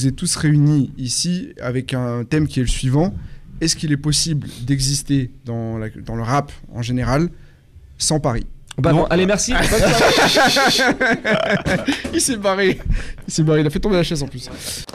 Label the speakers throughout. Speaker 1: vous êtes tous réunis ici avec un thème qui est le suivant. Est-ce qu'il est possible d'exister dans, la- dans le rap en général sans Paris
Speaker 2: Bah
Speaker 1: Non.
Speaker 2: bon, allez, merci.
Speaker 1: Il s'est barré. Il s'est barré. Il a fait tomber la chaise en plus.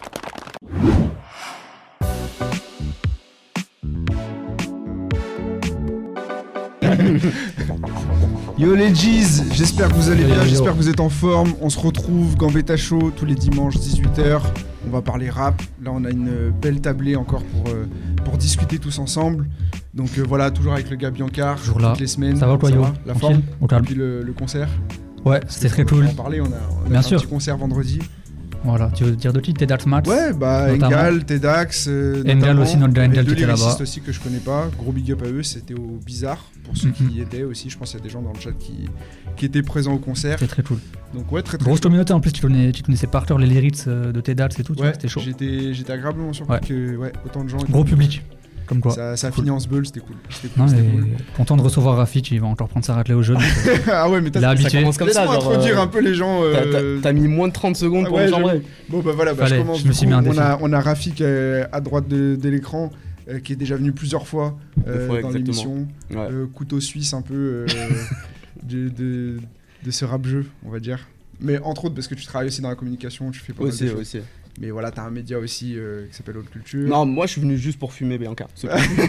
Speaker 1: Yo les G's, j'espère que vous allez bien, j'espère que vous êtes en forme. On se retrouve Gambetta Show tous les dimanches 18h. On va parler rap. Là, on a une belle tablée encore pour, euh, pour discuter tous ensemble. Donc euh, voilà, toujours avec le gars Biancar,
Speaker 3: Toujours là.
Speaker 1: toutes les semaines.
Speaker 3: Ça va, toi, Yo
Speaker 1: La
Speaker 3: Tranquille
Speaker 1: forme
Speaker 3: Au calme.
Speaker 1: Depuis le, le concert
Speaker 3: Ouais, c'était très
Speaker 1: On
Speaker 3: cool.
Speaker 1: va en parler, on a, on a
Speaker 3: Bien
Speaker 1: fait
Speaker 3: sûr.
Speaker 1: un petit concert vendredi.
Speaker 3: Voilà, tu veux dire de qui T'es Darth Max
Speaker 1: Ouais, bah
Speaker 3: Notamment.
Speaker 1: Engal, Tedax. euh,
Speaker 3: Engal
Speaker 1: notamment.
Speaker 3: aussi, notre gars
Speaker 1: Et
Speaker 3: Engal
Speaker 1: deux
Speaker 3: qui était là-bas.
Speaker 1: lyricistes aussi que je connais pas. Gros big up à eux, c'était au Bizarre. Pour ceux qui
Speaker 3: Mhm.
Speaker 1: y étaient aussi, je pense qu'il y a des gens dans le chat qui, qui étaient présents au concert.
Speaker 3: C'était très cool.
Speaker 1: Donc ouais, très très
Speaker 3: Grosse communauté en plus, tu connais- tu connaissais, par cœur les lyrics euh, de Ted Darth et tout, tu
Speaker 1: Ouais,
Speaker 3: vois, c'était chaud.
Speaker 1: J'étais, j'étais agréablement surpris
Speaker 3: Ouais.
Speaker 1: que ouais, autant de gens. étaient-
Speaker 3: Gros public, comme quoi.
Speaker 1: Ça, ça a
Speaker 3: Cool.
Speaker 1: fini en sbull, c'était cool. C'était cool,
Speaker 3: Non,
Speaker 1: c'était
Speaker 3: mais
Speaker 1: cool.
Speaker 3: content de recevoir Rafik, il va encore prendre sa raclée au jeu. donc, euh,
Speaker 1: ah ouais, mais t'as
Speaker 3: il a
Speaker 2: Ça
Speaker 3: habitué.
Speaker 2: commence comme ça,
Speaker 1: Laisse-moi
Speaker 2: genre.
Speaker 1: introduire
Speaker 2: euh,
Speaker 1: un peu les gens.
Speaker 2: t'as-
Speaker 1: euh,
Speaker 2: t'as- T'as mis moins de 30 secondes pour
Speaker 1: Ah ouais,
Speaker 2: les gens.
Speaker 1: j'avoue. Bon bah voilà, bah, je
Speaker 3: Fallait,
Speaker 1: commence.
Speaker 3: je
Speaker 1: du
Speaker 3: me suis
Speaker 1: coup.
Speaker 3: mis un
Speaker 1: on,
Speaker 3: défi.
Speaker 1: a, on a Rafik euh, à droite de, de l'écran euh, qui est déjà venu plusieurs fois euh,
Speaker 2: Deux fois,
Speaker 1: dans
Speaker 2: exactement.
Speaker 1: l'émission.
Speaker 2: Ouais.
Speaker 1: Euh, couteau suisse un peu euh, de, de- de ce rap jeu, on va dire. Mais entre autres parce que tu travailles aussi dans la communication, tu fais pas
Speaker 2: Aussi,
Speaker 1: mal de choses.
Speaker 2: aussi.
Speaker 1: Mais voilà, t'as un média aussi euh, qui s'appelle Haute Culture.
Speaker 2: Non, moi je suis venu juste pour fumer Bianca. c'est tout.
Speaker 3: on est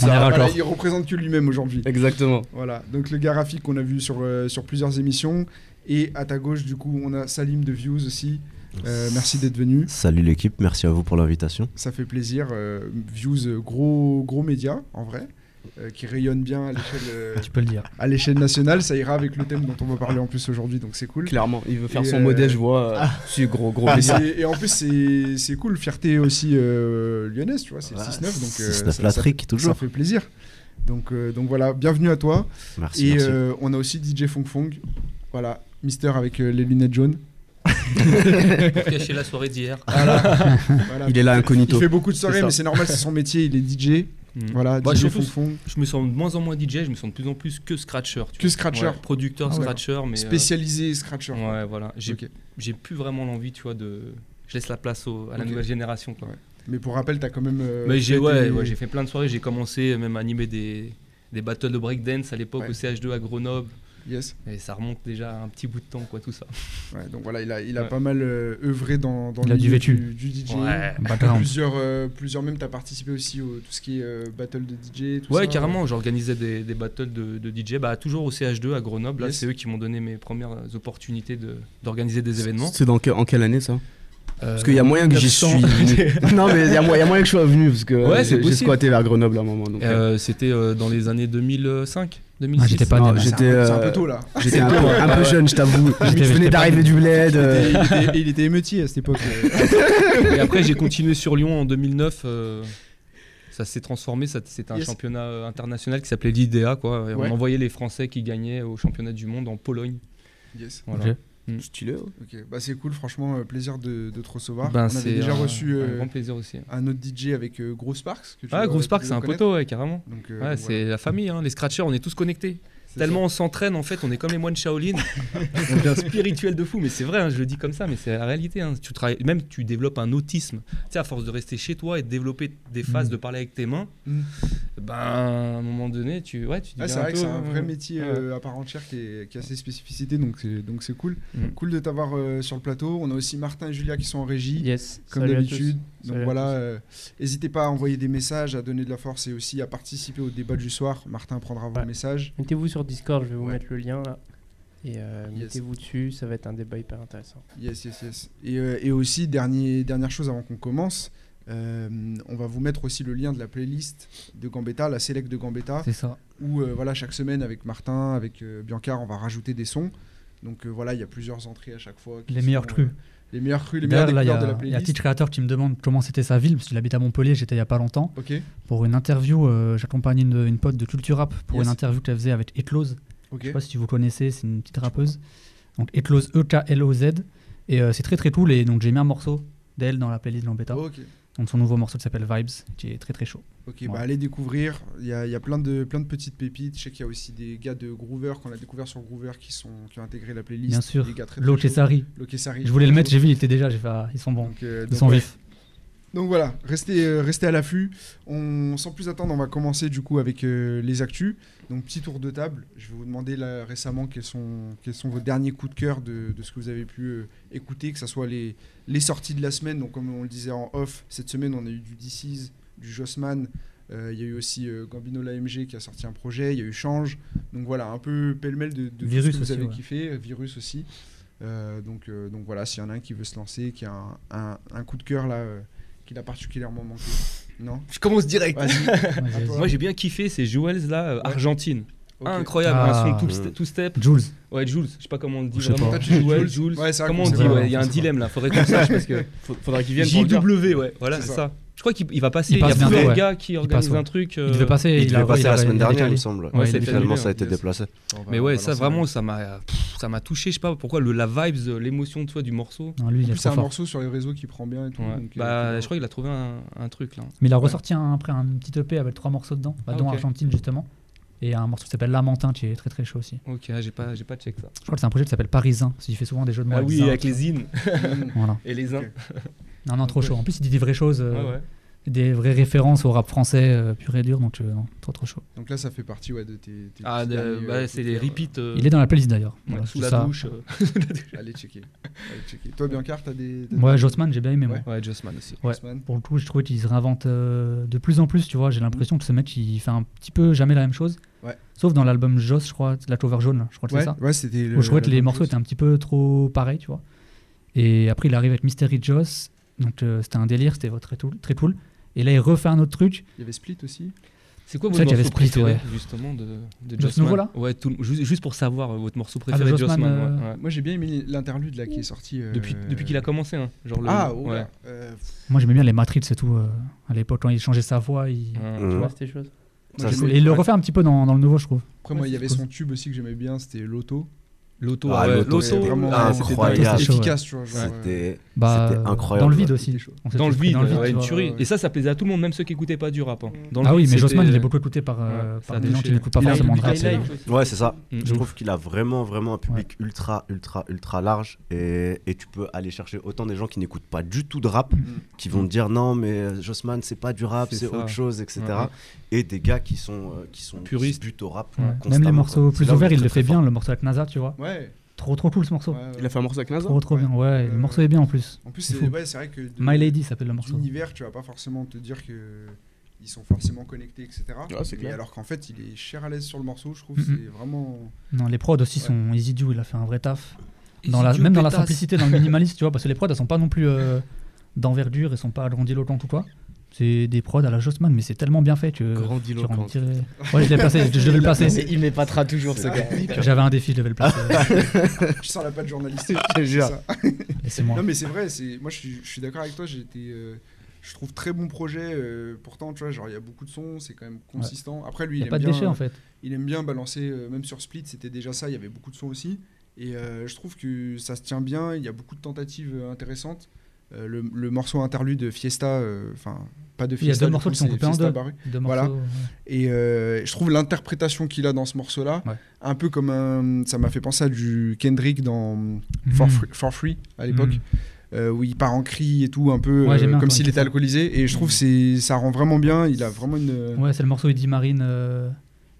Speaker 1: Voilà,
Speaker 3: raccord.
Speaker 1: il représente que lui-même aujourd'hui.
Speaker 2: Exactement.
Speaker 1: Voilà, donc le gars Rafik qu'on a vu sur, euh, sur plusieurs émissions. Et à ta gauche, du coup, on a Salim de Views aussi. Euh, merci d'être venu.
Speaker 4: Salut l'équipe, merci à vous pour l'invitation.
Speaker 1: Ça fait plaisir. euh, Views, euh, gros, gros média, en vrai, euh, qui rayonne bien à l'échelle, euh,
Speaker 3: Tu peux le dire.
Speaker 1: à l'échelle nationale. Ça ira avec le thème dont on va parler en plus aujourd'hui, donc c'est cool.
Speaker 2: Clairement, il veut faire
Speaker 1: Et
Speaker 2: son
Speaker 1: euh, Ah,
Speaker 2: modèle, je vois. euh, Si, gros, gros.
Speaker 1: Et,
Speaker 2: plaisir.
Speaker 1: c'est- et en plus, c'est c'est cool. Fierté aussi euh, lyonnaise, tu vois, c'est le 6-9, donc euh,
Speaker 4: 6-9
Speaker 1: ça-
Speaker 4: la
Speaker 1: ça,
Speaker 4: trique, toujours.
Speaker 1: ça fait plaisir. Donc, euh, donc voilà, bienvenue à toi.
Speaker 4: Merci,
Speaker 1: Et
Speaker 4: merci.
Speaker 1: euh, on a aussi DJ Fong Fong. Voilà, Mister avec euh, les lunettes jaunes.
Speaker 5: cacher la soirée d'hier.
Speaker 1: Voilà.
Speaker 2: Il est là
Speaker 1: Il
Speaker 2: incognito.
Speaker 1: fait beaucoup de soirées,
Speaker 5: C'est ça.
Speaker 1: mais c'est normal, c'est son métier, il est DJ.
Speaker 5: Mm.
Speaker 1: Voilà,
Speaker 5: Bah,
Speaker 1: DJ
Speaker 5: surtout,
Speaker 1: Fong Fong,
Speaker 5: Je me sens de moins en moins DJ, je me sens de plus en plus que scratcher. tu
Speaker 1: que
Speaker 5: vois.
Speaker 1: Scratcher.
Speaker 5: Ouais, producteur,
Speaker 1: Ah ouais.
Speaker 5: scratcher, mais. euh,
Speaker 1: Spécialisé Scratcher.
Speaker 5: ouais, voilà. J'ai
Speaker 1: Ok.
Speaker 5: j'ai plus vraiment l'envie, tu vois, de. Je laisse la place au- à la
Speaker 1: Ok.
Speaker 5: nouvelle génération. Quoi.
Speaker 1: Ouais. Mais pour rappel, t'as quand même. euh,
Speaker 5: mais j'ai
Speaker 1: fait
Speaker 5: ouais,
Speaker 1: des-
Speaker 5: ouais, j'ai fait plein de soirées, j'ai commencé même à animer des, des battles de breakdance à l'époque
Speaker 1: Ouais.
Speaker 5: au CH2 à Grenoble.
Speaker 1: Yes.
Speaker 5: Et ça remonte déjà à un petit bout de temps, quoi, tout ça.
Speaker 1: Ouais, donc voilà, il a, il a
Speaker 5: Ouais.
Speaker 1: pas mal euh, œuvré dans, dans
Speaker 3: Il
Speaker 1: le
Speaker 3: a du
Speaker 1: milieu
Speaker 3: vécu.
Speaker 1: Du, du DJ.
Speaker 3: Background.
Speaker 1: Plusieurs, euh, plusieurs même, t'as participé aussi au tout ce qui est euh, battle de DJ. Tout
Speaker 5: ouais,
Speaker 1: ça.
Speaker 5: carrément, j'organisais des, des battles de, de DJ, bah, toujours au CH2 à Grenoble. Là,
Speaker 1: Yes.
Speaker 5: c'est eux qui m'ont donné mes premières opportunités de- d'organiser des événements.
Speaker 2: C'est dans que- en quelle année ça Parce qu'il y a
Speaker 5: Euh,
Speaker 2: moyen que j'y suis.
Speaker 5: 1900.
Speaker 2: non, mais il y, a mo- il y a moyen que je sois venu parce que
Speaker 5: Ouais,
Speaker 2: euh,
Speaker 5: c'est
Speaker 2: j'ai- j'ai
Speaker 5: possible.
Speaker 2: squatté vers Grenoble à un moment. donc, euh,
Speaker 5: Euh, C'était euh, dans les années 2005, 2006.
Speaker 3: Ah, j'étais pas
Speaker 2: non,
Speaker 3: né, moi.
Speaker 1: C'est un,
Speaker 2: J'étais,
Speaker 1: peu- c'est un
Speaker 2: euh,
Speaker 1: peu tôt là.
Speaker 2: J'étais un, peu- un peu jeune, je t'avoue.
Speaker 3: J'étais-
Speaker 2: Je
Speaker 3: j'étais
Speaker 2: venais
Speaker 3: pas
Speaker 2: d'arriver du bled. euh,
Speaker 1: Et il, était, il était émeutier à cette époque. euh.
Speaker 5: Et après, j'ai continué sur Lyon en 2009. euh, ça s'est transformé. ça- C'était un
Speaker 1: Yes.
Speaker 5: championnat euh, international qui s'appelait l'IDEA. Quoi. Et
Speaker 1: Ouais.
Speaker 5: On envoyait les Français qui gagnaient au championnat du monde en Pologne.
Speaker 1: yes.
Speaker 5: Voilà.
Speaker 3: Ok.
Speaker 2: Stylé. ouais.
Speaker 1: Ok. Bah, c'est cool, franchement, euh, plaisir de, de te recevoir. Ah,
Speaker 5: Ben,
Speaker 1: On avait
Speaker 5: c'est
Speaker 1: déjà
Speaker 5: un-
Speaker 1: reçu
Speaker 5: un
Speaker 1: euh,
Speaker 5: grand plaisir aussi.
Speaker 1: un autre DJ avec euh, Gros Sparks. Que tu
Speaker 5: Ah,
Speaker 1: dois-
Speaker 5: Gros
Speaker 1: tu
Speaker 5: Spark,
Speaker 1: dois
Speaker 5: c'est un
Speaker 1: connaître.
Speaker 5: poteau, ouais, carrément.
Speaker 1: Donc, euh,
Speaker 5: Ouais,
Speaker 1: donc voilà.
Speaker 5: c'est la famille, hein, les scratchers, on est tous connectés.
Speaker 1: C'est
Speaker 5: Tellement on s'entraîne, en fait, on est comme les moines Shaolin. on devient spirituel de fou, mais c'est vrai, hein, je le dis comme ça, mais c'est la réalité. hein. Tu travailles, même tu développes un autisme. Tu sais, à force de rester chez toi et de développer des phases,
Speaker 3: Mm.
Speaker 5: de parler avec tes mains,
Speaker 1: Mm.
Speaker 5: ben, à un moment donné, tu. Ouais, tu
Speaker 1: Ah, c'est
Speaker 5: deviens
Speaker 1: vrai que c'est
Speaker 5: peu,
Speaker 1: un
Speaker 5: euh,
Speaker 1: vrai métier
Speaker 5: ouais.
Speaker 1: euh, à part entière qui, est, qui a ses spécificités, donc c'est, donc c'est cool.
Speaker 5: Mm.
Speaker 1: Cool de t'avoir euh, sur le plateau. On a aussi Martin et Julia qui sont en régie,
Speaker 6: Yes,
Speaker 1: comme
Speaker 6: salut à
Speaker 1: d'habitude.
Speaker 6: tous.
Speaker 1: Donc
Speaker 6: Salut à
Speaker 1: voilà, euh, n'hésitez pas à envoyer des messages, à donner de la force et aussi à participer au débat du soir. Martin prendra vos
Speaker 6: Ouais.
Speaker 1: messages.
Speaker 6: tous. Mettez-vous sur Discord, je vais vous
Speaker 1: Ouais.
Speaker 6: mettre le lien là. Et euh,
Speaker 1: Yes.
Speaker 6: mettez-vous dessus, ça va être un débat hyper intéressant.
Speaker 1: Yes, yes, yes. Et, euh, et aussi, dernier, dernière chose avant qu'on commence, euh, on va vous mettre aussi le lien de la playlist de Gambetta, la select de Gambetta.
Speaker 3: C'est ça.
Speaker 1: où euh, voilà, chaque semaine avec Martin, avec euh, Biancar, on va rajouter des sons. Donc euh, voilà, il y a plusieurs entrées à chaque fois. qui
Speaker 3: Les
Speaker 1: sont,
Speaker 3: meilleurs
Speaker 1: euh,
Speaker 3: crus.
Speaker 1: les meilleurs crus, les meilleurs
Speaker 3: D'ailleurs, là, il y
Speaker 1: découvertes
Speaker 3: a,
Speaker 1: de la
Speaker 3: il y a un
Speaker 1: playlist.
Speaker 3: petit créateur qui me demande comment c'était sa ville, parce qu'il habite à Montpellier, j'étais il y a pas longtemps.
Speaker 1: Ok,
Speaker 3: Pour une interview, euh, j'accompagnais une, une pote de Culture Rap pour
Speaker 1: Yes.
Speaker 3: une interview qu'elle faisait avec Etlose. Je
Speaker 1: ok.
Speaker 3: sais pas si tu vous connaissez, c'est une petite rappeuse. Donc E Etlose, E-K-L-O-Z. Et euh, c'est très très cool. Et donc j'ai mis un morceau d'elle dans la playlist de Lambetta.
Speaker 1: Ok.
Speaker 3: Donc son nouveau morceau qui s'appelle Vibes, qui est très très chaud.
Speaker 1: Ok,
Speaker 3: Ouais.
Speaker 1: bah allez découvrir. Il y a, il y a plein, de, plein de petites pépites. Je sais qu'il y a aussi des gars de Groover qu'on a découvert sur Groover qui, sont, qui ont intégré la playlist.
Speaker 3: Bien sûr.
Speaker 1: Des gars très, très chauds.
Speaker 3: Lokesari.
Speaker 1: Lokesari.
Speaker 3: Je voulais le mettre, j'ai vu, il était déjà, j'ai fait, ah, ils sont bons.
Speaker 1: Donc, euh,
Speaker 3: Ils
Speaker 1: donc,
Speaker 3: sont
Speaker 1: ouais.
Speaker 3: vifs.
Speaker 1: Donc voilà, restez, euh, restez à l'affût. On, sans plus attendre, on va commencer du coup avec euh, les actus. Donc petit tour de table. Je vais vous demander là, récemment quels sont, quels sont vos derniers coups de cœur de, de ce que vous avez pu euh, écouter, que ce soit les, les sorties de la semaine. Donc comme on le disait en off, cette semaine on a eu du DC's, du Jossman. Euh, Il y a eu aussi euh, Gambino l'AMG qui a sorti un projet. Il y a eu Change. Donc voilà, un peu pêle-mêle de, de tout
Speaker 3: Virus
Speaker 1: ce que vous
Speaker 3: aussi,
Speaker 1: avez
Speaker 3: ouais.
Speaker 1: kiffé. euh, Virus aussi. Euh, donc, euh, donc voilà, s'il y en a un qui veut se lancer, qui a un, un- un coup de cœur là, euh, qu'il a particulièrement manqué. Non
Speaker 5: Je commence direct. hein.
Speaker 1: Vas-y.
Speaker 3: Ouais, vas-y.
Speaker 1: toi.
Speaker 5: Moi j'ai bien kiffé ces Jewels là, euh, Argentine.
Speaker 1: Ok.
Speaker 5: Incroyable, hein,
Speaker 3: Ah.
Speaker 5: un son two step, two step.
Speaker 3: Jules.
Speaker 5: Ouais, Jules, je sais pas comment on le dit
Speaker 3: Je sais
Speaker 5: vraiment.
Speaker 3: pas. Toi,
Speaker 1: tu dis
Speaker 5: Jewels,
Speaker 1: Jules.
Speaker 5: Jules.
Speaker 1: Ouais, c'est vrai
Speaker 5: comment
Speaker 1: qu'on
Speaker 5: on dit
Speaker 1: sait
Speaker 5: ouais, Il
Speaker 1: pas,
Speaker 5: y a
Speaker 1: on
Speaker 5: un
Speaker 1: sait
Speaker 5: dilemme là, faudrait qu'on sache parce que
Speaker 2: Faudra qu'il vienne pour le dire.
Speaker 5: JW, ouais, voilà,
Speaker 1: C'est
Speaker 5: c'est
Speaker 1: ça.
Speaker 5: ça. Je crois qu'il il va passer.
Speaker 3: Il
Speaker 5: Il, y a
Speaker 3: passe
Speaker 5: plusieurs
Speaker 3: bientôt, ouais.
Speaker 5: gars qui organisent
Speaker 3: passe, ouais.
Speaker 5: un truc. euh,
Speaker 3: Il devait passer.
Speaker 4: Il devait
Speaker 3: a-
Speaker 4: passer
Speaker 3: a-
Speaker 4: la semaine
Speaker 3: il a
Speaker 4: dernière, il
Speaker 3: décalé.
Speaker 4: me semble.
Speaker 5: Ouais,
Speaker 3: il a
Speaker 5: c'est
Speaker 3: décalé.
Speaker 4: Finalement,
Speaker 5: annulé,
Speaker 4: ça a été
Speaker 1: yes.
Speaker 4: déplacé.
Speaker 1: On va-
Speaker 5: Mais
Speaker 1: on
Speaker 5: ouais,
Speaker 1: va
Speaker 5: ça
Speaker 1: lancer
Speaker 5: vraiment,
Speaker 1: le-
Speaker 5: ça m'a, pff, ça m'a touché. Je sais pas pourquoi le la vibes, euh, l'émotion, tu vois, du morceau.
Speaker 3: Non,
Speaker 1: En
Speaker 3: lui, il
Speaker 1: plus,
Speaker 3: est
Speaker 1: c'est
Speaker 3: trop
Speaker 1: un
Speaker 3: fort.
Speaker 1: morceau sur les réseaux qui prend bien et tout.
Speaker 5: Ouais.
Speaker 1: donc, euh,
Speaker 5: bah,
Speaker 1: faut-
Speaker 5: je crois qu'il a trouvé un, un truc là.
Speaker 1: Ah,
Speaker 3: Mais il a ressorti un, après un petit EP avec trois morceaux dedans, bah,
Speaker 5: Ah,
Speaker 3: dont
Speaker 5: ok.
Speaker 3: Argentine justement. Et un morceau qui s'appelle Lamentin, qui est très très chaud aussi.
Speaker 5: Ok, ah, j'ai pas, j'ai pas check ça.
Speaker 3: Je crois que c'est un projet qui s'appelle Parisin, parce qu'il fait souvent des jeux de mots.
Speaker 5: Ah oui,
Speaker 3: Zin.
Speaker 5: avec les in
Speaker 1: Mm.
Speaker 3: Voilà.
Speaker 5: et les
Speaker 1: in.
Speaker 5: in.
Speaker 3: Non, non, trop
Speaker 5: Ok. Ah
Speaker 3: chaud. En plus, il dit des vraies choses, euh,
Speaker 5: ouais.
Speaker 3: des vraies références au rap français euh, pur et dur, donc euh, non, trop trop chaud.
Speaker 1: Donc là, ça fait partie ouais, de tes. tes
Speaker 5: Ah,
Speaker 1: petits
Speaker 5: de-
Speaker 1: derniers,
Speaker 5: bah,
Speaker 1: euh,
Speaker 5: c'est
Speaker 1: coups de
Speaker 5: les
Speaker 1: cœur,
Speaker 5: repeats. euh,
Speaker 3: Il est dans la playlist d'ailleurs.
Speaker 5: ouais,
Speaker 3: Voilà,
Speaker 5: sous
Speaker 3: je
Speaker 5: la
Speaker 3: dis ça.
Speaker 5: douche. euh.
Speaker 1: euh, Allez checker. Allez checker. Toi, Biancar, t'as des. t'as des-
Speaker 3: Ouais, Jossman, j'ai bien aimé. moi.
Speaker 1: Ouais.
Speaker 5: Ouais, Justman aussi.
Speaker 3: ouais.
Speaker 1: Haussmann
Speaker 3: Pour le coup, je trouvais qu'il se réinvente euh, de plus en plus, tu vois. J'ai l'impression
Speaker 5: Mm.
Speaker 3: que ce mec, il fait un petit peu jamais la même chose.
Speaker 1: Ouais.
Speaker 3: Sauf dans l'album Joss, je crois, la cover jaune, là, je crois que
Speaker 1: Ouais,
Speaker 3: c'est ça.
Speaker 1: ouais, c'était. le-
Speaker 3: Où je trouvais que
Speaker 1: la
Speaker 3: les
Speaker 1: même
Speaker 3: morceaux
Speaker 1: chose.
Speaker 3: étaient un petit peu trop pareils, tu vois. Et après, il arrive avec Mystery Joss, donc euh, c'était un délire, c'était très cool, très cool. Et là, il refait un autre truc.
Speaker 1: Il y avait Split aussi.
Speaker 5: C'est quoi
Speaker 3: C'est vrai
Speaker 5: votre
Speaker 3: qu'il y avait
Speaker 5: morceau
Speaker 3: Split,
Speaker 5: préféré justement de, de
Speaker 3: ce
Speaker 5: Justman
Speaker 3: nouveau, là
Speaker 5: Ouais, tout le- juste, juste pour savoir euh, votre morceau préféré de
Speaker 3: Justman,
Speaker 5: Justman.
Speaker 3: euh,
Speaker 5: ouais, ouais.
Speaker 1: Moi, j'ai bien aimé l'interlude là qui est sorti. euh,
Speaker 5: Depuis, depuis qu'il a commencé, hein, genre le.
Speaker 1: Ah, ouais.
Speaker 5: ouais.
Speaker 1: Euh,
Speaker 3: Moi, j'aimais bien les Matrix et tout. euh, à l'époque, quand il changeait sa voix, il,
Speaker 1: Mm.
Speaker 5: Ouais.
Speaker 4: Mmh.
Speaker 6: Ouais, c'était chaud.
Speaker 1: moi,
Speaker 4: Ça,
Speaker 1: j'aimais-
Speaker 3: Et il le refait un petit peu dans, dans le nouveau, je trouve.
Speaker 1: Après, moi,
Speaker 3: Ouais,
Speaker 1: il y avait
Speaker 3: c'est
Speaker 1: son tube aussi que j'aimais bien, c'était L'Auto.
Speaker 4: Ah,
Speaker 5: L'auto, ouais, Ah,
Speaker 4: l'auto,
Speaker 5: l'auto,
Speaker 4: c'est
Speaker 1: vraiment
Speaker 5: ouais,
Speaker 1: c'était
Speaker 4: incroyable.
Speaker 1: dingue, efficace, tu vois. genre, euh,
Speaker 4: C'était
Speaker 3: Bah,
Speaker 4: C'était
Speaker 3: euh,
Speaker 4: incroyable,
Speaker 3: Dans le
Speaker 4: ouais.
Speaker 3: vide
Speaker 1: c'était
Speaker 3: aussi.
Speaker 1: chaud.
Speaker 3: On s'était
Speaker 5: dans le
Speaker 3: pris
Speaker 5: vide,
Speaker 3: tu
Speaker 5: ouais, une
Speaker 3: vois.
Speaker 5: tuerie.
Speaker 1: ouais.
Speaker 5: Et ça, ça plaisait à tout le monde, même ceux qui écoutaient pas du rap. hein. Dans le
Speaker 3: Ah
Speaker 5: vide,
Speaker 3: oui, mais
Speaker 5: c'était-
Speaker 3: Jossman, il est beaucoup écouté par, euh,
Speaker 5: Ouais, ça
Speaker 3: par
Speaker 5: a
Speaker 3: des gens qui
Speaker 5: déchiré.
Speaker 3: n'écoute pas
Speaker 1: Il a un
Speaker 3: forcément de
Speaker 1: public
Speaker 3: rap.
Speaker 1: très
Speaker 3: c'est-
Speaker 1: large.
Speaker 4: Ouais, c'est ça.
Speaker 5: Mm.
Speaker 4: Je trouve qu'il a vraiment, vraiment un public ultra, ultra, ultra large. Et, et tu peux aller chercher autant des gens qui n'écoutent pas du tout de rap, qui vont te dire non, mais euh, Jossman, c'est pas du rap,
Speaker 5: C'est
Speaker 4: c'est
Speaker 5: ça.
Speaker 4: autre chose, etc.
Speaker 5: Ouais, ouais.
Speaker 4: Et des gars qui sont, euh, qui sont qui se
Speaker 5: Puristes.
Speaker 4: butent au rap.
Speaker 3: Ouais.
Speaker 4: constamment,
Speaker 3: Même les
Speaker 4: quoi.
Speaker 3: morceaux
Speaker 4: C'est
Speaker 3: plus
Speaker 4: là où
Speaker 3: ouverts,
Speaker 4: est
Speaker 3: il le fait
Speaker 4: très, très
Speaker 3: bien,
Speaker 4: fort.
Speaker 3: le morceau avec NASA, tu vois.
Speaker 1: euh, Ouais.
Speaker 3: Trop trop cool ce morceau.
Speaker 1: ouais, ouais.
Speaker 2: Il a fait un morceau avec NASA.
Speaker 3: Trop trop bien, ouais,
Speaker 1: Euh,
Speaker 3: le morceau est bien en plus.
Speaker 1: En plus,
Speaker 3: C'est
Speaker 1: c'est
Speaker 3: fou.
Speaker 1: ouais, c'est vrai que de-
Speaker 3: My Lady s'appelle le morceau.
Speaker 1: d'univers, tu vas pas forcément te dire que ils sont forcément connectés, etc.
Speaker 3: Ah,
Speaker 2: Ouais, c'est
Speaker 1: Mais
Speaker 2: clair.
Speaker 1: alors qu'en fait, il est cher à l'aise sur le morceau, je trouve.
Speaker 3: Mhm.
Speaker 1: C'est vraiment.
Speaker 3: Non, les prods aussi
Speaker 1: Ouais.
Speaker 3: sont Easy Do, il a fait un vrai taf.
Speaker 5: Easy
Speaker 3: Dans la,
Speaker 5: Do,
Speaker 3: même dans la
Speaker 5: pétasse.
Speaker 3: simplicité, dans le minimalisme, tu vois, parce que les prods elles sont pas non plus euh, d'envergure, elles sont pas grandiloquentes ou quoi. C'est des prods à la Jossman, mais c'est tellement bien fait que. tu en
Speaker 2: Grandiloquent.
Speaker 3: dirais- Ouais, je l'ai placé, je, je devais le placer.
Speaker 7: Il m'épatera toujours ce
Speaker 4: C'est
Speaker 7: gars.
Speaker 3: J'avais un défi, je devais le placer.
Speaker 1: Je sens la patte journaliste.
Speaker 7: Je te jure.
Speaker 1: C'est ça.
Speaker 3: Laissez-moi.
Speaker 1: Non, mais c'est vrai. C'est moi, je suis, je suis d'accord avec toi. J'ai été, euh, je trouve très bon projet. euh, pourtant, tu vois, genre il y a beaucoup de sons, c'est quand même consistant. Après, lui,
Speaker 3: Il
Speaker 1: il,
Speaker 3: n'y a
Speaker 1: aime
Speaker 3: pas de
Speaker 1: bien,
Speaker 3: déchets en fait.
Speaker 1: il aime bien balancer, euh, même sur Split, c'était déjà ça, il y avait beaucoup de sons aussi. Et euh, je trouve que ça se tient bien, il y a beaucoup de tentatives euh, intéressantes. Euh, le, le morceau interlude Fiesta, euh, enfin, pas de
Speaker 3: Il y a
Speaker 1: Fiesta.
Speaker 3: deux
Speaker 1: du
Speaker 3: morceaux
Speaker 1: coup,
Speaker 3: qui sont
Speaker 1: c'est
Speaker 3: coupés en
Speaker 1: Fiesta
Speaker 3: deux.
Speaker 1: Barré.
Speaker 3: Deux
Speaker 1: Voilà.
Speaker 3: morceaux, ouais.
Speaker 1: Et euh, je trouve l'interprétation qu'il a dans ce morceau-là,
Speaker 3: Ouais.
Speaker 1: un peu comme un. Ça m'a fait penser à du Kendrick dans For,
Speaker 3: Mhm.
Speaker 1: Free, For Free, à l'époque.
Speaker 3: Mhm.
Speaker 1: euh, où il part en cri et tout, un peu
Speaker 3: Ouais,
Speaker 1: euh,
Speaker 3: j'aime bien
Speaker 1: comme
Speaker 3: quand
Speaker 1: s'il
Speaker 3: il
Speaker 1: était
Speaker 3: fait ça.
Speaker 1: alcoolisé. Et je trouve
Speaker 3: Mhm.
Speaker 1: que c'est- ça rend vraiment bien. Il a vraiment une.
Speaker 3: Ouais, c'est le morceau, il dit Marine, euh,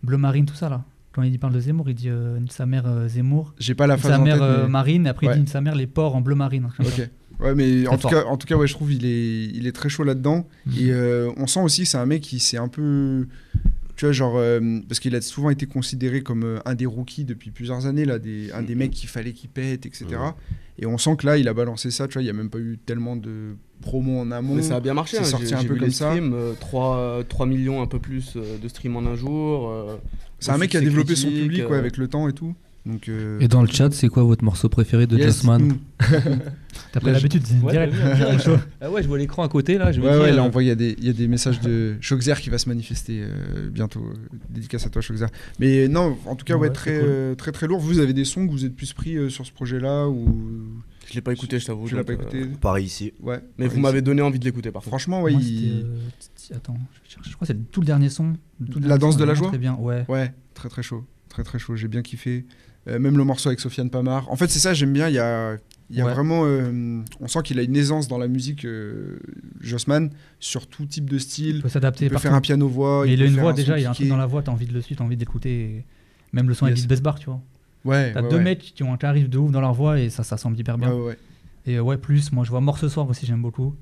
Speaker 3: Bleu Marine, tout ça là. Quand il parle de Zemmour, il dit euh, sa mère euh, Zemmour,
Speaker 1: J'ai pas la
Speaker 3: sa
Speaker 1: phase en
Speaker 3: mère
Speaker 1: tête,
Speaker 3: euh,
Speaker 1: mais-
Speaker 3: Marine, et après
Speaker 1: Ouais.
Speaker 3: il dit sa mère les porcs en bleu marine. un truc comme ça.
Speaker 1: Ok. Ouais, mais en tout,
Speaker 3: Très fort.
Speaker 1: cas, en tout cas, ouais, je trouve il est, il est très chaud là-dedans.
Speaker 3: Mhm.
Speaker 1: Et euh, on sent aussi que c'est un mec qui s'est un peu. Tu vois, genre. euh, parce qu'il a souvent été considéré comme euh, un des rookies depuis plusieurs années, là, des, un des mecs qu'il fallait qu'il pète, etc.
Speaker 4: Mhm.
Speaker 1: Et on sent que là, il a balancé ça, tu vois, il n'y a même pas eu tellement de promos en amont.
Speaker 2: Mais ça a bien marché.
Speaker 1: C'est
Speaker 2: hein,
Speaker 1: sorti
Speaker 2: j'ai-
Speaker 1: un
Speaker 2: j'ai
Speaker 1: peu
Speaker 2: vu
Speaker 1: comme
Speaker 2: les
Speaker 1: ça.
Speaker 2: streams, euh, 3, 3 millions, un peu plus euh, de streams en un jour. euh,
Speaker 1: C'est un
Speaker 2: le
Speaker 1: mec qui a
Speaker 2: succès
Speaker 1: développé son
Speaker 2: critique,
Speaker 1: public, ouais,
Speaker 2: euh,
Speaker 1: avec le temps et tout. Donc. euh,
Speaker 5: Et dans le chat, c'est quoi votre morceau préféré de
Speaker 1: yes, Mm.
Speaker 5: Justman
Speaker 1: nous.
Speaker 3: T'as pris
Speaker 5: Là, je-
Speaker 3: l'habitude, c'est
Speaker 5: Ouais,
Speaker 3: direct.
Speaker 5: t'as vu, direct. Ah ouais, je vois l'écran à côté là. Je me
Speaker 1: Ouais,
Speaker 5: dis,
Speaker 1: ouais,
Speaker 5: euh,
Speaker 1: là on voit, il y, a des- il y a des messages de Shoxer qui va se manifester euh, bientôt. Euh, Dédicace à toi, Shoxer. Mais non, en tout cas, ouais,
Speaker 3: Ouais,
Speaker 1: très,
Speaker 3: c'est cool.
Speaker 1: euh, très très lourd. Vous avez des sons que vous êtes plus pris euh, sur ce projet-là ou
Speaker 2: Je l'ai pas écouté, je t'avoue.
Speaker 1: Tu l'as
Speaker 2: donc,
Speaker 1: pas
Speaker 2: euh,
Speaker 1: écouté
Speaker 4: Pareil ici.
Speaker 1: Ouais.
Speaker 2: Mais vous m'avez donné envie de l'écouter par contre.
Speaker 1: Franchement, ouais,
Speaker 3: Moi,
Speaker 1: il-
Speaker 3: c'était, euh, t- Attends, je, cherche- je crois que c'est le- tout le dernier son. le tout
Speaker 1: La
Speaker 3: dernier
Speaker 1: danse
Speaker 3: son,
Speaker 1: de la
Speaker 3: vraiment
Speaker 1: joie
Speaker 3: Très bien, ouais.
Speaker 1: Ouais, très très chaud. Très très chaud, j'ai bien kiffé. Euh, même le morceau avec Sofiane Pamar. En fait, c'est ça, j'aime bien. Il y a, il y a
Speaker 3: Ouais.
Speaker 1: vraiment. euh, on sent qu'il a une aisance dans la musique, euh, Jossman, sur tout type de
Speaker 3: Il
Speaker 1: style.
Speaker 3: peut s'adapter
Speaker 1: Il peut
Speaker 3: partout.
Speaker 1: faire un piano-voix.
Speaker 3: Mais il
Speaker 1: peut
Speaker 3: a une
Speaker 1: faire
Speaker 3: voix
Speaker 1: son
Speaker 3: déjà, il y a un truc
Speaker 1: piqué.
Speaker 3: dans la voix, t'as envie de le suivre, t'as envie d'écouter. Même le son
Speaker 1: Yes.
Speaker 3: Elvis Besbar, tu vois.
Speaker 1: Ouais,
Speaker 3: T'as
Speaker 1: ouais,
Speaker 3: deux
Speaker 1: ouais.
Speaker 3: mecs qui ont un tarif de ouf dans leur voix et ça, ça semble hyper
Speaker 1: Ouais,
Speaker 3: bien.
Speaker 1: ouais, ouais.
Speaker 3: Et euh, ouais, plus, moi je vois Mort ce soir aussi, j'aime beaucoup.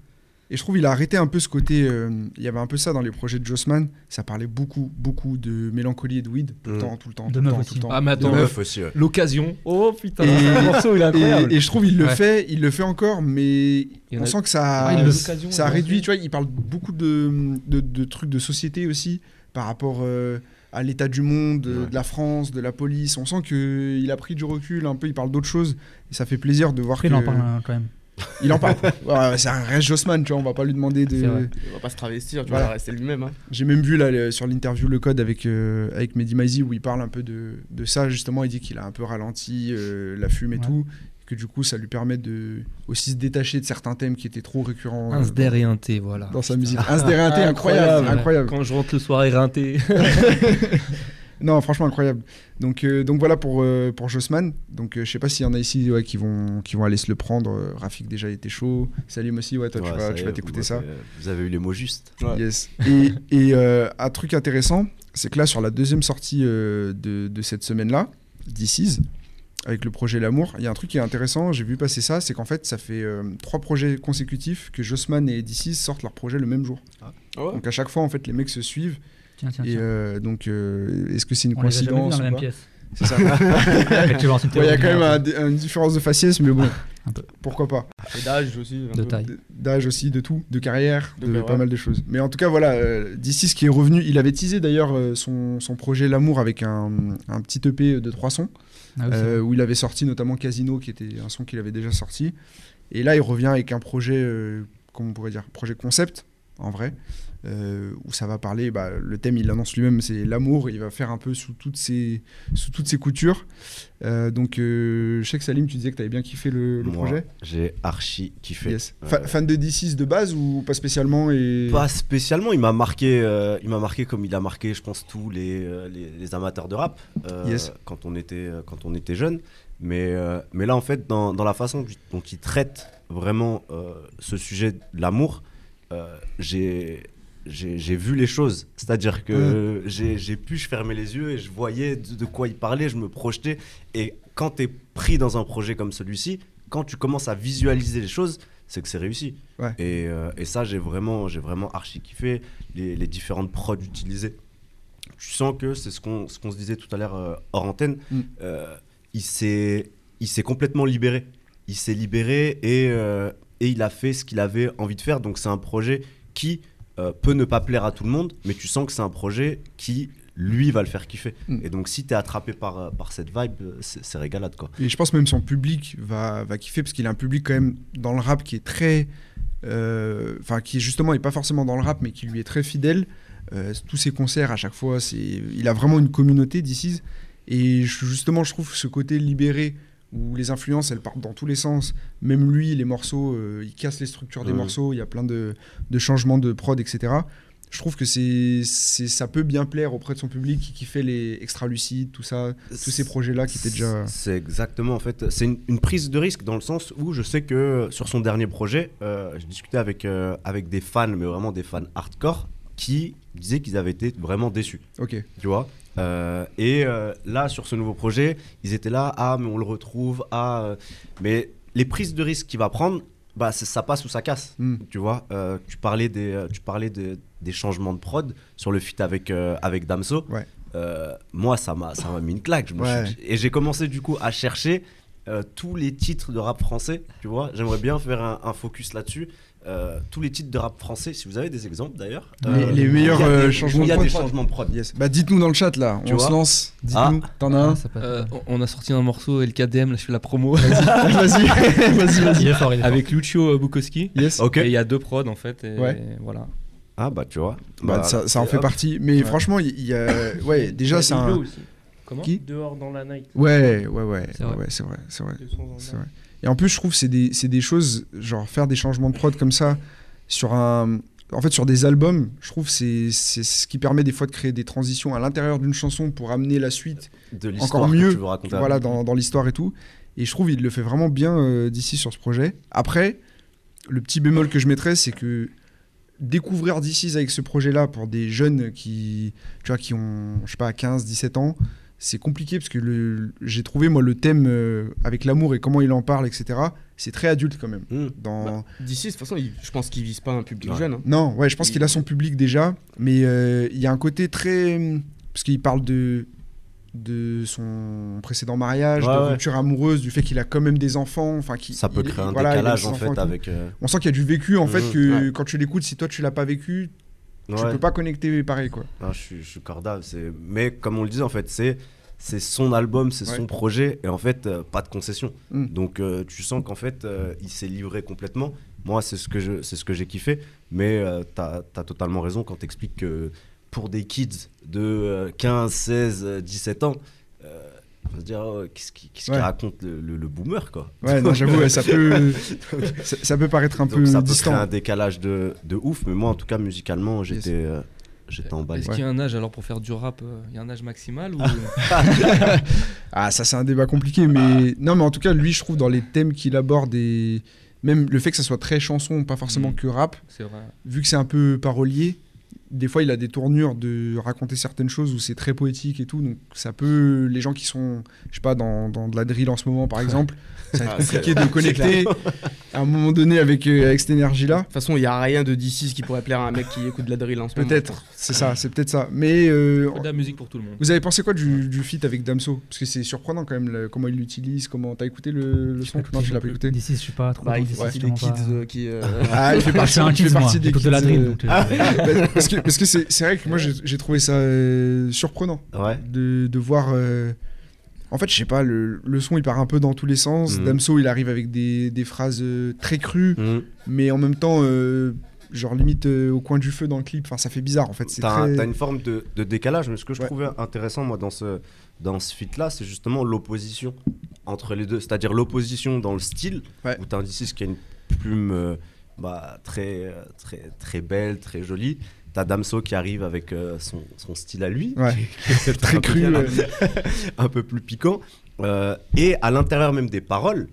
Speaker 1: Et je trouve il a arrêté un peu ce côté. euh, il y avait un peu ça dans les projets de Jossman. Ça parlait beaucoup, beaucoup de mélancolie et de weed. Tout le
Speaker 4: Mm.
Speaker 1: temps, tout le temps.
Speaker 3: De
Speaker 1: tout le
Speaker 3: meuf
Speaker 1: temps,
Speaker 3: aussi.
Speaker 1: tout le temps.
Speaker 5: Ah, mais attends,
Speaker 1: De meuf.
Speaker 4: Meuf aussi, ouais.
Speaker 5: l'occasion. Oh putain,
Speaker 1: Et-
Speaker 5: ce morceau il est incroyable.
Speaker 1: Et, et je trouve il le
Speaker 5: Ouais.
Speaker 1: fait, il le fait encore, mais
Speaker 5: y en
Speaker 1: on
Speaker 5: a-
Speaker 1: sent que ça,
Speaker 3: Ah, il le-
Speaker 5: L'occasion,
Speaker 1: ça
Speaker 5: il
Speaker 1: a
Speaker 5: le
Speaker 1: réduit.
Speaker 5: fait.
Speaker 1: Tu vois, il parle beaucoup de, de, de trucs de société aussi par rapport euh, à l'état du monde, euh,
Speaker 4: Ouais.
Speaker 1: de la France, de la police. On sent que il a pris du recul un peu. Il parle d'autres choses et ça fait plaisir de voir
Speaker 3: Après,
Speaker 1: qu'il
Speaker 3: il en parle hein, quand même.
Speaker 1: Il en parle. Ouais, ouais, c'est un reste Jossman, tu vois. On va pas lui demander
Speaker 3: C'est
Speaker 1: de.
Speaker 3: vrai.
Speaker 2: Il va pas se travestir, tu
Speaker 1: Voilà.
Speaker 2: vois, rester lui-même. hein.
Speaker 1: J'ai même vu là le- sur l'interview le code avec euh, avec Mehdi Maizi où il parle un peu de, de ça justement. Il dit qu'il a un peu ralenti euh, la fume et
Speaker 3: Ouais.
Speaker 1: tout, que du coup ça lui permet de aussi se détacher de certains thèmes qui étaient trop récurrents euh,
Speaker 5: Un sder et un thé, voilà.
Speaker 1: dans sa musique. Un sdr incroyable, Ah, incroyable.
Speaker 5: Quand je rentre le soir éreinté.
Speaker 1: Non, franchement incroyable. Donc euh, donc voilà pour euh, pour Jossman. Donc euh, je sais pas s'il y en a ici ouais, qui vont qui vont aller se le prendre. Euh, Rafik déjà était chaud. Salim aussi. Ouais, toi tu
Speaker 4: Ouais,
Speaker 1: vas
Speaker 4: ça
Speaker 1: tu
Speaker 4: y
Speaker 1: vas
Speaker 4: est,
Speaker 1: t'écouter
Speaker 4: vous
Speaker 1: ça.
Speaker 4: m'avez- Vous avez eu les mots justes.
Speaker 2: Ouais.
Speaker 1: Yes. Et, et, euh, un truc intéressant, c'est que là, sur la deuxième sortie euh, de, de cette semaine-là, DC's, avec le projet L'amour, il y a un truc qui est intéressant, j'ai vu passer ça, c'est qu'en fait, ça fait euh, trois projets consécutifs que Jossman et DC's sortent leur projet le même jour.
Speaker 2: Ah
Speaker 3: Oh.
Speaker 2: ouais
Speaker 1: Donc à chaque fois, en fait, les mecs se suivent.
Speaker 3: Tiens, tiens,
Speaker 1: Et
Speaker 3: tiens.
Speaker 1: euh, donc, euh, est-ce que c'est une
Speaker 3: On les a jamais vus
Speaker 1: coïncidence
Speaker 3: dans la
Speaker 1: ou
Speaker 3: même
Speaker 1: pas
Speaker 3: pièce.
Speaker 1: C'est ça.
Speaker 3: Mais tu vois, c'est une
Speaker 1: Ouais, Il y a
Speaker 3: théorie
Speaker 1: quand même
Speaker 3: générale.
Speaker 1: un- une différence de faciès, mais bon,
Speaker 3: Un peu.
Speaker 1: pourquoi pas.
Speaker 2: Et d'âge aussi. un
Speaker 6: de
Speaker 2: peu.
Speaker 6: taille.
Speaker 1: de- d'âge aussi, de tout, de carrière,
Speaker 2: De
Speaker 1: de,
Speaker 2: carrière.
Speaker 1: pas mal de choses. Mais en tout cas, voilà, euh, D6 qui est revenu, il avait teasé d'ailleurs euh, son, son projet L'amour avec un, un petit EP de trois sons,
Speaker 3: Ah oui, c'est
Speaker 1: euh,
Speaker 3: vrai.
Speaker 1: où il avait sorti notamment Casino, qui était un son qu'il avait déjà sorti. Et là, il revient avec un projet, euh, comment on pourrait dire, projet concept, en vrai, euh, où ça va parler, bah, le thème, il l'annonce lui-même, c'est l'amour, il va faire un peu sous toutes ses, sous toutes ses coutures. Euh, donc, euh, je sais que Salim, tu disais que tu avais bien kiffé le, le
Speaker 4: Moi,
Speaker 1: projet.
Speaker 4: J'ai archi kiffé.
Speaker 1: Yes.
Speaker 4: Euh,
Speaker 1: Fa- fan de D6 de base ou pas spécialement et...
Speaker 4: Pas spécialement, il m'a marqué, euh, il m'a marqué comme il a marqué, je pense, tous les, euh, les, les amateurs de rap euh,
Speaker 1: Yes.
Speaker 4: quand on était euh, quand on était jeune. Mais euh, mais là, en fait, dans, dans la façon du- dont il traite vraiment euh, ce sujet de l'amour, euh, j'ai j'ai j'ai vu les choses. C'est-à-dire que j'ai j'ai pu, je fermais les yeux et je voyais de, de quoi il parlait, je me projetais. Et quand t'es pris dans un projet comme celui-ci, quand tu commences à visualiser les choses, c'est que c'est réussi.
Speaker 1: Ouais.
Speaker 4: Et, euh, et ça, j'ai vraiment, j'ai vraiment archi kiffé les, les différentes prods utilisées. Tu sens que c'est ce qu'on ce qu'on se disait tout à l'heure euh, hors antenne.
Speaker 1: Mm.
Speaker 4: euh, il s'est il s'est complètement libéré. Il s'est libéré et, euh, et il a fait ce qu'il avait envie de faire. Donc c'est un projet qui euh, peut ne pas plaire à tout le monde, mais tu sens que c'est un projet qui lui va le faire kiffer.
Speaker 1: Mm.
Speaker 4: Et donc si t'es attrapé par, euh, par cette vibe, euh, c'est c'est régalade quoi.
Speaker 1: Et je pense même son public va, va kiffer parce qu'il a un public quand même dans le rap qui est très... euh, Enfin, qui justement est pas forcément dans le rap mais qui lui est très fidèle. Euh, tous ses concerts à chaque fois, c'est, il a vraiment une communauté DC's. Et je- justement, je trouve ce côté libéré où les influences, elles partent dans tous les sens. Même lui, les morceaux, euh, il casse les structures des
Speaker 4: Ouais.
Speaker 1: morceaux, il y a plein de, de changements de prod, etc. Je trouve que c'est, c'est, ça peut bien plaire auprès de son public qui kiffait les extra-lucides, tout ça, tous ces projets-là qui étaient déjà...
Speaker 4: C'est exactement, en fait, c'est une, une prise de risque dans le sens où je sais que euh, sur son dernier projet, euh, je discutais avec, euh, avec des fans, mais vraiment des fans hardcore, qui disaient qu'ils avaient été vraiment déçus,
Speaker 1: Ok.
Speaker 4: tu vois. Euh, et euh, là, sur ce nouveau projet, ils étaient là, ah, mais on le retrouve, ah. euh, mais les prises de risque qu'il va prendre, bah, c'est- ça passe ou ça casse.
Speaker 1: Hmm.
Speaker 4: Tu vois, euh, tu parlais, des, euh, tu parlais de- des changements de prod sur le feat avec, euh, avec Damso.
Speaker 1: Ouais.
Speaker 4: Euh, moi, ça m'a ça m'a mis une claque. Je me
Speaker 1: Ouais.
Speaker 4: suis- et j'ai commencé du coup à chercher euh, tous les titres de rap français. Tu vois, j'aimerais bien faire un, un focus là-dessus. Euh, tous les titres de rap français, si vous avez des exemples d'ailleurs.
Speaker 1: Les- les
Speaker 4: où il y a
Speaker 1: meilleurs,
Speaker 4: des-
Speaker 1: euh,
Speaker 4: où
Speaker 1: changements
Speaker 4: Il y a
Speaker 1: de
Speaker 4: des
Speaker 1: prod.
Speaker 4: changements de prod.
Speaker 1: Yes. Bah dites-nous dans le chat là,
Speaker 4: Tu
Speaker 1: on
Speaker 4: vois
Speaker 1: se lance. Dites-nous,
Speaker 4: Ah.
Speaker 1: t'en as
Speaker 3: Ah,
Speaker 1: un
Speaker 3: ça peut être-
Speaker 5: Euh, on- on a sorti un morceau LKDM, là je fais la promo.
Speaker 1: Vas-y, vas-y, vas-y.
Speaker 3: Il est fort, il est fort.
Speaker 5: avec Lucio euh, Bukowski.
Speaker 1: Yes.
Speaker 4: Ok.
Speaker 5: Et il y a deux prods en fait. Et
Speaker 1: Ouais.
Speaker 5: Voilà.
Speaker 4: Ah bah tu vois.
Speaker 1: Bah, ça, ça en fait partie. Mais
Speaker 5: Ouais.
Speaker 1: franchement, il y a. Ouais, déjà, c'est un.
Speaker 5: Comment
Speaker 1: Qui
Speaker 6: Dehors dans la night.
Speaker 1: Ouais, ouais, ouais.
Speaker 3: C'est
Speaker 1: ouais,
Speaker 3: vrai.
Speaker 1: ouais, C'est vrai, c'est vrai.
Speaker 6: Deux sons en
Speaker 1: C'est vrai. Et en plus, je trouve que c'est des, c'est des choses, genre faire des changements de prod comme ça, sur un. En fait, sur des albums, je trouve que c'est c'est ce qui permet des fois de créer des transitions à l'intérieur d'une chanson pour amener la suite,
Speaker 4: de
Speaker 1: encore
Speaker 4: l'histoire que
Speaker 1: mieux,
Speaker 4: tu veux raconter.
Speaker 1: voilà, dans, dans l'histoire et tout. Et je trouve qu'il le fait vraiment bien euh, d'ici sur ce projet. Après, le petit bémol que je mettrais, c'est que découvrir DC's avec ce projet-là pour des jeunes qui, tu vois, qui ont, je sais pas, 15, 17 ans, c'est compliqué parce que le- j'ai trouvé, moi, le thème euh, avec l'amour et comment il en parle, etc., c'est très adulte quand même.
Speaker 4: Hmm.
Speaker 1: Dans...
Speaker 8: Bah, D'ici, de toute façon, il- je pense qu'il vise pas un public
Speaker 4: Ouais.
Speaker 8: jeune. hein.
Speaker 1: Non, ouais, je pense
Speaker 8: Il-
Speaker 1: qu'il a son public déjà, mais euh, il y a un côté très. hum, Parce qu'il parle de de son précédent mariage,
Speaker 4: Ouais,
Speaker 1: de
Speaker 4: ouais.
Speaker 1: rupture amoureuse, du fait qu'il a quand même des enfants, enfin qui
Speaker 4: Ça peut
Speaker 1: il-
Speaker 4: créer un
Speaker 1: voilà, il a des
Speaker 4: décalage en
Speaker 1: enfants et
Speaker 4: fait
Speaker 1: tout.
Speaker 4: avec. euh,
Speaker 1: On sent qu'il y a du vécu en fait
Speaker 4: Mhm,
Speaker 1: que quand tu l'écoutes, si toi tu l'as pas vécu, tu
Speaker 4: ouais.
Speaker 1: peux pas connecter pareil quoi.
Speaker 4: Non, je suis, je suis corda. c'est- Mais comme on le disait, en fait, c'est c'est son album, c'est
Speaker 1: Ouais.
Speaker 4: son projet, et en fait, euh, pas de concession.
Speaker 1: Mm.
Speaker 4: Donc, euh, tu sens qu'en fait, euh, il s'est livré complètement. Moi, c'est ce que je- c'est ce que j'ai kiffé. Mais tu t'as as totalement raison quand t'expliques que pour des kids de euh, 15, 16, euh, 17 ans, euh, on va se dire oh, qu'est-ce qui, qu'est-ce qui
Speaker 1: Ouais.
Speaker 4: raconte le, le- le boomer quoi.
Speaker 1: Ouais, non, j'avoue, ouais, ça peut ça, ça peut paraître un
Speaker 4: Donc,
Speaker 1: peu
Speaker 4: ça peut
Speaker 1: distant.
Speaker 4: créer un décalage de, de ouf. Mais moi, en tout cas, musicalement, j'étais euh, j'étais
Speaker 1: Bah,
Speaker 4: emballé.
Speaker 5: Est-ce qu'il y a un âge alors pour faire du rap euh, Il y a un âge maximal ou
Speaker 1: Ah, ça, c'est un débat compliqué,
Speaker 4: Bah.
Speaker 1: mais non, mais en tout cas, lui, je trouve dans les thèmes qu'il aborde et même le fait que ça soit très chanson, pas forcément
Speaker 4: Mmh.
Speaker 5: Mhm.
Speaker 1: que rap,
Speaker 5: c'est vrai
Speaker 1: vu que c'est un peu parolier, des fois il a des tournures de raconter certaines choses où c'est très poétique et tout, donc ça peut, les gens qui sont, je sais pas, dans, dans de la drill en ce moment par exemple, ça
Speaker 2: Ah,
Speaker 1: va être compliqué de connecter à un moment donné avec, euh, avec cette énergie-là.
Speaker 8: De toute façon, il n'y a rien de d'ici qui pourrait plaire à un mec qui écoute de la drill en ce moment.
Speaker 1: Peut-être, c'est ça, c'est peut-être ça. Mais euh,
Speaker 5: Pas de la musique pour tout le monde.
Speaker 1: vous avez pensé quoi du, du feat avec Damso Parce que c'est surprenant quand même le- comment il l'utilise, comment t'as écouté le, le son Non, tu l'as pas écouté.
Speaker 3: D'ici, je suis pas trop.
Speaker 8: Bah,
Speaker 3: dans
Speaker 8: il fait
Speaker 3: DC,
Speaker 8: partie des
Speaker 3: vraiment
Speaker 8: kids
Speaker 3: pas.
Speaker 8: euh, qui. euh,
Speaker 1: Ah, il fait
Speaker 3: Je suis
Speaker 1: partie,
Speaker 3: un
Speaker 1: il fait
Speaker 3: kids, moi.
Speaker 1: partie des
Speaker 3: J'écoute de la
Speaker 1: kids,
Speaker 3: drill.
Speaker 1: euh,
Speaker 3: donc, euh,
Speaker 1: bah, parce que parce que c'est c'est vrai que moi j'ai j'ai trouvé ça euh, surprenant.
Speaker 4: Ouais.
Speaker 1: de, de voir. euh, En fait, je sais pas, le, le son il part un peu dans tous les sens.
Speaker 4: Mhm.
Speaker 1: Damso il arrive avec des, des phrases euh, très crues,
Speaker 4: Mm.
Speaker 1: mais en même temps, euh, genre limite euh, au coin du feu dans le clip. Enfin, ça fait bizarre en fait. C'est
Speaker 4: T'as un-
Speaker 1: très-
Speaker 4: t'as une forme de, de décalage, mais ce que je
Speaker 1: Ouais.
Speaker 4: trouvais intéressant, moi, dans ce, dans ce feat-là, c'est justement l'opposition entre les deux. C'est-à-dire l'opposition dans le style,
Speaker 1: Ouais.
Speaker 4: où t'as un D6 qui a une plume euh, bah, très, euh, très, très belle, très jolie. T'as Damso qui arrive avec euh, son, son style à lui,
Speaker 1: Ouais.
Speaker 4: qui est
Speaker 1: très
Speaker 4: un peu
Speaker 1: cru.
Speaker 4: bien,
Speaker 1: euh,
Speaker 4: un peu plus piquant. Euh, et à l'intérieur même des paroles,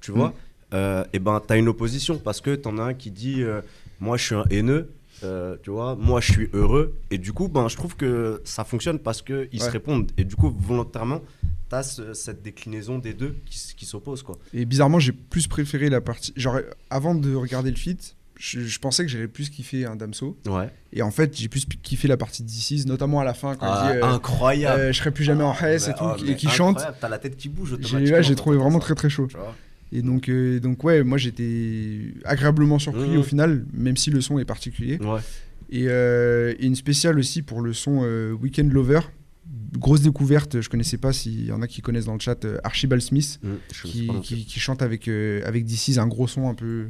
Speaker 4: tu
Speaker 1: Mm.
Speaker 4: vois, euh, et ben t'as une opposition parce que t'en as un qui dit euh, moi je suis un haineux, euh, tu vois, moi je suis heureux. Et du coup, ben je trouve que ça fonctionne parce que ils se
Speaker 1: Ouais.
Speaker 4: répondent. Et du coup, volontairement, t'as ce- cette déclinaison des deux qui, s- qui s'opposent quoi.
Speaker 1: Et bizarrement, j'ai plus préféré la partie. Genre, avant de regarder le feat, je, je pensais que j'allais plus kiffer un Damso.
Speaker 4: Ouais.
Speaker 1: Et en fait, j'ai plus kiffé la partie de This Is, notamment à la fin quand il dit. euh,
Speaker 4: Ah, incroyable. Ah, oh,
Speaker 1: euh, je serai plus jamais en Hesse et tout, et qui chante.
Speaker 4: T'as la tête qui bouge.
Speaker 1: J'ai
Speaker 4: automatiquement,
Speaker 1: ouais, j'ai trouvé
Speaker 4: quand
Speaker 1: vraiment
Speaker 4: t'entends
Speaker 1: très très chaud.
Speaker 4: ça, tu vois.
Speaker 1: Et donc, euh, donc ouais, moi j'étais agréablement surpris
Speaker 4: Mhm.
Speaker 1: au final, même si le son est particulier.
Speaker 4: Ouais.
Speaker 1: Et, euh, et une spéciale aussi pour le son euh, Weekend Lover. Grosse découverte, je connaissais pas s'il y en a qui connaissent dans le chat, euh, Archibald Smith,
Speaker 4: Mm, je sais
Speaker 1: qui,
Speaker 4: pas non plus.
Speaker 1: qui- qui chante avec, euh, avec DC's un gros son un peu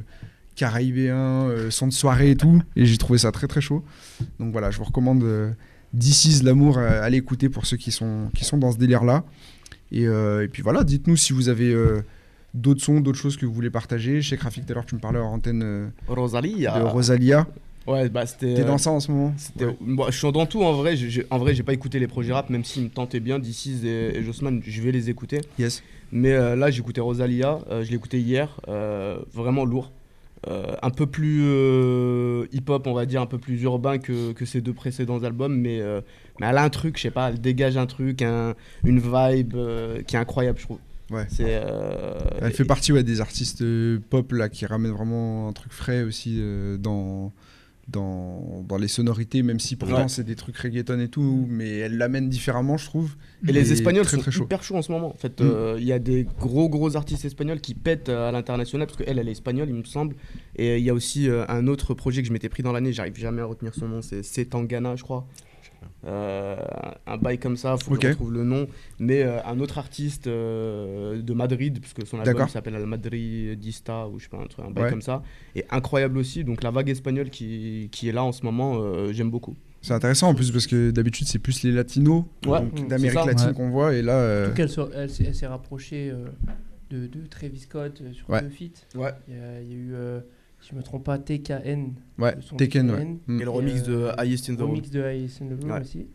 Speaker 1: caraïbéen, euh, son de soirée et tout. Et j'ai trouvé ça très très chaud. Donc voilà, je vous recommande euh, DC's L'amour, euh, allez écouter pour ceux qui sont, qui sont dans ce délire-là. Et, euh, et puis voilà, dites-nous si vous avez euh, d'autres sons, d'autres choses que vous voulez partager. Chez Graphic, tout à l'heure, tu me parlais en antenne euh,
Speaker 8: Rosalia.
Speaker 1: de Rosalia.
Speaker 8: Ouais, bah c'était.
Speaker 1: T'es
Speaker 8: euh,
Speaker 1: dans ça en ce moment
Speaker 8: c'était- moi, je suis dans tout en vrai. j'ai- j'ai- en vrai, j'ai pas écouté les projets rap, même s'ils me tentaient bien. D'ici et, et Jossman, je vais les écouter.
Speaker 1: Yes.
Speaker 8: Mais euh, là, j'écoutais Rosalia. euh, je l'écoutais hier. euh, vraiment lourd. Euh, un peu plus euh, hip-hop, on va dire, un peu plus urbain que, que ses deux précédents albums. Mais, euh, mais elle a un truc, je sais pas, elle dégage un truc, un- une vibe euh, qui est incroyable, je trouve.
Speaker 1: Ouais.
Speaker 8: C'est. euh,
Speaker 1: Elle fait partie ouais, des artistes euh, pop là, qui ramènent vraiment un truc frais aussi euh, dans, dans, dans les sonorités, même si pourtant
Speaker 8: Ouais.
Speaker 1: c'est des trucs reggaeton et tout, mais elle l'amène différemment, je trouve.
Speaker 8: Et les
Speaker 1: Et
Speaker 8: Espagnols
Speaker 1: très,
Speaker 8: sont
Speaker 1: très chaud.
Speaker 8: hyper chauds en ce moment. En fait,
Speaker 1: Mm.
Speaker 8: euh, il y a des gros gros artistes espagnols qui pètent euh, à l'international parce qu'elle, elle est espagnole, il me semble. Et euh, il y a aussi euh, un autre projet que je m'étais pris dans l'année. J'arrive jamais à retenir son nom. C'est C'est Tangana, je crois. Euh, un bail comme ça, faut que
Speaker 1: Ok.
Speaker 8: je retrouve le nom. Mais euh, un autre artiste euh, de Madrid, puisque son album
Speaker 1: D'accord.
Speaker 8: s'appelle Al Madridista ou je sais pas un truc, un bail
Speaker 1: Ouais.
Speaker 8: comme ça. Et incroyable aussi. Donc la vague espagnole qui, qui est là en ce moment, euh, j'aime beaucoup.
Speaker 1: C'est intéressant en plus parce que d'habitude c'est plus les latinos
Speaker 8: Ouais,
Speaker 1: donc
Speaker 8: mm,
Speaker 1: d'Amérique
Speaker 8: c'est ça.
Speaker 1: latine
Speaker 3: Ouais.
Speaker 1: qu'on voit et là. euh,
Speaker 6: En tout cas, elle, se- elle s'est- elle s'est rapprochée euh, de, de Travis Scott euh, sur
Speaker 1: Ouais.
Speaker 6: deux feats.
Speaker 1: Ouais.
Speaker 6: Il y a, il y a eu, euh, si je me trompe pas, TKN.
Speaker 1: Ouais,
Speaker 6: le son
Speaker 1: Tekken, ouais.
Speaker 6: TKN,
Speaker 1: Mm.
Speaker 8: Et le remix de
Speaker 6: euh,
Speaker 8: Highest in the Room.
Speaker 6: Remix de Ice in the Room
Speaker 8: Ouais.
Speaker 6: aussi.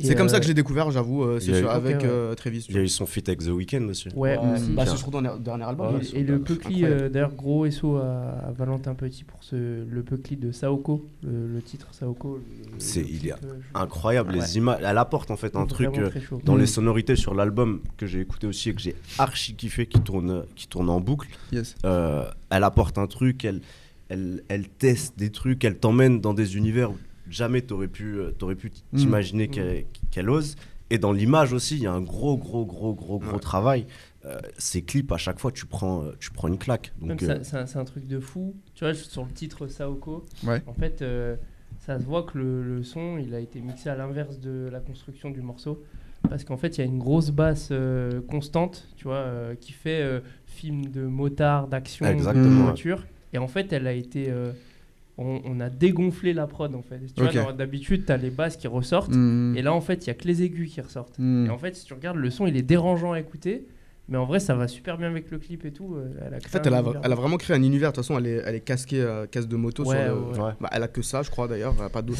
Speaker 8: C'est
Speaker 6: Et,
Speaker 8: comme ça
Speaker 6: euh,
Speaker 8: que j'ai découvert, j'avoue, euh,
Speaker 4: il y
Speaker 8: c'est
Speaker 4: a
Speaker 8: sûr,
Speaker 4: eu-
Speaker 8: avec
Speaker 6: Ok, ouais.
Speaker 8: euh, Travis. tu
Speaker 4: Il y a eu son feat avec The Weeknd aussi.
Speaker 6: euh, Ouais,
Speaker 8: vois.
Speaker 6: aussi.
Speaker 8: Bah, ce sur ton der- dernier album.
Speaker 6: Et- et, le Peucli, euh, d'ailleurs, gros SO à, à Valentin Petit pour ce, le Peucli de Saoko, le, le titre Saoko. le-
Speaker 4: C'est-
Speaker 6: le
Speaker 4: il
Speaker 6: clip,
Speaker 4: est
Speaker 6: euh, je-
Speaker 4: Incroyable,
Speaker 6: Ouais.
Speaker 4: les images. Elle apporte en fait un truc
Speaker 6: vraiment
Speaker 4: euh,
Speaker 6: très chaud.
Speaker 4: dans
Speaker 6: Mm.
Speaker 4: les sonorités sur l'album que j'ai écouté aussi et que j'ai archi kiffé, qui tourne, qui tourne en boucle.
Speaker 1: Yes.
Speaker 4: Euh, elle apporte un truc, elle, elle, elle teste des trucs, elle t'emmène dans des univers où jamais t'aurais pu, euh, t'aurais pu
Speaker 1: Mm.
Speaker 4: t'imaginer qu'elle, qu'elle ose. Et dans l'image aussi, il y a un gros, gros, gros, gros, gros
Speaker 8: Ouais.
Speaker 4: travail. Euh, ces clips, à chaque fois, tu prends, euh, tu prends une claque.
Speaker 6: Même
Speaker 4: Donc,
Speaker 6: ça-
Speaker 4: euh,
Speaker 6: C'est un, c'est un truc de fou. Tu vois, sur le titre Saoko,
Speaker 1: Ouais.
Speaker 6: en fait, euh, ça se voit que le, le son, il a été mixé à l'inverse de la construction du morceau. Parce qu'en fait, il y a une grosse basse euh, constante, tu vois, euh, qui fait euh, film de motard, d'action, de
Speaker 4: Exactement,
Speaker 6: voiture. Et en fait, elle a été... euh, on, on a dégonflé la prod, en fait. Tu vois,
Speaker 1: Ok.
Speaker 6: genre, d'habitude, tu as les basses qui ressortent.
Speaker 1: Mm.
Speaker 6: Et là, en fait, il y a que les aigus qui ressortent.
Speaker 1: Mm.
Speaker 6: Et en fait, si tu regardes, le son, il est dérangeant à écouter. Mais en vrai, ça va super bien avec le clip et tout. euh, Elle a
Speaker 8: En
Speaker 6: créé
Speaker 8: fait,
Speaker 6: un
Speaker 8: elle a,
Speaker 6: univers.
Speaker 8: elle a vraiment créé un univers. De toute façon, elle est, elle est casquée euh, casque de moto.
Speaker 6: Ouais,
Speaker 8: sur le-
Speaker 6: ouais,
Speaker 4: ouais.
Speaker 8: Bah, elle a que ça, je crois d'ailleurs. Elle a pas d'autre.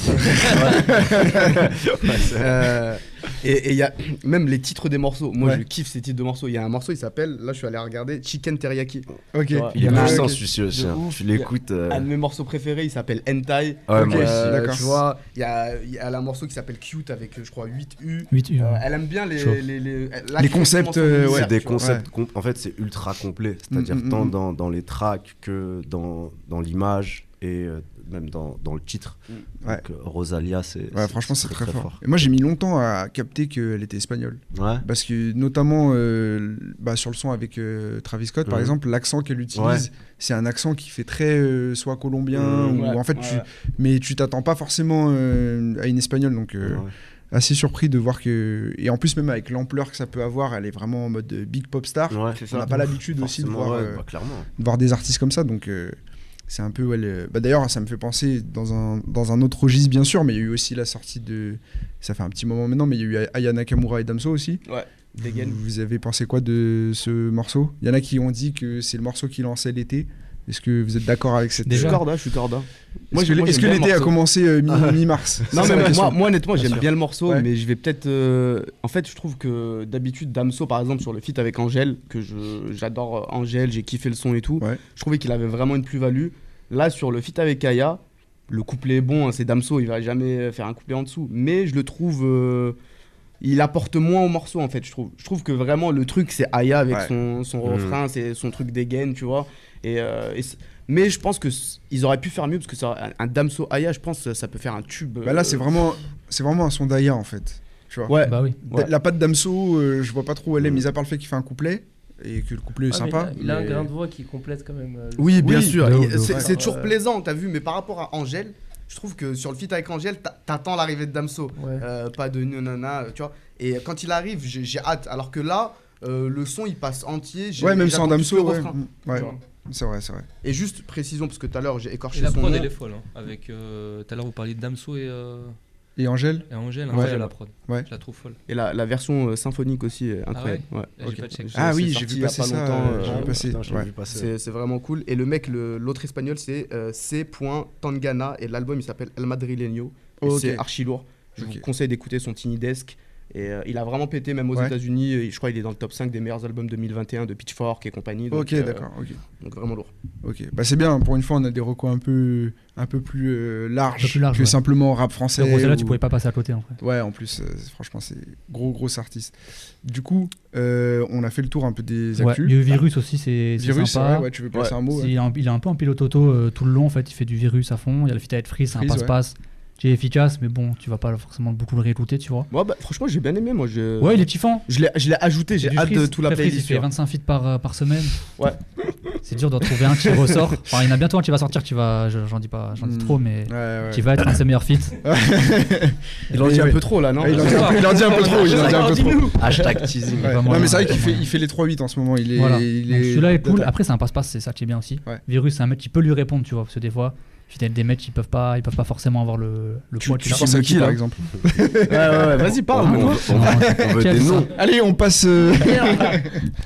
Speaker 4: ouais, c'est-
Speaker 8: Euh, et et il y a même les titres des morceaux. Moi,
Speaker 1: Ouais.
Speaker 8: je kiffe ces titres de morceaux. Il y a un morceau, il s'appelle. Là, je suis allé regarder Chicken Teriyaki.
Speaker 1: Ok.
Speaker 8: Ouais.
Speaker 4: il est
Speaker 8: Il y en a un
Speaker 4: puissant
Speaker 8: qui-
Speaker 4: celui-ci aussi.
Speaker 8: de
Speaker 4: hein.
Speaker 8: ouf.
Speaker 4: Tu l'écoutes. euh,
Speaker 8: Un de mes morceaux préférés, il s'appelle Hentai.
Speaker 4: Ouais,
Speaker 1: moi aussi,
Speaker 8: euh,
Speaker 1: d'accord.
Speaker 8: Tu vois, il y a, il y a un morceau qui s'appelle Cute avec, euh, je crois, 8 U.
Speaker 3: 8 U.
Speaker 8: Euh, elle aime bien les,
Speaker 3: Chaud.
Speaker 8: les, les, la
Speaker 1: Les
Speaker 8: création
Speaker 1: concepts,
Speaker 8: dans son univers,
Speaker 1: euh, ouais.
Speaker 4: c'est des
Speaker 8: tu vois.
Speaker 4: concepts. com- En fait, c'est ultra complet. C'est-à-dire
Speaker 1: Mm, mm,
Speaker 4: tant
Speaker 1: mm.
Speaker 4: dans, dans les tracks que dans, dans l'image et euh, même dans, dans le titre.
Speaker 1: Mm. Ouais.
Speaker 4: Donc, euh, Rosalia, c'est.
Speaker 1: Ouais, franchement, c'est très, fort. Et moi, j'ai mis longtemps à capter qu'elle était espagnole.
Speaker 4: Ouais.
Speaker 1: Parce que, notamment, euh, bah, sur le son avec euh, Travis Scott, par
Speaker 4: Mhm.
Speaker 1: exemple, l'accent qu'elle utilise,
Speaker 4: Ouais.
Speaker 1: c'est un accent qui fait très euh, soit colombien,
Speaker 4: Mhm,
Speaker 1: ou
Speaker 8: Ouais,
Speaker 1: en fait, tu,
Speaker 8: ouais.
Speaker 1: mais tu t'attends pas forcément euh, à une espagnole. Donc, euh,
Speaker 4: Ouais.
Speaker 1: assez surpris de voir que. Et en plus, même avec l'ampleur que ça peut avoir, elle est vraiment en mode euh, big pop star.
Speaker 4: Ouais.
Speaker 1: On n'a pas l'habitude aussi de
Speaker 4: Forcément,
Speaker 1: voir.
Speaker 4: ouais,
Speaker 1: euh,
Speaker 4: bah, clairement.
Speaker 1: de voir des artistes comme ça. Donc, euh, c'est un peu. ouais, le- bah, D'ailleurs, ça me fait penser dans un, dans un autre registre, bien sûr, mais il y a eu aussi la sortie de. Ça fait un petit moment maintenant, mais il y a eu Aya Nakamura et Damso aussi.
Speaker 8: Dégaine.
Speaker 1: Vous avez pensé quoi de ce morceau Il y en a qui ont dit que c'est le morceau qui lançait l'été. Est-ce que vous êtes d'accord avec cette. euh,
Speaker 8: Je
Speaker 3: Déjà.
Speaker 8: suis corda, je suis corda.
Speaker 1: Est-ce que,
Speaker 8: j'ai-
Speaker 1: est-ce que
Speaker 8: j'aime bien
Speaker 1: l'été a
Speaker 8: le morceau.
Speaker 1: commencé euh, mi- mi-mars C'est
Speaker 8: Non,
Speaker 1: ça la
Speaker 8: mais moi,
Speaker 1: question.
Speaker 8: moi, honnêtement,
Speaker 1: Bien
Speaker 8: j'aime
Speaker 1: sûr.
Speaker 8: bien le morceau,
Speaker 1: Ouais.
Speaker 8: mais je vais peut-être. euh, En fait, je trouve que d'habitude, Damso, par exemple, sur le feat avec Angèle, que je- j'adore euh, Angèle, j'ai kiffé le son et tout,
Speaker 1: Ouais.
Speaker 8: je trouvais qu'il avait vraiment une plus-value. Là, sur le feat avec Aya, le couplet est bon, hein, c'est Damso, il va jamais faire un couplet en dessous, mais je le trouve. euh, Il apporte moins au morceau en fait, je trouve. Je trouve que vraiment le truc c'est Aya avec
Speaker 1: Ouais.
Speaker 8: son, son
Speaker 4: Mhm.
Speaker 8: refrain, c'est son truc dégaine, tu vois. Et, euh, et c'est- mais je pense que c- ils auraient pu faire mieux parce que ça, un- un Damso Aya, je pense, ça, ça peut faire un tube.
Speaker 1: Bah, là,
Speaker 8: euh,
Speaker 1: c'est vraiment, c'est vraiment un son d'Aya, en fait. Tu vois
Speaker 8: Ouais.
Speaker 3: Bah oui.
Speaker 8: Ouais.
Speaker 1: La patte d'Amso, euh, je vois pas trop où elle est,
Speaker 4: Mhm.
Speaker 1: mis à part le fait qu'il fait un couplet et que le couplet est
Speaker 6: Ah, mais
Speaker 1: sympa.
Speaker 6: Il a, il a
Speaker 1: mais-
Speaker 6: un grain de voix qui complète quand même. euh, le-
Speaker 8: Oui, bien
Speaker 1: Oui,
Speaker 8: sûr.
Speaker 3: de
Speaker 8: Et
Speaker 3: ouf, de ouf.
Speaker 8: C'est
Speaker 6: Ouais.
Speaker 8: c'est toujours
Speaker 6: Euh,
Speaker 8: plaisant, t'as vu, mais par rapport à Angèle, je trouve que sur le feat avec Angèle, t'a- t'attends l'arrivée de Damso.
Speaker 6: Ouais.
Speaker 8: Euh, pas de nanana, tu vois. Et quand il arrive, j'ai j'ai hâte. Alors que là, euh, le son, il passe entier. j'ai-
Speaker 1: Ouais, même
Speaker 8: j'attends
Speaker 1: sans
Speaker 8: juste le
Speaker 1: Damso, ouais.
Speaker 8: refrain.
Speaker 1: Mm, ouais. C'est vrai, c'est vrai.
Speaker 8: Et juste précision, parce que tout à l'heure, j'ai écorché
Speaker 5: Et la
Speaker 8: son
Speaker 5: prod,
Speaker 8: nom.
Speaker 5: elle est folle. hein, Avec, euh, tout à l'heure, vous parliez de Damso et, euh,
Speaker 1: Et Angèle
Speaker 5: et Angèle.
Speaker 1: Ouais.
Speaker 5: incroyable, la prod.
Speaker 1: Ouais.
Speaker 5: Je la trouve folle.
Speaker 8: Et la, la version euh, symphonique aussi, est incroyable. ouais.
Speaker 5: Ah Là,
Speaker 8: Ok.
Speaker 5: J'ai pas checké.
Speaker 1: Ah
Speaker 8: C'est
Speaker 1: oui,
Speaker 8: sorti
Speaker 1: j'ai vu
Speaker 8: il y a
Speaker 1: passer
Speaker 8: pas
Speaker 1: ça.
Speaker 8: longtemps,
Speaker 1: euh,
Speaker 8: euh,
Speaker 1: j'ai vu passer.
Speaker 4: Putain, je l'ai
Speaker 1: ouais.
Speaker 4: vu passer.
Speaker 8: C'est c'est vraiment cool. Et le mec, le- l'autre espagnol, c'est euh, C.Tangana. Et l'album, il s'appelle El Madrileño. Et
Speaker 1: Ok.
Speaker 8: C'est archi lourd. Je
Speaker 1: Ok.
Speaker 8: vous conseille d'écouter son Tiny Desk. Et euh, il a vraiment pété, même aux
Speaker 1: Ouais.
Speaker 8: États-Unis. Et Je crois qu'il est dans le top 5 des meilleurs albums 2021 de Pitchfork et compagnie. donc,
Speaker 1: Ok,
Speaker 8: euh,
Speaker 1: d'accord. Ok,
Speaker 8: Donc vraiment lourd.
Speaker 1: ok. Bah c'est bien. Pour une fois, on a des recoins un peu, un peu plus euh, larges
Speaker 3: Un peu plus larges,
Speaker 1: que
Speaker 3: ouais.
Speaker 1: simplement rap français.
Speaker 3: Le Rosalía, tu
Speaker 1: ou-
Speaker 3: pouvais pas passer à côté en fait.
Speaker 1: Ouais, en plus, euh, franchement, c'est gros, gros artiste. Du coup, euh, on a fait le tour un peu des
Speaker 3: Ouais,
Speaker 1: actus. Ah.
Speaker 3: le virus aussi, c'est c'est
Speaker 1: Virus,
Speaker 3: sympa.
Speaker 1: ouais, ouais, tu veux passer un mot. ouais.
Speaker 3: C'est un- il est un peu en pilote auto euh, tout le long, en fait, il fait du virus à fond. Il y a le fit à être free, c'est un
Speaker 1: Freeze, ouais.
Speaker 3: passe-passe qui est efficace, mais bon, tu vas pas forcément beaucoup le réécouter, tu vois.
Speaker 8: Ouais, bah, franchement, j'ai bien aimé. Moi,
Speaker 1: Euh,
Speaker 8: je...
Speaker 3: Ouais, il est kiffant.
Speaker 8: Je l'ai, je l'ai ajouté, j'ai
Speaker 3: C'est du
Speaker 8: hâte de
Speaker 3: Freeze.
Speaker 8: tout la
Speaker 3: Après, Freeze,
Speaker 8: playlist.
Speaker 3: Il fait
Speaker 8: tu vois.
Speaker 3: 25 feats par, euh, par semaine.
Speaker 8: Ouais.
Speaker 3: C'est dur d'en trouver un qui ressort. Enfin, il y en a bientôt un qui va sortir, tu vas, je- j'en dis pas, j'en dis
Speaker 1: Mm.
Speaker 3: trop, mais
Speaker 1: Ouais, ouais.
Speaker 3: qui va être un de ses meilleurs feats.
Speaker 8: Il en dit un peu trop là, non
Speaker 1: Ouais, il, en dit un peu, il en dit un peu trop. Il en dit un peu trop.
Speaker 4: Hashtag teasing.
Speaker 1: Ouais.
Speaker 3: Vraiment,
Speaker 1: Non, mais c'est vrai
Speaker 3: il en-
Speaker 1: qu'il fait, il fait les 3-8 en ce moment. Il est,
Speaker 3: Voilà.
Speaker 1: il
Speaker 3: Donc
Speaker 1: est...
Speaker 3: Ah, celui-là est cool. Après, c'est un passe-passe, c'est ça qui est bien aussi.
Speaker 1: Ouais.
Speaker 3: Virus, c'est un mec qui peut lui répondre, tu vois, parce que des fois, fidèles des mecs, ils peuvent pas, ils peuvent pas forcément avoir le, le
Speaker 1: Tu,
Speaker 3: poids.
Speaker 1: tu
Speaker 3: qu'il a.
Speaker 1: cibles qui, par exemple
Speaker 8: Ouais, ouais, ouais, vas-y, parle.
Speaker 9: on, on
Speaker 8: moi.
Speaker 9: veut, on veut- on veut
Speaker 3: Quel
Speaker 9: des
Speaker 3: sens.
Speaker 9: noms.
Speaker 1: Allez, on passe. euh,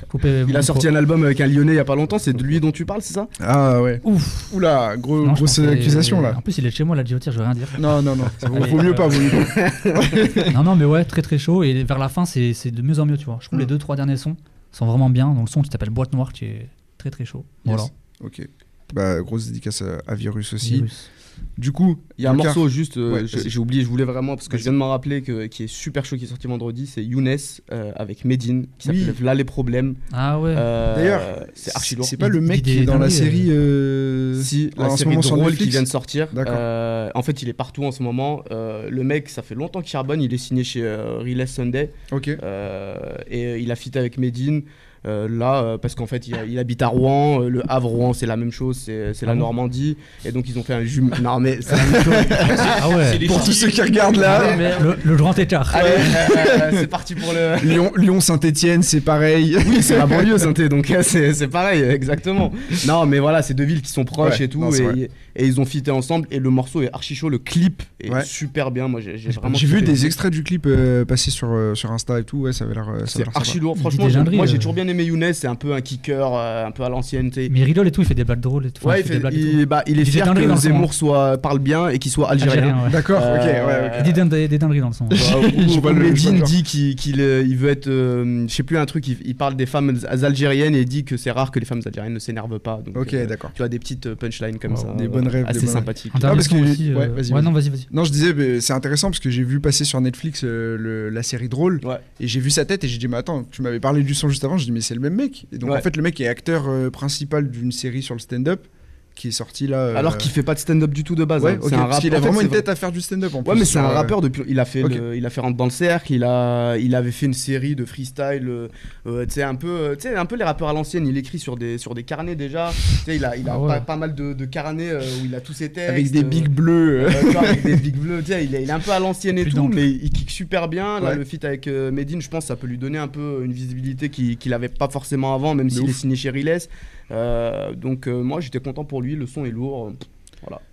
Speaker 3: Coupez
Speaker 8: Il
Speaker 3: mon
Speaker 8: a sorti un album avec un Lyonnais il y a pas longtemps, c'est de lui dont tu parles, c'est ça
Speaker 1: Ah ouais.
Speaker 3: micro. Ouf.
Speaker 1: Oula, gros,
Speaker 3: Non, je
Speaker 1: grosse
Speaker 3: pense que-
Speaker 1: accusation là.
Speaker 3: En plus, il est de chez moi, la Giotir, je veux rien dire.
Speaker 1: Non, non, non. Vaut
Speaker 3: Allez,
Speaker 1: vaut mieux pas, vaut mieux pas.
Speaker 3: non, non, mais ouais, très très chaud. Et vers la fin, c'est c'est de mieux en mieux, tu vois. Je trouve les deux, trois derniers sons sont vraiment bien. Donc le son qui s'appelle Boîte Noire, qui est très très chaud.
Speaker 1: Yes.
Speaker 3: Voilà.
Speaker 1: Ok. Bah, grosse dédicace à, à Virus aussi.
Speaker 3: Virus.
Speaker 1: Du coup,
Speaker 8: Il y a un
Speaker 1: Lucas.
Speaker 8: morceau juste, euh,
Speaker 1: Ouais,
Speaker 8: je-
Speaker 1: vas-y.
Speaker 8: j'ai oublié, je voulais vraiment, parce que je
Speaker 1: Vas-y.
Speaker 8: viens de m'en rappeler, que, qui est super chaud, qui est sorti vendredi, c'est Younes euh, avec Medine, qui
Speaker 1: Oui.
Speaker 8: s'appelle Là les problèmes.
Speaker 3: Ah ouais.
Speaker 8: Euh,
Speaker 1: D'ailleurs,
Speaker 8: c'est archi lourd.
Speaker 1: C'est pas le
Speaker 3: Il dit
Speaker 1: mec qui
Speaker 3: des
Speaker 1: est dans la
Speaker 3: dingueries,
Speaker 1: série. euh,
Speaker 8: Si,
Speaker 1: en
Speaker 8: la
Speaker 1: ce
Speaker 8: série
Speaker 1: moment sur
Speaker 8: drôle
Speaker 1: Netflix.
Speaker 8: qui vient de sortir.
Speaker 1: D'accord.
Speaker 8: Euh, en fait, il est partout en ce moment. Euh, le mec, ça fait longtemps qu'il charbonne. Il est signé chez euh, Relay Sunday.
Speaker 1: Ok.
Speaker 8: Euh, et euh, il a fit avec Medine. euh, là, euh, parce qu'en fait, il, il habite à Rouen. euh, le Havre, Rouen, c'est la même chose. C'est c'est la
Speaker 3: Ah bon
Speaker 8: Normandie. Et donc, ils ont fait un jumelage. non, mais c'est la même chose.
Speaker 3: ah ouais.
Speaker 1: Pour tous ceux qui regardent là,
Speaker 3: Le, le grand écart.
Speaker 8: Allez, euh, c'est parti pour le.
Speaker 1: Lyon, Lyon Saint-Etienne, c'est pareil.
Speaker 8: Oui, c'est la banlieue, Sainté, donc euh, c'est c'est pareil, euh, exactement. Non, mais voilà, c'est deux villes qui sont proches
Speaker 1: Ouais,
Speaker 8: et tout,
Speaker 1: non, c'est
Speaker 8: et, et ils ont fité ensemble, et le morceau est archi chaud, le clip est
Speaker 1: Ouais.
Speaker 8: super bien, moi j'ai j'ai
Speaker 3: J'ai
Speaker 8: vraiment
Speaker 1: J'ai vu
Speaker 8: kiffé.
Speaker 1: des extraits du clip euh, passer sur, euh, sur Insta et tout. Ouais, ça avait l'air. euh, ça
Speaker 8: C'est
Speaker 1: avait l'air
Speaker 8: archi
Speaker 1: sympa.
Speaker 8: lourd,
Speaker 3: Il dit
Speaker 8: franchement,
Speaker 3: des
Speaker 8: j'ai-
Speaker 3: dingueries,
Speaker 8: moi j'ai
Speaker 3: euh.
Speaker 8: toujours bien aimé Younes, c'est un peu un kicker, euh, un peu à l'ancienne, tu sais.
Speaker 3: Mais Ridol et tout, il fait des blagues drôles et tout.
Speaker 8: Ouais, il,
Speaker 3: Enfin,
Speaker 8: fait-
Speaker 3: des blagues et
Speaker 8: il- bah, il est
Speaker 3: Il dit des
Speaker 8: fier
Speaker 3: dingueries dans
Speaker 8: que
Speaker 3: le son,
Speaker 8: Zemmour soit, parle bien et qu'il soit
Speaker 3: tout.
Speaker 8: algérien.
Speaker 3: Algérien, ouais.
Speaker 1: D'accord, ok,
Speaker 8: Euh,
Speaker 1: ouais, ok.
Speaker 3: Il dit des- des, des dingueries dans le son. ouais.
Speaker 8: Bah, ou-
Speaker 1: Je
Speaker 8: ou
Speaker 1: vois le- je
Speaker 8: Medine
Speaker 1: vois le genre.
Speaker 8: dit qu'il qu'il, euh, il veut être, euh, je sais plus, un truc, il, il parle des femmes algériennes et il dit que c'est rare que les femmes algériennes ne s'énervent pas. Donc,
Speaker 1: Ok,
Speaker 8: euh,
Speaker 1: d'accord.
Speaker 8: tu as des petites punchlines comme
Speaker 1: Wow.
Speaker 8: ça.
Speaker 1: Des
Speaker 8: euh,
Speaker 1: bonnes rêves, des
Speaker 8: Assez
Speaker 1: bonnes
Speaker 8: sympathiques.
Speaker 3: Un dernier
Speaker 1: parce
Speaker 3: son
Speaker 1: que-
Speaker 3: aussi, euh,
Speaker 1: ouais, vas-y,
Speaker 3: ouais,
Speaker 1: vas-y.
Speaker 3: non, vas-y, vas-y.
Speaker 1: Non, je disais, mais c'est intéressant parce que j'ai vu passer sur Netflix euh, le- la série drôle
Speaker 8: Ouais.
Speaker 1: et j'ai vu sa tête et j'ai dit, mais attends, tu m'avais parlé du son juste avant, j'ai dit, mais c'est le même mec. Et donc
Speaker 8: Ouais.
Speaker 1: en fait, le mec est acteur euh, principal d'une série sur le stand-up qui est sortie là. euh,
Speaker 8: Alors qu'il fait pas de stand-up du tout de base.
Speaker 1: Ouais,
Speaker 8: hein.
Speaker 1: ok,
Speaker 8: C'est un
Speaker 1: parce qu'il
Speaker 8: rappeur-
Speaker 1: a
Speaker 8: en fait,
Speaker 1: vraiment
Speaker 8: c'est
Speaker 1: une tête à faire du stand-up en
Speaker 8: Ouais,
Speaker 1: plus,
Speaker 8: mais c'est
Speaker 1: sur,
Speaker 8: un
Speaker 1: euh,
Speaker 8: rappeur depuis. Il a fait,
Speaker 1: ok.
Speaker 8: le- il a fait rentre dans le cercle. Il a, il avait fait une série de freestyle. euh, euh, tu sais un peu, euh, tu sais un peu les rappeurs à l'ancienne. Il écrit sur des, sur des carnets déjà. Tu sais, il a, il a
Speaker 3: Ah ouais.
Speaker 8: pas, pas mal de, de carnets euh, où il a tous ses textes.
Speaker 1: Avec des
Speaker 8: euh,
Speaker 1: bigs bleus.
Speaker 8: euh,
Speaker 1: euh.
Speaker 8: tu vois, avec des big bleus. Tu sais, il, est, il est un peu à l'ancienne et
Speaker 3: Plus
Speaker 8: tout,
Speaker 3: d'ample.
Speaker 8: mais il kick super bien. Là,
Speaker 1: Ouais.
Speaker 8: le feat avec euh, Medine, je pense, ça peut lui donner un peu une visibilité qu'il qu'il avait pas forcément avant, même
Speaker 1: De
Speaker 8: s'il
Speaker 1: ouf.
Speaker 8: est signé chez Riles. Euh, donc euh, moi, j'étais content pour lui. Le son est lourd.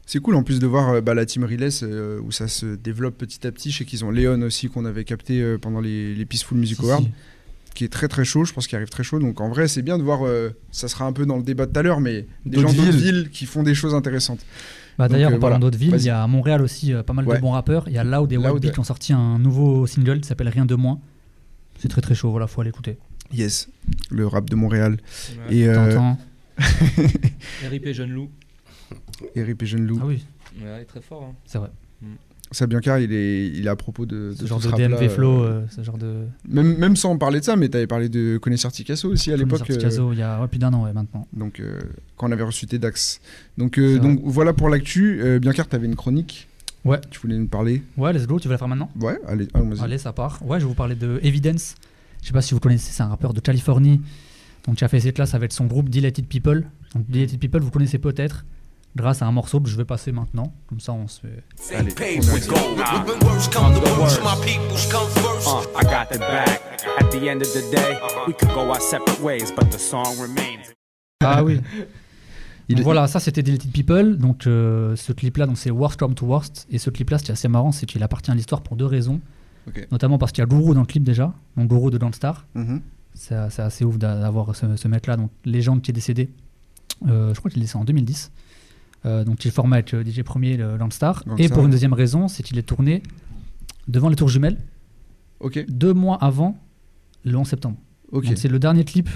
Speaker 1: C'est cool en plus de voir euh, bah, la team Riles euh, où ça se développe petit à petit. Je sais qu'ils ont Léon aussi qu'on avait capté euh, pendant les, les Peaceful Music
Speaker 3: Si,
Speaker 1: Awards.
Speaker 3: si.
Speaker 1: qui est très très chaud, je pense qu'il arrive très chaud. Donc en vrai, c'est bien de voir, euh, ça sera un peu dans le débat de tout à l'heure, mais des
Speaker 8: D'autres
Speaker 1: gens d'autres
Speaker 8: villes.
Speaker 1: villes qui font des choses intéressantes.
Speaker 3: Bah,
Speaker 1: Donc,
Speaker 3: D'ailleurs,
Speaker 1: euh,
Speaker 3: en parlant
Speaker 1: voilà.
Speaker 3: d'autres villes,
Speaker 1: Vas-y.
Speaker 3: il y a à Montréal aussi euh, pas mal
Speaker 1: Ouais.
Speaker 3: de bons rappeurs. Il y a Loud et
Speaker 1: Loud,
Speaker 3: White Beat
Speaker 1: ouais.
Speaker 3: qui ont sorti un nouveau single qui s'appelle Rien de moins. C'est très très chaud, voilà, faut aller écouter.
Speaker 1: Yes, le rap de Montréal.
Speaker 5: Et...
Speaker 1: Et, euh,
Speaker 3: T'entends
Speaker 5: RIP Jeune Loup.
Speaker 1: et Rip et Jeune Loup.
Speaker 3: Ah oui,
Speaker 5: Ouais, il est très fort. hein.
Speaker 3: c'est vrai.
Speaker 1: Sabianca, il est, il est à propos de,
Speaker 3: Ce
Speaker 1: de
Speaker 3: genre
Speaker 1: tout
Speaker 3: de
Speaker 1: rap-là,
Speaker 3: DMV
Speaker 1: euh,
Speaker 3: Flow, euh, ce genre de.
Speaker 1: Même, même sans parler de ça, mais t'avais parlé de Connaisseur Ticasso aussi à
Speaker 3: Comme les
Speaker 1: l'époque. euh,
Speaker 3: Sarticazo, il y a ouais, plus d'un an ouais, maintenant.
Speaker 1: donc euh, quand on avait reçu tes dax. Donc, euh,
Speaker 3: C'est
Speaker 1: donc voilà pour l'actu. Euh, Biancar, t'avais une chronique.
Speaker 3: Ouais.
Speaker 1: Tu voulais nous parler.
Speaker 3: Ouais, let's go, tu veux la faire maintenant
Speaker 1: Ouais, allez, allons-y.
Speaker 3: Allez, ça part. Ouais, je vais vous parler de Evidence. Je sais pas si vous connaissez, c'est un rappeur de Californie. Donc, qui a fait ses classes avec son groupe Dilated People. Donc, Dilated People, vous connaissez peut-être grâce à un morceau que je vais passer maintenant. Comme ça, on se fait.
Speaker 4: Same page with gold. We've been worse, come to worst. My peoples come first.
Speaker 7: Uh, I got the back. At the end of the day, we could go our separate ways, but the song remains.
Speaker 3: Ah oui
Speaker 1: Il-
Speaker 3: Donc voilà, ça c'était Deleted People. Donc euh, ce clip-là, donc c'est Worst Come to Worst. Et ce clip-là, ce qui est assez marrant, c'est qu'il appartient à l'histoire pour deux raisons.
Speaker 1: Ok.
Speaker 3: Notamment parce qu'il y a Guru dans le clip déjà, donc Guru de Gangstar.
Speaker 1: Mhm.
Speaker 3: C'est a- c'est assez ouf d'a- d'avoir ce, ce mec-là, donc légende qui est décédé. Euh, je crois qu'il est décédé en 2010. Euh, donc il est formé avec euh, DJ Premier, le Gangstar.
Speaker 1: Gangstar,
Speaker 3: Et pour
Speaker 1: ouais.
Speaker 3: une deuxième raison, c'est qu'il est tourné devant les tours jumelles
Speaker 1: Ok,
Speaker 3: deux mois avant le 11 septembre.
Speaker 1: ok.
Speaker 3: Donc, C'est le dernier clip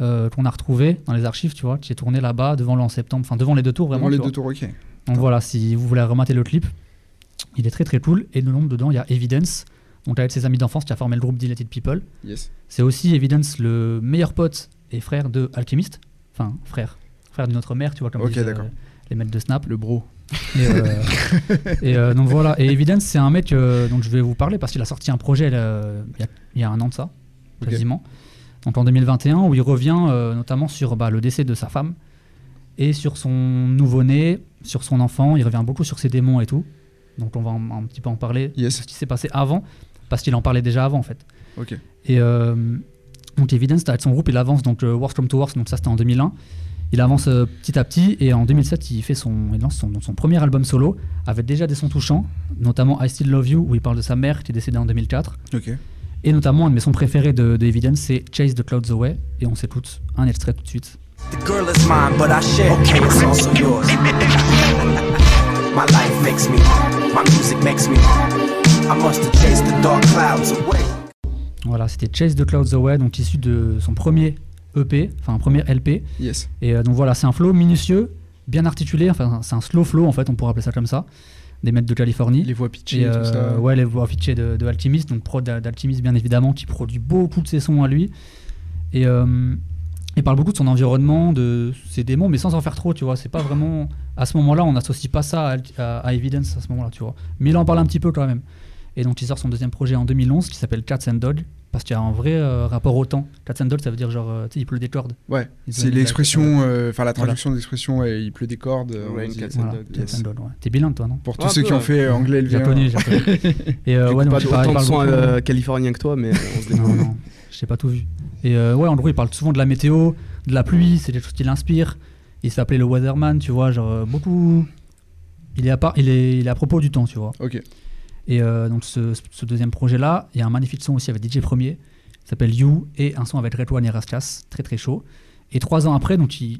Speaker 3: euh, qu'on a retrouvé dans les archives, tu vois, qui est tourné là-bas devant le 11 septembre, enfin devant les deux tours vraiment.
Speaker 1: Vraiment les
Speaker 3: tu
Speaker 1: deux
Speaker 3: vois.
Speaker 1: tours, ok.
Speaker 3: Donc voilà, si vous voulez remater le clip, il est très très cool. Et le nom dedans, il y a Evidence, donc avec ses amis d'enfance qui a formé le groupe Dilated People.
Speaker 1: Yes.
Speaker 3: C'est aussi Evidence le meilleur pote et frère de Alchemist, enfin frère, frère de notre mère, tu vois, comme
Speaker 1: Ok,
Speaker 3: disent, euh,
Speaker 1: d'accord.
Speaker 3: les maîtres de Snap.
Speaker 1: Le bro.
Speaker 3: Et, euh, et, euh, donc voilà, et Evidence, c'est un mec euh, dont je vais vous parler parce qu'il a sorti un projet là, il y, a- il y a un an de ça,
Speaker 1: Ok.
Speaker 3: quasiment. Donc en 2021, où il revient euh, notamment sur bah, le décès de sa femme et sur son nouveau-né, sur son enfant. Il revient beaucoup sur ses démons et tout. Donc on va en- un petit peu en parler.
Speaker 1: Yes.
Speaker 3: Ce qui s'est passé avant, parce qu'il en parlait déjà avant en fait.
Speaker 1: Ok.
Speaker 3: Et euh, donc Evidence, avec son groupe, il avance donc euh, Worst Come to Worst, donc ça c'était en 2001. Il avance euh, petit à petit et en 2007, il, fait son, il lance son, son premier album solo avec déjà des sons touchants, notamment I Still Love You, où il parle de sa mère qui est décédée en 2004.
Speaker 1: Ok.
Speaker 3: Et notamment, un de mes sons préférés de, de Evidence, c'est Chase the Clouds Away. Et on s'écoute un extrait tout de suite.
Speaker 7: The girl is mine, but I share. Okay, it's also yours. My life makes me, my music makes me. I must have chased the dark clouds away.
Speaker 3: Voilà, c'était Chase the Clouds Away, donc issu de son premier EP, enfin un premier LP.
Speaker 1: Yes.
Speaker 3: Et euh, donc voilà, c'est un flow minutieux, bien articulé, enfin c'est un slow flow en fait, on pourrait appeler ça comme ça, des maîtres de Californie.
Speaker 1: Les voix
Speaker 3: Et,
Speaker 1: pitchées, tout
Speaker 3: euh,
Speaker 1: ça.
Speaker 3: Ouais, les voix pitchées de, de Alchemist, donc prod d'Al- d'Alchemist bien évidemment, qui produit beaucoup de ses sons à lui. Et euh, il parle beaucoup de son environnement, de ses démons, mais sans en faire trop, tu vois. C'est pas vraiment. À ce moment-là, on n'associe pas ça à, Al- à- à Evidence à ce moment-là, tu vois. Mais il en parle un petit peu quand même. Et donc il sort son deuxième projet en 2011 qui s'appelle Cats and Dog, parce qu'il y a un vrai euh, rapport au temps. Cats and Dog, ça veut dire genre, euh, tu sais, il pleut des cordes.
Speaker 1: Ouais,
Speaker 3: Ils ont
Speaker 1: c'est
Speaker 3: une
Speaker 1: l'expression, euh, enfin la
Speaker 3: Voilà.
Speaker 1: traduction de l'expression, ouais, il pleut des cordes. euh, on
Speaker 2: Rain
Speaker 1: dit-
Speaker 2: cats and
Speaker 3: Voilà,
Speaker 2: dog,
Speaker 3: Cats
Speaker 1: yes.
Speaker 3: and Dog, ouais. T'es bilingue toi, non
Speaker 1: Pour
Speaker 2: Un
Speaker 1: tous ceux
Speaker 2: peu,
Speaker 1: qui ont
Speaker 2: ouais.
Speaker 1: fait euh, anglais LV1.
Speaker 3: Japonais, japonais. Et euh,
Speaker 2: J'écoute
Speaker 3: ouais, non,
Speaker 2: pas
Speaker 3: tu
Speaker 2: autant
Speaker 3: parles- il
Speaker 2: de
Speaker 3: parle
Speaker 2: sons
Speaker 3: beaucoup- hein.
Speaker 2: euh, californiens que toi, mais euh, on se
Speaker 3: Non,
Speaker 2: débrouille.
Speaker 3: non, j'ai pas tout vu. Et euh, ouais, en gros, il parle souvent de la météo, de la pluie, c'est des choses qui l'inspirent. Il s'appelait le Weatherman, tu vois, genre euh, beaucoup. Il est, à part, il, est, il est à propos du temps, tu vois.
Speaker 1: Ok.
Speaker 3: Et euh, donc, ce, ce deuxième projet-là, il y a un magnifique son aussi avec DJ Premier, qui s'appelle You, et un son avec Red One et Raskas, très très chaud. Et trois ans après, donc il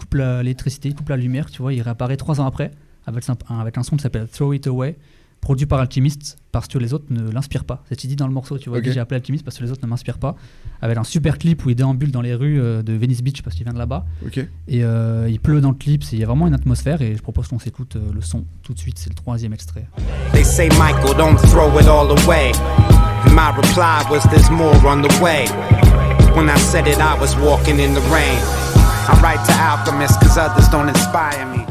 Speaker 3: coupe la- l'électricité, il coupe la lumière, tu vois, il réapparaît trois ans après avec un, avec un son qui s'appelle Throw It Away, produit par Alchemist, parce que les autres ne l'inspirent pas. C'est dit dans le morceau, tu vois.
Speaker 1: Ok.
Speaker 3: J'ai appelé Alchemist parce que les autres ne m'inspirent pas. Avec un super clip où il déambule dans les rues euh, de Venice Beach parce qu'il vient de là-bas.
Speaker 1: Ok.
Speaker 3: Et euh, il pleut dans le clip, c'est- il y a vraiment une atmosphère et je propose qu'on s'écoute euh, le son tout de suite, c'est le troisième extrait.
Speaker 7: They say, Michael, don't throw it all away. And my reply was, there's more on the way. When I said it, I was walking in the rain. I write to alchemists because others don't inspire me.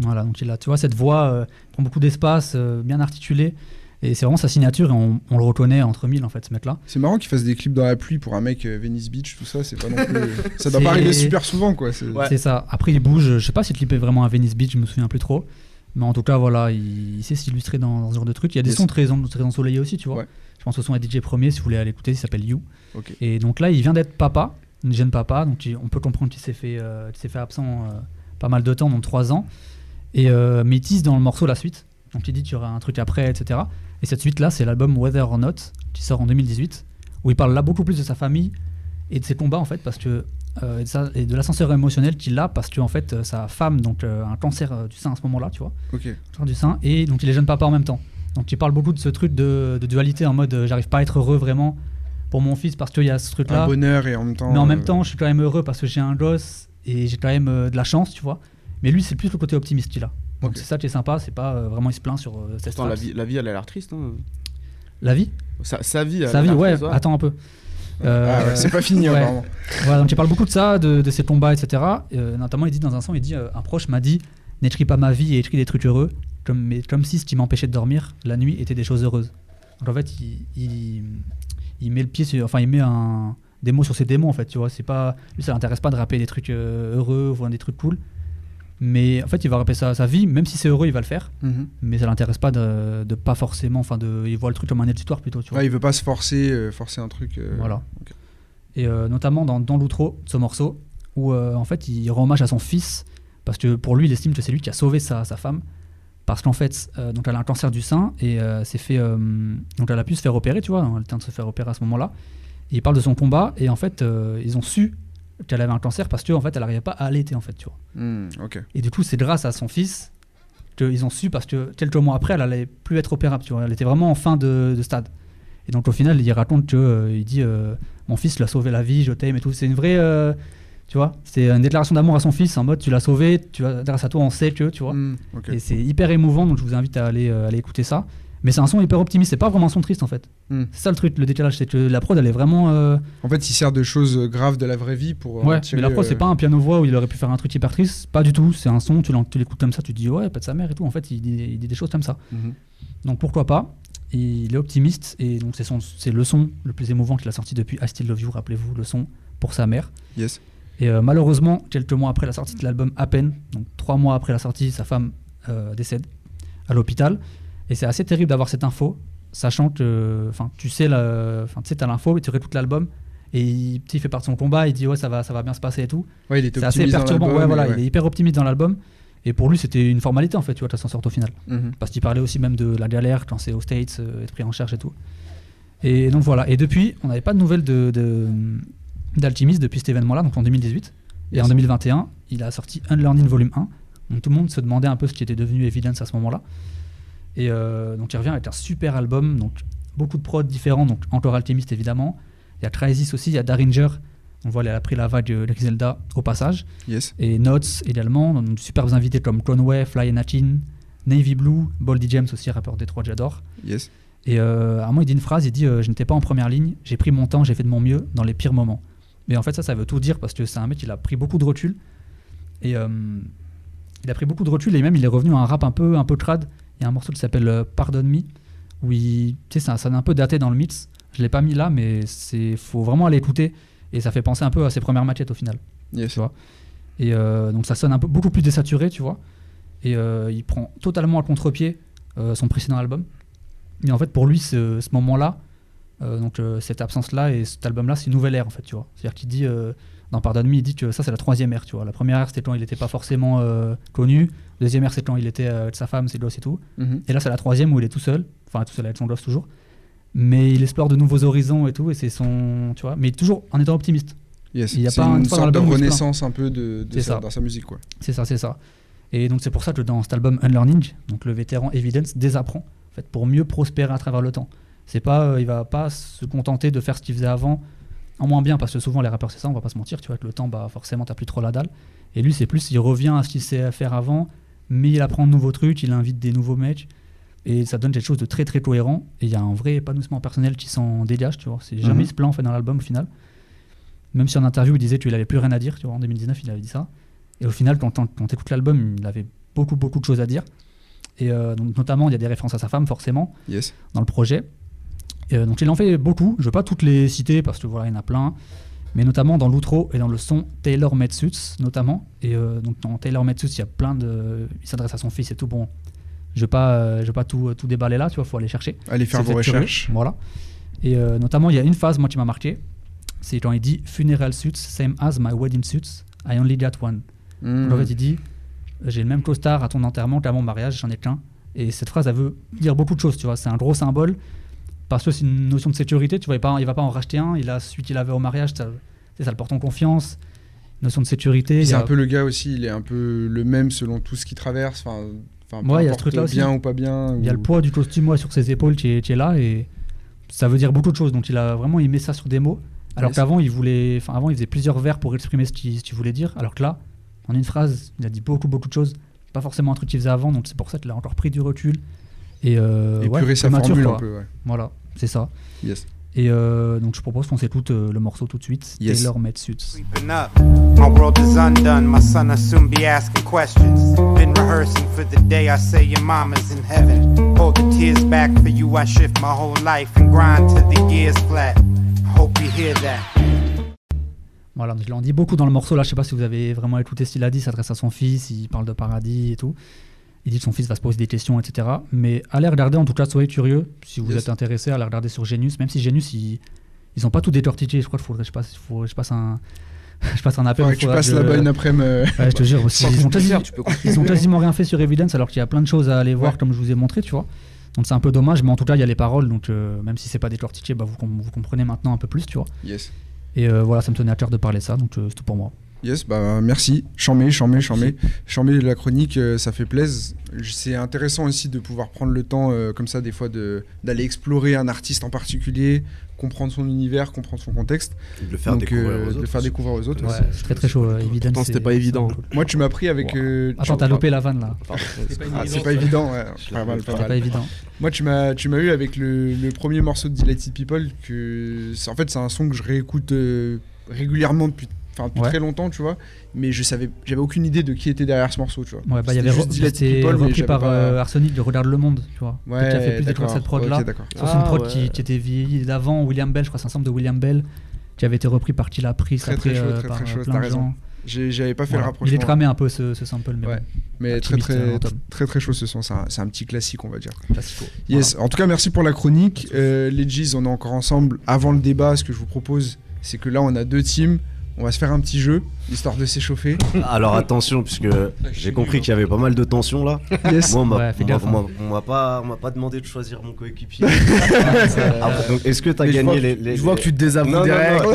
Speaker 3: Voilà, donc il a, tu vois, cette voix euh, prend beaucoup d'espace, euh, bien articulée. Et c'est vraiment sa signature et on, on le reconnaît entre mille en fait, ce mec-là.
Speaker 1: C'est marrant qu'ils fassent des clips dans la pluie pour un mec euh, Venice Beach, tout ça, c'est pas non plus. ça doit
Speaker 3: C'est-
Speaker 1: pas arriver super souvent, quoi. c'est-
Speaker 2: Ouais.
Speaker 3: C'est ça. Après, il bouge. Je sais pas si le clip est vraiment à Venice Beach, je me souviens plus trop. Mais en tout cas, voilà, il, il sait s'illustrer dans, dans ce genre de truc. Il y a des
Speaker 1: Yes.
Speaker 3: sons très, en- très ensoleillés aussi, tu vois.
Speaker 1: Ouais.
Speaker 3: Je pense au son à DJ Premier, si vous voulez aller écouter, il s'appelle You.
Speaker 1: Ok.
Speaker 3: Et donc là, il vient d'être papa, une jeune papa. Donc il- on peut comprendre qu'il s'est fait, euh, qu'il s'est fait absent euh, pas mal de temps, donc 3 ans. Et euh, mais il tease dans le morceau la suite. Donc il dit qu'il y aura un truc après, etc. Et cette suite-là, c'est l'album Weather or Not, qui sort en 2018, où il parle là beaucoup plus de sa famille et de ses combats, en fait, parce que euh, et, de ça- et de l'ascenseur émotionnel qu'il a parce que en fait euh, sa femme donc euh, a un cancer euh, du sein à ce moment-là tu vois
Speaker 1: Ok.
Speaker 3: cancer du sein et donc il est jeune papa en même temps donc il parle beaucoup de ce truc de, de dualité en mode euh, j'arrive pas à être heureux vraiment pour mon fils parce qu'il y a ce truc
Speaker 1: Un
Speaker 3: là
Speaker 1: bonheur et en même temps.
Speaker 3: Ah. mais en même
Speaker 1: euh,
Speaker 3: temps je suis quand même heureux parce que j'ai un gosse et j'ai quand même euh, de la chance tu vois mais lui c'est plus le côté optimiste qu'il a donc
Speaker 1: Ok.
Speaker 3: c'est ça qui est sympa c'est pas euh, vraiment il se plaint sur euh, cette
Speaker 2: Attends, la
Speaker 3: trappe.
Speaker 2: vie, la vie, elle a l'air triste. hein.
Speaker 3: la vie
Speaker 2: Sa, sa vie. elle a
Speaker 3: sa vie
Speaker 2: l'air
Speaker 3: ouais
Speaker 2: triste,
Speaker 3: attends un peu Euh,
Speaker 1: ah ouais, c'est pas fini,
Speaker 3: ouais.
Speaker 1: apparemment.
Speaker 3: Voilà, donc il parle beaucoup de ça, de, de ses combats, etc. Euh, notamment, il dit dans un son, il dit euh, un proche m'a dit n'écris pas ma vie et écris des trucs heureux, comme, mais comme si ce qui m'empêchait de dormir la nuit était des choses heureuses. Donc en fait, il, il, il met le pied, sur, enfin il met un, des mots sur ses démons en fait. Tu vois, c'est pas lui, ça l'intéresse pas de rapper des trucs euh, heureux ou des trucs cool. Mais en fait, il va rapper ça sa vie, même si c'est heureux, il va le faire.
Speaker 1: Mhm.
Speaker 3: Mais ça l'intéresse pas de, de pas forcément, enfin de, il voit le truc comme un exutoire plutôt. Tu vois.
Speaker 1: Ouais, il veut pas se forcer, euh, forcer un truc. euh,
Speaker 3: Voilà.
Speaker 1: ok.
Speaker 3: Et euh, notamment dans, dans l'outro de ce morceau, où euh, en fait il rend hommage à son fils, parce que pour lui il estime que c'est lui qui a sauvé sa, sa femme, parce qu'en fait, euh, donc elle a un cancer du sein, et euh, s'est fait, euh, donc elle a pu se faire opérer, tu vois, elle tient de se faire opérer à ce moment-là. Et il parle de son combat, et en fait euh, ils ont su qu'elle avait un cancer parce qu'en fait elle n'arrivait pas à allaiter, en fait, tu vois.
Speaker 1: Hmm, ok.
Speaker 3: Et du coup, c'est grâce à son fils qu'ils ont su parce que quelques mois après, elle allait plus être opérable. Tu vois, elle était vraiment en fin de, de stade. Et donc, au final, il raconte que euh, il dit euh, mon fils l'a sauvé la vie, je t'aime et tout. C'est une vraie, euh, tu vois, c'est une déclaration d'amour à son fils en mode tu l'as sauvé, tu vois, grâce à toi on sait que, tu vois.
Speaker 1: Hmm, ok.
Speaker 3: Et c'est hyper émouvant, donc je vous invite à aller, euh, aller écouter ça. Mais c'est un son hyper optimiste, c'est pas vraiment un son triste en fait.
Speaker 1: Hmm.
Speaker 3: C'est ça le truc, le décalage, c'est que la prod elle est vraiment. euh,
Speaker 1: En fait, il sert de choses euh, graves de la vraie vie pour. euh,
Speaker 3: Ouais,
Speaker 1: attirer,
Speaker 3: mais la prod, c'est
Speaker 1: euh,
Speaker 3: pas un piano-voix où il aurait pu faire un truc hyper triste, pas du tout. C'est un son, tu l'en- tu l'écoutes comme ça, tu te dis ouais, pas de sa mère et tout. En fait, il dit, il dit des choses comme ça.
Speaker 1: Mhm.
Speaker 3: Donc pourquoi pas Il est optimiste et donc c'est son- c'est le son le plus émouvant qu'il a sorti depuis I Still Love You, rappelez-vous, le son pour sa mère.
Speaker 1: Yes.
Speaker 3: Et euh, malheureusement, quelques mois après la sortie de l'album, à peine, donc trois mois après la sortie, sa femme euh, décède à l'hôpital. Et c'est assez terrible d'avoir cette info, sachant que enfin, tu sais, la- enfin, tu sais, t'as l'info et tu réécoutes l'album Et il, tu sais, il fait part de son combat, il dit ouais ça va, ça va bien se passer et tout.
Speaker 1: Ouais, il était
Speaker 3: C'est assez
Speaker 1: optimiste dans
Speaker 3: perturbant,
Speaker 1: l'album,
Speaker 3: ouais, voilà,
Speaker 1: et
Speaker 3: il est hyper optimiste dans l'album. Et pour lui c'était une formalité en fait, tu vois, de s'en sorte au final.
Speaker 1: Mhm.
Speaker 3: Parce qu'il parlait aussi même de la galère quand c'est aux States, euh, être pris en charge et tout. Et donc voilà, et depuis on n'avait pas de nouvelles de, de- d'Alchemist depuis cet événement-là, donc en 2018. Et en 2021, il a sorti Unlearning Volume 1. Donc tout le monde se demandait un peu ce qui était devenu Evidence à ce moment-là. Et euh, donc il revient avec un super album, donc beaucoup de prods différents, donc encore Alchemist évidemment. Il y a Crisis aussi, il y a Daringer. On voit, elle a pris la vague euh, de Zelda au passage.
Speaker 1: Yes.
Speaker 3: Et Notes également, donc de superbes invités comme Conway, Fly Natin, Navy Blue, Boldy James aussi, rappeur des trois que j'adore.
Speaker 1: Yes.
Speaker 3: Et euh, à un moment, il dit une phrase, il dit euh, Je n'étais pas en première ligne, j'ai pris mon temps, j'ai fait de mon mieux dans les pires moments. Mais en fait, ça, ça veut tout dire parce que c'est un mec, il a pris beaucoup de recul. Et euh, il a pris beaucoup de recul et même il est revenu à un rap un peu, un peu crade. Il y a un morceau qui s'appelle euh, Pardon Me, où il, tu sais, ça, ça a un peu daté dans le mix. Je l'ai pas mis là, mais c'est faut vraiment aller écouter. Et ça fait penser un peu à ses premières maquettes au final.
Speaker 1: Yes.
Speaker 3: Et euh, donc ça sonne un peu beaucoup plus désaturé, tu vois. Et euh, il prend totalement à contre-pied euh, son précédent album. Mais en fait, pour lui, ce, ce moment-là, euh, donc euh, cette absence-là et cet album-là, c'est une nouvelle ère, en fait, tu vois. C'est-à-dire qu'il dit, euh, dans Pardon Me, il dit que ça, c'est la troisième ère, tu vois. La première ère, c'était quand il n'était pas forcément euh, connu. Deuxième ère, c'est quand il était euh, avec sa femme, ses gosses et tout.
Speaker 1: Mhm.
Speaker 3: Et là, c'est la troisième où il est tout seul, enfin tout seul avec son gosse toujours. Mais il explore de nouveaux horizons et tout, et c'est son, tu vois. Mais toujours en étant optimiste.
Speaker 1: Yes.
Speaker 3: Il y a
Speaker 1: C'est
Speaker 3: pas un-
Speaker 1: une
Speaker 3: pas dans
Speaker 1: sorte de
Speaker 3: l'album où il se plaint.
Speaker 1: renaissance un peu de, de
Speaker 3: hein. C'est
Speaker 1: sa-
Speaker 3: ça.
Speaker 1: dans sa musique quoi.
Speaker 3: C'est ça, c'est ça. Et donc c'est pour ça que dans cet album Unlearning, donc le vétéran Evidence désapprend en fait, pour mieux prospérer à travers le temps. C'est pas, euh, il va pas se contenter de faire ce qu'il faisait avant en moins bien parce que souvent les rappeurs c'est ça, on va pas se mentir, tu vois, avec le temps bah forcément t'as plus trop la dalle. Et lui c'est plus, il revient à ce qu'il sait faire avant, mais il apprend de nouveaux trucs, il invite des nouveaux mecs et ça donne quelque chose de très très cohérent. Et il y a un vrai épanouissement personnel qui s'en dégage, tu vois. C'est jamais
Speaker 1: Mhm.
Speaker 3: ce plan en fait dans l'album au final. Même si en interview il disait qu'il avait plus rien à dire, tu vois, en 2019 il avait dit ça. Et au final, quand, t'en- quand t'écoutes l'album, il avait beaucoup, beaucoup de choses à dire. Et euh, donc, notamment, il y a des références à sa femme, forcément,
Speaker 1: Yes.
Speaker 3: dans le projet. Et, euh, donc, il en fait beaucoup. Je ne vais pas toutes les citer parce que voilà, il y en a plein. Mais notamment dans l'outro et dans le son Taylor Made Suits, notamment. Et euh, donc, dans Taylor Made Suits, il y a plein de. Il s'adresse à son fils et tout. Bon, je ne vais pas, euh, je vais pas tout, tout déballer là, tu vois, il faut aller chercher.
Speaker 1: Allez faire
Speaker 3: C'est
Speaker 1: vos
Speaker 3: fait curieux.
Speaker 1: recherches.
Speaker 3: Voilà. Et euh, notamment, il y a une phase, moi, qui m'a marqué. C'est quand il dit Funeral suits, same as my wedding suits. I only got one.
Speaker 1: Mhm.
Speaker 3: Donc, en fait, il dit J'ai le même costard à ton enterrement qu'à mon mariage, j'en ai qu'un. Et cette phrase, elle veut dire beaucoup de choses, tu vois. C'est un gros symbole parce que c'est une notion de sécurité, tu vois. Il ne va pas en racheter un, il a celui qu'il avait au mariage, ça, tu sais, ça le porte en confiance. Notion de sécurité. il y
Speaker 1: C'est
Speaker 3: a-
Speaker 1: un peu le gars aussi, il est un peu le même selon tout ce qu'il traverse. Enfin, enfin, peu
Speaker 3: Ouais, il y a ce
Speaker 1: importe
Speaker 3: truc-là aussi.
Speaker 1: Bien ou pas bien.
Speaker 3: Il y a
Speaker 1: ou-
Speaker 3: le poids du costume ouais, sur ses épaules qui est, qui est là et ça veut dire beaucoup de choses. Donc il a vraiment aimé ça sur des mots. Alors
Speaker 1: Yes.
Speaker 3: qu'avant il voulait, enfin avant il faisait plusieurs vers pour exprimer ce qu'il ce qu'il voulait dire. Alors que là, en une phrase, il a dit beaucoup beaucoup de choses. Pas forcément un truc qu'il faisait avant. Donc c'est pour ça qu'il a encore pris du recul et, euh,
Speaker 1: Et
Speaker 3: ouais,
Speaker 1: purer sa
Speaker 3: plus mature,
Speaker 1: formule
Speaker 3: quoi.
Speaker 1: un peu. ouais.
Speaker 3: Voilà, c'est ça.
Speaker 1: Yes.
Speaker 3: Et euh, donc je propose qu'on s'écoute euh, le morceau tout de suite.
Speaker 1: Yes.
Speaker 3: Taylor Made Suits.
Speaker 7: Creeping up. My world is undone. My son will soon be asking questions. Been rehearsing for the day I say your mama's in heaven. Hold the tears back for you. I shift my whole life and grind till the years flat. I hope you hear that.
Speaker 3: Voilà, donc il en dit beaucoup dans le morceau. Là, je sais pas si vous avez vraiment écouté ce qu'il a dit. Il s'adresse à son fils, il parle de paradis et tout. Il dit que son fils va se poser des questions, etc. Mais allez regarder, en tout cas, soyez curieux. Si vous
Speaker 1: Yes.
Speaker 3: êtes intéressé, allez regarder sur Genius. Même si Genius, ils, ils ont pas tout décortiqué. Je crois qu'il faudrait, je passe, faut- je passe un, je passe un appel.
Speaker 1: Faudrait que tu
Speaker 3: faudrait
Speaker 1: passes
Speaker 3: que-
Speaker 1: là-bas une après-midi. euh,
Speaker 3: Ouais, je te jure, parce qu'ils ont quasi-
Speaker 5: tu peux
Speaker 3: ils ont quasiment rien fait sur Evidence alors qu'il y a plein de choses à aller voir
Speaker 1: Ouais.
Speaker 3: comme je vous ai montré, tu vois. Donc c'est un peu dommage, mais en tout cas il y a les paroles, donc euh, même si c'est pas décortiqué, bah, vous, com- vous comprenez maintenant un peu plus, tu vois.
Speaker 1: Yes.
Speaker 3: Et euh, voilà, ça me tenait à cœur de parler de ça, donc euh, c'est tout pour moi.
Speaker 1: Yes, bah merci. Chambé, chambé, chambé. Chambé la chronique, euh, ça fait plaisir. C'est intéressant aussi de pouvoir prendre le temps, euh, comme ça, des fois, de- d'aller explorer un artiste en particulier, comprendre son univers, comprendre son contexte.
Speaker 4: De le faire
Speaker 1: Donc,
Speaker 4: découvrir
Speaker 1: euh,
Speaker 4: aux
Speaker 1: de
Speaker 4: autres.
Speaker 1: faire découvrir aux autres.
Speaker 3: Ouais, c'est très très chaud, euh, évident.
Speaker 2: Pourtant, c'était pas évident.
Speaker 1: Moi, tu m'as pris avec.
Speaker 2: Wow.
Speaker 1: euh,
Speaker 3: Attends, t'as loupé la vanne là.
Speaker 2: Pardon,
Speaker 1: Ah, c'est pas évident. ouais. Pas mal, pas
Speaker 3: C'était
Speaker 1: mal.
Speaker 3: pas évident.
Speaker 1: Moi, tu m'as, tu m'as eu avec le, le premier morceau de Delighted People. Que c'est- en fait, c'est un son que je réécoute euh, régulièrement depuis, enfin, depuis
Speaker 3: Ouais.
Speaker 1: très longtemps, tu vois. Mais je savais, j'avais aucune idée de qui était derrière ce morceau, tu vois.
Speaker 3: Ouais, bah il y
Speaker 1: C'était
Speaker 3: avait
Speaker 1: juste
Speaker 3: re-
Speaker 1: Delighted
Speaker 3: c'était
Speaker 1: People, mais
Speaker 3: repris
Speaker 1: j'avais
Speaker 3: par
Speaker 1: pas-
Speaker 3: euh, Arsenic de Regarde le Monde, tu vois.
Speaker 1: Ouais,
Speaker 3: qui a fait plus d'écho à
Speaker 1: d'accord,
Speaker 3: cette prod là.
Speaker 1: ok, d'accord.
Speaker 3: Sur
Speaker 6: Ah,
Speaker 3: une prod
Speaker 6: ouais.
Speaker 3: qui, qui était vieillie d'avant, William Bell, je crois, c'est un sample de William Bell qui avait été repris par Tila Pris,
Speaker 1: Très,
Speaker 3: après
Speaker 1: très chaud,
Speaker 3: euh,
Speaker 1: très,
Speaker 3: par
Speaker 1: très
Speaker 3: euh,
Speaker 1: chaud,
Speaker 3: plein
Speaker 1: t'as
Speaker 3: de
Speaker 1: raison.
Speaker 3: gens.
Speaker 1: J'ai- j'avais pas fait le
Speaker 3: Voilà. Il
Speaker 1: rapprochement.
Speaker 3: est cramé un peu ce, ce sample, mais
Speaker 1: Ouais.
Speaker 3: bon,
Speaker 1: mais très
Speaker 3: Alchimiste,
Speaker 1: très,
Speaker 3: euh, en
Speaker 1: très
Speaker 3: top.
Speaker 1: très chaud ce son. C'est un, c'est un petit classique, on va dire.
Speaker 3: classico.
Speaker 1: Yes. En tout cas, merci pour la chronique.
Speaker 3: Pas de souci.
Speaker 1: Euh, les G's, on est encore ensemble avant le débat. Ce que je vous propose, c'est que là, on a deux teams. On va se faire un petit jeu, histoire de s'échauffer.
Speaker 4: Alors attention, puisque j'ai compris qu'il y avait pas mal de tensions là.
Speaker 1: Yes.
Speaker 4: Moi, on m'a-
Speaker 3: Ouais, fais
Speaker 4: on m'a-
Speaker 3: gaffe,
Speaker 4: on m'a-
Speaker 3: hein.
Speaker 4: on m'a pas, on m'a pas demandé de choisir mon coéquipier. Après, donc, Est-ce que t'as
Speaker 2: Mais je
Speaker 4: gagné
Speaker 2: vois-
Speaker 4: les, les-
Speaker 1: Euh, Je vois que tu te
Speaker 4: Non,
Speaker 1: désavoues
Speaker 4: non,
Speaker 1: direct.
Speaker 4: non,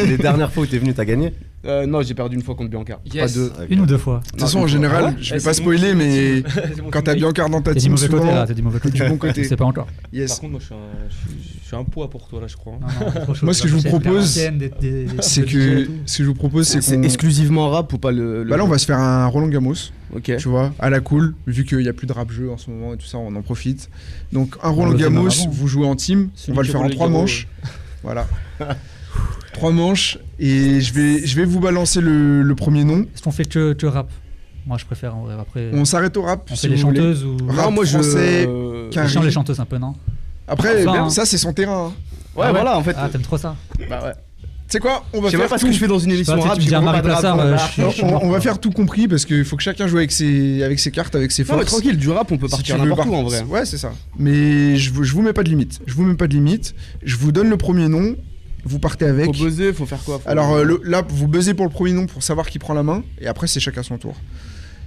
Speaker 4: les, les dernières fois où t'es venu, t'as gagné
Speaker 2: Euh, non, j'ai perdu une fois contre Bianca.
Speaker 5: Yes.
Speaker 2: Pas deux.
Speaker 3: Une ou deux fois.
Speaker 1: De toute façon, en
Speaker 2: Ah
Speaker 1: général,
Speaker 2: ouais
Speaker 1: je
Speaker 5: Eh,
Speaker 1: vais
Speaker 5: c'est
Speaker 1: pas
Speaker 5: mon-
Speaker 1: spoiler, mais
Speaker 5: c'est
Speaker 1: quand
Speaker 5: mon
Speaker 1: t'as
Speaker 5: teammate.
Speaker 1: Biancar dans ta
Speaker 3: T'es du
Speaker 1: team,
Speaker 3: mauvais côté
Speaker 1: souvent,
Speaker 3: là, t'es du mauvais côté.
Speaker 1: du bon côté.
Speaker 3: C'est pas encore.
Speaker 5: Par
Speaker 1: yes.
Speaker 5: contre, moi, je suis, un, je suis- je suis un poids pour toi, là, je crois. hein.
Speaker 3: Non, non, trop chaud,
Speaker 1: Moi, ce que je vous
Speaker 3: c'est la
Speaker 1: propose,
Speaker 3: quarantaine, des- des- des-
Speaker 1: C'est
Speaker 3: des DJ et
Speaker 1: que
Speaker 3: tout.
Speaker 1: ce que je vous propose, c'est
Speaker 2: C'est
Speaker 1: qu'on.
Speaker 2: exclusivement rap ou pas le. le-
Speaker 1: Bah là, on va se faire un Roland Gamos,
Speaker 2: Ok.
Speaker 1: tu vois, à la cool, vu qu'il y a plus de rap jeu en ce moment et tout ça, on en profite. Donc, un
Speaker 3: On
Speaker 1: Roland
Speaker 3: le fait même
Speaker 1: Gamos,
Speaker 3: avant.
Speaker 1: vous jouez en team,
Speaker 5: Celui
Speaker 1: on va le
Speaker 5: qui
Speaker 1: faire en
Speaker 5: roule
Speaker 1: trois
Speaker 5: le gamos,
Speaker 1: manches. Voilà. trois manches, et je vais, je vais vous balancer le, le premier nom.
Speaker 3: Est-ce qu'on fait que, que rap Moi, je préfère en vrai. Après, on,
Speaker 1: On s'arrête au rap. si
Speaker 3: fait les
Speaker 1: vous voulez.
Speaker 3: chanteuses ou.
Speaker 1: Rap
Speaker 2: Non, moi je.
Speaker 1: français,
Speaker 2: euh,
Speaker 1: car-
Speaker 3: Je chante les chanteuses un peu, non
Speaker 1: Après,
Speaker 3: Enfin,
Speaker 1: bien,
Speaker 3: hein.
Speaker 1: ça, c'est son terrain. hein.
Speaker 2: Ouais,
Speaker 3: Ah ouais
Speaker 2: voilà, en fait.
Speaker 3: Ah, t'aimes trop ça
Speaker 2: bah ouais.
Speaker 1: Tu sais quoi On va
Speaker 2: Je sais même
Speaker 1: faire
Speaker 2: pas ce
Speaker 1: tout.
Speaker 2: que je fais dans une émission
Speaker 3: tu sais,
Speaker 2: rap.
Speaker 3: tu me
Speaker 2: j'ai
Speaker 3: dis à
Speaker 2: vraiment
Speaker 3: Marie
Speaker 2: pas de rap
Speaker 3: Plassard,
Speaker 2: dans la
Speaker 3: euh,
Speaker 2: marche.
Speaker 3: je-
Speaker 1: Non,
Speaker 3: suis
Speaker 1: on,
Speaker 3: mort,
Speaker 1: on va
Speaker 3: quoi.
Speaker 1: faire tout compris parce qu'il faut que chacun joue avec ses, avec ses cartes, avec ses
Speaker 2: Non,
Speaker 1: forces.
Speaker 2: mais tranquille, du rap on peut
Speaker 1: Si tu
Speaker 2: partir
Speaker 1: veux
Speaker 2: n'importe où
Speaker 1: par-
Speaker 2: en vrai.
Speaker 1: Ouais, c'est ça. Mais je vous, je vous mets pas de limite. Je vous mets pas de limite. Je vous donne le premier nom. Vous partez avec.
Speaker 2: Faut buzzer, faut faire quoi faut-
Speaker 1: Alors euh, le- là, vous buzzez pour le premier nom pour savoir qui prend la main. Et après, c'est chacun son tour.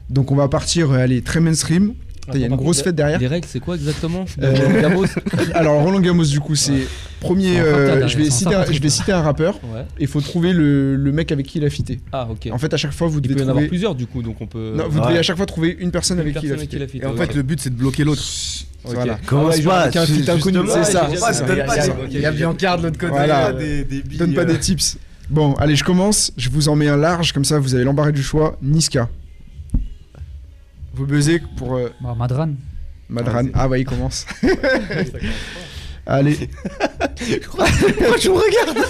Speaker 1: Donc on va partir, euh, allez, très mainstream. Putain, Il y a
Speaker 5: Attends,
Speaker 1: une
Speaker 5: par
Speaker 1: grosse
Speaker 5: contre,
Speaker 1: fête derrière.
Speaker 5: Les règles, c'est quoi exactement
Speaker 1: Ah. Euh,
Speaker 5: Dans Gamos
Speaker 1: Alors Roland Gamos, du coup, c'est premier. euh,
Speaker 3: Encore pas derrière,
Speaker 1: je, vais
Speaker 3: c'est
Speaker 1: citer
Speaker 3: encore
Speaker 1: un,
Speaker 3: pas très
Speaker 1: je vais
Speaker 3: tard.
Speaker 1: citer un rappeur.
Speaker 5: Ouais.
Speaker 1: Et faut trouver le, le mec avec qui il a fité.
Speaker 5: Ah, ok.
Speaker 1: En fait, à chaque fois, vous
Speaker 5: il
Speaker 1: devez
Speaker 5: peut y en avoir
Speaker 1: trouver.
Speaker 5: plusieurs, du coup, donc on peut.
Speaker 1: Non, vous
Speaker 4: Ouais.
Speaker 1: devez à chaque fois trouver une personne
Speaker 5: Une
Speaker 1: avec qui il a
Speaker 5: personne avec qui
Speaker 1: fité.
Speaker 5: il a fité,
Speaker 10: Et en
Speaker 5: ouais.
Speaker 10: fait, le but, c'est de bloquer l'autre.
Speaker 5: Ok.
Speaker 1: Voilà. Ah
Speaker 4: Commence
Speaker 1: Ouais,
Speaker 4: pas,
Speaker 1: avec un
Speaker 4: tu-
Speaker 1: feat inconnu,
Speaker 4: justement,
Speaker 1: c'est ça.
Speaker 4: je sais pas,
Speaker 5: C'est
Speaker 4: donne
Speaker 5: ça.
Speaker 4: pas
Speaker 5: Il y a-
Speaker 4: des-
Speaker 5: il y a-
Speaker 10: Il y a Biancar de l'autre côté,
Speaker 1: Voilà.
Speaker 4: Ah,
Speaker 10: il y a des, des billes,
Speaker 1: Donne pas
Speaker 10: euh,
Speaker 1: des tips. Bon, allez, je commence. Je vous en mets un large, comme ça vous avez l'embarras du choix. Niska. Vous buzzez pour euh,
Speaker 3: Bon, Madran.
Speaker 1: Madran. Ah, ouais, il commence. allez,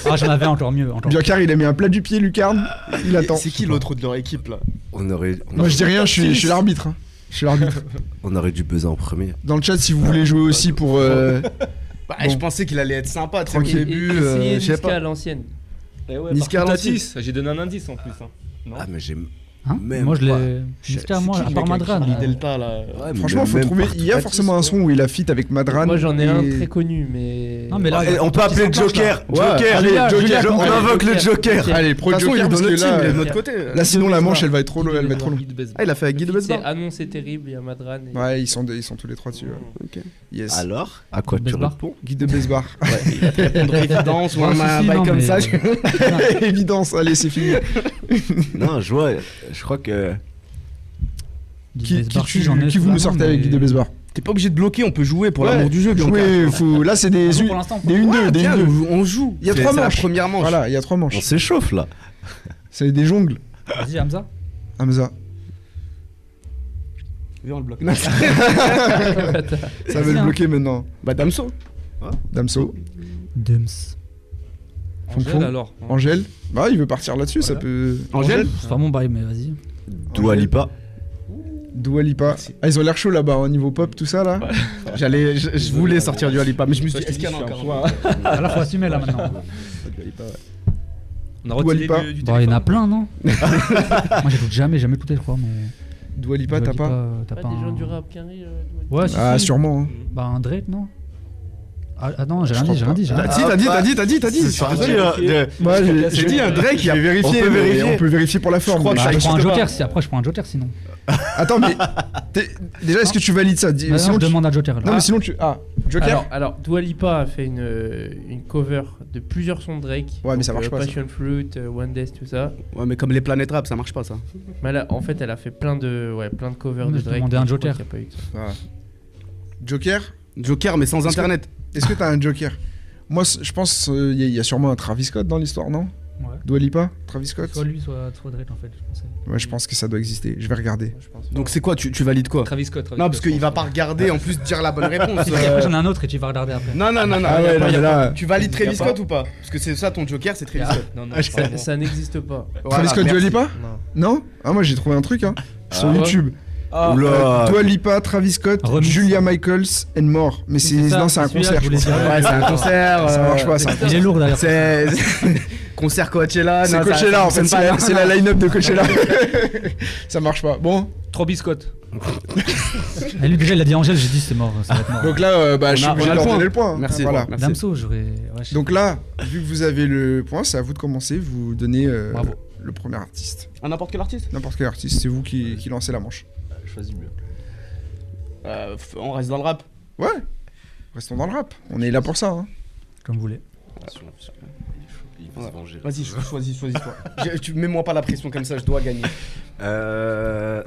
Speaker 3: Ah, j'en avais encore mieux. Encore.
Speaker 1: Biancar, il a mis un plat du pied, lucarne. Il attend.
Speaker 2: C'est qui l'autre de leur équipe là
Speaker 4: On aurait, on,
Speaker 1: euh. Moi,
Speaker 4: aurait,
Speaker 1: je dis rien, je suis, je suis l'arbitre. hein. Je suis l'arbitre.
Speaker 4: on aurait dû buzzer en premier.
Speaker 1: Dans le chat, si vous voulez jouer aussi pour. euh,
Speaker 2: Bah,
Speaker 1: Bon.
Speaker 2: je pensais qu'il allait être sympa, tu sais, au
Speaker 1: Tranquille.
Speaker 2: début.
Speaker 6: Et- et
Speaker 2: euh,
Speaker 6: essayer
Speaker 2: je sais
Speaker 6: Niska
Speaker 2: pas.
Speaker 6: à l'ancienne.
Speaker 5: Eh ouais,
Speaker 10: Niska
Speaker 5: par contre,
Speaker 10: Lantis.
Speaker 5: Lantis, J'ai donné un indice en plus. hein.
Speaker 4: Ah, mais j'ai.
Speaker 3: Hein
Speaker 4: Même
Speaker 3: moi, je
Speaker 4: pas.
Speaker 3: l'ai.
Speaker 4: Je-
Speaker 3: Jusqu'à
Speaker 4: c'est
Speaker 3: moi,
Speaker 4: qui
Speaker 3: à
Speaker 4: le
Speaker 3: part
Speaker 4: mec avec
Speaker 3: Madran.
Speaker 2: Charlie
Speaker 3: euh,
Speaker 2: Delta là.
Speaker 4: Ouais, mais
Speaker 1: Franchement, faut
Speaker 4: même
Speaker 1: trouver.
Speaker 4: partout.
Speaker 1: Il y a forcément un son où il a fit avec Madran.
Speaker 6: Moi j'en ai un
Speaker 1: et-
Speaker 6: très connu, mais.
Speaker 3: Non, mais là,
Speaker 4: Ouais, Ah, on peut appeler Joker.
Speaker 1: Ouais,
Speaker 4: Joker,
Speaker 1: allez,
Speaker 4: allez,
Speaker 1: Joker,
Speaker 4: Joker, on
Speaker 1: Joker.
Speaker 4: invoque le Joker.
Speaker 6: Ok.
Speaker 1: Allez, pro
Speaker 10: De toute façon, il
Speaker 1: Joker,
Speaker 10: est
Speaker 1: parce
Speaker 10: dans
Speaker 1: que
Speaker 10: notre team, il est
Speaker 1: là.
Speaker 10: de notre côté.
Speaker 1: Là, sinon, la manche, elle va être trop, elle va être trop
Speaker 5: Guy
Speaker 1: longue.
Speaker 5: de baseball.
Speaker 10: Ah, il a fait avec Guy de
Speaker 6: C'est
Speaker 10: Besbar.
Speaker 6: annonce c'est terrible, il y a Madran. et-
Speaker 1: Ouais, ils sont, ils sont tous les trois dessus. ouais. Yes.
Speaker 4: Alors, à quoi tu
Speaker 3: Besbar.
Speaker 4: réponds
Speaker 1: Guide de Besbar.
Speaker 2: Répondre évidence ou
Speaker 3: Ouais,
Speaker 2: un
Speaker 3: si,
Speaker 2: un
Speaker 3: si,
Speaker 2: bail
Speaker 3: non,
Speaker 2: comme
Speaker 3: mais-
Speaker 2: ça. je-
Speaker 1: Ah, Évidence, allez, c'est fini.
Speaker 4: Non, je vois, je crois que.
Speaker 3: Guy
Speaker 1: Qui, qui
Speaker 3: Besbar,
Speaker 1: tu-
Speaker 3: si, j'en ai
Speaker 1: qui vous me
Speaker 3: sous la main,
Speaker 1: sortez avec
Speaker 3: mais-
Speaker 1: Guy de Besbar
Speaker 2: T'es pas obligé de bloquer, on peut jouer pour
Speaker 1: Ouais,
Speaker 2: l'amour du jeu, Bianca.
Speaker 1: Jouez, faut- Là, c'est des
Speaker 3: Franchement, euh, Pour
Speaker 1: une,
Speaker 3: l'instant,
Speaker 1: des une deux, des
Speaker 2: Tiens,
Speaker 1: une deux.
Speaker 2: on joue.
Speaker 1: Il y a
Speaker 2: C'est-
Speaker 1: trois
Speaker 2: c'est la
Speaker 1: manches.
Speaker 2: première manche.
Speaker 1: Voilà, il y a trois
Speaker 4: On
Speaker 1: manches.
Speaker 4: s'échauffe là.
Speaker 1: C'est des jongles.
Speaker 3: vas-y, Hamza.
Speaker 1: Hamza,
Speaker 2: Viens, on le bloque.
Speaker 1: ça va le
Speaker 3: hein.
Speaker 1: bloquer maintenant. Hein
Speaker 2: Bah, Damso.
Speaker 1: Damso,
Speaker 3: Dems.
Speaker 1: Fong
Speaker 5: Angèle,
Speaker 1: Fong,
Speaker 5: alors. hein.
Speaker 1: Angèle. Bah, il veut partir là-dessus, ça
Speaker 5: Voilà.
Speaker 1: peut.
Speaker 2: Angèle
Speaker 3: C'est pas mon bail, mais vas-y.
Speaker 4: Dua Lipa.
Speaker 1: Dua Lipa. Ah, ils ont l'air chaud là-bas, au niveau pop, tout ça là.
Speaker 10: J'allais, je, je voulais sortir du Alipa, mais je me suis dit,
Speaker 2: Je te
Speaker 10: est-ce
Speaker 2: dis,
Speaker 10: qu'il y en a
Speaker 2: je suis
Speaker 10: encore
Speaker 2: un
Speaker 10: un
Speaker 2: foin.
Speaker 3: À la fois assumer là maintenant.
Speaker 5: On a retiré
Speaker 1: Lipa.
Speaker 5: du, du
Speaker 3: Bon, il y en a
Speaker 5: téléphone.
Speaker 3: plein, non Moi, j'écoute jamais, jamais écouté, je crois, mais.
Speaker 1: Dua Lipa,
Speaker 3: Dua
Speaker 1: t'as
Speaker 3: Lipa,
Speaker 1: pas
Speaker 3: euh, T'as
Speaker 6: Pas
Speaker 3: pas.
Speaker 6: des gens
Speaker 3: un-
Speaker 6: du rap, Quinry. euh, doit être-
Speaker 3: Ouais, si,
Speaker 1: Ah,
Speaker 3: si.
Speaker 1: sûrement. hein.
Speaker 3: Bah, un Drake, non ah, ah non, j'ai
Speaker 1: Je
Speaker 3: rien
Speaker 1: crois
Speaker 3: dit,
Speaker 1: pas.
Speaker 3: j'ai rien dit. j'ai rien
Speaker 10: T'as
Speaker 3: dit.
Speaker 10: dit, t'as dit, t'as dit, t'as dit, t'as dit.
Speaker 4: Ah,
Speaker 10: J'ai
Speaker 4: si, euh, de-
Speaker 1: Ouais, j'ai-
Speaker 10: j'ai dit un Drake, il a
Speaker 4: on
Speaker 10: vérifié.
Speaker 4: peut
Speaker 1: Et
Speaker 4: vérifier.
Speaker 1: on peut vérifier pour la forme.
Speaker 10: crois que
Speaker 1: mais-
Speaker 3: Bah, je prends un
Speaker 10: existe pas.
Speaker 3: Joker, si après je prends un Joker sinon.
Speaker 1: Attends, mais t'es- déjà, est-ce que tu valides ça Dis-
Speaker 3: Bah, non,
Speaker 1: sinon,
Speaker 3: je
Speaker 1: tu-
Speaker 3: demande un Joker
Speaker 1: Non,
Speaker 3: là.
Speaker 1: mais sinon, tu. Ah,
Speaker 6: Alors,
Speaker 1: Joker
Speaker 6: alors Dua Lipa a fait une, euh, une cover de plusieurs sons de Drake.
Speaker 1: Ouais, mais
Speaker 6: Donc,
Speaker 1: ça marche
Speaker 6: euh,
Speaker 1: pas, ça.
Speaker 6: Passion Fruit, euh, One Death, tout ça.
Speaker 2: Ouais, mais comme les planètes rap, ça marche pas ça.
Speaker 6: Mais là, en fait, elle a fait plein de, ouais, plein de covers
Speaker 3: Mais
Speaker 6: de
Speaker 3: je
Speaker 6: Drake.
Speaker 3: demandais un
Speaker 6: donc je crois
Speaker 3: Joker.
Speaker 6: qu'il y a pas eu de ça.
Speaker 1: Ah. Joker
Speaker 2: Joker, mais sans
Speaker 1: Est-ce que-
Speaker 2: internet.
Speaker 1: Est-ce que t'as un Joker Moi, c- je pense il y, a- y a sûrement un Travis Scott dans l'histoire, non
Speaker 3: Ouais.
Speaker 1: Dua Lipa Travis Scott
Speaker 3: Soit lui, soit, soit Drake en fait, je pensais.
Speaker 1: Ouais, je pense que ça doit exister. Je vais regarder.
Speaker 6: Moi, je pense pas.
Speaker 2: Donc, c'est quoi tu, tu valides quoi
Speaker 5: Travis Scott. Travis
Speaker 2: Non, parce
Speaker 5: Scott, hein.
Speaker 2: qu'il
Speaker 5: je
Speaker 2: va
Speaker 5: pense.
Speaker 2: pas regarder en plus dire la bonne réponse.
Speaker 3: Si, si,
Speaker 2: euh.
Speaker 3: après, j'en ai un autre et tu vas regarder après.
Speaker 2: Non, non, non, non.
Speaker 1: Ah
Speaker 2: y a
Speaker 1: ouais,
Speaker 2: pas- y
Speaker 1: Ah, non,
Speaker 2: a
Speaker 1: mais
Speaker 2: pas-
Speaker 1: là-
Speaker 2: Tu valides
Speaker 5: y a
Speaker 2: Travis
Speaker 5: pas.
Speaker 2: Scott ou pas Parce que c'est ça ton Joker, c'est Travis Scott.
Speaker 5: Non, non,
Speaker 2: Ah, je-
Speaker 5: pardon.
Speaker 6: ça, ça n'existe pas.
Speaker 3: bah,
Speaker 2: Voilà.
Speaker 1: Travis Scott, Dua Lipa
Speaker 6: Non.
Speaker 1: Non Ah, moi j'ai trouvé un truc, hein. Sur
Speaker 4: Ah ouais
Speaker 1: YouTube.
Speaker 2: Ah.
Speaker 4: Oula.
Speaker 1: Dua Lipa, Travis Scott,
Speaker 3: Remix.
Speaker 1: Julia Michaels and more. Mais c'est
Speaker 3: ça,
Speaker 1: non, c'est un
Speaker 3: celui-là,
Speaker 1: concert. je
Speaker 3: je voulais
Speaker 1: pense.
Speaker 3: dire.
Speaker 2: Ouais, c'est un concert.
Speaker 1: Ça
Speaker 2: euh,
Speaker 1: marche pas, ça.
Speaker 3: Il est lourd d'ailleurs.
Speaker 2: C'est. Concert
Speaker 8: Ah,
Speaker 2: Coachella.
Speaker 1: C'est
Speaker 2: non, ça-
Speaker 1: Coachella
Speaker 2: ça
Speaker 1: en fait,
Speaker 2: fonctionne
Speaker 1: c'est
Speaker 2: pas,
Speaker 1: la,
Speaker 2: non,
Speaker 1: c'est
Speaker 2: non.
Speaker 1: la line-up de Coachella. ça marche pas. Bon,
Speaker 5: Travis Scott.
Speaker 3: Ah, lui, déjà, il a dit Angèle, j'ai dit c'est mort, ça va être mort.
Speaker 1: Donc là, euh, bah, je suis
Speaker 8: a-
Speaker 1: obligé
Speaker 8: on
Speaker 1: de
Speaker 8: a le
Speaker 1: leur
Speaker 8: point.
Speaker 1: donner le point. hein.
Speaker 8: Merci.
Speaker 1: Voilà.
Speaker 8: Merci.
Speaker 3: Damso, j'aurais. ouais, je sais
Speaker 1: Donc
Speaker 3: pas.
Speaker 1: là, vu que vous avez le point, c'est à vous de commencer. Vous donnez euh,
Speaker 3: Bravo.
Speaker 1: le premier artiste.
Speaker 8: À n'importe quel artiste
Speaker 1: N'importe quel artiste, c'est vous qui, qui lancez la manche.
Speaker 8: Ah, Choisis mieux. Euh, f- on reste dans le rap.
Speaker 1: Ouais. Restons dans le rap. On est là pour ça. hein.
Speaker 3: Comme vous voulez.
Speaker 4: Attention, parce que Il va
Speaker 8: Ouais.
Speaker 4: se venger.
Speaker 8: Vas-y, cho- choisis, choisis toi. Je- tu mets-moi pas la pression comme ça, je dois gagner.
Speaker 4: Euh,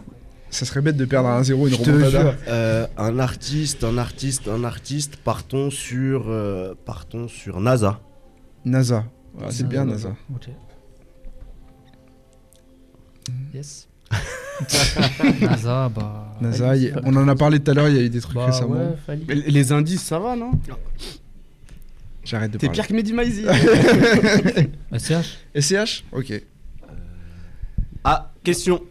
Speaker 1: Ça serait bête de perdre un 0 une
Speaker 4: Je te
Speaker 1: remontada.
Speaker 4: jure, euh, un artiste, un artiste, un artiste. Partons sur, euh, partons sur NASA.
Speaker 1: NASA. Voilà, c'est bien NASA.
Speaker 3: Ok. Yes. NASA, bah.
Speaker 1: NASA, il- on en a parlé tout à l'heure, il y a eu des trucs
Speaker 6: Bah
Speaker 1: récemment.
Speaker 6: ouais, Fali.
Speaker 8: Mais les indices, ça va, non
Speaker 1: J'arrête de
Speaker 8: T'es
Speaker 1: parler.
Speaker 8: pire que Mehdi Maizi.
Speaker 3: SCH
Speaker 1: SCH Ok.
Speaker 4: Ah, question.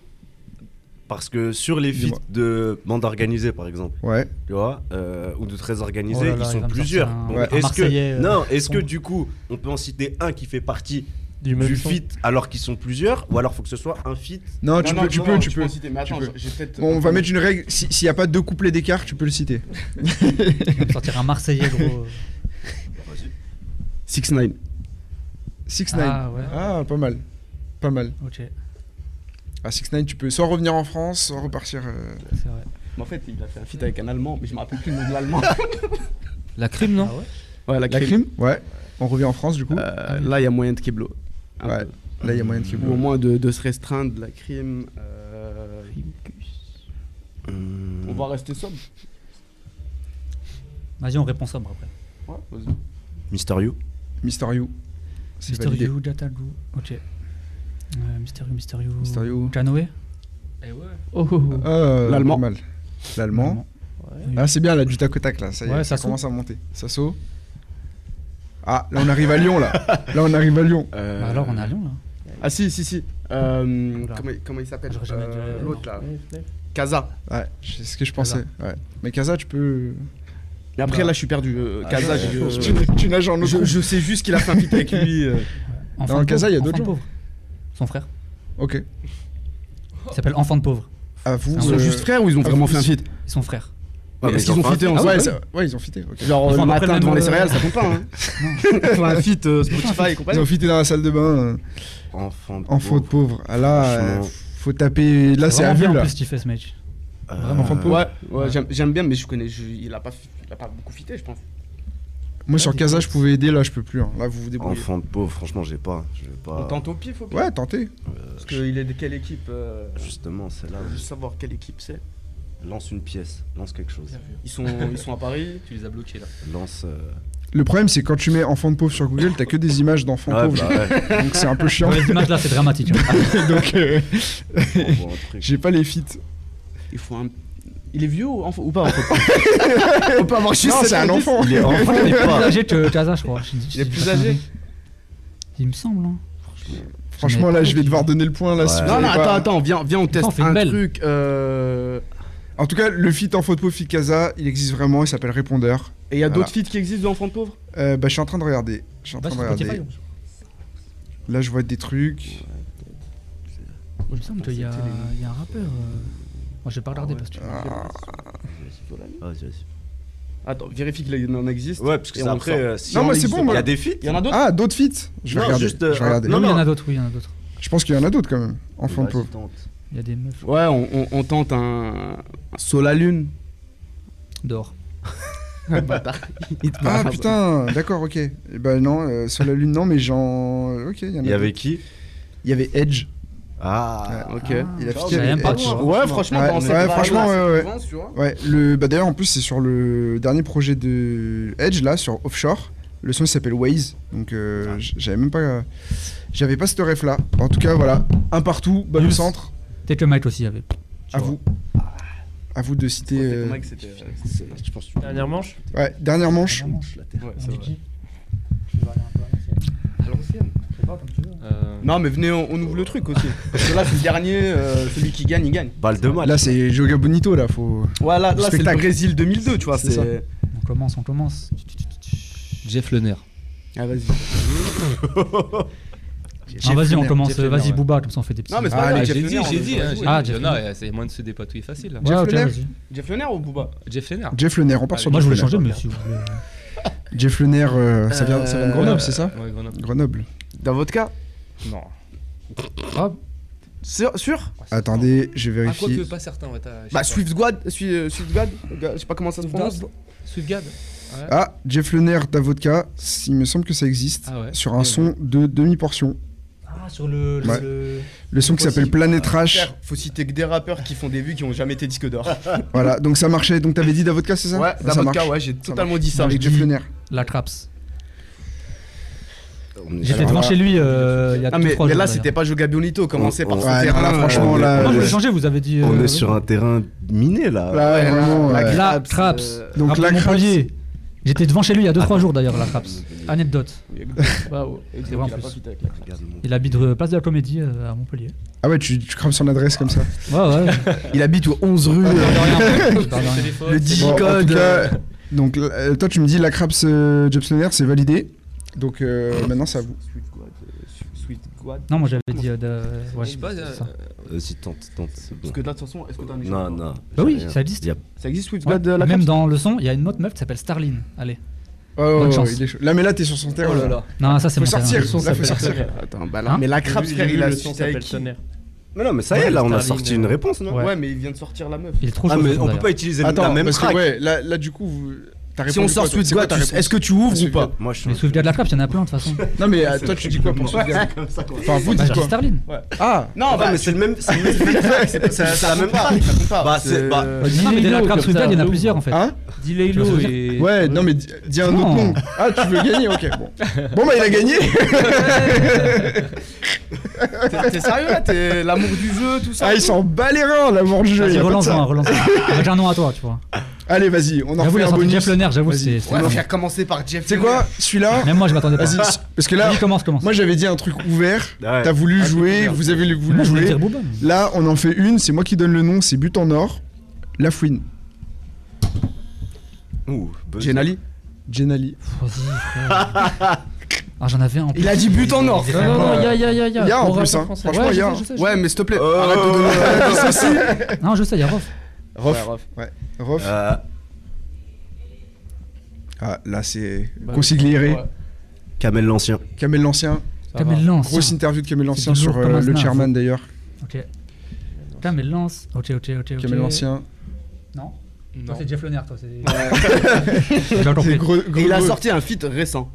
Speaker 4: Parce que sur les feats
Speaker 1: Dis-moi.
Speaker 4: de bande organisée, par exemple,
Speaker 1: Ouais.
Speaker 4: tu vois, euh, ou de très organisés,
Speaker 3: Oh là là,
Speaker 4: ils
Speaker 3: il va
Speaker 4: sont
Speaker 3: me
Speaker 4: plusieurs.
Speaker 3: sortir un-
Speaker 4: Donc,
Speaker 1: Ouais.
Speaker 3: un
Speaker 4: est-ce
Speaker 3: Marseillais,
Speaker 4: que,
Speaker 3: euh,
Speaker 4: non, est-ce que
Speaker 3: sombre.
Speaker 4: du coup, on peut en citer un qui fait partie
Speaker 6: Du
Speaker 4: du
Speaker 6: même son.
Speaker 4: feat alors qu'ils sont plusieurs, ou alors faut que ce soit un feat
Speaker 1: Non, tu
Speaker 8: Non,
Speaker 1: peux, tu peux,
Speaker 8: non, non, non,
Speaker 1: tu peux.
Speaker 8: en citer, mais
Speaker 1: tu
Speaker 8: attends,
Speaker 1: peux.
Speaker 8: j'ai peut-être.
Speaker 1: Bon, on va mettre une règle. si- S'il n'y a pas deux couplets d'écart, tu peux le citer.
Speaker 3: Il va me sortir un Marseillais, gros.
Speaker 8: 6 9
Speaker 1: Six Nine.
Speaker 3: ah ouais,
Speaker 1: Ah, pas mal. Pas mal.
Speaker 3: ok,
Speaker 1: À 6 9 tu peux soit revenir en France, soit repartir. euh,
Speaker 3: c'est vrai.
Speaker 8: Mais en fait, il a fait un feat avec un Allemand, mais je me rappelle plus le nom de l'Allemand.
Speaker 5: La crime, non
Speaker 3: Ah ouais
Speaker 8: ouais,
Speaker 1: La crime Ouais. On revient en France, du coup.
Speaker 8: Euh, là, il y a moyen de Keblo. Un
Speaker 1: Ouais.
Speaker 8: peu.
Speaker 1: Là, il y a moyen de
Speaker 8: Ou au moins de, de se restreindre, la crime. euh,
Speaker 4: hum,
Speaker 8: On va rester sobre.
Speaker 3: Vas-y, on répond sobre après.
Speaker 8: Ouais, vas-y.
Speaker 4: Mister You
Speaker 1: Mister You. C'est
Speaker 3: Mister
Speaker 1: validé.
Speaker 3: You, Jatagu. Ok. Euh, Mister You, Mister You.
Speaker 1: Mister You.
Speaker 3: Canoë
Speaker 5: Eh ouais.
Speaker 6: Oh, oh, oh.
Speaker 1: Euh,
Speaker 8: L'allemand.
Speaker 1: pas mal. L'allemand.
Speaker 6: Ouais.
Speaker 1: Ah, c'est bien, là, du tac au tac, là. Ça, y est,
Speaker 3: Ouais,
Speaker 1: ça
Speaker 3: Sasso.
Speaker 1: commence à monter. Sasso. Ah, là, on arrive à Lyon, là. Là, on arrive à Lyon.
Speaker 8: Euh,
Speaker 3: Bah alors, on est à Lyon là.
Speaker 8: Ah, si, si, si. Euh,
Speaker 3: Oula.
Speaker 8: comment, il- comment il s'appelle
Speaker 3: J'aurais jamais
Speaker 8: Euh,
Speaker 3: dû-
Speaker 8: L'autre là.
Speaker 6: Ouais, ouais.
Speaker 8: Kaza.
Speaker 1: Ouais, c'est ce que je pensais. Ouais. Mais Kaza, tu peux.
Speaker 8: Mais après, là, je suis perdu.
Speaker 3: Ah,
Speaker 8: euh, Kaza,
Speaker 4: je-
Speaker 1: tu,
Speaker 8: j'ai- euh,
Speaker 1: tu nages en
Speaker 8: je,
Speaker 1: autre.
Speaker 8: je sais juste qu'il a fait un feat avec lui. euh.
Speaker 3: Enfant
Speaker 1: Dans
Speaker 3: de
Speaker 1: Casa,
Speaker 3: pauvre,
Speaker 1: il y a d'autres
Speaker 3: enfant de pauvre. Son frère.
Speaker 1: Ok.
Speaker 3: Il s'appelle Enfant de pauvre.
Speaker 1: À vous.
Speaker 3: Ils
Speaker 8: Ils sont
Speaker 1: euh,
Speaker 8: juste frères ou ils ont
Speaker 1: ah,
Speaker 8: vraiment
Speaker 1: vous-
Speaker 8: fait un feat
Speaker 3: Et son frère.
Speaker 4: Ouais, mais
Speaker 8: Est-ce qu'ils ont
Speaker 4: enfin,
Speaker 8: featé
Speaker 1: Ah
Speaker 8: ensemble
Speaker 1: ouais, ça- ouais, ils ont fité. ok.
Speaker 8: Genre
Speaker 3: Ils
Speaker 8: le
Speaker 3: font après
Speaker 8: matin
Speaker 3: le
Speaker 8: devant
Speaker 3: même,
Speaker 8: les
Speaker 3: euh,
Speaker 8: céréales, ça compte pas. Hein. Ils font un feat euh, Spotify et
Speaker 1: Ils
Speaker 8: compagnie.
Speaker 1: ont fité dans la salle de bain. euh,
Speaker 4: Enfant de
Speaker 1: Enfant de
Speaker 4: pauvre.
Speaker 1: pauvre. Ah, là, euh,
Speaker 4: Franchement.
Speaker 1: faut taper. Là, Ah, c'est à
Speaker 3: vraiment
Speaker 1: vue,
Speaker 3: bien en
Speaker 1: là.
Speaker 3: plus qu'il fait ce match.
Speaker 4: Euh,
Speaker 3: Vraiment, enfant de
Speaker 8: Ouais, ouais, j'aime- j'aime bien, mais je connais. je- il, a pas, fi- il a pas beaucoup fité, je pense.
Speaker 1: Moi, sur Kaza, je pouvais aider. Là, je peux plus. hein. Là, vous vous débrouillez.
Speaker 4: Enfant de pauvre, franchement, j'ai pas. Je vais
Speaker 8: On
Speaker 4: pas.
Speaker 8: tente au pif, au pif.
Speaker 1: Ouais, tentez.
Speaker 8: Parce qu'il est de quelle équipe euh,
Speaker 4: Justement, celle-là.
Speaker 8: Je veux juste savoir quelle équipe c'est.
Speaker 4: Lance une pièce, lance quelque chose.
Speaker 8: Ils sont, ils sont à Paris.
Speaker 5: Tu les as bloqués là.
Speaker 4: Lance. euh,
Speaker 1: Le problème, c'est quand tu mets enfant de pauvre sur Google, t'as que des images d'enfants
Speaker 4: ouais,
Speaker 1: pauvres.
Speaker 4: bah ouais,
Speaker 1: Donc, c'est un peu chiant.
Speaker 3: Dans les images là, c'est dramatique. hein.
Speaker 1: Donc, euh,
Speaker 4: on voit un truc.
Speaker 1: j'ai pas les fits.
Speaker 8: Il faut un. Il est vieux ou, enfant- ou pas en fait On peut
Speaker 1: Non,
Speaker 8: avoir
Speaker 1: c'est un enfant.
Speaker 4: Il est enfant,
Speaker 3: Il
Speaker 4: il
Speaker 3: est
Speaker 4: est
Speaker 3: plus
Speaker 4: pas.
Speaker 3: âgé que Casa, je crois. Je- je-
Speaker 8: Il est
Speaker 3: je-
Speaker 8: plus
Speaker 3: je-
Speaker 8: âgé.
Speaker 3: Il me semble. Hein.
Speaker 1: Franchement, là, je vais devoir donner le point. Là, si
Speaker 4: Ouais.
Speaker 1: vous
Speaker 8: Non,
Speaker 1: avez
Speaker 8: non,
Speaker 1: pas-
Speaker 8: attends, attends, viens, viens on teste
Speaker 3: on fait une
Speaker 8: un
Speaker 3: belle.
Speaker 8: truc. euh,
Speaker 1: En tout cas, le fit en photo fit Casa, il existe vraiment, il s'appelle Répondeur.
Speaker 8: Et il y a
Speaker 1: Voilà.
Speaker 8: d'autres feats qui existent d'enfants de pauvres
Speaker 1: Euh, bah, je suis en train de regarder. Je suis en
Speaker 3: Bah,
Speaker 1: train de
Speaker 3: sur
Speaker 1: regarder.
Speaker 3: Spotify. hein.
Speaker 1: Là, je vois des trucs.
Speaker 3: Il me semble qu'il y, a- il y a un rappeur. euh. Moi, j'ai pas regardé parce que.
Speaker 1: Ah.
Speaker 4: Ah, Vas-y, vas-y.
Speaker 8: Attends, vérifie qu'il en existe.
Speaker 4: Ouais, parce que
Speaker 8: Et
Speaker 4: c'est
Speaker 8: on
Speaker 4: après.
Speaker 8: sort.
Speaker 4: euh, si
Speaker 1: Non,
Speaker 4: on
Speaker 1: mais c'est
Speaker 4: existe
Speaker 1: bon,
Speaker 4: pas.
Speaker 1: moi.
Speaker 4: Il y a des feats.
Speaker 8: Il y en a d'autres
Speaker 1: Ah, d'autres feats Je vais
Speaker 4: Non,
Speaker 1: regarder.
Speaker 4: juste, euh,
Speaker 1: je vais regarder.
Speaker 3: Non,
Speaker 4: Non,
Speaker 3: mais il y en
Speaker 4: non.
Speaker 3: a d'autres, oui, il y en a d'autres.
Speaker 1: Je pense qu'il y en a d'autres quand même. Enfant
Speaker 4: Vas-y,
Speaker 1: pauvre.
Speaker 4: tente.
Speaker 3: Il y a des meufs
Speaker 8: Ouais, on, on, on tente un. un Sol à lune.
Speaker 3: dehors.
Speaker 8: Bâtard. Il te
Speaker 1: Ah
Speaker 8: barre.
Speaker 1: putain, d'accord, ok. Eh ben non, euh, sur la lune, non, mais genre. Ok, il y en a.
Speaker 4: Il y avait
Speaker 1: d'autres.
Speaker 4: qui
Speaker 1: Il y avait Edge.
Speaker 4: Ah.
Speaker 8: Ok.
Speaker 1: Il a
Speaker 3: Ah,
Speaker 1: fité
Speaker 3: j'avais
Speaker 1: avec
Speaker 3: même pas,
Speaker 1: Edge.
Speaker 3: tu vois.
Speaker 8: Ouais, franchement,
Speaker 1: Ouais,
Speaker 8: dans
Speaker 1: ouais,
Speaker 8: cette vague-là,
Speaker 1: franchement,
Speaker 8: c'est
Speaker 1: ouais, ouais.
Speaker 8: souvent, tu vois.
Speaker 1: Ouais, le, bah d'ailleurs en plus c'est sur le dernier projet de Edge là, sur Offshore. Le son il s'appelle Waze, donc
Speaker 4: Ah.
Speaker 1: euh, j- j'avais même pas, j'avais pas ce ref là. En tout cas voilà, un partout, bas au
Speaker 3: Yes.
Speaker 1: centre.
Speaker 3: Peut-être que Mike aussi il y avait.
Speaker 1: À vous, à vous de citer.
Speaker 8: C'était
Speaker 1: euh,
Speaker 8: ton mec, c'était- c'est- Je pense que tu-
Speaker 6: Dernière manche
Speaker 1: Ouais, dernière manche.
Speaker 8: Ouais, c'est vrai.
Speaker 5: Euh,
Speaker 8: Non, mais venez, on, on ouvre le truc aussi. Parce que là, c'est le dernier. euh, celui qui gagne, il gagne.
Speaker 4: Balle de match.
Speaker 1: Là c'est Joga Bonito là, faut.
Speaker 8: Ouais, là, là c'est le
Speaker 1: Spectacle.
Speaker 8: Brésil 2002, tu vois.
Speaker 1: C'est ça.
Speaker 8: C'est.
Speaker 3: On commence, on commence.
Speaker 5: Jeff Lenner.
Speaker 8: Ah, vas-y.
Speaker 3: Ah, vas-y, on
Speaker 1: Jenner,
Speaker 3: commence.
Speaker 1: Jeff Jenner,
Speaker 3: Vas-y,
Speaker 1: ouais.
Speaker 3: Booba, comme ça on fait des petits.
Speaker 8: Non, mais c'est
Speaker 1: Ah,
Speaker 8: pas grave.
Speaker 1: allez,
Speaker 5: j'ai
Speaker 8: Jeff
Speaker 5: dit,
Speaker 8: Lerner,
Speaker 5: j'ai
Speaker 8: on
Speaker 5: dit.
Speaker 8: va
Speaker 5: hein,
Speaker 8: jouer.
Speaker 5: j'ai
Speaker 3: Ah,
Speaker 5: dit.
Speaker 3: Jeff
Speaker 5: Non,
Speaker 3: Lerner.
Speaker 5: c'est moins de se dépatouiller facile. là.
Speaker 3: Ouais, ok,
Speaker 1: Jenner.
Speaker 3: vas-y.
Speaker 8: Jeff Lerner ou Booba
Speaker 5: Jeff Lenner.
Speaker 1: Jeff Le Nair, on part sur
Speaker 3: Moi, je
Speaker 1: Jeff
Speaker 3: voulais
Speaker 1: Le Nair.
Speaker 3: changer, mais si vous voulez.
Speaker 1: Jeff Le Nair, euh, ça, vient, ça vient de Grenoble,
Speaker 5: Euh,
Speaker 1: c'est ça
Speaker 5: Ouais, Grenoble.
Speaker 1: Grenoble.
Speaker 11: Dans votre cas
Speaker 5: Non.
Speaker 11: Sûr, sûr
Speaker 1: Attendez, je
Speaker 5: Ah, quoi que
Speaker 1: vérifie.
Speaker 5: pas certain, ouais. t'as- je sais
Speaker 11: Bah
Speaker 5: pas.
Speaker 11: Swift God, Swift God, je sais pas comment ça se prononce.
Speaker 5: Swiftgad.
Speaker 1: Ah, Jeff Le Nair d'Avodka, il me semble que ça existe,
Speaker 5: Ah ouais.
Speaker 1: sur un son de demi-portion.
Speaker 3: Ah, sur le.
Speaker 1: Ouais. Le son qui s'appelle Planète Rash.
Speaker 8: Frère, Faut citer que des rappeurs qui font des vues qui ont jamais été disque d'or.
Speaker 1: Voilà, donc ça marchait. Donc t'avais dit d'Avodka, c'est ça Ah,
Speaker 8: Ouais,
Speaker 1: Ça
Speaker 8: dans votre
Speaker 1: marche.
Speaker 8: cas, ouais, j'ai totalement dit ça.
Speaker 1: Avec Jeff Le Nair.
Speaker 3: La Traps.
Speaker 4: On est
Speaker 3: J'étais
Speaker 4: sur-
Speaker 3: devant chez lui euh, il y a
Speaker 8: Ah,
Speaker 3: deux,
Speaker 8: mais,
Speaker 3: trois
Speaker 8: mais
Speaker 3: jours,
Speaker 8: là,
Speaker 3: d'ailleurs.
Speaker 8: c'était pas Joga Bonito, commencez par
Speaker 4: Ouais,
Speaker 8: ce
Speaker 1: non,
Speaker 8: terrain.
Speaker 1: là,
Speaker 8: euh,
Speaker 1: franchement, là,
Speaker 3: Moi, je voulais
Speaker 1: euh,
Speaker 3: changer, vous avez dit.
Speaker 4: On
Speaker 3: euh,
Speaker 4: est sur un terrain miné là.
Speaker 1: Là,
Speaker 11: Ouais,
Speaker 1: vraiment, euh,
Speaker 11: la-
Speaker 1: ouais.
Speaker 3: La
Speaker 11: Traps,
Speaker 3: Traps. euh,
Speaker 1: donc
Speaker 3: Donc
Speaker 1: la
Speaker 3: la
Speaker 1: Traps.
Speaker 3: Montpellier. J'étais devant chez lui il y a 2-3 jours d'ailleurs, la Traps. Anecdote.
Speaker 6: Waouh.
Speaker 3: C'est vrai, en plus.
Speaker 4: Regarde mon-
Speaker 3: Il habite euh, place de la Comédie euh, à Montpellier.
Speaker 1: Ah ouais, tu, tu crames son adresse comme ça.
Speaker 3: Ouais, ouais.
Speaker 11: Il habite au 11 rue.
Speaker 3: Je parle rien.
Speaker 5: Téléphone,
Speaker 11: Le
Speaker 5: c'est-
Speaker 1: Bon, en tout
Speaker 11: G-code.
Speaker 1: cas, donc euh, toi, tu me dis la Craps euh, Jeff Le Nair, c'est validé. Donc euh, maintenant, ça vous.
Speaker 8: Sweet God, euh, su- Sweet God.
Speaker 3: Non, moi j'avais dit. euh, de- ouais,
Speaker 5: Je sais pas.
Speaker 3: c'est
Speaker 5: euh,
Speaker 3: ça.
Speaker 4: Vas-y, tente, tente, c'est bon.
Speaker 8: Parce que là, de toute façon, est-ce que t'as un
Speaker 4: Non,
Speaker 8: exemple
Speaker 4: non.
Speaker 3: Bah oui,
Speaker 4: j'ai
Speaker 3: ça
Speaker 4: rien.
Speaker 3: existe.
Speaker 4: Y a-
Speaker 8: Ça existe, Sweet
Speaker 3: Ouais.
Speaker 8: God, euh, la
Speaker 3: Même
Speaker 8: Craps
Speaker 3: dans le son, il y a une autre meuf qui s'appelle Starlin. Allez.
Speaker 1: Oh, oh,
Speaker 3: Bonne
Speaker 1: oh,
Speaker 3: chance.
Speaker 1: il est chaud. Là, mais là, t'es sur son terrain.
Speaker 5: Oh là
Speaker 1: là.
Speaker 5: là.
Speaker 3: Non, ça c'est
Speaker 1: Faut
Speaker 3: mon
Speaker 1: sortir,
Speaker 3: terrain. Le son
Speaker 1: là, faut
Speaker 3: s'appelle-
Speaker 1: sortir.
Speaker 11: Attends, bah là.
Speaker 3: Hein
Speaker 11: Mais la crabe,
Speaker 5: J'ai
Speaker 11: frère,
Speaker 5: vu
Speaker 11: il a
Speaker 5: le son
Speaker 11: cité avec
Speaker 5: s'appelle
Speaker 11: qui
Speaker 5: Tonnerre.
Speaker 4: Mais non, mais ça y est, là, on a
Speaker 1: euh,
Speaker 4: sorti une réponse, non
Speaker 3: Ouais.
Speaker 8: Ouais, mais il vient de sortir la meuf.
Speaker 3: Il est trop chaud.
Speaker 4: Ah,
Speaker 3: ce
Speaker 4: mais
Speaker 3: son,
Speaker 4: on peut
Speaker 3: d'ailleurs.
Speaker 4: pas utiliser la
Speaker 1: Attends,
Speaker 4: même
Speaker 1: parce que,
Speaker 4: track.
Speaker 1: ouais, là, là, du coup, vous- t'as répondu
Speaker 8: Si on
Speaker 1: quoi,
Speaker 8: sort
Speaker 1: toi
Speaker 8: Sweet
Speaker 1: C'est quoi
Speaker 8: God,
Speaker 1: ta
Speaker 8: tu-
Speaker 1: réponse
Speaker 8: est-ce que tu ouvres
Speaker 1: Sweet
Speaker 8: ou pas
Speaker 1: God.
Speaker 4: Moi, je suis
Speaker 3: Mais
Speaker 4: un-
Speaker 3: Swift Guard de la Traps, il y en a plein de toute façon.
Speaker 1: Non, mais euh, toi, tu dis quoi pour Sweet God Enfin, vous
Speaker 3: Bah,
Speaker 1: dites
Speaker 3: je dis
Speaker 1: quoi
Speaker 3: Starlin.
Speaker 1: Ah
Speaker 8: Non,
Speaker 4: Ouais,
Speaker 8: bah,
Speaker 4: mais c'est le même. C'est le même track, c'est pas- c'est la même track.
Speaker 8: ça Euh, compte pas.
Speaker 4: Bah, c'est. bah,
Speaker 3: Bah, dis-
Speaker 6: Dis-le
Speaker 3: mais de la
Speaker 6: comme
Speaker 3: Traps, Swift
Speaker 6: ça,
Speaker 3: Guard, il y en a
Speaker 6: Lou.
Speaker 3: plusieurs en fait.
Speaker 1: Hein
Speaker 6: Dis Laylo et.
Speaker 1: Ouais, non, mais dis dis un autre
Speaker 3: Non.
Speaker 1: nom. Ah, tu veux gagner Ok, bon. Bon, bah, il a gagné
Speaker 8: T'es t'es sérieux là T'es l'amour du jeu, tout ça
Speaker 1: Ah, il s'en bat les reins, l'amour du jeu. y
Speaker 3: Vas-y,
Speaker 1: a pas de
Speaker 3: relance-en,
Speaker 1: ça.
Speaker 3: relance-en. Avec un nom à toi, tu vois.
Speaker 1: Allez, vas-y, on en
Speaker 3: J'avoue,
Speaker 1: refait
Speaker 3: la
Speaker 1: un
Speaker 3: sortie de
Speaker 1: bonus.
Speaker 3: Jeff
Speaker 1: Tu
Speaker 3: Lenner, j'avoue, c'est. c'est-
Speaker 8: Ouais, faire commencer par Jeff.
Speaker 1: sais quoi Celui-là,
Speaker 3: Même moi, je m'attendais pas.
Speaker 1: Ah, vas-y, c- parce que là,
Speaker 3: Vas-y, commence, commence.
Speaker 1: moi, j'avais dit un truc ouvert.
Speaker 4: ouais.
Speaker 1: T'as voulu jouer, vous avez voulu
Speaker 3: Moi, je voulais
Speaker 1: jouer.
Speaker 3: dire Booba.
Speaker 1: Là, on en fait une, c'est moi qui donne le nom, c'est But en Or, La Fouine,
Speaker 4: Ouh, buzz.
Speaker 11: Genali
Speaker 1: Jenali.
Speaker 3: Pff, Vas-y, frère. Ah, j'en avais un.
Speaker 11: Il a dit but en or.
Speaker 6: Non, non, non, y'a, y'a, y'a,
Speaker 1: Il y a en
Speaker 6: Bon
Speaker 1: plus,
Speaker 6: rappeur
Speaker 1: hein.
Speaker 6: français.
Speaker 1: Franchement,
Speaker 6: Ouais,
Speaker 1: il y a Euh,
Speaker 6: je sais, je sais, je
Speaker 11: Ouais,
Speaker 6: sais.
Speaker 11: mais s'il te plaît,
Speaker 4: Oh.
Speaker 11: arrête de donner la réponse
Speaker 8: hein.
Speaker 11: aussi.
Speaker 3: Non, je sais, il y a Rof.
Speaker 1: Rof.
Speaker 8: Rof.
Speaker 1: Ouais, Rof.
Speaker 4: Euh,
Speaker 1: Ah, là, c'est
Speaker 6: Bah,
Speaker 1: Consigliere,
Speaker 6: ouais.
Speaker 4: Kamel l'ancien.
Speaker 1: Camel l'Ancien.
Speaker 3: Kamel Lance.
Speaker 1: Grosse interview de Camel l'Ancien
Speaker 3: C'est toujours
Speaker 1: sur euh,
Speaker 3: comme un
Speaker 1: le
Speaker 3: snap.
Speaker 1: chairman d'ailleurs.
Speaker 3: Ok. Kamel Lance. Ok, ok, ok. ok.
Speaker 1: Camel l'Ancien.
Speaker 3: Non.
Speaker 5: Non.
Speaker 3: Toi, c'est Jeff Lenner, toi. C'est. J'ai pas
Speaker 1: C'est
Speaker 3: compris.
Speaker 1: gros- gros-
Speaker 8: Et il a
Speaker 1: gros-
Speaker 8: sorti un feat récent.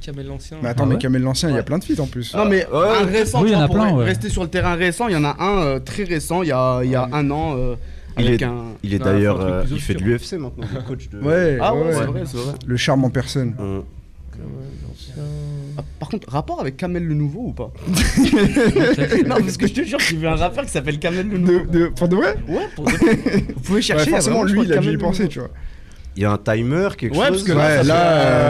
Speaker 5: Kamel l'ancien.
Speaker 1: Mais Bah, attends,
Speaker 3: Ah
Speaker 1: mais
Speaker 3: ouais
Speaker 1: Camel l'Ancien, il y a plein de feats en plus.
Speaker 8: Non mais un récent,
Speaker 3: Oui,
Speaker 8: tu
Speaker 3: il y en
Speaker 8: vois,
Speaker 3: a
Speaker 8: pour
Speaker 3: plein, ouais.
Speaker 8: rester sur le terrain récent, il y en a un euh, très récent, il y a, il y a un an, euh,
Speaker 4: Il
Speaker 8: avec
Speaker 4: est-
Speaker 8: un...
Speaker 4: Il est
Speaker 5: Non,
Speaker 4: d'ailleurs.
Speaker 5: faut un truc
Speaker 4: euh,
Speaker 5: plus
Speaker 4: Il fait de
Speaker 5: obscur.
Speaker 4: l'UFC maintenant, il est coach de. Hum.
Speaker 1: Ouais,
Speaker 8: Ah ouais,
Speaker 1: ouais,
Speaker 8: c'est
Speaker 1: ouais.
Speaker 8: vrai, c'est vrai.
Speaker 1: Le charme en personne.
Speaker 4: On-
Speaker 8: Ah, par contre, rapport avec Kamel le Nouveau ou pas Non, parce que je te jure, j'ai vu un rappeur qui s'appelle Kamel le
Speaker 1: De,
Speaker 8: Nouveau.
Speaker 1: de- pour de vrai
Speaker 8: Ouais, pour de- Vous pouvez
Speaker 1: Ouais,
Speaker 8: chercher. il y a
Speaker 1: Forcément,
Speaker 8: vraiment, je
Speaker 1: lui,
Speaker 8: crois,
Speaker 1: il a dû
Speaker 8: Kamel
Speaker 1: y
Speaker 8: le
Speaker 1: penser,
Speaker 8: Nouveau.
Speaker 1: tu vois.
Speaker 4: Il y a un timer, quelque
Speaker 8: Ouais, parce
Speaker 4: chose.
Speaker 8: que
Speaker 1: Ouais,
Speaker 8: là, ça
Speaker 1: là,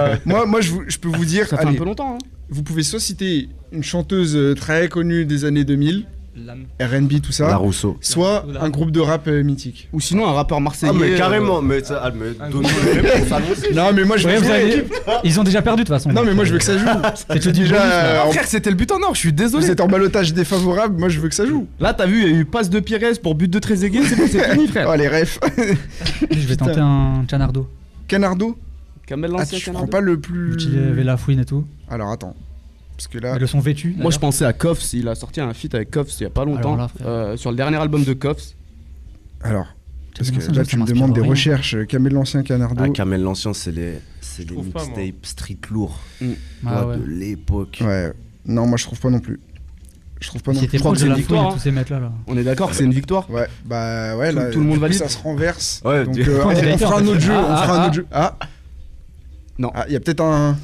Speaker 1: euh, moi, moi je, vous- je peux vous dire,
Speaker 8: Ça fait
Speaker 1: allez,
Speaker 8: un peu longtemps. Hein.
Speaker 1: vous pouvez soit citer une chanteuse euh, très connue des années 2000,
Speaker 5: L'âme.
Speaker 1: RB, tout
Speaker 4: La
Speaker 1: ça,
Speaker 4: Rousseau.
Speaker 1: soit
Speaker 5: Oula.
Speaker 1: un groupe de rap euh, mythique.
Speaker 8: Ou sinon un rappeur marseillais. euh,
Speaker 4: Ah, mais ça. ah, mais
Speaker 5: un
Speaker 4: donne-nous
Speaker 5: gros-
Speaker 4: les réponses, allons-y.
Speaker 1: Non, mais moi, je veux
Speaker 3: Ouais,
Speaker 1: que
Speaker 3: vous
Speaker 1: ça
Speaker 3: avez- Ils ont déjà perdu de toute façon.
Speaker 1: Non, mais moi, je veux que ça joue.
Speaker 3: C'est le
Speaker 1: Déjà, euh, en-
Speaker 11: Frère, c'était le but en or, je suis désolé.
Speaker 1: vous êtes en balotage défavorable, moi, je veux que ça joue.
Speaker 8: Là, t'as vu, il y a eu passe de Pires pour but de Trezeguet, c'est bon, c'est fini, frère.
Speaker 1: Oh, les refs.
Speaker 3: Je vais tenter
Speaker 1: Putain.
Speaker 3: un Chanardo.
Speaker 1: Canardo
Speaker 8: Kamel
Speaker 1: Ah,
Speaker 8: l'ancien
Speaker 1: tu
Speaker 8: Canardo.
Speaker 1: prends pas le plus.
Speaker 3: J'avais la fouine et tout.
Speaker 1: Alors, attends. Parce que
Speaker 3: euh, Mais
Speaker 1: là.
Speaker 3: le son vêtu.
Speaker 8: Moi, je
Speaker 3: d'ailleurs.
Speaker 8: pensais à Koffs, il a sorti un feat avec Koffs il y a pas longtemps,
Speaker 3: Alors là, frère.
Speaker 8: euh, sur le dernier album de Koffs.
Speaker 1: Alors, parce
Speaker 3: Kamel
Speaker 1: que
Speaker 3: l'ancien,
Speaker 1: là,
Speaker 3: ça
Speaker 1: tu me
Speaker 3: m'inspire
Speaker 1: demandes des
Speaker 3: rien.
Speaker 1: recherches. euh, Camel l'ancien, Canardo.
Speaker 4: Ah, Kamel l'ancien, c'est les. C'est des
Speaker 5: trouve pas, moi.
Speaker 4: mixtapes street lourds.
Speaker 3: Ah
Speaker 4: Toi,
Speaker 3: ouais.
Speaker 4: De l'époque.
Speaker 1: Ouais. Non, moi, je trouve pas non plus. Je trouve pas non plus.
Speaker 3: C'était
Speaker 8: crois
Speaker 3: proche
Speaker 8: que
Speaker 3: de
Speaker 8: c'est
Speaker 3: la
Speaker 8: une
Speaker 3: fouine
Speaker 8: victoire,
Speaker 3: et tous
Speaker 8: hein.
Speaker 3: ces mecs-là. là.
Speaker 8: On est d'accord que c'est une victoire
Speaker 1: Ouais, bah ouais,
Speaker 8: Tout-
Speaker 1: là,
Speaker 8: tout le monde
Speaker 1: du coup,
Speaker 8: valide.
Speaker 1: Ça se renverse.
Speaker 4: Ouais,
Speaker 1: donc
Speaker 4: du-
Speaker 1: euh,
Speaker 3: Pourquoi
Speaker 1: on,
Speaker 3: on est
Speaker 1: on fera
Speaker 3: d'accord,
Speaker 1: un autre jeu.
Speaker 3: en fait
Speaker 1: on
Speaker 3: Ah,
Speaker 1: fera un
Speaker 3: ah,
Speaker 1: autre jeu. Ah,
Speaker 8: Non.
Speaker 1: Ah, il y a peut-être un.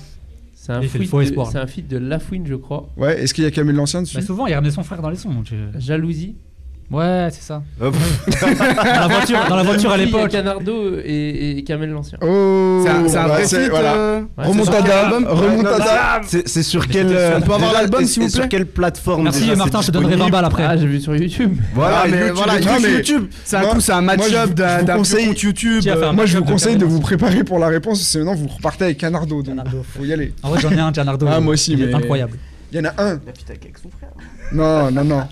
Speaker 6: C'est un
Speaker 3: Il fait le
Speaker 6: feat
Speaker 3: faux
Speaker 6: de-
Speaker 3: espoir,
Speaker 6: C'est un feat de Lafouine, je crois.
Speaker 1: Ouais, est-ce qu'il y a Camille l'ancien
Speaker 3: Bah,
Speaker 1: dessus
Speaker 3: souvent, il ramenait son frère dans les sons. donc, euh,
Speaker 6: Jalousie.
Speaker 3: Ouais, c'est ça.
Speaker 4: Hop.
Speaker 3: Dans la voiture, dans la voiture à
Speaker 6: Jalousie, il y a
Speaker 3: l'époque.
Speaker 6: Canardo et, et Kamel l'ancien.
Speaker 1: Oh,
Speaker 8: C'est un, c'est un
Speaker 1: bah,
Speaker 8: vrai
Speaker 1: c'est-
Speaker 8: feat,
Speaker 1: voilà.
Speaker 8: euh,
Speaker 6: Ouais,
Speaker 1: Remontada,
Speaker 8: c'est sur quel album
Speaker 1: remontada.
Speaker 4: C'est c'est sur quelle.
Speaker 8: on peut avoir
Speaker 4: déjà,
Speaker 8: l'album,
Speaker 4: et-
Speaker 8: s'il vous
Speaker 4: et
Speaker 8: plaît
Speaker 4: Sur quelle plateforme
Speaker 3: Merci
Speaker 4: déjà,
Speaker 3: Martin, je
Speaker 4: c'est
Speaker 3: te donnerai
Speaker 4: disponible
Speaker 3: 20 balles
Speaker 6: Ah,
Speaker 3: après.
Speaker 6: j'ai vu sur YouTube.
Speaker 4: Voilà,
Speaker 1: Ah,
Speaker 4: mais
Speaker 1: YouTube,
Speaker 4: voilà,
Speaker 1: des
Speaker 4: il
Speaker 1: trucs
Speaker 4: touche
Speaker 1: mais-
Speaker 4: YouTube.
Speaker 8: C'est un
Speaker 1: Moi-
Speaker 8: coup, c'est un
Speaker 1: moi, je vous-
Speaker 8: match-up d'un
Speaker 1: vous
Speaker 8: d'un
Speaker 1: conseille-
Speaker 8: vieux compte YouTube.
Speaker 3: Qui a fait
Speaker 1: Moi, je
Speaker 3: un
Speaker 1: vous
Speaker 3: match-up de
Speaker 1: conseille de
Speaker 3: Canardo.
Speaker 1: vous préparer pour la réponse, sinon vous repartez avec Canardo. Donc, faut y aller.
Speaker 3: En vrai, j'en ai un Chanardo.
Speaker 1: Ah, moi aussi,
Speaker 3: il est
Speaker 1: mais-
Speaker 3: incroyable.
Speaker 1: Il y en a un.
Speaker 2: David Hack avec son frère.
Speaker 1: Non, non, non.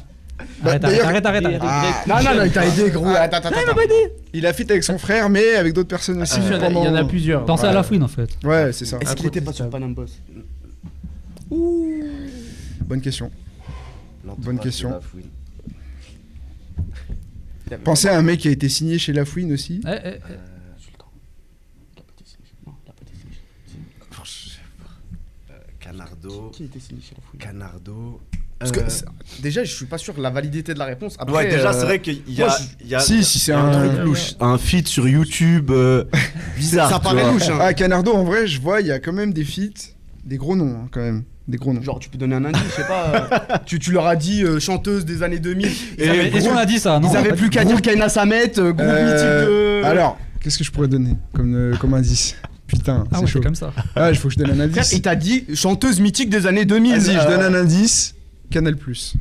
Speaker 1: Bah,
Speaker 3: Arrête,
Speaker 1: d'ailleurs,
Speaker 3: arrête, arrête, arrête, arrête.
Speaker 1: Ah.
Speaker 10: Non, non, non, il t'a aidé, gros.
Speaker 1: Ah, attends, attends, attends. Il a fit avec son frère, mais avec d'autres personnes aussi.
Speaker 6: Ah, Il y en a- il y en a Ah.
Speaker 1: pendant-
Speaker 6: plusieurs.
Speaker 3: Pensez à la fouine en fait.
Speaker 1: Ouais, c'est ça.
Speaker 2: Est-ce qu'il était pas sur
Speaker 8: euh,
Speaker 2: Panam
Speaker 6: Incontestable.
Speaker 2: Boss
Speaker 1: Bonne question.
Speaker 4: L'entourage
Speaker 1: Bonne
Speaker 4: de
Speaker 1: question.
Speaker 4: la fouine.
Speaker 1: Pensez à un mec qui a été signé chez La Fouine
Speaker 5: Ah,
Speaker 1: aussi.
Speaker 3: Eh, eh, eh.
Speaker 2: Sultan. Il a pas été signé. Non, il a pas été signé.
Speaker 4: Euh, Canardo.
Speaker 2: Qui a été signé chez la fouine
Speaker 4: Canardo.
Speaker 8: Parce que
Speaker 4: Euh,
Speaker 8: c'est- déjà, je suis pas sûr de la validité de la réponse. Après,
Speaker 4: ouais, déjà,
Speaker 8: euh,
Speaker 4: c'est vrai qu'il y
Speaker 8: moi,
Speaker 4: a.
Speaker 8: je-
Speaker 4: il y a-
Speaker 1: Si, si, c'est
Speaker 4: il y a un
Speaker 1: un-
Speaker 4: truc louche. Un feat sur YouTube euh, bizarre.
Speaker 8: ça
Speaker 4: tu
Speaker 8: paraît
Speaker 4: vois.
Speaker 8: louche. hein.
Speaker 1: Ah, Canardo, en vrai, je vois, il y a quand même des feats, des gros noms, hein, quand même. Des gros
Speaker 8: euh,
Speaker 1: noms.
Speaker 2: Genre, tu peux donner un indice, je sais pas. euh,
Speaker 8: Tu, tu leur as dit euh, chanteuse des années 2000. Ils avaient,
Speaker 3: Est-ce qu'on a dit ça Non.
Speaker 8: ils
Speaker 3: on a
Speaker 8: avaient
Speaker 3: pas
Speaker 8: plus
Speaker 3: dit.
Speaker 8: qu'à dire Kaina Samet, euh, groupe
Speaker 1: Euh,
Speaker 8: mythique de.
Speaker 1: Alors, qu'est-ce que je pourrais donner comme, euh, comme indice Putain,
Speaker 3: Ah
Speaker 1: c'est
Speaker 3: ouais,
Speaker 1: chaud.
Speaker 3: c'est comme ça.
Speaker 1: Ah, il faut que je donne un
Speaker 8: Frère,
Speaker 1: indice.
Speaker 8: il t'a dit chanteuse mythique des années 2000.
Speaker 1: Vas-y, je
Speaker 8: euh,
Speaker 1: donne un indice. Canal Plus.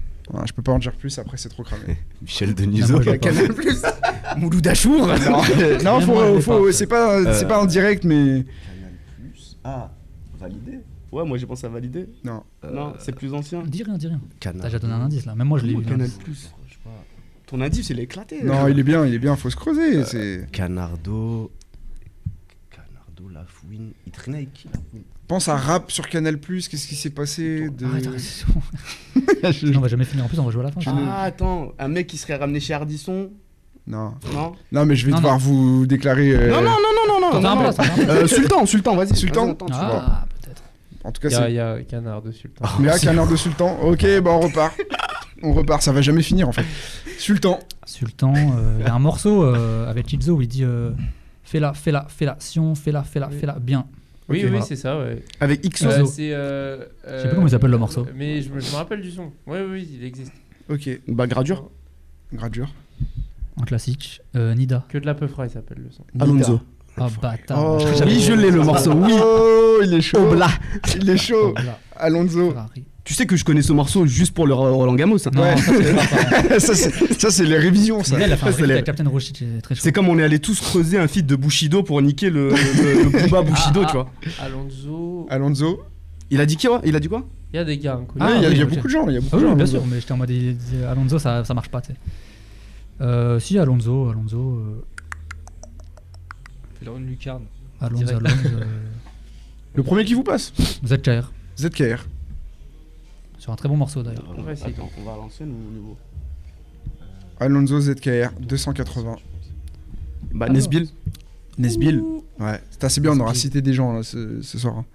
Speaker 1: je peux pas en dire plus, après c'est trop cramé.
Speaker 4: Michel Denisot.
Speaker 3: je-
Speaker 8: Canal Plus. Mouloud Achour.
Speaker 1: non, non,
Speaker 3: Même
Speaker 1: faut-
Speaker 3: moi, je l'ai
Speaker 1: faut-
Speaker 3: pas.
Speaker 1: c'est pas, c'est
Speaker 4: Euh.
Speaker 1: pas en direct, mais
Speaker 4: Canal Plus. Ah, validé.
Speaker 2: Ouais, moi j'ai pensé à valider.
Speaker 1: non.
Speaker 8: Euh,
Speaker 2: Non, c'est plus ancien.
Speaker 3: Dis rien, dis rien. T'as
Speaker 4: Canal.
Speaker 3: déjà donné un indice là. Même moi je l'ai
Speaker 2: Ou
Speaker 3: eu.
Speaker 2: Canal Plus. Ton indice, il est éclaté.
Speaker 1: Non, il est bien, il est bien, faut se creuser.
Speaker 8: Euh,
Speaker 1: c'est-
Speaker 4: Canardo. Canardo, la fouine. Il traînait avec qui la fouine
Speaker 1: Pense à rap sur Canal Plus, qu'est-ce qui s'est passé de...
Speaker 3: Arrête, arrête, c'est bon. Sinon, on va jamais finir. En plus, on va jouer à la fin.
Speaker 2: Ah, attends, un mec qui serait ramené chez Ardisson
Speaker 1: Non.
Speaker 2: Non
Speaker 1: non, mais je vais
Speaker 3: Non,
Speaker 1: devoir vous déclarer. euh,
Speaker 8: Non, non, non, non, non, non.
Speaker 3: T'en fais un
Speaker 8: non.
Speaker 3: plat, t'en fais un plat.
Speaker 8: Euh, Sultan, Sultan, vas-y.
Speaker 1: Sultan
Speaker 4: Attends, tu vois.
Speaker 3: Ah, peut-être.
Speaker 1: En tout cas,
Speaker 6: Il y, a-
Speaker 1: c'est.
Speaker 6: il y a Canard dessus. le temps.
Speaker 1: Mais là, Canard de Sultan. Ok, bah on repart. on repart, ça va jamais finir en fait. Sultan.
Speaker 3: Sultan, euh, il y a un morceau euh, avec Chizzo où il dit euh, fais-la, fais-la, fais-la, Sion, fais-la, fais-la, fais-la, bien.
Speaker 6: Oui,
Speaker 3: Ok, Ah,
Speaker 6: oui,
Speaker 3: voilà.
Speaker 6: c'est ça, ouais.
Speaker 8: Avec Ixo.
Speaker 6: Euh, c'est, euh,
Speaker 3: sais pas comment il s'appelle le morceau.
Speaker 6: Mais je me, je me rappelle du son. Oui, oui, il existe.
Speaker 1: Ok,
Speaker 8: Bah, gradure.
Speaker 1: gradure.
Speaker 3: Un classique. Euh, Nida.
Speaker 6: Que de la peu frais, il s'appelle le son.
Speaker 8: Alonso.
Speaker 3: Ah, bâtard.
Speaker 1: Oh,
Speaker 3: J'avais-
Speaker 8: Oui, je l'ai le morceau. Oui.
Speaker 1: Oh, il est chaud.
Speaker 8: Obla.
Speaker 1: Il est chaud.
Speaker 3: Oh, Voilà,
Speaker 1: Alonso.
Speaker 3: Ferrari.
Speaker 8: Tu sais que je connais ce morceau juste pour le Roland Gamos. hein.
Speaker 3: Non,
Speaker 1: Ouais.
Speaker 3: ça, c'est pas pareil.
Speaker 1: ça, c'est ça, c'est les révisions, ça.
Speaker 3: Nida, il a fait un
Speaker 8: Ça, c'est
Speaker 3: feat
Speaker 8: les-
Speaker 3: avec Captain Roshi, c'est très chaud.
Speaker 8: C'est comme on est allé tous creuser un feat de Bushido pour niquer le, le, le Booba Bushido,
Speaker 6: Ah, ah.
Speaker 8: tu vois.
Speaker 6: Alonso.
Speaker 1: Alonso.
Speaker 8: Il a dit qui, ouais Il a dit quoi
Speaker 6: Il y a des gars inconnus.
Speaker 1: Ouais, il y a,
Speaker 3: oui,
Speaker 1: il y a
Speaker 3: ok.
Speaker 1: beaucoup de gens. Il y a
Speaker 3: Ah
Speaker 1: beaucoup
Speaker 3: oui,
Speaker 1: de gens.
Speaker 3: bien
Speaker 1: Alonso.
Speaker 3: sûr, mais j'étais en mode il- il- Alonso, ça, ça marche pas, tu sais. Euh, si, Alonso, Alonso, euh,
Speaker 6: Il a une lucarne.
Speaker 3: Alonso,
Speaker 6: Direct.
Speaker 3: Alonso, euh,
Speaker 1: Le premier qui vous passe.
Speaker 3: ZKR,
Speaker 1: ZKR.
Speaker 3: sur un très bon morceau d'ailleurs.
Speaker 4: Euh,
Speaker 6: On va essayer.
Speaker 2: Attends, on va à l'ancienne ou au nouveau
Speaker 1: Alonso ZKR 280.
Speaker 8: Bah, Nesbill.
Speaker 1: Nesbill. Ouais, c'est assez bien, on aura
Speaker 3: Nesbill.
Speaker 1: cité des gens là, ce, ce soir. hein.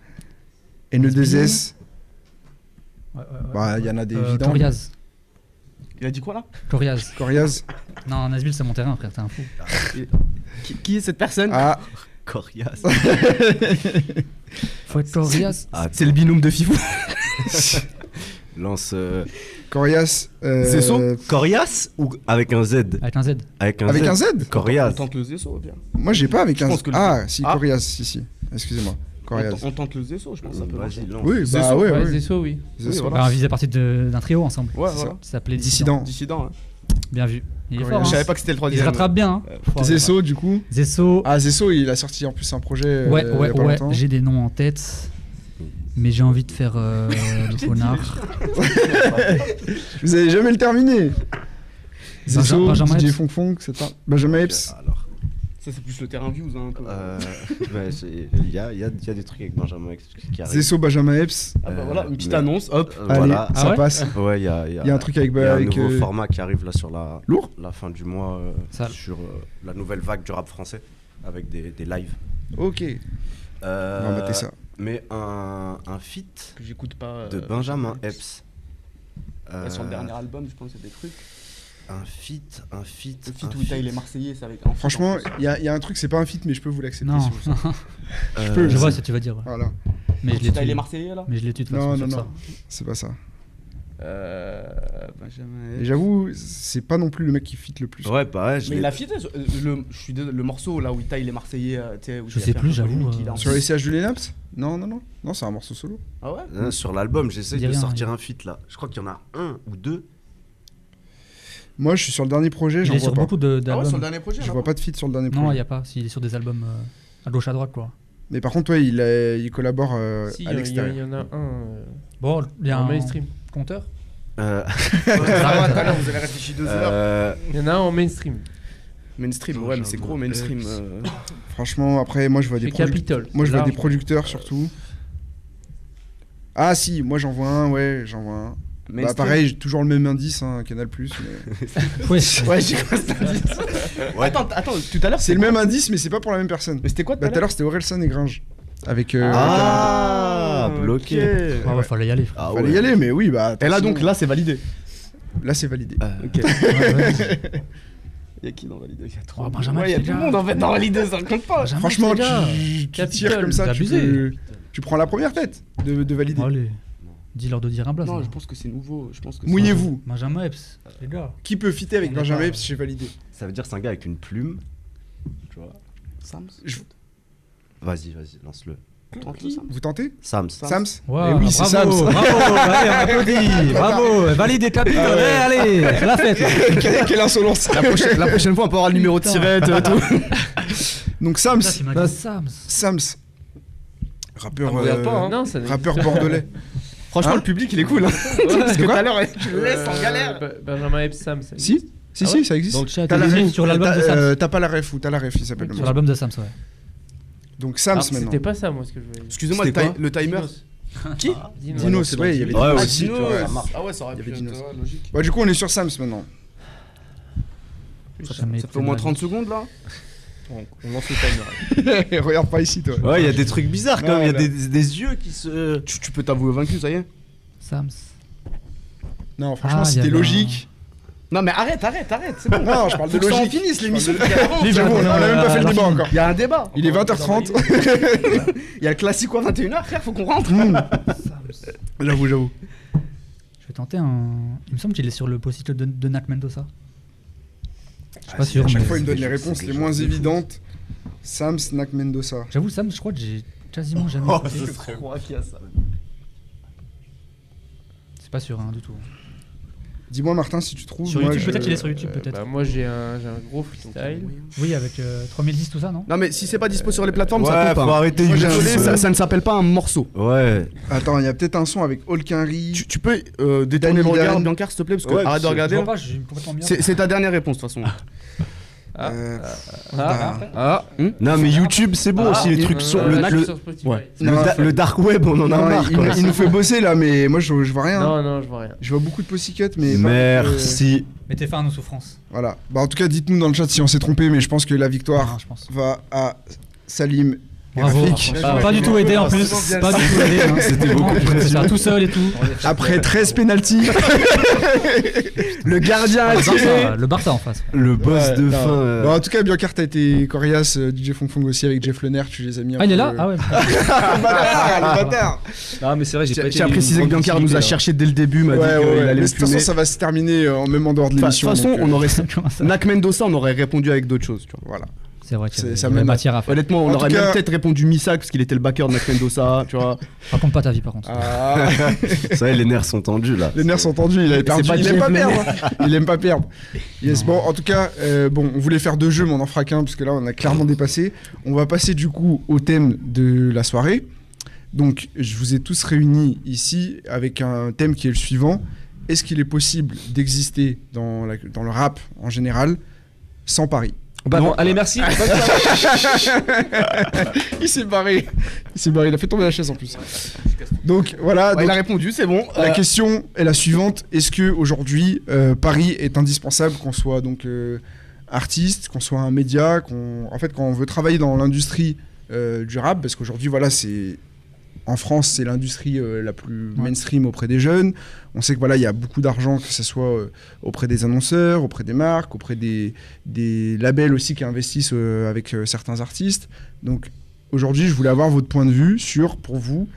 Speaker 1: Et ne 2 s
Speaker 3: Ouais, ouais, ouais.
Speaker 1: bah il y en a des
Speaker 3: Euh,
Speaker 1: évidents.
Speaker 3: Coriaz.
Speaker 2: Il a dit quoi là
Speaker 3: Coriaz.
Speaker 1: Coriaz.
Speaker 3: Non, Nashville, c'est mon terrain, frère, t'es un fou.
Speaker 8: Qui, qui est cette personne
Speaker 1: Ah,
Speaker 4: Corias.
Speaker 3: Faut être Coriaz.
Speaker 8: C'est le binôme de Fifou.
Speaker 4: Lance. euh,
Speaker 1: Corias. euh,
Speaker 4: C'est son Corias ou avec un Z
Speaker 3: Avec un Z.
Speaker 4: Avec un
Speaker 1: Avec
Speaker 4: Z.
Speaker 1: un Z
Speaker 2: On
Speaker 4: Corias.
Speaker 2: tente le Zesso, bien.
Speaker 1: Moi j'ai pas avec
Speaker 2: Je
Speaker 1: un
Speaker 2: pense
Speaker 1: Z.
Speaker 2: que le-
Speaker 1: Ah, si,
Speaker 2: Ah.
Speaker 1: Corias, si, si. Excusez-moi. Corias.
Speaker 2: On, on tente le Zesso, je pense. Ça peut marcher.
Speaker 4: Vas-y, lance.
Speaker 1: Oui, bah
Speaker 2: Zesso,
Speaker 1: ouais,
Speaker 6: Ouais,
Speaker 1: ouais.
Speaker 6: Zesso, oui.
Speaker 1: Zesso.
Speaker 2: Oui, voilà.
Speaker 3: Bah, on faisait partie de- d'un trio ensemble.
Speaker 2: Ouais,
Speaker 1: C'est
Speaker 2: voilà.
Speaker 3: Ça s'appelait Dissident.
Speaker 1: Dissident.
Speaker 2: Dissident. hein.
Speaker 3: Bien vu. Il est
Speaker 1: Coriaz.
Speaker 3: fort.
Speaker 8: Je
Speaker 3: hein.
Speaker 8: savais pas que c'était le
Speaker 3: Il se
Speaker 8: troisième.
Speaker 3: rattrape bien. hein. Faut avoir-
Speaker 1: Zesso, du coup.
Speaker 3: Zesso.
Speaker 1: Ah, Zesso, il a sorti en plus un projet. euh,
Speaker 3: ouais,
Speaker 1: il y a
Speaker 3: ouais,
Speaker 1: pas
Speaker 3: ouais.
Speaker 1: longtemps.
Speaker 3: J'ai des noms en tête. Mais j'ai envie de faire euh, le connard.
Speaker 1: Vous avez jamais le terminé. Zesso,
Speaker 3: Benjamin
Speaker 1: DJ
Speaker 3: Epps.
Speaker 1: Funk Funk, c'est ça. Benjamin Epps.
Speaker 4: Alors.
Speaker 2: Ça, c'est plus le terrain views. Hein, un peu.
Speaker 4: euh, ouais, c'est- Il y a, il y a- il y a des trucs avec Benjamin X qui arrivent.
Speaker 1: Zesso, Benjamin Epps.
Speaker 2: ah, bah,
Speaker 4: euh,
Speaker 2: voilà, une petite
Speaker 4: mais-
Speaker 2: annonce, hop.
Speaker 4: Euh,
Speaker 1: Allez,
Speaker 4: voilà.
Speaker 3: Ah
Speaker 1: ça
Speaker 3: ouais
Speaker 1: passe.
Speaker 4: Ouais, il y a, il y a-
Speaker 1: Il y a un truc avec.
Speaker 4: il y a un
Speaker 1: avec,
Speaker 4: nouveau
Speaker 1: euh,
Speaker 4: format qui arrive là sur la,
Speaker 1: Lourd
Speaker 4: la fin du mois. euh,
Speaker 3: Ça.
Speaker 4: sur euh, la nouvelle vague du rap français. Avec des, des lives.
Speaker 1: Ok. On
Speaker 4: Euh,
Speaker 1: va mater ça.
Speaker 4: Mais un, un feat
Speaker 2: Que j'écoute pas.
Speaker 4: de
Speaker 2: euh,
Speaker 4: Benjamin Epps.
Speaker 2: ouais, Sur le
Speaker 4: Euh,
Speaker 2: dernier album, je pense que c'est des trucs.
Speaker 4: Un feat, un feat.
Speaker 2: Le
Speaker 4: un
Speaker 2: feat où il taille
Speaker 4: feat.
Speaker 2: les Marseillais, c'est avec. un feat en
Speaker 1: Franchement,
Speaker 2: plus.
Speaker 1: il y, a- il y a un truc, c'est pas un feat, mais je peux vous l'accepter.
Speaker 3: Non.
Speaker 1: si vous voulez.
Speaker 4: Euh,
Speaker 1: peux-
Speaker 3: Je vois ce que tu vas dire. ouais.
Speaker 1: Voilà.
Speaker 3: Mais je
Speaker 2: Tu tailles les
Speaker 3: l'étudie.
Speaker 2: Marseillais là
Speaker 3: Mais je l'étudie de toute
Speaker 1: Non,
Speaker 3: façon.
Speaker 1: non,
Speaker 3: sur
Speaker 1: non. C'est pas ça.
Speaker 2: Euh. Benjamin.
Speaker 1: Et j'avoue, c'est pas non plus le mec qui fit le plus.
Speaker 4: Ouais, bah ouais, je
Speaker 2: Mais
Speaker 4: l'ai-
Speaker 2: il a fité sur- euh, le, je suis désolé, le morceau là où il taille les Marseillais. euh, tu sais, où
Speaker 3: Je
Speaker 2: il a
Speaker 3: sais
Speaker 2: fait un
Speaker 3: plus,
Speaker 2: peu
Speaker 3: j'avoue,
Speaker 2: polémique, il a
Speaker 3: euh,
Speaker 2: un-
Speaker 1: Sur les CH du Lenapse Non, non, non. Non, c'est un morceau solo.
Speaker 2: Ah ouais
Speaker 4: Hein, sur l'album, j'essaye
Speaker 3: Dis
Speaker 4: de
Speaker 3: rien,
Speaker 4: sortir un feat là. Je crois qu'il y en a un ou deux.
Speaker 1: Moi, je suis sur le dernier
Speaker 3: ça.
Speaker 1: projet,
Speaker 3: Il
Speaker 1: j'en
Speaker 3: est
Speaker 1: vois
Speaker 3: sur
Speaker 1: pas.
Speaker 3: beaucoup de-
Speaker 2: Ah ouais, sur le
Speaker 3: d'albums.
Speaker 2: dernier projet
Speaker 1: Je
Speaker 2: là,
Speaker 1: vois pas de feat sur le dernier
Speaker 3: Non, il
Speaker 1: projet.
Speaker 3: n'y a pas. S'il est sur des albums euh, à gauche, à droite, quoi.
Speaker 1: Mais par contre, ouais, il, a- il collabore euh,
Speaker 6: Si, il y,
Speaker 1: à
Speaker 6: a- il y a-
Speaker 1: l'extérieur.
Speaker 6: il y en a un. euh,
Speaker 3: Bon, il y a
Speaker 6: en
Speaker 3: un
Speaker 6: mainstream.
Speaker 3: compteur.
Speaker 4: Euh,
Speaker 10: vous avez réfléchi deux
Speaker 4: euh,
Speaker 6: Il y en a un en mainstream.
Speaker 8: Mainstream, ouais, mais c'est gros mainstream. euh,
Speaker 1: Franchement, après, moi, je vois des
Speaker 6: C'est
Speaker 1: producteurs.
Speaker 6: Capitol.
Speaker 1: Moi, je vois
Speaker 6: large.
Speaker 1: des producteurs surtout. Ah, si, moi, j'en vois un, ouais, j'en vois un. Bah,
Speaker 8: mainstream.
Speaker 1: pareil, j'ai toujours le même indice, hein, Canal. mais-
Speaker 3: Ouais,
Speaker 8: Ouais, j'ai quoi cet indice
Speaker 4: Ouais.
Speaker 8: Attends, attends, tout à l'heure,
Speaker 1: C'est le même indice, mais c'est pas pour la même personne.
Speaker 8: Mais c'était quoi tout
Speaker 1: Bah,
Speaker 8: à
Speaker 1: tout à
Speaker 8: l'heure
Speaker 1: l'heure, c'était Orelsan et Gringe. Avec. euh,
Speaker 4: Ah,
Speaker 8: ok.
Speaker 4: bloqué.
Speaker 3: Ah ouais, fallait y aller.
Speaker 4: Ah
Speaker 1: Fallait
Speaker 4: ouais.
Speaker 1: y aller, mais oui, bah.
Speaker 8: Et là
Speaker 1: attention.
Speaker 8: donc, là c'est validé.
Speaker 1: Là, c'est validé.
Speaker 8: Ok.
Speaker 3: Ouais, ouais.
Speaker 8: Y'a qui dans validé Y'a
Speaker 3: Oh,
Speaker 8: trois.
Speaker 3: Benjamin,
Speaker 8: Ouais, y'a
Speaker 3: c'est
Speaker 8: tout le
Speaker 3: bien.
Speaker 8: monde en fait dans validé, ça compte pas.
Speaker 3: Benjamin,
Speaker 1: Franchement,
Speaker 3: les gars.
Speaker 1: tu, tu tires
Speaker 6: Capitole,
Speaker 1: comme ça,
Speaker 3: vous
Speaker 1: tu,
Speaker 3: abusez.
Speaker 1: peux- tu prends la première tête de, de valider.
Speaker 3: Allez, dis-leur de dire un blaze.
Speaker 8: Non,
Speaker 3: hein.
Speaker 8: je pense que c'est nouveau. Je pense que c'est-
Speaker 1: Mouillez-vous.
Speaker 3: Benjamin Epps, les gars.
Speaker 1: Qui peut fitter avec
Speaker 3: On est
Speaker 1: Benjamin
Speaker 3: pas-
Speaker 1: Epps J'ai validé.
Speaker 4: Ça veut dire c'est un gars avec une plume. Tu vois
Speaker 8: Sams
Speaker 4: Vas-y, vas-y, lance-le.
Speaker 8: Tente le Sams.
Speaker 1: Vous tentez
Speaker 4: Sams.
Speaker 1: Sams
Speaker 3: Wow,
Speaker 1: Eh oui, c'est
Speaker 3: bravo,
Speaker 1: Sam, ça.
Speaker 3: bravo, allez, on applaudit, bravo, validez Capitole, allez, allez, c'est la fête.
Speaker 1: Quelle quelle insolence
Speaker 10: La prochaine, la prochaine fois, on peut avoir le numéro de
Speaker 3: Putain.
Speaker 10: tirette euh, tout.
Speaker 1: Donc Sams,
Speaker 3: Putain, tu m'as dit Sams.
Speaker 1: Sams,
Speaker 6: Ah,
Speaker 8: Ah,
Speaker 1: rappeur,
Speaker 5: me regarde
Speaker 1: euh,
Speaker 5: pas, hein.
Speaker 6: Non, ça n'existe
Speaker 1: rappeur bordelais.
Speaker 8: Franchement,
Speaker 1: Hein
Speaker 8: le public il est cool. hein. Parce que tout à l'heure, tu le laisses en
Speaker 6: Euh,
Speaker 8: galère.
Speaker 6: Be- Benjamin Epps Sam. ça existe.
Speaker 1: Si, si,
Speaker 6: Ah
Speaker 1: si,
Speaker 6: ouais
Speaker 1: ça existe.
Speaker 3: Dans le chat,
Speaker 1: T'as la
Speaker 3: allez-y,
Speaker 1: ref,
Speaker 3: sur l'album
Speaker 1: t'as-
Speaker 3: de Sams.
Speaker 1: euh, T'as pas la ref ou t'as la ref, il s'appelle. le
Speaker 3: Sur
Speaker 1: morceau.
Speaker 3: l'album de Sams, ouais.
Speaker 1: Donc
Speaker 6: Ah,
Speaker 1: Sams maintenant.
Speaker 6: C'était pas ça, moi, ce que je voulais dire.
Speaker 8: Excusez-moi, le,
Speaker 4: C'était
Speaker 8: ti-
Speaker 4: quoi
Speaker 8: le timer. Qui
Speaker 6: Dino.
Speaker 1: Dino, c'est vrai, il y avait
Speaker 4: Ouais,
Speaker 1: Dino.
Speaker 4: ouais,
Speaker 1: Ah, Dino,
Speaker 4: ouais,
Speaker 1: ouais.
Speaker 4: ça marche.
Speaker 8: Ah ouais, ça aurait
Speaker 1: Il y
Speaker 8: pu
Speaker 1: avait
Speaker 8: être
Speaker 1: Dinos.
Speaker 8: euh, logique.
Speaker 1: Ouais, du coup, on est sur Sams maintenant.
Speaker 3: Ça,
Speaker 8: Ça
Speaker 3: m'est
Speaker 8: fait au moins
Speaker 3: mal.
Speaker 8: 30 secondes là.
Speaker 5: On, on lance le timer.
Speaker 1: Regarde pas ici, toi.
Speaker 4: Ouais, il y a des trucs bizarres quand même. Il y a
Speaker 1: Voilà.
Speaker 4: des, des- des yeux qui se. euh,
Speaker 8: Tu, tu peux t'avouer vaincu, ça y est.
Speaker 3: Sams.
Speaker 1: Non, franchement,
Speaker 3: Ah, il y
Speaker 1: c'était
Speaker 3: avait un-
Speaker 1: logique.
Speaker 8: Non, mais arrête, arrête, arrête, c'est bon.
Speaker 1: Non, je parle de
Speaker 8: Faut que ça en
Speaker 1: logique.
Speaker 8: finisse,
Speaker 1: Je
Speaker 8: l'émission,
Speaker 1: parle de-
Speaker 3: Les
Speaker 1: C'est bon, on
Speaker 3: gens,
Speaker 1: a même pas
Speaker 3: euh,
Speaker 1: fait le
Speaker 3: la
Speaker 1: débat
Speaker 3: fin.
Speaker 1: encore.
Speaker 8: Il y a un débat.
Speaker 1: Il est 20h30.
Speaker 8: Il y a le classique quoi, 21h, frère, faut qu'on rentre.
Speaker 3: Sams.
Speaker 1: J'avoue, j'avoue.
Speaker 3: Je vais tenter un. Il me semble qu'il est sur le post-it de, de Nat Mendoza. Je suis pas
Speaker 4: c'est
Speaker 3: sûr,
Speaker 4: à
Speaker 1: Ah, Chaque
Speaker 3: mais-
Speaker 1: fois, il me donne les
Speaker 4: C'est
Speaker 1: réponses
Speaker 4: des
Speaker 1: les
Speaker 4: gens
Speaker 1: moins
Speaker 4: de fou.
Speaker 1: évidentes. Sam Snack Mendoza.
Speaker 3: J'avoue, Sams, je crois que j'ai quasiment jamais.
Speaker 1: Oh,
Speaker 3: écouté.
Speaker 4: serait ouf.
Speaker 3: c'est pas sûr, hein, du tout.
Speaker 1: Dis-moi, Martin, si tu trouves.
Speaker 3: Sur
Speaker 1: moi,
Speaker 3: YouTube,
Speaker 1: je-
Speaker 3: peut-être qu'il est sur YouTube,
Speaker 6: Euh,
Speaker 3: peut-être.
Speaker 6: bah, moi, j'ai un, j'ai un gros freestyle.
Speaker 3: Oui, avec euh, 3010, tout ça, non
Speaker 8: Non, mais si c'est pas dispo sur les plateformes, ça
Speaker 4: Ouais,
Speaker 8: compte
Speaker 4: faut
Speaker 8: pas.
Speaker 4: arrêter
Speaker 1: hein. Moi, j'ai
Speaker 4: YouTube.
Speaker 8: Désolé, ça, ça ne s'appelle pas un morceau.
Speaker 4: Ouais.
Speaker 1: Attends, il y a peut-être un son avec Olkinry.
Speaker 8: Tu, tu peux euh, détourner
Speaker 1: Danny
Speaker 8: le regard,
Speaker 1: Dan.
Speaker 8: Biancar, s'il te plaît, parce que
Speaker 4: Ouais,
Speaker 8: arrête de
Speaker 4: je-
Speaker 3: Je
Speaker 8: regarder.
Speaker 3: vois pas, j'ai complètement bien.
Speaker 8: C'est c'est ta dernière réponse, de toute façon.
Speaker 6: Ah,
Speaker 1: Euh,
Speaker 6: Ah,
Speaker 1: putain.
Speaker 6: ah,
Speaker 4: Non, mais YouTube, c'est bon
Speaker 6: Ah,
Speaker 4: aussi, les
Speaker 6: euh,
Speaker 4: trucs sur
Speaker 6: euh,
Speaker 4: le,
Speaker 6: là,
Speaker 4: le,
Speaker 6: je suis sur Spotify.
Speaker 8: ouais.
Speaker 4: le
Speaker 1: Non,
Speaker 4: da- le dark web, on en a
Speaker 1: Non,
Speaker 4: marre.
Speaker 1: il,
Speaker 4: quoi.
Speaker 1: il nous fait bosser là, mais moi je, je vois rien.
Speaker 6: Non, non, je vois rien.
Speaker 1: Je vois beaucoup de pussycat, mais. pas-
Speaker 4: Merci.
Speaker 3: Mettez fin à nos souffrances.
Speaker 1: euh, voilà. Bah, en tout cas, dites-nous dans le chat si on s'est trompé, mais je pense que la
Speaker 3: Hein,
Speaker 1: victoire
Speaker 3: je
Speaker 4: Ah.
Speaker 3: pense.
Speaker 1: va à Salim.
Speaker 3: Bravo.
Speaker 1: Ah. Graphique. Ah,
Speaker 3: Pas, pas du tout aidé en plus. Pas du tout aidé. hein.
Speaker 4: C'était beaucoup
Speaker 3: Vraiment, je fais ça tout seul et tout.
Speaker 1: Après 13 penalties,
Speaker 8: Le
Speaker 1: Ah,
Speaker 8: gardien a
Speaker 3: Le
Speaker 8: tiré.
Speaker 3: Barça, le Barça en face.
Speaker 4: Le boss de fin. euh,
Speaker 1: Bah, en tout cas, Biocart a été coriace, euh, DJ Fong Fong aussi avec Jeff Lenner, tu les as mis un
Speaker 3: Ah, il est
Speaker 1: peu- euh.
Speaker 3: là Ah ouais.
Speaker 1: Ah, le bâtard, le bâtard
Speaker 5: Ah, mais c'est vrai, j'ai pas
Speaker 8: J'ai
Speaker 5: été.
Speaker 8: j'ai à préciser que Biancar nous a
Speaker 5: cherché.
Speaker 8: cherché dès le début, m'a dit
Speaker 1: hein. Ouais, ouais,
Speaker 8: qu'il
Speaker 1: ouais.
Speaker 8: allait
Speaker 1: Mais
Speaker 8: me
Speaker 1: De toute façon,
Speaker 8: fumer.
Speaker 1: ça va se terminer euh, en même en dehors de
Speaker 8: Enfin,
Speaker 1: l'émission.
Speaker 8: De toute façon,
Speaker 1: donc, euh,
Speaker 8: on aurait.
Speaker 3: Comment ça
Speaker 8: Nak Mendoza, on aurait répondu avec d'autres choses, tu vois.
Speaker 1: Voilà.
Speaker 3: C'est vrai qu'il y
Speaker 1: C'est-
Speaker 3: avait- il
Speaker 1: ça
Speaker 3: y avait
Speaker 1: mène à-
Speaker 3: matière à faire.
Speaker 8: Honnêtement,
Speaker 1: En
Speaker 8: on
Speaker 1: tout
Speaker 8: aurait
Speaker 1: cas-
Speaker 8: même peut-être répondu Missak parce qu'il était le backer de Nak Mendoza, tu vois.
Speaker 3: Raconte pas ta vie par contre.
Speaker 1: Ah,
Speaker 4: Ça y est, les nerfs sont tendus là.
Speaker 1: les nerfs sont tendus, il a perdu.
Speaker 8: pas
Speaker 1: il
Speaker 8: Jeff
Speaker 1: aime pas
Speaker 8: Lenner.
Speaker 1: perdre. Il aime pas perdre. Yes, bon, en tout cas, euh, bon, on voulait faire deux jeux, mais on en fera qu'un, parce que là, on a clairement dépassé. On va passer du coup au thème de la soirée. Donc, je vous ai tous réunis ici avec un thème qui est le suivant. Est-ce qu'il est possible d'exister dans, la- dans le rap en général sans Paris
Speaker 5: Bah non, allez, merci.
Speaker 1: Il s'est barré. Il s'est barré. Il a fait tomber la chaise en plus. Donc voilà.
Speaker 8: Ouais,
Speaker 1: Ah, donc,
Speaker 8: il a répondu, c'est bon.
Speaker 1: la
Speaker 8: Euh,
Speaker 1: question est la suivante est-ce que aujourd'hui euh, Paris est indispensable qu'on soit donc euh, artiste, qu'on soit un média, qu'on en fait quand on veut travailler dans l'industrie euh, du rap parce qu'aujourd'hui voilà c'est en France, c'est l'industrie euh, la plus
Speaker 3: Ouais.
Speaker 1: mainstream auprès des jeunes. On sait que voilà, il y a beaucoup d'argent, que ce soit euh, auprès des annonceurs, auprès des marques, auprès des, des labels aussi qui investissent euh, avec euh, certains artistes. Donc aujourd'hui, je voulais avoir votre point de vue sur, pour vous,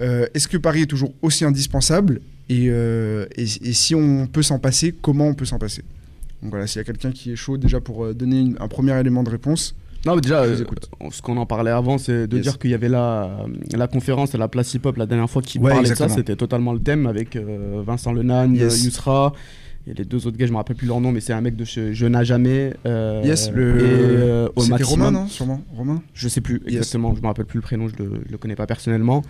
Speaker 1: euh, est-ce que Paris est toujours aussi indispensable et, euh, et- et si on peut s'en passer, comment on peut s'en passer Donc voilà, s'il y a quelqu'un qui est chaud déjà pour euh, donner une- un premier élément de réponse.
Speaker 8: Non, mais déjà,
Speaker 1: Je vous
Speaker 8: euh,
Speaker 1: écoute.
Speaker 8: on- ce qu'on en parlait avant, c'est de
Speaker 1: Yes.
Speaker 8: dire qu'il y avait la, la conférence à la place hip-hop la dernière fois qui
Speaker 1: Ouais,
Speaker 8: parlait de
Speaker 1: exactement.
Speaker 8: ça. C'était totalement le thème avec euh, Vincent Lenagne,
Speaker 1: Yes.
Speaker 8: Yousra Et les deux autres gars, je me rappelle plus leur nom, mais c'est un mec de chez Je N'a Jamais. euh,
Speaker 1: Yes, le-
Speaker 8: Et, euh, au
Speaker 1: C'était
Speaker 8: maximum.
Speaker 1: Romain, non Sûrement. Romain
Speaker 8: Je sais plus
Speaker 1: Yes.
Speaker 8: exactement, je me rappelle plus le prénom, je le, je le connais pas personnellement.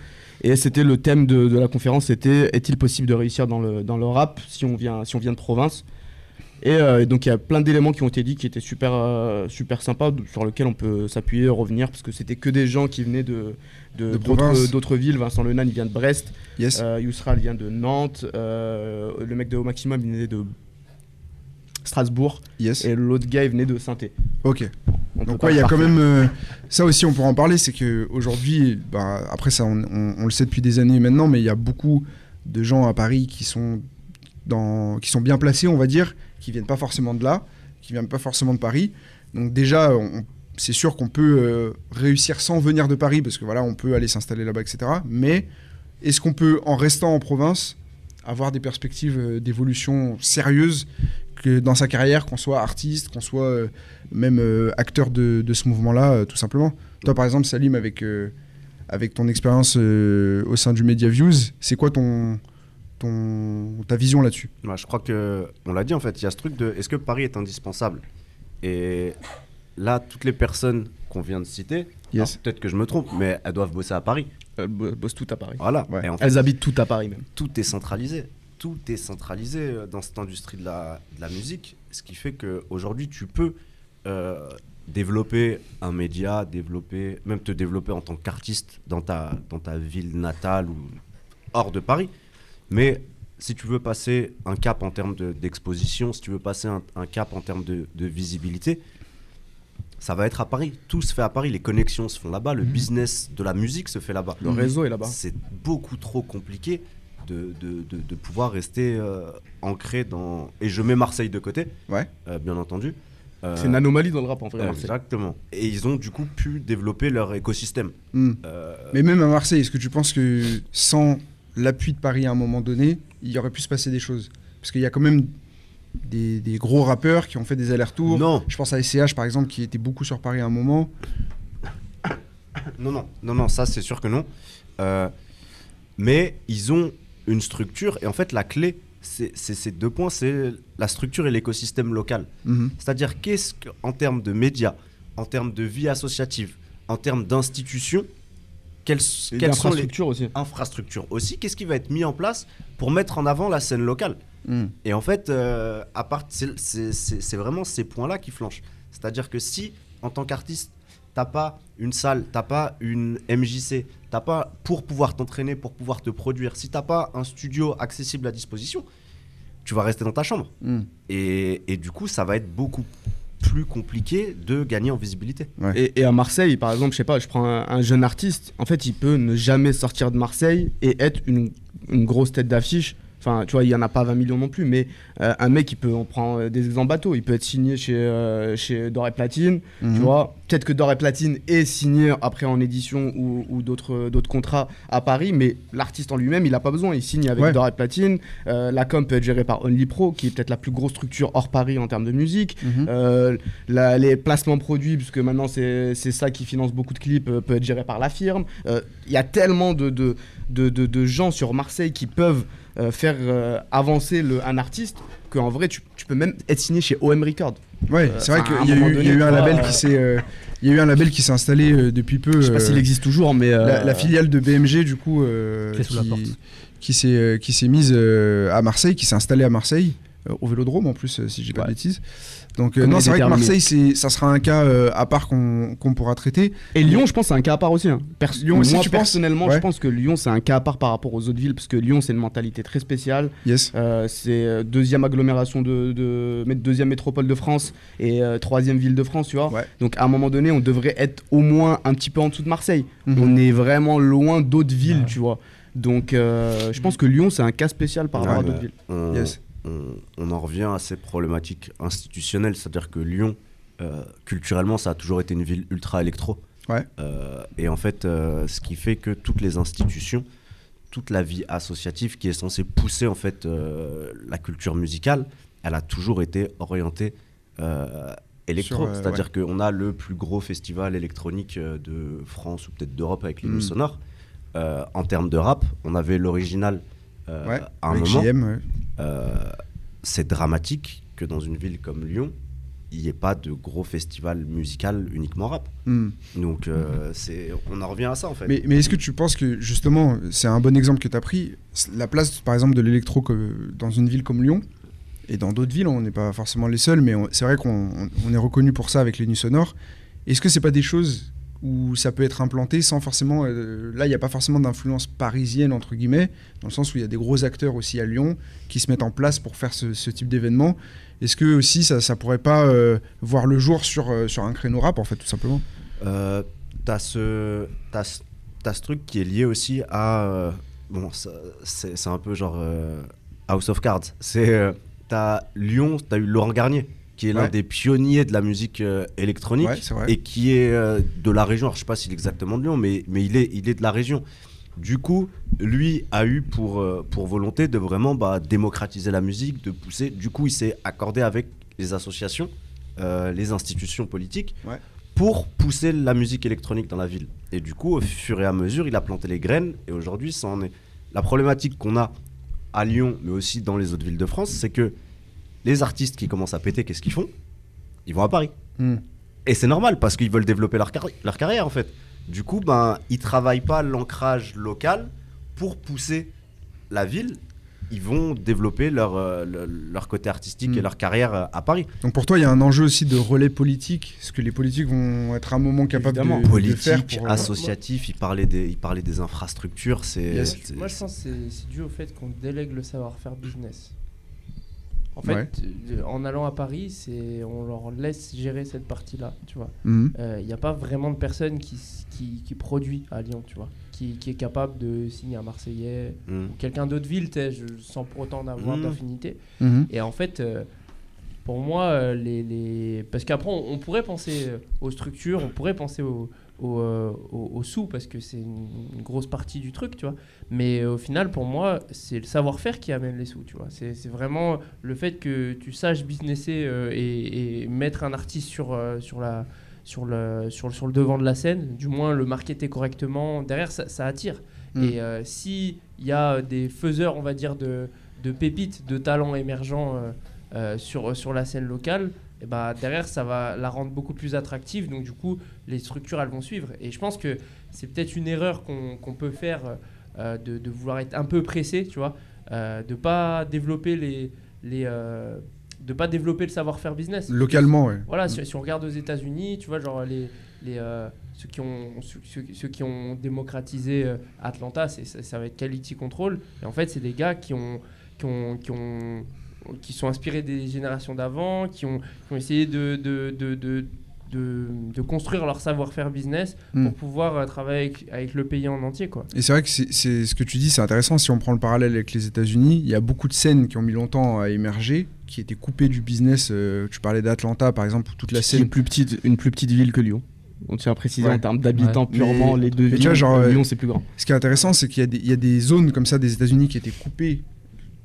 Speaker 8: Et c'était le thème de, de la conférence, c'était est-il possible de réussir dans le, dans le rap si on vient, si on vient de province et, euh, et donc il y a plein d'éléments qui ont été dit qui étaient super, euh, super sympas, d- sur lesquels on peut s'appuyer, revenir, parce que c'était que des gens qui venaient de,
Speaker 1: De
Speaker 8: de- d'autres,
Speaker 1: province.
Speaker 8: d'autres villes. Vincent Lenan, il vient de Brest,
Speaker 1: Yes.
Speaker 8: euh, Yousra, il vient de Nantes, euh, le mec de Au Maximum, il venait de Strasbourg,
Speaker 1: Yes.
Speaker 8: et l'autre gars, il venait de Saint-Thé.
Speaker 1: Ok. Donc ouais, il y a quand même euh, ça aussi, on pourra en parler, c'est que aujourd'hui, bah, après ça, on, on- on le sait depuis des années maintenant, mais il y a beaucoup de gens à Paris qui sont dans, qui sont bien placés, on va dire, qui viennent pas forcément de là, qui viennent pas forcément de Paris. Donc déjà, on- c'est sûr qu'on peut euh, réussir sans venir de Paris, parce que voilà, on peut aller s'installer là-bas, etc. Mais est-ce qu'on peut, en restant en province, avoir des perspectives euh, d'évolution sérieuses que dans sa carrière, qu'on soit artiste, qu'on soit euh, même euh, acteur de, de ce mouvement-là, euh, tout simplement. Toi, par exemple, Salim, avec, euh, avec ton expérience euh, au sein du Media Views, c'est quoi ton, ton, ta vision là-dessus
Speaker 4: Bah, je crois que on l'a dit en fait, il y a ce truc de est-ce que Paris est indispensable Et là, toutes les personnes qu'on vient de citer,
Speaker 1: Yes.
Speaker 4: alors, peut-être que je me trompe, mais elles doivent bosser à Paris.
Speaker 8: Elles euh, bo- bossent tout à Paris.
Speaker 4: Voilà.
Speaker 1: Ouais.
Speaker 4: Et en fait,
Speaker 8: Elles habitent tout à Paris même.
Speaker 4: tout est centralisé. Tout est centralisé euh, dans cette industrie de la, de la musique, ce qui fait qu'aujourd'hui, tu peux euh, développer un média, développer, même te développer en tant qu'artiste dans ta, dans ta ville natale ou hors de Paris. Mais si tu veux passer un cap en termes de- d'exposition, si tu veux passer un, un cap en termes de, de visibilité, ça va être à Paris. Tout se fait à Paris. Les connexions se font là-bas. Le business de la musique se fait là-bas.
Speaker 8: Le réseau est là-bas.
Speaker 4: C'est beaucoup trop compliqué de, de- de- de pouvoir rester euh, ancré dans. Et je mets Marseille de côté,
Speaker 1: Ouais.
Speaker 4: euh, bien entendu. Euh,
Speaker 8: C'est une anomalie dans le rap en vrai.
Speaker 4: euh,
Speaker 8: Marseille.
Speaker 4: exactement. Et ils ont du coup pu développer leur écosystème.
Speaker 1: Hmm.
Speaker 4: Euh,
Speaker 1: Mais même à Marseille, est-ce que tu penses que sans l'appui de Paris à un moment donné, il y aurait pu se passer des choses Parce qu'il y a quand même des, des gros rappeurs qui ont fait des allers-retours.
Speaker 4: Non.
Speaker 1: Je pense à SCH, par exemple, qui était beaucoup sur Paris à un moment.
Speaker 4: Non, non, non, non, ça c'est sûr que non. Euh, mais ils ont une structure et en fait la clé, c'est c'est ces deux points, c'est la structure et l'écosystème local.
Speaker 1: Mhm.
Speaker 4: C'est-à-dire qu'est-ce qu'en termes de médias, en termes de vie associative, en termes d'institutions, quelles,
Speaker 8: Et
Speaker 4: quelles sont les
Speaker 8: l'infrastructure aussi.
Speaker 4: infrastructures aussi, qu'est-ce qui va être mis en place pour mettre en avant la scène locale
Speaker 1: Hmm.
Speaker 4: et en fait, euh, à part, c'est- c'est c'est- c'est vraiment ces points-là qui flanchent. C'est-à-dire que si, en tant qu'artiste, t'as pas une salle, t'as pas une MJC, t'as pas pour pouvoir t'entraîner, pour pouvoir te produire, si t'as pas un studio accessible à disposition, tu vas rester dans ta chambre.
Speaker 1: Hmm.
Speaker 4: Et, et du coup, ça va être beaucoup plus compliqué de gagner en visibilité.
Speaker 8: Et, et à Marseille, par exemple, je sais pas, je prends un, un jeune artiste, en fait, il peut ne jamais sortir de Marseille et être une, une grosse tête d'affiche. Enfin, tu vois, il y en a pas 20 millions non plus, mais euh, un mec, il peut, on prend euh, des exemples bateaux, il peut être signé chez, euh, chez Doré Platine, tu
Speaker 1: Mhm.
Speaker 8: vois. Peut-être que Doré Platine est signé après en édition ou, ou d'autres euh, d'autres contrats à Paris, mais l'artiste en lui-même, il a pas besoin. Il signe avec
Speaker 1: Ouais.
Speaker 8: Doré Platine. Euh, la com peut être gérée par Only Pro, qui est peut-être la plus grosse structure hors Paris en termes de musique.
Speaker 1: Mhm.
Speaker 8: Euh, la- les placements produits, puisque maintenant c'est c'est ça qui finance beaucoup de clips, euh, peut être géré par la firme. Euh, Il y a tellement de, de, de, de- de gens sur Marseille qui peuvent euh, faire euh, avancer le, un artiste qu'en vrai tu, tu peux même être signé chez OM Record.
Speaker 1: Ouais, c'est vrai
Speaker 8: enfin, Euh, à un
Speaker 1: qu'il y, a
Speaker 8: moment
Speaker 1: eu- il y
Speaker 8: donné,
Speaker 1: a eu un
Speaker 8: toi,
Speaker 1: label
Speaker 8: euh,
Speaker 1: qui s'est, euh, il y a eu un label qui s'est installé euh, depuis peu.
Speaker 8: Je sais pas s'il
Speaker 1: euh,
Speaker 8: existe toujours, mais. euh,
Speaker 1: la, la filiale de BMG du coup euh,
Speaker 12: Qui est sous la porte.
Speaker 1: qui s'est euh, qui s'est mise euh, à Marseille, qui s'est installée à Marseille euh, au Vélodrome en plus euh, si j'ai pas de
Speaker 8: Ouais.
Speaker 1: bêtises. Donc euh,
Speaker 8: Comme
Speaker 1: non
Speaker 8: les
Speaker 1: c'est vrai que
Speaker 8: déterminés.
Speaker 1: Marseille c'est ça sera un cas euh, à part qu'on qu'on pourra traiter.
Speaker 8: Et Lyon, je pense, c'est un cas à part aussi. hein. Perso-
Speaker 1: Lyon
Speaker 8: moi,
Speaker 1: aussi, tu penses
Speaker 8: personnellement,
Speaker 1: Ouais.
Speaker 8: je pense que Lyon, c'est un cas à part par rapport aux autres villes, parce que Lyon, c'est une mentalité très spéciale.
Speaker 1: Yes.
Speaker 8: Euh, c'est euh, deuxième agglomération de, de- mais deuxième métropole de France et euh, troisième ville de France, tu vois.
Speaker 1: Ouais.
Speaker 8: Donc à un moment donné, on devrait être au moins un petit peu en dessous de Marseille.
Speaker 1: Mhm.
Speaker 8: On est vraiment loin d'autres villes, tu vois. Donc euh, je pense que Lyon, c'est un cas spécial par
Speaker 4: Ouais,
Speaker 8: rapport à
Speaker 4: mais-
Speaker 8: d'autres villes.
Speaker 4: On,
Speaker 1: Yes.
Speaker 4: on- Euh, on en revient à ces problématiques institutionnelles, c'est-à-dire que Lyon, euh, culturellement, ça a toujours été une ville ultra électro.
Speaker 1: Ouais.
Speaker 4: Euh, et en fait, euh, ce qui fait que toutes les institutions, toute la vie associative qui est censée pousser en fait euh, la culture musicale, elle a toujours été orientée euh,
Speaker 1: Sur,
Speaker 4: électro.
Speaker 1: euh,
Speaker 4: c'est-à-dire qu'on a le plus gros festival électronique euh, de France ou peut-être d'Europe avec les
Speaker 1: Mm.
Speaker 4: Nuits Sonores. Euh, en termes de rap, on avait l'original euh,
Speaker 1: Ouais.
Speaker 4: à un
Speaker 1: Avec
Speaker 4: moment.
Speaker 1: JM, ouais.
Speaker 4: Euh, c'est dramatique que dans une ville comme Lyon, il n'y ait pas de gros festival musical uniquement rap.
Speaker 1: Hmm.
Speaker 4: Donc, euh, c'est, on en revient à ça, en fait.
Speaker 1: Mais, mais est-ce que tu penses que justement, c'est un bon exemple que tu as pris, la place par exemple de l'électro que- dans une ville comme Lyon, et dans d'autres villes, on n'est pas forcément les seuls, mais on- c'est vrai qu'on on- on est reconnu pour ça avec les nuits sonores. Est-ce que c'est pas des choses où ça peut être implanté sans forcément... euh, là, il n'y a pas forcément d'influence parisienne, entre guillemets, dans le sens où il y a des gros acteurs aussi à Lyon qui se mettent en place pour faire ce, ce type d'événement. Est-ce que aussi ça, ça pourrait pas euh, voir le jour sur, euh, sur un créneau rap, en fait, tout simplement
Speaker 4: Euh, t'as ce t'as ce- t'as ce truc qui est lié aussi à euh, bon ça- c'est c'est un peu genre euh, House of Cards c'est euh, t'as Lyon t'as eu Laurent Garnier qui est l'un
Speaker 1: Ouais.
Speaker 4: des pionniers de la musique euh, électronique
Speaker 1: Ouais, c'est vrai.
Speaker 4: et qui est euh, de la région Alors, je sais pas s'il est exactement de Lyon mais mais il est il est de la région du coup, lui a eu pour, euh, pour volonté de vraiment bah, démocratiser la musique, de pousser. Du coup, il s'est accordé avec les associations, euh, les institutions politiques,
Speaker 1: Ouais.
Speaker 4: pour pousser la musique électronique dans la ville. Et du coup, au fur et à mesure, il a planté les graines. Et aujourd'hui, ça en est. La problématique qu'on a à Lyon, mais aussi dans les autres villes de France, c'est que les artistes qui commencent à péter, qu'est-ce qu'ils font Ils vont à Paris.
Speaker 1: Hmm.
Speaker 4: Et c'est normal parce qu'ils veulent développer leur, carri- leur carrière en fait. Du coup, ben, ils travaillent pas l'ancrage local pour pousser la ville. Ils vont développer leur, euh, le- leur côté artistique
Speaker 1: Mm.
Speaker 4: et leur carrière euh, à Paris.
Speaker 1: Donc pour toi, il y a un enjeu aussi de relais politique, parce que les politiques vont être à un moment capables de, de faire
Speaker 4: Politique,
Speaker 1: pour...
Speaker 4: associatif, ils parlaient des, ils parlaient des infrastructures. C'est,
Speaker 1: Yes.
Speaker 4: c'est-
Speaker 6: Moi, je pense que c'est- c'est dû au fait qu'on délègue le savoir-faire business. En fait,
Speaker 1: Ouais.
Speaker 6: euh, en allant à Paris, c'est on leur laisse gérer cette partie-là, tu vois.
Speaker 1: Mhm.
Speaker 6: Il n'y a pas vraiment de personne qui, s- qui, qui produit à Lyon, tu vois, qui, qui est capable de signer un Marseillais
Speaker 4: Mm.
Speaker 6: ou quelqu'un d'autre ville, tu sais, je- sans pour autant avoir
Speaker 4: Mm.
Speaker 6: d'affinité.
Speaker 1: Mhm.
Speaker 6: Et en fait, euh, pour moi, euh, les, les- parce qu'après, on, on pourrait penser euh, aux structures, on pourrait penser aux, aux, euh, aux- aux sous, parce que c'est une, une grosse partie du truc, tu vois. Mais euh, au final, pour moi, c'est le savoir-faire qui amène les sous, tu vois. C'est c'est vraiment le fait que tu saches businesser euh, et, et mettre un artiste sur, euh, sur la... Sur le, sur, le- sur le devant de la scène, du moins le marketer correctement, derrière ça, ça attire.
Speaker 1: Mm.
Speaker 6: Et euh, si il y a des faiseurs, on va dire, de, de pépites, de talents émergents euh, euh, sur, sur la scène locale, et bah, derrière, ça va la rendre beaucoup plus attractive. Donc, du coup, les structures, elles vont suivre. Et je pense que c'est peut-être une erreur qu'on qu'on peut faire euh, de, de vouloir être un peu pressé, tu vois, euh, de pas développer les. les euh, de pas développer le savoir-faire business.
Speaker 1: Localement, ouais.
Speaker 6: Voilà, si, si on regarde aux États-Unis, tu vois, genre les, les, euh, ceux, qui ont, ceux, ceux- ceux qui ont démocratisé euh, Atlanta, c'est, ça, ça va être Quality Control. Et en fait, c'est des gars qui ont. Qui ont, qui ont qui sont inspirés des générations d'avant, qui ont, qui ont essayé de, de, de, de, de- de construire leur savoir-faire business
Speaker 1: Mm.
Speaker 6: pour pouvoir euh, travailler avec, avec le pays en entier. Quoi.
Speaker 1: Et c'est vrai que c'est c'est- ce que tu dis, c'est intéressant. Si on prend le parallèle avec les États-Unis, il y a beaucoup de scènes qui ont mis longtemps à émerger, qui étaient coupées du business. euh, tu parlais d'Atlanta, par exemple, où toute la
Speaker 2: C'est une
Speaker 1: scène.
Speaker 2: plus petite, une plus petite ville que Lyon. On tient à préciser
Speaker 1: Ouais.
Speaker 2: en termes d'habitants purement
Speaker 1: Mais-
Speaker 2: les deux
Speaker 1: mais tu
Speaker 2: villes.
Speaker 1: vois, genre,
Speaker 2: Lyon
Speaker 1: euh,
Speaker 2: c'est plus grand.
Speaker 1: Ce qui est intéressant, c'est qu'il y, a des- il y a des zones comme ça des États-Unis qui étaient coupées.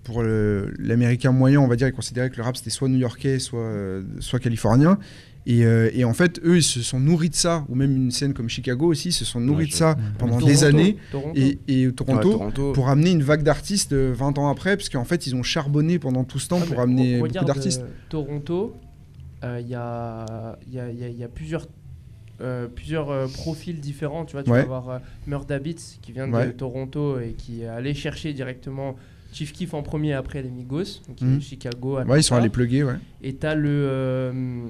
Speaker 1: Pour le- l'américain moyen, on va dire, ils considéraient que le rap c'était soit new-yorkais, soit, euh, soit californien. Et, euh, et en fait, eux, ils se sont nourris de ça, ou même une scène comme Chicago aussi, ils se sont nourris
Speaker 4: Ouais,
Speaker 1: de
Speaker 4: je-
Speaker 1: ça pendant des
Speaker 6: Toronto-
Speaker 1: années.
Speaker 6: Toronto.
Speaker 1: Et, et Toronto,
Speaker 8: Ouais, Toronto.
Speaker 1: pour amener une vague d'artistes euh, 20 ans après, parce qu'en fait, ils ont charbonné pendant tout ce temps
Speaker 6: Ouais,
Speaker 1: pour
Speaker 6: Ah, mais
Speaker 1: amener
Speaker 6: re-
Speaker 1: beaucoup
Speaker 6: regarde,
Speaker 1: d'artistes.
Speaker 6: euh, Toronto, euh, il y, a, il y a- il y a- il y a plusieurs, euh, plusieurs euh, profils différents. Tu vois, tu
Speaker 1: Ouais.
Speaker 6: vas avoir euh, Murda Beats qui vient de
Speaker 1: Ouais.
Speaker 6: Toronto et qui est allé chercher directement Chief Keef en premier après les Migos, donc
Speaker 1: Mhm.
Speaker 6: Chicago.
Speaker 1: Ouais, ils sont
Speaker 6: Atlanta.
Speaker 1: allés plugger, ouais.
Speaker 6: Et t'as le, euh,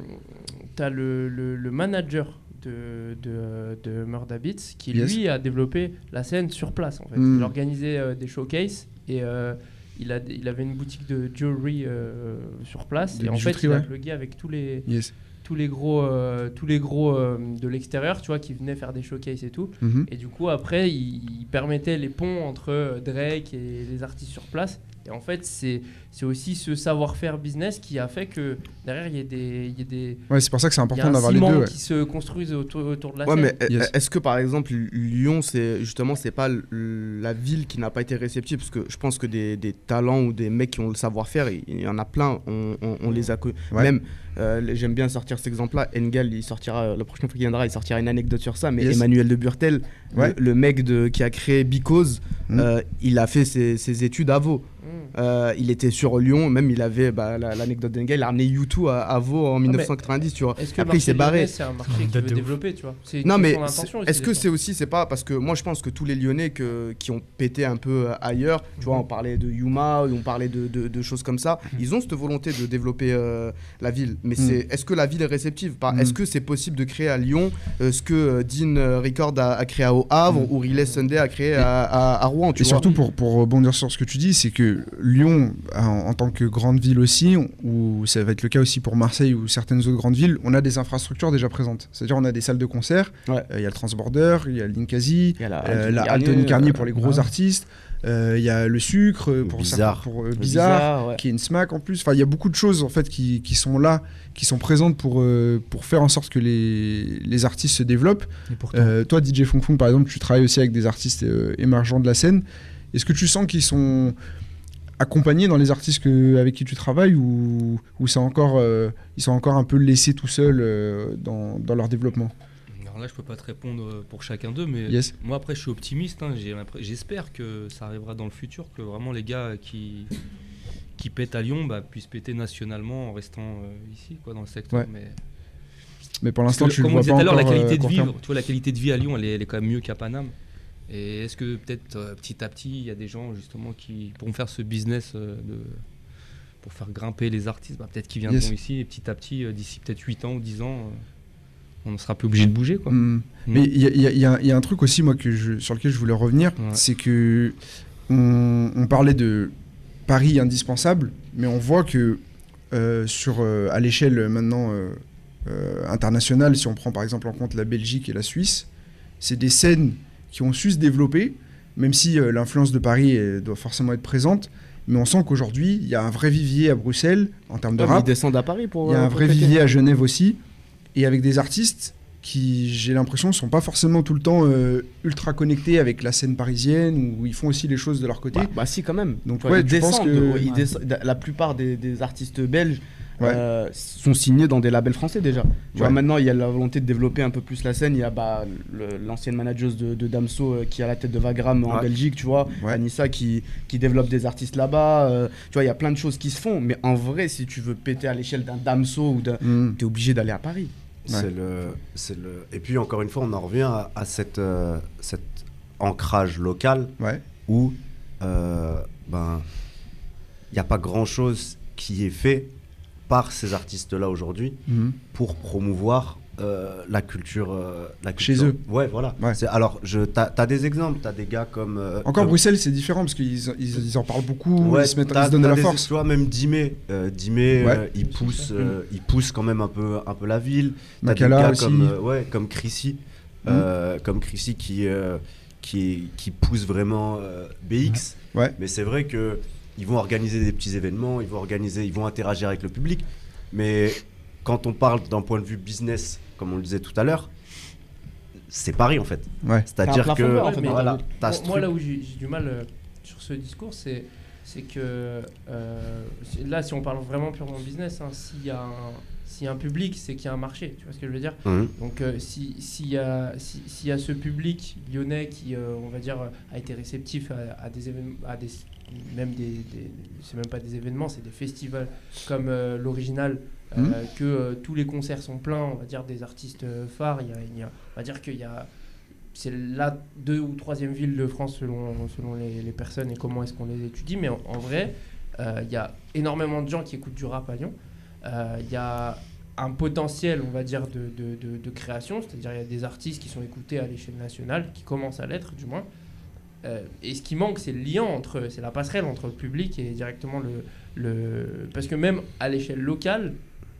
Speaker 6: t'as le, le, le manager de, de, de Murda Beats qui,
Speaker 1: Yes.
Speaker 6: lui, a développé la scène sur place. En fait.
Speaker 1: Mm.
Speaker 6: Il organisait euh, des showcases et euh, il, a, il avait une boutique de jewelry euh, sur place.
Speaker 1: De
Speaker 6: et en fait,
Speaker 1: bijouterie,
Speaker 6: il a
Speaker 1: ouais.
Speaker 6: plugué avec tous les,
Speaker 1: Yes.
Speaker 6: tous les gros, euh, tous les gros euh, de l'extérieur, tu vois, qui venaient faire des showcases et tout.
Speaker 1: Mhm.
Speaker 6: Et du coup, après, il, il permettait les ponts entre euh, Drake et les artistes sur place. Et en fait, c'est c'est aussi ce savoir-faire business qui a fait que derrière, il y ait des, il y ait des,
Speaker 1: Ouais, c'est pour ça que c'est
Speaker 6: il y a
Speaker 1: important
Speaker 6: un
Speaker 1: d'avoir les
Speaker 6: ciment
Speaker 1: deux. ouais.
Speaker 6: qui se construisent autour, autour de la
Speaker 2: Ouais,
Speaker 6: scène.
Speaker 2: mais e-
Speaker 1: Yes.
Speaker 2: est-ce que par exemple Lyon, c'est justement c'est pas l- la ville qui n'a pas été réceptive parce que je pense que des, des talents ou des mecs qui ont le savoir-faire, il il y en a plein. On, on- on les a connus.
Speaker 1: Ouais.
Speaker 2: Même euh, les- j'aime bien sortir cet exemple-là. Engal, il sortira euh, la prochaine fois qu'il viendra, il sortira une anecdote sur ça. Mais
Speaker 1: Yes.
Speaker 2: Emmanuel de Burtel,
Speaker 1: Ouais.
Speaker 2: le, le mec de, qui a créé Because,
Speaker 1: Mhm.
Speaker 2: euh, il a fait ses, ses études à Vaud.
Speaker 6: Mmh.
Speaker 8: Euh, il était sur Lyon, même il avait bah, la- l'anecdote d'Enga, il a ramené U2 à, à Vaux en 1990, tu vois.
Speaker 6: Ah, Est-ce que
Speaker 8: Après, il s'est
Speaker 6: le marché
Speaker 8: barré.
Speaker 6: lyonnais, c'est un marché qui veut développer, tu vois C'est une
Speaker 8: Non, mais
Speaker 6: question
Speaker 8: c'est-
Speaker 6: d'intention aussi,
Speaker 8: est-ce
Speaker 6: des
Speaker 8: que
Speaker 6: fois.
Speaker 8: c'est aussi, c'est pas parce que moi je pense que tous les Lyonnais que, qui ont pété un peu euh, ailleurs, tu vois, on parlait de Yuma, on parlait de, de- de choses comme ça, ils ont cette volonté de développer euh, la ville. Mais
Speaker 1: Mhm.
Speaker 8: c'est est-ce que la ville est réceptive Pas-
Speaker 1: Mhm.
Speaker 8: Est-ce que c'est possible de créer à Lyon euh, ce que euh, Dean euh, Record a, a créé au Havre ou Riley Sunday a créé à, à- à Rouen, tu
Speaker 1: Et
Speaker 8: vois
Speaker 1: surtout pour, pour rebondir sur ce que tu dis, c'est que Lyon, en, en tant que grande ville aussi, ou ça va être le cas aussi pour Marseille ou certaines autres grandes villes, on a des infrastructures déjà présentes. C'est-à-dire on a des salles de concert, euh, il
Speaker 8: Ouais.
Speaker 1: y a le Transborder, il y a le Ninkasi,
Speaker 8: Il y a la-
Speaker 1: euh, la
Speaker 8: Anthony
Speaker 1: Halte Denis Carnier
Speaker 8: Carnier,
Speaker 1: pour les
Speaker 8: euh,
Speaker 1: gros
Speaker 8: ouais.
Speaker 1: artistes, euh, il y a le Sucre euh, pour,
Speaker 4: Bizarre.
Speaker 1: certains- pour euh, Bizarre,
Speaker 8: Bizarre, ouais.
Speaker 1: qui est une smack en plus. Enfin, il y a beaucoup de choses en fait qui, qui sont là, qui sont présentes pour, euh, pour faire en sorte que les, les artistes se développent.
Speaker 3: Et pourtant,
Speaker 1: Euh, toi, DJ Fung Fung, par exemple, tu travailles aussi avec des artistes euh, émergents de la scène. Est-ce que tu sens qu'ils sont accompagnés dans les artistes que- avec qui tu travailles ou, ou c'est encore, euh, ils sont encore un peu laissés tout seuls euh, dans, dans leur développement
Speaker 5: Alors là, je peux pas te répondre euh, pour chacun d'eux, mais
Speaker 1: Yes.
Speaker 5: moi après, je suis optimiste. hein, j'ai l'impré- J'espère que ça arrivera dans le futur, que vraiment les gars qui qui pètent à Lyon bah, puissent péter nationalement en restant euh, ici, quoi, dans le secteur.
Speaker 1: Ouais.
Speaker 5: Mais
Speaker 1: Mais pour
Speaker 5: Parce
Speaker 1: l'instant,
Speaker 5: que,
Speaker 1: tu le
Speaker 5: comme
Speaker 1: vois
Speaker 5: on disait
Speaker 1: pas
Speaker 5: tout à l'heure,
Speaker 1: encore.
Speaker 5: la qualité
Speaker 1: euh,
Speaker 5: de
Speaker 1: court terme.
Speaker 5: vivre, tu vois, la qualité de vie à Lyon, elle est, elle est quand même mieux qu'à Paname. Et est-ce que peut-être euh, petit à petit, il y a des gens justement qui pourront faire ce business euh, de pour faire grimper les artistes, bah, peut-être qu'ils viendront
Speaker 1: Yes.
Speaker 5: ici et petit à petit, euh, d'ici peut-être 8 ans ou 10 ans, euh, on ne sera plus obligé de bouger. Quoi.
Speaker 1: Mm. Mais il y, a- il y a- il y a un- il y a un truc aussi, moi, que je- sur lequel je voulais revenir,
Speaker 5: Ouais.
Speaker 1: c'est que on, on parlait de Paris indispensable, mais on voit que euh, sur, euh, à l'échelle euh, maintenant euh, euh, internationale, si on prend par exemple en compte la Belgique et la Suisse, c'est des scènes qui ont su se développer, même si euh, l'influence de Paris euh, doit forcément être présente. Mais on sent qu'aujourd'hui, il y a un vrai vivier à Bruxelles en termes de
Speaker 8: Ouais, Ah, mais ils
Speaker 1: rap.
Speaker 8: descendent à Paris pour.
Speaker 1: Il y a
Speaker 8: euh,
Speaker 1: un
Speaker 8: pour
Speaker 1: vrai
Speaker 8: fêter.
Speaker 1: vivier à Genève aussi, et avec des artistes qui, j'ai l'impression, sont pas forcément tout le temps euh, ultra connectés avec la scène parisienne, où ils font aussi les choses de leur côté.
Speaker 8: Bah, bah si quand même.
Speaker 1: Donc,
Speaker 8: Enfin,
Speaker 1: ouais,
Speaker 8: ils
Speaker 1: tu penses
Speaker 8: descendent,
Speaker 1: que-
Speaker 8: ouais, ils descendent. La plupart des, des artistes belges
Speaker 1: Ouais.
Speaker 8: euh, sont signés dans des labels français déjà. Tu vois
Speaker 1: Ouais.
Speaker 8: maintenant il y a la volonté de développer un peu plus la scène. Il y a bah, le- l'ancienne manageuse de, de Damso euh, qui a la tête de Vagram en
Speaker 4: Ouais.
Speaker 8: Belgique, tu vois.
Speaker 1: Ouais.
Speaker 8: Anissa qui, qui développe des artistes là-bas. euh, tu vois il y a plein de choses qui se font. Mais en vrai si tu veux péter à l'échelle d'un Damso ou d'un,
Speaker 1: Mm.
Speaker 8: t'es obligé d'aller à Paris.
Speaker 1: Ouais.
Speaker 4: C'est le, c'est le. Et puis encore une fois, on en revient à, à cette, euh, cet ancrage local
Speaker 1: Ouais.
Speaker 4: où euh, ben il n'y a pas grand chose qui est fait par ces artistes-là aujourd'hui
Speaker 1: Mm.
Speaker 4: pour promouvoir euh, la culture, euh, la
Speaker 1: Chez
Speaker 4: culture.
Speaker 1: eux.
Speaker 4: Ouais, voilà.
Speaker 1: Ouais.
Speaker 4: C'est- Alors, je, t'as, t'as des exemples, t'as des gars comme. euh,
Speaker 1: Encore
Speaker 4: comme-
Speaker 1: Bruxelles, c'est différent parce qu'ils ils, ils en parlent beaucoup,
Speaker 4: Ouais,
Speaker 1: ils se, mettent, ils
Speaker 4: t'as-
Speaker 1: se donnent de
Speaker 4: t'as
Speaker 1: la
Speaker 4: des-
Speaker 1: force.
Speaker 4: Tu vois, même Dimé, euh, Dimé,
Speaker 1: Ouais.
Speaker 4: euh, il, pousse,
Speaker 8: Mm.
Speaker 4: euh, il pousse quand même un peu, un peu la ville. T'as des
Speaker 1: Makala
Speaker 4: gars
Speaker 1: aussi. Mm.
Speaker 4: comme, euh, ouais, comme Chrissy, euh, comme Chrissy qui, euh, qui, qui pousse vraiment euh, BX.
Speaker 1: Ouais. Ouais.
Speaker 4: Mais c'est vrai que ils vont organiser des petits événements, ils vont organiser, ils vont interagir avec le public. Mais quand on parle d'un point de vue business, comme on le disait tout à l'heure, c'est Paris en fait.
Speaker 1: Ouais.
Speaker 4: C'est-à-dire
Speaker 8: T'as un plafond
Speaker 4: que
Speaker 8: vert, en fait,
Speaker 4: voilà,
Speaker 8: dans la-
Speaker 4: t'as
Speaker 6: Moi-
Speaker 4: ce
Speaker 6: moi,
Speaker 4: truc-
Speaker 6: là où j'ai j'ai du mal euh, sur ce discours, c'est c'est que euh, c'est- là, si on parle vraiment purement business, hein, s'il y a un s'il y a un public, c'est qu'il y a un marché. Tu vois ce que je veux dire
Speaker 4: Mhm.
Speaker 6: Donc, euh, si- s'il y, a- si, s'il y a ce public lyonnais qui, euh, on va dire, euh, a été réceptif à, à des événements, à des, même des, des- c'est même pas des événements, c'est des festivals comme euh, l'original, euh,
Speaker 1: Mhm.
Speaker 6: que euh, tous les concerts sont pleins, on va dire des artistes euh, phares. il y a- il y a- on va dire qu'il y a, c'est la deux ou troisième ville de France selon, selon les, les personnes et comment est-ce qu'on les étudie. Mais en, en vrai, euh, il y a énormément de gens qui écoutent du rap à Lyon. Euh, Il y a un potentiel, on va dire, de, de- de- de création, c'est-à-dire il y a des artistes qui sont écoutés à l'échelle nationale, qui commencent à l'être du moins. Euh, et ce qui manque, c'est le lien entre, c'est la passerelle entre le public et directement le, le... parce que même à l'échelle locale,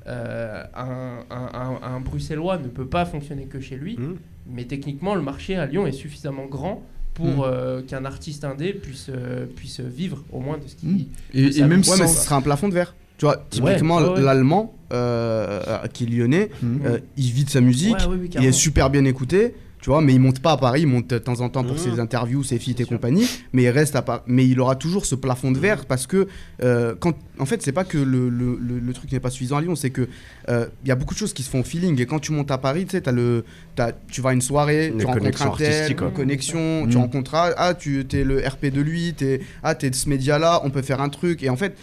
Speaker 6: euh, un, un- un- un Bruxellois ne peut pas fonctionner que chez lui,
Speaker 4: Mhm.
Speaker 6: mais techniquement, le marché à Lyon est suffisamment grand pour
Speaker 1: Mhm.
Speaker 6: euh, qu'un artiste indé puisse, euh, puisse vivre au moins de ce qu'il
Speaker 1: Mhm. Et, et
Speaker 6: Ça-
Speaker 1: même
Speaker 8: Ouais,
Speaker 1: sans.
Speaker 8: mais ce sera un plafond de verre. Tu vois, typiquement
Speaker 6: ouais, ouais.
Speaker 8: l'allemand euh, euh, qui est lyonnais,
Speaker 1: Mm.
Speaker 8: euh, il vit de sa musique.
Speaker 6: Ouais, oui, oui,
Speaker 8: Il
Speaker 6: carrément.
Speaker 8: est super bien écouté. tu vois, mais il monte pas à Paris, il monte euh, de temps en temps pour ses interviews, ses feats et compagnie, mais il reste à Paris, mais il aura toujours ce plafond de verre parce que euh, quand, en fait, c'est pas que le, le- le- le truc n'est pas suffisant à Lyon, c'est que euh, il y a beaucoup de choses qui se font au feeling et quand tu montes à Paris, tu sais, t'as le, t'as- tu vas à une soirée,
Speaker 4: Les
Speaker 8: tu rencontres
Speaker 4: connexions
Speaker 8: un tel,
Speaker 4: artistiques, quoi.
Speaker 8: une connexion,
Speaker 4: Mm.
Speaker 8: tu rencontres ah, ah, tu t'es le RP de lui, t'es ah t'es de ce média là, on peut faire un truc et en fait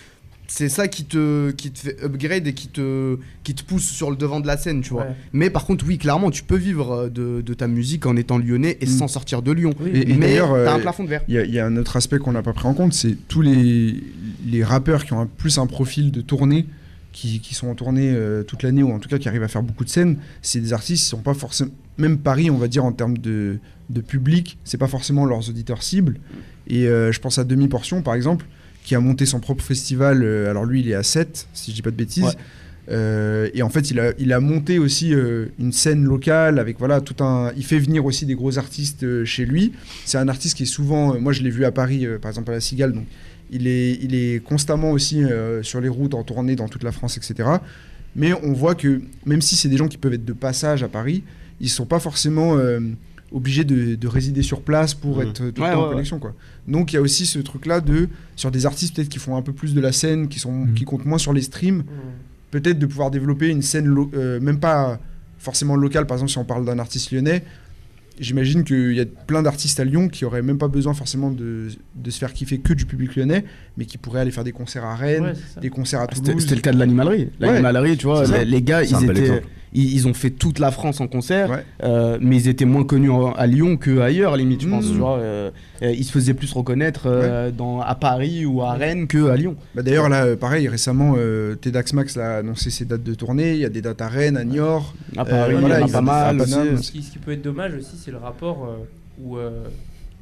Speaker 8: c'est ça qui te, qui te fait upgrade et qui te, qui te pousse sur le devant de la scène, tu vois.
Speaker 6: Ouais.
Speaker 8: Mais par contre, oui, clairement, tu peux vivre euh, de, de ta musique en étant lyonnais et sans sortir de Lyon.
Speaker 1: Et- et
Speaker 8: Mais
Speaker 1: d'ailleurs,
Speaker 8: t'as un
Speaker 1: euh,
Speaker 8: plafond de verre.
Speaker 1: Il y, a- il y a un autre aspect qu'on n'a pas pris en compte, c'est tous les, les rappeurs qui ont un, plus un profil de tournée, qui, qui sont en tournée euh, toute l'année, ou en tout cas qui arrivent à faire beaucoup de scènes, c'est des artistes qui sont pas forcément... Même Paris, on va dire, en termes de, de public, c'est pas forcément leurs auditeurs cibles. Et euh, je pense à Demi Portion, par exemple, qui a monté son propre festival. euh, alors lui, il est à 7, si je dis pas de bêtises.
Speaker 8: Ouais.
Speaker 1: Euh, et en fait, il a, il a monté aussi euh, une scène locale avec voilà tout un. Il fait venir aussi des gros artistes euh, chez lui. C'est un artiste qui est souvent. euh, moi, je l'ai vu à Paris, euh, par exemple à la Cigale. Donc, il est, il est constamment aussi euh, sur les routes, en tournée dans toute la France, etc. Mais on voit que même si c'est des gens qui peuvent être de passage à Paris, ils sont pas forcément euh, obligés de, de résider sur place pour
Speaker 4: Mhm.
Speaker 1: être tout le
Speaker 8: Ouais,
Speaker 1: temps
Speaker 8: ouais,
Speaker 1: en
Speaker 8: ouais.
Speaker 1: connexion, quoi. Donc il y a aussi ce truc-là de sur des artistes peut-être qui font un peu plus de la scène, qui sont
Speaker 8: Mm.
Speaker 3: Mhm.
Speaker 1: qui comptent moins sur les streams,
Speaker 6: Mm.
Speaker 1: peut-être de pouvoir développer une scène lo- euh, même pas forcément locale. Par exemple, si on parle d'un artiste lyonnais, j'imagine qu'il y a plein d'artistes à Lyon qui auraient même pas besoin forcément de, de se faire kiffer que du public lyonnais, mais qui pourraient aller faire des concerts à Rennes,
Speaker 6: Ouais, c'est ça.
Speaker 1: des concerts à
Speaker 8: Ah, C'était
Speaker 1: Toulouse.
Speaker 8: c'était le cas de l'animalerie. L'animalerie, tu vois,
Speaker 4: C'est ça.
Speaker 8: les, les gars,
Speaker 4: C'est un
Speaker 8: ils,
Speaker 4: bel
Speaker 8: étaient,
Speaker 4: exemple.
Speaker 8: ils, ils ont fait toute la France en concert,
Speaker 1: Ouais.
Speaker 8: euh, mais ils étaient moins connus en- à Lyon qu'ailleurs, limite, je pense.
Speaker 1: Mhm.
Speaker 8: tu vois, euh, euh, ils se faisaient plus reconnaître euh, dans, à Paris ou à Rennes qu'à Lyon.
Speaker 1: Bah, D'ailleurs, là, euh, pareil, récemment, euh, Tedax Max a annoncé ses dates de tournée. Il y a des dates à Rennes, à Niort.
Speaker 8: À
Speaker 1: Euh,
Speaker 8: Paris,
Speaker 1: voilà,
Speaker 8: il y en
Speaker 1: ils
Speaker 8: a pas
Speaker 1: ont-
Speaker 8: mal.
Speaker 1: à
Speaker 8: aussi.
Speaker 1: Paname.
Speaker 6: Ce qui, ce qui peut être dommage aussi, c'est le rapport euh, où euh,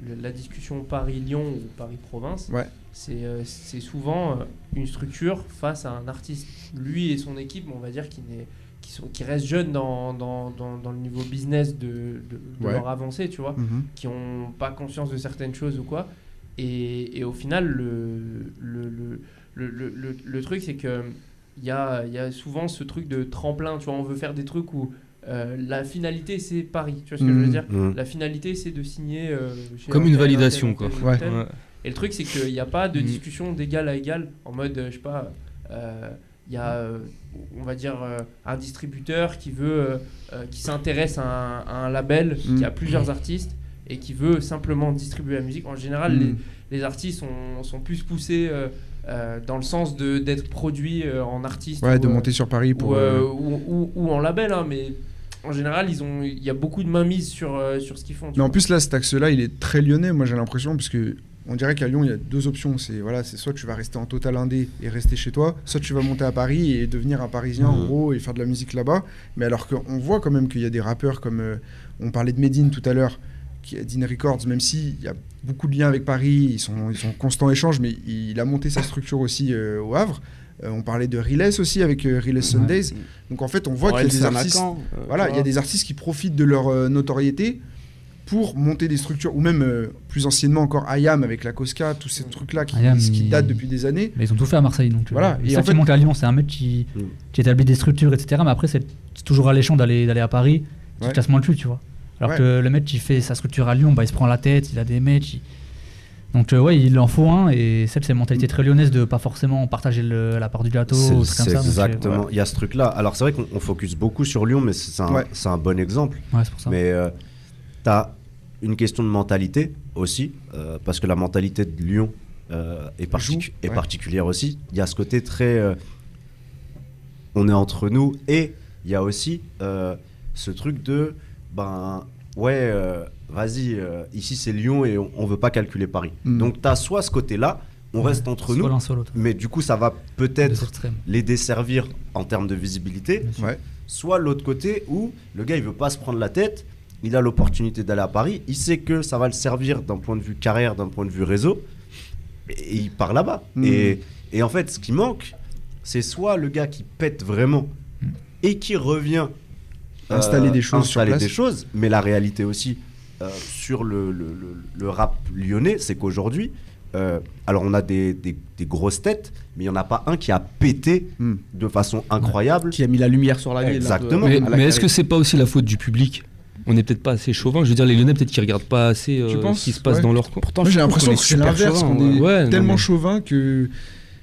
Speaker 6: le- la discussion Paris-Lyon ou Paris-Province,
Speaker 1: Ouais.
Speaker 6: c'est euh, c'est souvent euh, une structure face à un artiste. Lui et son équipe, on va dire, qui, n'est- qui, sont, qui restent jeunes dans, dans, dans- dans le niveau business de, de- de
Speaker 1: Ouais.
Speaker 6: leur avancée, tu vois,
Speaker 8: Mhm.
Speaker 6: qui n'ont pas conscience de certaines choses ou quoi. Et, et au final, le, le, le, le, le- le- le truc, c'est que il y a, il y a souvent ce truc de tremplin, tu vois, on veut faire des trucs où euh, la finalité, c'est Paris, tu vois ce que je veux
Speaker 1: Mhm.
Speaker 6: dire
Speaker 4: Mhm.
Speaker 6: La finalité, c'est de signer... euh, chez
Speaker 5: Hmm. Comme
Speaker 6: un
Speaker 5: une
Speaker 6: tel, un tel,
Speaker 5: validation,
Speaker 6: un tel,
Speaker 5: quoi.
Speaker 6: un
Speaker 1: Ouais.
Speaker 6: tel. Et le truc, c'est qu'il n'y a pas de
Speaker 1: Mm.
Speaker 5: Mhm.
Speaker 6: discussion d'égal à égal, en mode, euh, je sais pas, euh, il y a, euh, on va dire, euh, un distributeur qui veut, euh, euh, qui s'intéresse à, un- à un label
Speaker 1: Mhm.
Speaker 6: qui a plusieurs artistes et qui veut simplement distribuer la musique. En général, Ah,
Speaker 1: Mm.
Speaker 6: les, les artistes sont, sont plus poussés euh, euh, dans le sens de- d'être produits euh, en artiste
Speaker 1: Ouais, de
Speaker 6: ou, euh,
Speaker 1: monter sur Paris pour.
Speaker 6: ou, euh,
Speaker 1: euh,
Speaker 6: ou- ou- ou en label, hein, mais en général, ils ont, il y a beaucoup de mainmise sur, euh, sur ce qu'ils font. tu
Speaker 1: Mais en
Speaker 6: vois.
Speaker 1: plus, là, cet axe-là, il est très lyonnais, moi j'ai l'impression, parce que on dirait qu'à Lyon, il y a deux options. C'est voilà, c'est soit tu vas rester en total indé et rester chez toi, soit tu vas monter à Paris et devenir un Parisien, en
Speaker 4: Mhm.
Speaker 1: gros, et faire de la musique là-bas. Mais alors qu'on voit quand même qu'il y a des rappeurs comme. euh, on parlait de Medine tout à l'heure, qui a Dean Records, même s'il y a beaucoup de liens avec Paris, ils sont, ils sont en constant échange, mais il a monté sa structure aussi euh, au Havre. Euh, on parlait de Riles aussi avec euh, Riles Sundays. Donc en fait, on voit qu'il y a
Speaker 8: Aurel
Speaker 1: des artistes.
Speaker 8: Samacan, euh,
Speaker 1: Voilà,
Speaker 8: tu
Speaker 1: il y a
Speaker 8: vois.
Speaker 1: des artistes qui profitent de leur euh, notoriété pour monter des structures, ou même euh, plus anciennement encore IAM avec la Cosca, tous ces trucs-là qui,
Speaker 3: IAM,
Speaker 1: qui
Speaker 3: il-
Speaker 1: datent depuis des années.
Speaker 3: Mais ils ont tout fait à Marseille, donc.
Speaker 1: Voilà, et
Speaker 3: Et
Speaker 1: en
Speaker 3: ça
Speaker 1: fait-
Speaker 3: qui monte à Lyon, c'est un mec qui,
Speaker 4: Mm.
Speaker 3: qui établit des structures, etc. Mais après, c'est c'est toujours alléchant d'aller d'aller à Paris. Tu
Speaker 1: Ouais.
Speaker 3: te casses moins le cul, tu vois. Alors
Speaker 1: Ouais.
Speaker 3: que le mec qui fait sa structure à Lyon, bah, il se prend la tête, il a des matchs. il- Donc euh, ouais, il en faut un. Et celle, c'est une mentalité très lyonnaise de pas forcément partager le- la part du gâteau, ou trucs
Speaker 4: C'est
Speaker 3: comme
Speaker 4: c'est
Speaker 3: ça. donc euh, c'est-
Speaker 4: exactement. Il y a ce truc-là. Alors, c'est vrai qu'on on focus beaucoup sur Lyon, mais c'est un,
Speaker 1: Ouais.
Speaker 4: c'est un bon exemple.
Speaker 3: Ouais, c'est pour ça.
Speaker 4: Mais euh, t'as une question de mentalité aussi, euh, parce que la mentalité de Lyon euh, est, partic-
Speaker 1: Joue,
Speaker 4: est
Speaker 1: ouais.
Speaker 4: particulière aussi. Il y a ce côté très. euh, on est entre nous et il y a aussi euh, ce truc de. Ben, ouais, euh, vas-y, euh, ici c'est Lyon et on, on veut pas calculer Paris.
Speaker 1: Mm.
Speaker 4: Donc, t'as soit ce côté-là, on
Speaker 3: Ouais,
Speaker 4: reste entre
Speaker 3: Soit
Speaker 4: nous,
Speaker 3: l'un, soit l'autre.
Speaker 4: mais du coup, ça va
Speaker 3: Deux
Speaker 4: peut-être
Speaker 3: extrêmes.
Speaker 4: les desservir en termes de visibilité,
Speaker 3: Bien sûr.
Speaker 1: Ouais.
Speaker 4: soit l'autre côté où le gars il veut pas se prendre la tête, il a l'opportunité d'aller à Paris, il sait que ça va le servir d'un point de vue carrière, d'un point de vue réseau, et il part là-bas.
Speaker 1: Mhm.
Speaker 4: Et, et en fait, ce qui manque, c'est soit le gars qui pète vraiment
Speaker 3: Mm.
Speaker 4: et qui revient euh,
Speaker 1: Installer des choses sur
Speaker 4: installer
Speaker 1: place.
Speaker 4: des choses, mais la réalité aussi euh, sur le, le- le- le rap lyonnais, c'est qu'aujourd'hui, euh, alors on a des, des- des grosses têtes, mais il n'y en a pas un qui a pété
Speaker 1: Hmm.
Speaker 4: de façon incroyable.
Speaker 8: qui a mis la lumière sur la ville. un peu.
Speaker 4: Exactement.
Speaker 8: À
Speaker 5: Mais,
Speaker 8: la
Speaker 5: mais est-ce
Speaker 8: carré.
Speaker 5: que c'est pas aussi la faute du public on n'est peut-être pas assez chauvin. Je veux dire, les Lyonnais, peut-être qu'ils regardent pas assez euh,
Speaker 1: Tu penses
Speaker 5: ce qui se passe
Speaker 1: Ouais.
Speaker 5: dans leur coin.
Speaker 1: Moi, j'ai l'impression que c'est l'inverse, qu'on est
Speaker 5: Ouais, non,
Speaker 1: tellement
Speaker 5: mais-
Speaker 1: chauvin que.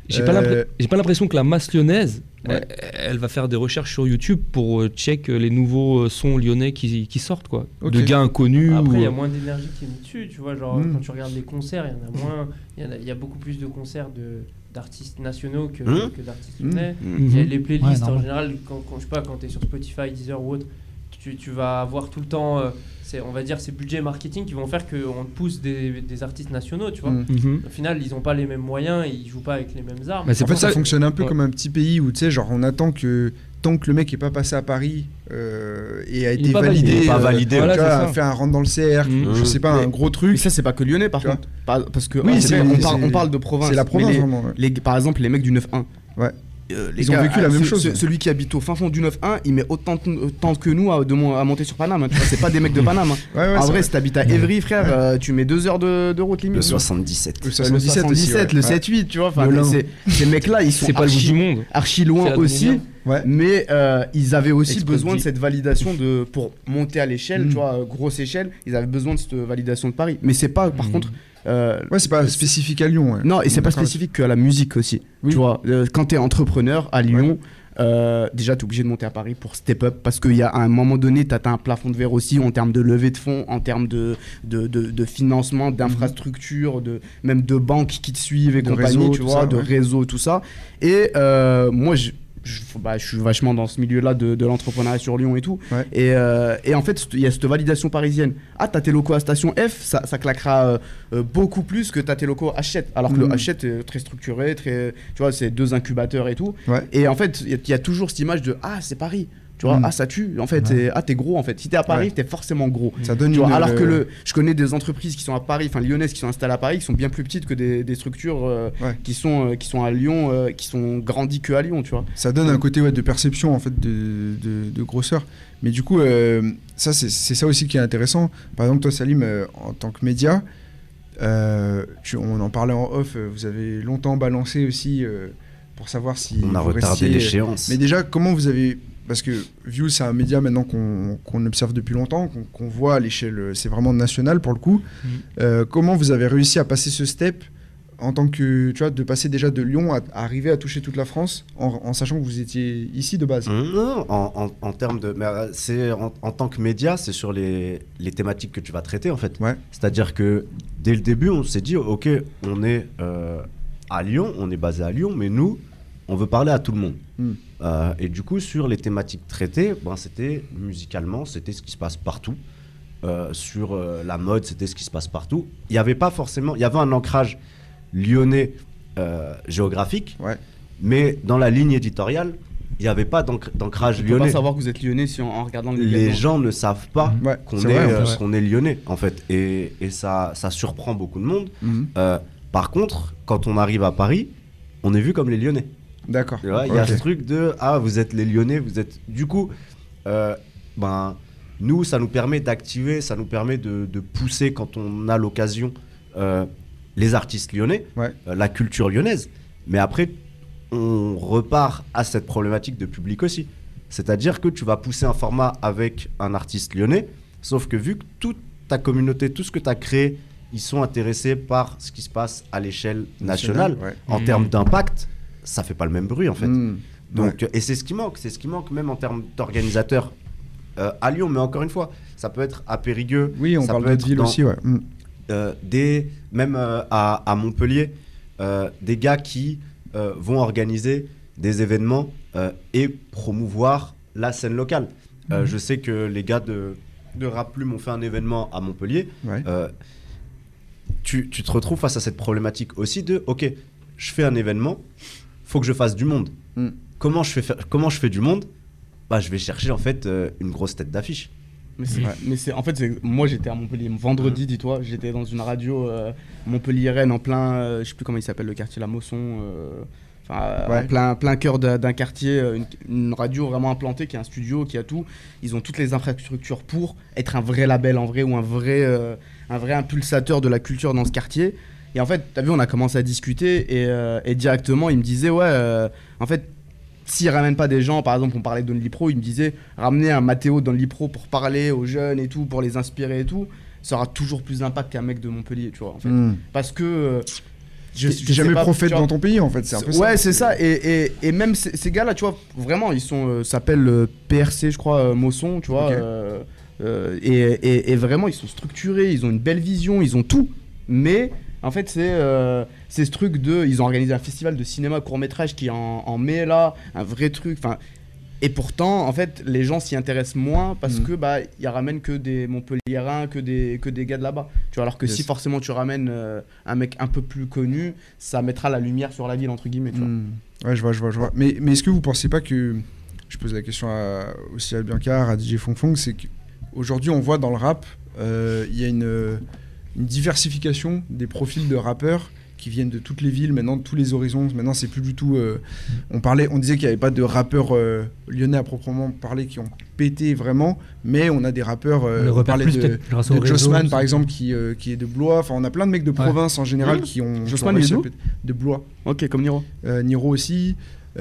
Speaker 5: J'ai pas
Speaker 1: euh,
Speaker 5: l'impr- j'ai pas l'impression que la masse lyonnaise,
Speaker 1: Ouais.
Speaker 5: elle, elle va faire des recherches sur YouTube pour euh, check euh, les nouveaux euh, sons lyonnais qui, qui sortent, quoi.
Speaker 1: Ok.
Speaker 5: De gars inconnus.
Speaker 6: Après, il y a
Speaker 5: ou- euh,
Speaker 6: moins d'énergie qui est mise dessus, tu vois. Genre,
Speaker 1: Mm.
Speaker 6: quand tu regardes les concerts, il y en a moins. Il y en a- il y, a beaucoup plus de concerts de d'artistes nationaux que,
Speaker 5: Hmm.
Speaker 4: Mm.
Speaker 6: que d'artistes
Speaker 1: Mm.
Speaker 6: lyonnais.
Speaker 4: Mhm.
Speaker 6: Il y a les playlists
Speaker 3: Ouais,
Speaker 6: en
Speaker 3: normal.
Speaker 6: général, quand, quand, je sais pas, quand tu es sur Spotify, Deezer ou autre, tu, tu vas avoir tout le temps, euh, c'est- on va dire, ces budgets marketing qui vont faire qu'on te pousse des, des artistes nationaux, tu vois.
Speaker 1: Mm.
Speaker 5: Mhm.
Speaker 6: Au final, ils n'ont pas les mêmes moyens, ils jouent pas avec les mêmes armes.
Speaker 5: Mais c'est
Speaker 1: En fait,
Speaker 5: pour
Speaker 1: ça
Speaker 5: ça.
Speaker 1: fonctionne un peu
Speaker 5: Ouais.
Speaker 1: comme un petit pays où, tu sais, genre, on attend que. Tant que le mec est pas passé à Paris euh, et a
Speaker 5: Il est
Speaker 1: été
Speaker 5: pas
Speaker 1: validé,
Speaker 5: validé.
Speaker 4: Il est pas
Speaker 1: euh,
Speaker 4: validé,
Speaker 1: tu
Speaker 5: ouais.
Speaker 1: vois,
Speaker 5: Voilà, c'est
Speaker 1: a
Speaker 5: ça.
Speaker 1: fait un rentre dans le CR,
Speaker 5: Mhm.
Speaker 1: je sais pas,
Speaker 8: Mmh. Mais-
Speaker 1: un gros
Speaker 8: Mais
Speaker 1: truc.
Speaker 8: ça, c'est pas que lyonnais, par
Speaker 1: Tu vois.
Speaker 8: contre. Ah, Pas- parce que
Speaker 1: Oui,
Speaker 8: on,
Speaker 1: c'est-
Speaker 8: parle- on
Speaker 1: c'est-
Speaker 8: parle, on parle de province.
Speaker 1: C'est la
Speaker 8: mais
Speaker 1: province,
Speaker 8: les-
Speaker 1: vraiment. ouais.
Speaker 8: les- par exemple, les mecs du 9-1.
Speaker 1: Ouais.
Speaker 8: Euh, les
Speaker 1: Ils ont vécu la
Speaker 8: ah,
Speaker 1: même
Speaker 8: ce-
Speaker 1: chose.
Speaker 8: ce- celui qui habite au fin fond du 9-1, il met autant de temps que nous à, de mon- à monter sur Paname. hein, tu vois, C'est pas des mecs de Paname. hein.
Speaker 1: Ouais, ouais,
Speaker 8: en
Speaker 1: c'est
Speaker 8: vrai, si t'habites à Evry, frère, euh, tu mets deux heures de, de route limite.
Speaker 4: Le 77.
Speaker 1: Le
Speaker 8: le
Speaker 1: 77 aussi,
Speaker 8: 77,
Speaker 1: ouais.
Speaker 8: le 7-8, tu vois. enfin,
Speaker 1: Le Lin.
Speaker 8: c'est- Ces mecs-là, ils sont
Speaker 5: C'est pas le bout
Speaker 8: archi,
Speaker 5: du monde.
Speaker 8: archi
Speaker 5: C'est
Speaker 8: loin
Speaker 5: la
Speaker 8: aussi.
Speaker 5: demi-heure.
Speaker 1: Ouais.
Speaker 8: Mais euh, ils avaient aussi
Speaker 5: Express
Speaker 8: besoin de
Speaker 5: G.
Speaker 8: cette validation de pour monter à l'échelle,
Speaker 1: Mm.
Speaker 8: tu vois, euh, grosse échelle. Ils avaient besoin de cette validation de Paris. Mais c'est pas, par contre. euh,
Speaker 1: Mm. Ouais, c'est pas spécifique à Lyon. ouais.
Speaker 8: non, et c'est pas
Speaker 1: D'accord.
Speaker 8: spécifique qu'à la musique aussi.
Speaker 1: Oui.
Speaker 8: Tu vois, euh, quand t'es entrepreneur à Lyon, euh, déjà t'es obligé de monter à Paris pour step up parce qu'il y a à un moment donné, t'atteins un plafond de verre aussi en termes de levée de fonds, en termes de, de, de- de financement, d'infrastructures, de, même de banques qui te suivent
Speaker 1: Mhm.
Speaker 8: et
Speaker 1: De
Speaker 8: compagnie,
Speaker 1: réseau,
Speaker 8: tu
Speaker 1: tout
Speaker 8: vois,
Speaker 1: ça,
Speaker 8: de
Speaker 1: ouais.
Speaker 8: réseaux, tout ça. Et euh, moi, je. Je, bah, je suis vachement dans ce milieu-là de, de l'entrepreneuriat sur Lyon et tout.
Speaker 1: Ouais.
Speaker 8: Et, euh, et en fait, il y a cette validation parisienne. Ah, t'as tes locaux à station F, ça, ça claquera euh, euh, beaucoup plus que t'as tes locaux Hachette. Alors que
Speaker 1: Mhm.
Speaker 8: le Hachette est très structuré, très, tu vois, c'est deux incubateurs et tout.
Speaker 1: Ouais.
Speaker 8: Et en fait, il y, a- il y a toujours cette image de ah, c'est Paris. Tu vois,
Speaker 1: Mhm.
Speaker 8: ah, ça tue. En fait,
Speaker 3: Ouais.
Speaker 8: et, ah, t'es gros. En fait, si t'es à Paris,
Speaker 1: Ouais.
Speaker 8: t'es forcément gros.
Speaker 1: Ça donne
Speaker 8: Tu vois,
Speaker 1: une,
Speaker 8: alors
Speaker 1: euh,
Speaker 8: que le, je connais des entreprises qui sont à Paris, enfin lyonnaises qui sont installées à Paris, qui sont bien plus petites que des, des structures euh,
Speaker 1: Ouais.
Speaker 8: qui, sont, euh, qui sont à Lyon, euh, qui sont grandies que à Lyon, tu vois.
Speaker 1: Ça donne un côté ouais, de perception en fait de, de- de grosseur. Mais du coup, euh, ça c'est c'est ça aussi qui est intéressant. Par exemple, toi Salim, euh, en tant que média, euh, tu- on en parlait en off. euh, Vous avez longtemps balancé aussi euh, pour savoir si
Speaker 4: On a
Speaker 1: vous
Speaker 4: retardé
Speaker 1: restiez- euh,
Speaker 4: l'échéance.
Speaker 1: Mais déjà, comment vous avez parce que View, c'est un média maintenant qu'on qu'on observe depuis longtemps, qu'on qu'on voit à l'échelle, euh, c'est vraiment national pour le coup. Euh, comment vous avez réussi à passer ce step en tant que, tu vois, de passer déjà de Lyon à, à arriver à toucher toute la France en, en sachant que vous étiez ici de base
Speaker 4: Mmh, non, en, en- en termes de. mais, euh, c'est- en, en tant que média, c'est sur les, les thématiques que tu vas traiter, en fait.
Speaker 1: Ouais.
Speaker 4: C'est-à-dire que dès le début, on s'est dit, OK, on est euh, à Lyon, on est basé à Lyon, mais nous, on veut parler à tout le monde.
Speaker 1: Mmh.
Speaker 4: Euh, et du coup, sur les thématiques traitées, ben, c'était musicalement, c'était ce qui se passe partout. Euh, sur euh, la mode, c'était ce qui se passe partout. Il n'y avait pas forcément. Il y avait un ancrage lyonnais euh, géographique,
Speaker 1: Ouais.
Speaker 4: mais dans la ligne éditoriale, il n'y avait pas d'ancr- d'ancrage
Speaker 8: Tu peux pas
Speaker 4: lyonnais.
Speaker 8: savoir que vous êtes lyonnais si en, en regardant le
Speaker 4: Les
Speaker 8: événement.
Speaker 4: gens ne savent pas
Speaker 8: Mm-hmm.
Speaker 1: Ouais,
Speaker 4: qu'on
Speaker 1: c'est
Speaker 4: est,
Speaker 1: vrai, hein. en
Speaker 4: euh,
Speaker 1: plus.
Speaker 4: qu'on est lyonnais, en fait. Et, et ça, ça surprend beaucoup de monde.
Speaker 1: Mhm.
Speaker 4: Euh, par contre, quand on arrive à Paris, on est vu comme les lyonnais.
Speaker 1: D'accord.
Speaker 4: Tu vois, Il y a
Speaker 1: Ok.
Speaker 4: ce truc de Ah, vous êtes les Lyonnais, vous êtes. Du coup, euh, ben, nous, ça nous permet d'activer, ça nous permet de, de pousser quand on a l'occasion euh, les artistes lyonnais,
Speaker 1: Ouais.
Speaker 4: euh, la culture lyonnaise. Mais après, on repart à cette problématique de public aussi. C'est-à-dire que tu vas pousser un format avec un artiste lyonnais, sauf que vu que toute ta communauté, tout ce que tu as créé, ils sont intéressés par ce qui se passe à l'échelle nationale
Speaker 1: ouais.
Speaker 4: en
Speaker 5: Mhm.
Speaker 4: termes d'impact, ça fait pas le même bruit en fait.
Speaker 1: Mhm.
Speaker 4: Donc, Et c'est ce qui manque, c'est ce qui manque même en termes d'organisateurs euh, à Lyon, mais encore une fois, ça peut être à Périgueux,
Speaker 1: Oui, on
Speaker 4: ça
Speaker 1: parle
Speaker 4: peut
Speaker 1: d'autres
Speaker 4: être
Speaker 1: villes
Speaker 4: dans-
Speaker 1: aussi, ouais. Mhm.
Speaker 4: euh, des, même euh, à, à Montpellier, euh, des gars qui euh, vont organiser des événements euh, et promouvoir la scène locale. Euh,
Speaker 1: Mhm.
Speaker 4: Je sais que les gars de, de Rap Plume ont fait un événement à Montpellier.
Speaker 1: Ouais.
Speaker 4: Euh, tu, tu te retrouves face à cette problématique aussi de ok, je fais un événement, faut que je fasse du monde.
Speaker 1: Mm.
Speaker 4: Comment, je fais faire- comment je fais du monde bah, Je vais chercher en fait euh, une grosse tête d'affiche.
Speaker 8: Mais c'est, mais c'est- en fait, c'est- moi j'étais à Montpellier vendredi, dis-toi, j'étais dans une radio euh, Montpellier-Rennes en plein, euh, je sais plus comment il s'appelle le quartier, la Mosson, euh, enfin, euh,
Speaker 1: Ouais.
Speaker 8: en plein, plein cœur d'un d'un quartier, euh, une, une radio vraiment implantée qui a un studio, qui a tout. Ils ont toutes les infrastructures pour être un vrai label en vrai ou un vrai, euh, un vrai impulsateur de la culture dans ce quartier. Et en fait, t'as vu, on a commencé à discuter et, euh, et directement, il me disait, ouais, euh, en fait, s'ils ramènent pas des gens, par exemple, on parlait de Pro, il me disait ramener un Matteo dans Pro pour parler aux jeunes et tout, pour les inspirer et tout, ça aura toujours plus d'impact qu'un mec de Montpellier, tu vois, en fait.
Speaker 1: Mm.
Speaker 8: Parce que. euh, je-
Speaker 1: T'es
Speaker 8: je
Speaker 1: t'es
Speaker 8: sais
Speaker 1: jamais
Speaker 8: pas,
Speaker 1: prophète
Speaker 8: tu vois,
Speaker 1: dans ton pays en fait, c'est un peu ça.
Speaker 8: Ouais, c'est ça. Et, et- et même ces, ces gars-là, tu vois, vraiment, ils sont euh, s'appellent euh, PRC, je crois, euh, Mosson, tu vois.
Speaker 1: Ok.
Speaker 8: euh, euh, et, et- et vraiment, ils sont structurés, ils ont une belle vision, ils ont tout. Mais en fait, c'est euh, c'est ce truc de. Ils ont organisé un festival de cinéma court-métrage qui est en, en mai là, un vrai truc. Enfin. Et pourtant, en fait, les gens s'y intéressent moins parce
Speaker 1: Mhm.
Speaker 8: que bah ils ramènent que des Montpelliérains, que des que des gars de là-bas. Tu vois, alors que
Speaker 1: Yes.
Speaker 8: si forcément tu ramènes euh, un mec un peu plus connu, ça mettra la lumière sur la ville entre guillemets. Tu vois.
Speaker 1: Hmm. Ouais, je vois, je vois, je vois. Mais, mais est-ce que vous pensez pas que. Je pose la question à- aussi à Biancar, à DJ Fong Fong, c'est qu'aujourd'hui, on voit dans le rap, euh, il y a une, une diversification des profils de rappeurs qui viennent de toutes les villes, maintenant de tous les horizons. Maintenant, c'est plus du tout. euh, on, parlait, on disait qu'il n'y avait pas de rappeurs euh, lyonnais à proprement parler qui ont pété vraiment, mais on a des rappeurs. euh,
Speaker 3: le
Speaker 1: on
Speaker 3: repère
Speaker 1: parlait
Speaker 3: plus
Speaker 1: de,
Speaker 3: peut-être grâce au
Speaker 1: de
Speaker 3: réseau,
Speaker 1: Jossman,
Speaker 3: tout
Speaker 1: par
Speaker 3: ça.
Speaker 1: exemple, qui, euh, qui est de Blois. Enfin, on a plein de mecs de province en général qui ont.
Speaker 8: Jossman,
Speaker 1: qui ont
Speaker 8: il est
Speaker 1: réussi à
Speaker 8: d'où
Speaker 1: péter. De Blois.
Speaker 8: Ok, comme Niro.
Speaker 1: Euh, Niro aussi.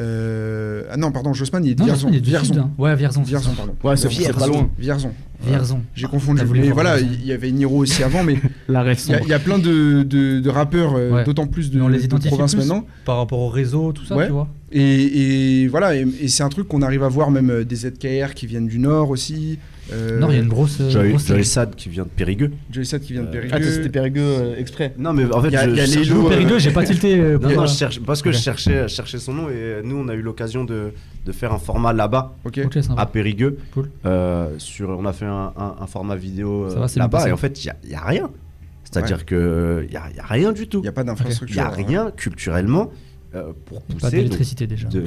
Speaker 1: Euh, Ah non, pardon, Jossman, il est de
Speaker 3: Non,
Speaker 1: Vierzon.
Speaker 3: il y a du sud.
Speaker 1: Vierzon.
Speaker 3: hein. Ouais, Vierzon. c'est ça.
Speaker 1: Vierzon, pardon.
Speaker 8: Ouais, c'est c'est pas loin.
Speaker 1: Vierzon.
Speaker 3: Vierzon.
Speaker 1: J'ai confondu.
Speaker 3: T'as voulu
Speaker 1: Mais
Speaker 3: voir
Speaker 1: voilà,
Speaker 3: Vierzon.
Speaker 1: il y avait Niro aussi avant, mais
Speaker 8: La
Speaker 1: il y a- il y, a plein de, de- de rappeurs, euh,
Speaker 3: Ouais.
Speaker 1: d'autant plus de,
Speaker 3: Mais on les
Speaker 1: de
Speaker 3: identifie
Speaker 1: province
Speaker 3: plus.
Speaker 1: maintenant.
Speaker 3: Par rapport au réseau, tout ça,
Speaker 1: Ouais.
Speaker 3: tu vois.
Speaker 1: Et, et voilà, et, et c'est un truc qu'on arrive à voir même euh, des ZKR qui viennent du Nord aussi. Euh,
Speaker 3: Non, il y a une grosse. euh,
Speaker 4: Joel
Speaker 3: grosse-
Speaker 4: Joel Sad qui vient de Périgueux.
Speaker 1: Joey Sad qui vient de Périgueux.
Speaker 8: Ah, t'as- c'était Périgueux euh, exprès.
Speaker 4: Non, mais en fait,
Speaker 1: Il y a-
Speaker 4: je
Speaker 1: il y a les
Speaker 4: cherche-
Speaker 1: loups,
Speaker 4: Non,
Speaker 1: euh,
Speaker 3: Périgueux, j'ai pas tilté. euh,
Speaker 4: Non,
Speaker 3: pour moi.
Speaker 4: je cherche, parce que
Speaker 3: Ok.
Speaker 4: je cherchais, je cherchais son nom et euh, nous on a eu l'occasion de, de faire un format là-bas
Speaker 1: Ok.
Speaker 3: Ok, sympa.
Speaker 4: à Périgueux.
Speaker 3: Ah. Cool.
Speaker 4: Euh, sur, on a fait un, un- un format vidéo euh,
Speaker 3: Ça va, c'est bien
Speaker 4: là-bas
Speaker 3: passé.
Speaker 4: et en fait il y a, il y a rien. C'est-à-dire que euh, il y, a- il y a rien du tout.
Speaker 1: Il n'y a pas hein.
Speaker 4: Il
Speaker 1: d'infrastructure.
Speaker 4: n'y a rien culturellement euh, pour
Speaker 3: Pas
Speaker 4: pousser. donc,
Speaker 3: d'électricité déjà.
Speaker 4: de-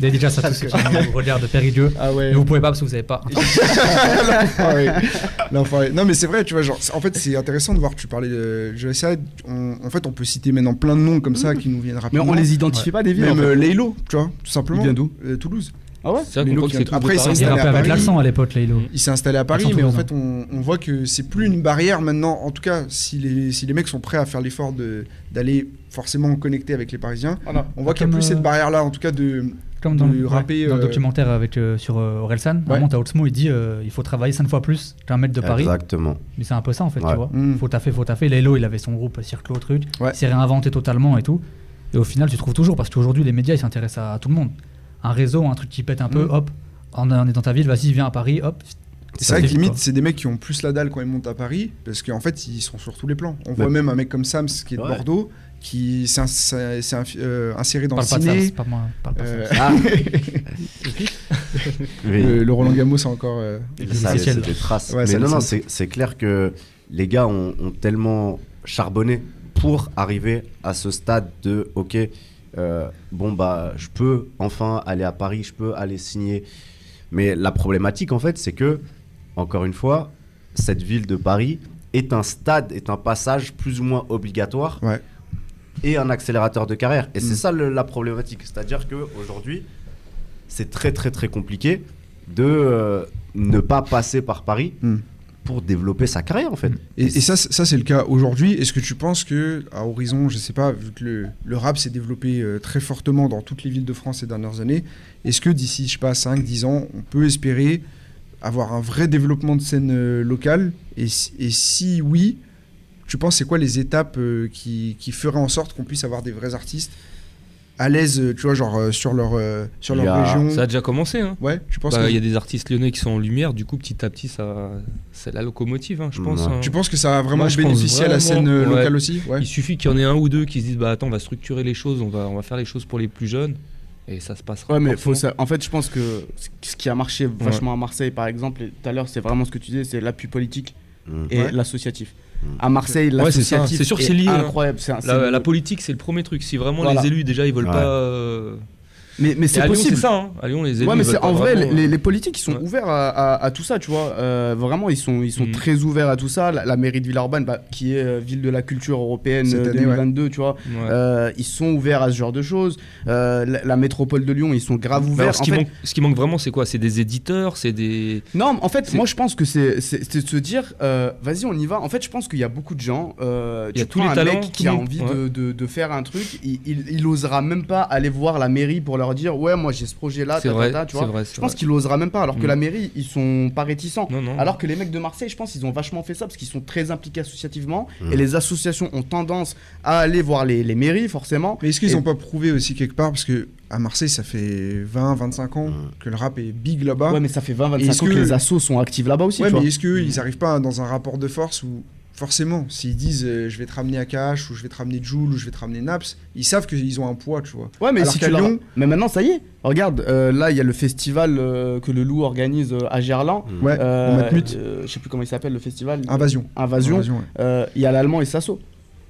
Speaker 3: Mais déjà, ça, tous ceux qui nous regardent de Périgueux.
Speaker 8: Ah ouais.
Speaker 3: Mais vous pouvez pas parce que vous savez pas.
Speaker 1: L'enfoiré. L'enfoiré. Non, mais c'est vrai, tu vois, genre, c'est- en fait, c'est intéressant de voir. Tu parlais de Joey Sad. on- en fait, on peut citer maintenant plein de noms comme ça qui nous viennent
Speaker 8: Mais
Speaker 1: rapidement.
Speaker 8: on les identifie pas des villes.
Speaker 1: Même
Speaker 8: en fait.
Speaker 1: euh, Laylo, tu vois, tout simplement.
Speaker 8: Il vient d'où
Speaker 1: Euh, Toulouse.
Speaker 8: Ah ouais.
Speaker 5: C'est vrai
Speaker 1: Mais
Speaker 5: qu'on
Speaker 1: l'autre
Speaker 5: croit que c'est
Speaker 1: qui-
Speaker 5: tout
Speaker 1: après,
Speaker 5: de
Speaker 1: il
Speaker 5: Paris.
Speaker 1: s'installe. installé
Speaker 3: Il rappelait
Speaker 1: à
Speaker 3: avec
Speaker 1: Paris.
Speaker 3: l'accent à l'époque, Laylo.
Speaker 1: Il s'est installé à Paris,
Speaker 3: Accent
Speaker 1: mais en
Speaker 3: toulousain.
Speaker 1: fait,
Speaker 8: hein.
Speaker 1: on, on voit que c'est plus une barrière maintenant. En tout cas, si les, si les mecs sont prêts à faire l'effort de- d'aller forcément connecter avec les Parisiens,
Speaker 8: Voilà.
Speaker 1: on voit qu'il n'y a
Speaker 3: Comme,
Speaker 1: plus
Speaker 3: euh,
Speaker 1: cette barrière-là, en tout cas, de.
Speaker 3: Comme dans,
Speaker 1: de
Speaker 3: le, ouais,
Speaker 1: rapper,
Speaker 3: dans le
Speaker 1: euh,
Speaker 3: documentaire avec, euh, sur euh, Orelsan,
Speaker 1: Ouais.
Speaker 3: vraiment, t'as Olsmo, il dit euh, il faut travailler 5 fois plus qu'un mètre de Paris.
Speaker 4: Exactement.
Speaker 3: Mais c'est un peu ça en fait,
Speaker 4: Ouais.
Speaker 3: tu vois.
Speaker 1: Mm.
Speaker 3: Faut taffer, faut taffer. Lelo, il avait son groupe Circlo, truc.
Speaker 1: Ouais.
Speaker 3: Il s'est réinventé totalement et tout. Et au final, tu trouves toujours parce qu'aujourd'hui, les médias, ils s'intéressent à tout le monde. Un réseau, un truc qui pète un peu,
Speaker 1: Mm.
Speaker 3: hop. En, en étant ta ville, vas-y, viens à Paris, hop.
Speaker 1: C'est vrai que
Speaker 3: vite,
Speaker 1: limite,
Speaker 3: quoi.
Speaker 1: c'est des mecs qui ont plus la dalle quand ils montent à Paris, parce qu'en fait, ils sont sur tous les plans. On voit
Speaker 4: Ouais.
Speaker 1: même un mec comme Sams qui est de
Speaker 4: Ouais.
Speaker 1: Bordeaux, qui s'est ins- s'est inf- euh, inséré dans
Speaker 3: Parle pas
Speaker 1: le
Speaker 3: de ça,
Speaker 1: ciné.
Speaker 3: c'est pas moi. Parle pas de ça.
Speaker 1: Euh,
Speaker 4: Oui.
Speaker 1: le, le Roland Gamos, c'est encore. euh,
Speaker 4: Ça,
Speaker 3: essentiel.
Speaker 4: c'est des traces.
Speaker 1: Ouais,
Speaker 4: Mais
Speaker 1: ça
Speaker 4: non,
Speaker 1: le
Speaker 4: non,
Speaker 1: sent.
Speaker 4: c'est c'est clair que les gars ont, ont tellement charbonné pour arriver à ce stade de OK, euh, bon, bah, je peux enfin aller à Paris, je peux aller signer. Mais la problématique, en fait, c'est que, encore une fois, cette ville de Paris est un stade, est un passage plus ou moins obligatoire
Speaker 1: Ouais.
Speaker 4: et un accélérateur de carrière. Et
Speaker 1: Mm.
Speaker 4: c'est ça le- la problématique. C'est-à-dire qu'aujourd'hui, c'est très, très, très compliqué de euh, ne pas passer par Paris
Speaker 1: Mm.
Speaker 4: pour développer sa carrière, en fait.
Speaker 1: Et, et ça, c'est- ça c'est le cas aujourd'hui. Est-ce que tu penses que à horizon, je sais pas, vu que le, le rap s'est développé euh, très fortement dans toutes les villes de France ces dernières années, est-ce que d'ici, je sais pas, 5-10 ans, on peut espérer avoir un vrai développement de scène euh, locale et, si- et si oui, tu penses c'est quoi les étapes euh, qui, qui feraient en sorte qu'on puisse avoir des vrais artistes à l'aise, euh, tu vois, genre euh, sur leur, euh, sur
Speaker 4: Il y
Speaker 1: leur
Speaker 4: a-
Speaker 1: région
Speaker 5: Ça a déjà commencé, hein.
Speaker 1: Ouais, tu penses,
Speaker 5: Bah,
Speaker 1: que,
Speaker 5: Il y a des artistes lyonnais qui sont en lumière, du coup, petit à petit, ça, c'est la locomotive, hein, je pense.
Speaker 4: Ouais.
Speaker 5: hein.
Speaker 1: tu penses que ça a vraiment
Speaker 5: Moi, je pense
Speaker 1: bénéficié à la scène
Speaker 5: vraiment-
Speaker 1: euh,
Speaker 5: ouais.
Speaker 1: locale aussi Ouais.
Speaker 5: Il suffit qu'il y en ait un ou deux qui se disent bah attends, on va structurer les choses, on va, on va faire les choses pour les plus jeunes, et ça se passera.
Speaker 8: Ouais, mais faut
Speaker 5: forcément.
Speaker 8: ça- en fait, je pense que ce- ce qui a marché vachement à Marseille, par exemple, et tout à l'heure, c'est vraiment ce que tu disais, c'est l'appui politique
Speaker 4: Mm.
Speaker 8: et
Speaker 1: Ouais.
Speaker 8: l'associatif.
Speaker 4: Mm.
Speaker 8: À Marseille,
Speaker 5: Ouais, c'est ça.
Speaker 8: l'associatif
Speaker 5: C'est sûr que c'est lié, hein.
Speaker 8: Incroyable. c'est un- c'est
Speaker 5: La,
Speaker 8: le-
Speaker 5: la politique, c'est le premier truc. Si vraiment
Speaker 8: Voilà.
Speaker 5: les élus déjà ils veulent
Speaker 4: Ouais.
Speaker 5: pas, euh,
Speaker 8: Mais, mais
Speaker 5: Et
Speaker 8: c'est
Speaker 5: à Lyon,
Speaker 8: possible.
Speaker 5: c'est ça, hein. À Lyon, les élus,
Speaker 8: Ouais, mais
Speaker 5: ils
Speaker 8: c'est-
Speaker 5: veulent
Speaker 8: en
Speaker 5: pas
Speaker 8: vrai,
Speaker 5: vraiment,
Speaker 8: les,
Speaker 5: euh,
Speaker 8: les politiques, ils sont
Speaker 5: ouais.
Speaker 8: ouverts à, à- à tout ça, tu vois. Euh, vraiment, ils sont, ils sont
Speaker 5: Mhm.
Speaker 8: très ouverts à tout ça. La, la mairie de Villeurbanne, bah, qui est euh, ville de la culture européenne
Speaker 1: Cette
Speaker 8: euh,
Speaker 1: année,
Speaker 8: 2022, tu vois,
Speaker 5: hein. Ouais.
Speaker 8: euh, ils sont ouverts à ce genre de choses. Euh, la, la métropole de Lyon, ils sont grave
Speaker 5: Mais
Speaker 8: ouverts.
Speaker 5: Bah, alors, ce,
Speaker 8: En
Speaker 5: qui
Speaker 8: fait-
Speaker 5: manque, ce qui manque vraiment, c'est quoi C'est des éditeurs, c'est des.
Speaker 8: Non, en fait,
Speaker 5: C'est-
Speaker 8: moi je pense que c'est c'est- c'est de se dire, euh, vas-y, on y va. En fait, je pense qu'il y a beaucoup de gens. euh,
Speaker 5: Il
Speaker 8: tu
Speaker 5: y a tous
Speaker 8: prends
Speaker 5: les
Speaker 8: un
Speaker 5: talents,
Speaker 8: mec
Speaker 5: tout
Speaker 8: qui
Speaker 5: le
Speaker 8: a
Speaker 5: monde,
Speaker 8: envie
Speaker 5: ouais.
Speaker 8: de, de- de faire un truc, il, il, il osera même pas aller voir la mairie pour leur dire, ouais, moi j'ai ce projet-là, ta,
Speaker 5: C'est
Speaker 8: ta,
Speaker 5: vrai,
Speaker 8: ta, tu
Speaker 5: c'est
Speaker 8: vois.
Speaker 5: vrai, c'est
Speaker 8: je pense
Speaker 5: vrai.
Speaker 8: qu'il osera même pas, alors que
Speaker 5: Mm.
Speaker 8: la mairie, ils sont pas réticents.
Speaker 5: Non, non.
Speaker 8: Alors que les mecs de Marseille, je pense, ils ont vachement fait ça parce qu'ils sont très impliqués associativement
Speaker 4: Mm.
Speaker 8: et les associations ont tendance à aller voir les, les mairies, forcément.
Speaker 1: Mais est-ce qu'ils
Speaker 8: Et-
Speaker 1: n'ont pas prouvé aussi quelque part Parce que à Marseille, ça fait 20-25 ans que le rap est big là-bas.
Speaker 8: Ouais, mais ça fait 20-25 ans
Speaker 1: Et est-ce
Speaker 8: que...
Speaker 1: que-
Speaker 8: les assos sont actifs là-bas aussi,
Speaker 1: Ouais,
Speaker 8: tu vois.
Speaker 1: mais est-ce qu'ils n'arrivent pas dans un rapport de force où, forcément, s'ils disent euh, je vais te ramener Akash ou je vais te ramener Joule ou je vais te ramener Naps, ils savent qu'ils ont un poids, tu vois.
Speaker 8: Ouais, mais
Speaker 1: Alors
Speaker 8: si
Speaker 1: qu'à
Speaker 8: tu la-
Speaker 1: Lyon-
Speaker 8: Mais maintenant, ça y est. Regarde, euh, là, il y a le festival euh, que le Loup organise euh, à Gerland.
Speaker 1: Ouais,
Speaker 8: Euh,
Speaker 1: on Matmut,
Speaker 8: euh, je sais plus comment il s'appelle le festival.
Speaker 1: Invasion.
Speaker 8: Ah, Invasion.
Speaker 1: Invasion, ouais.
Speaker 8: Euh, Il y a l'allemand et Sasso.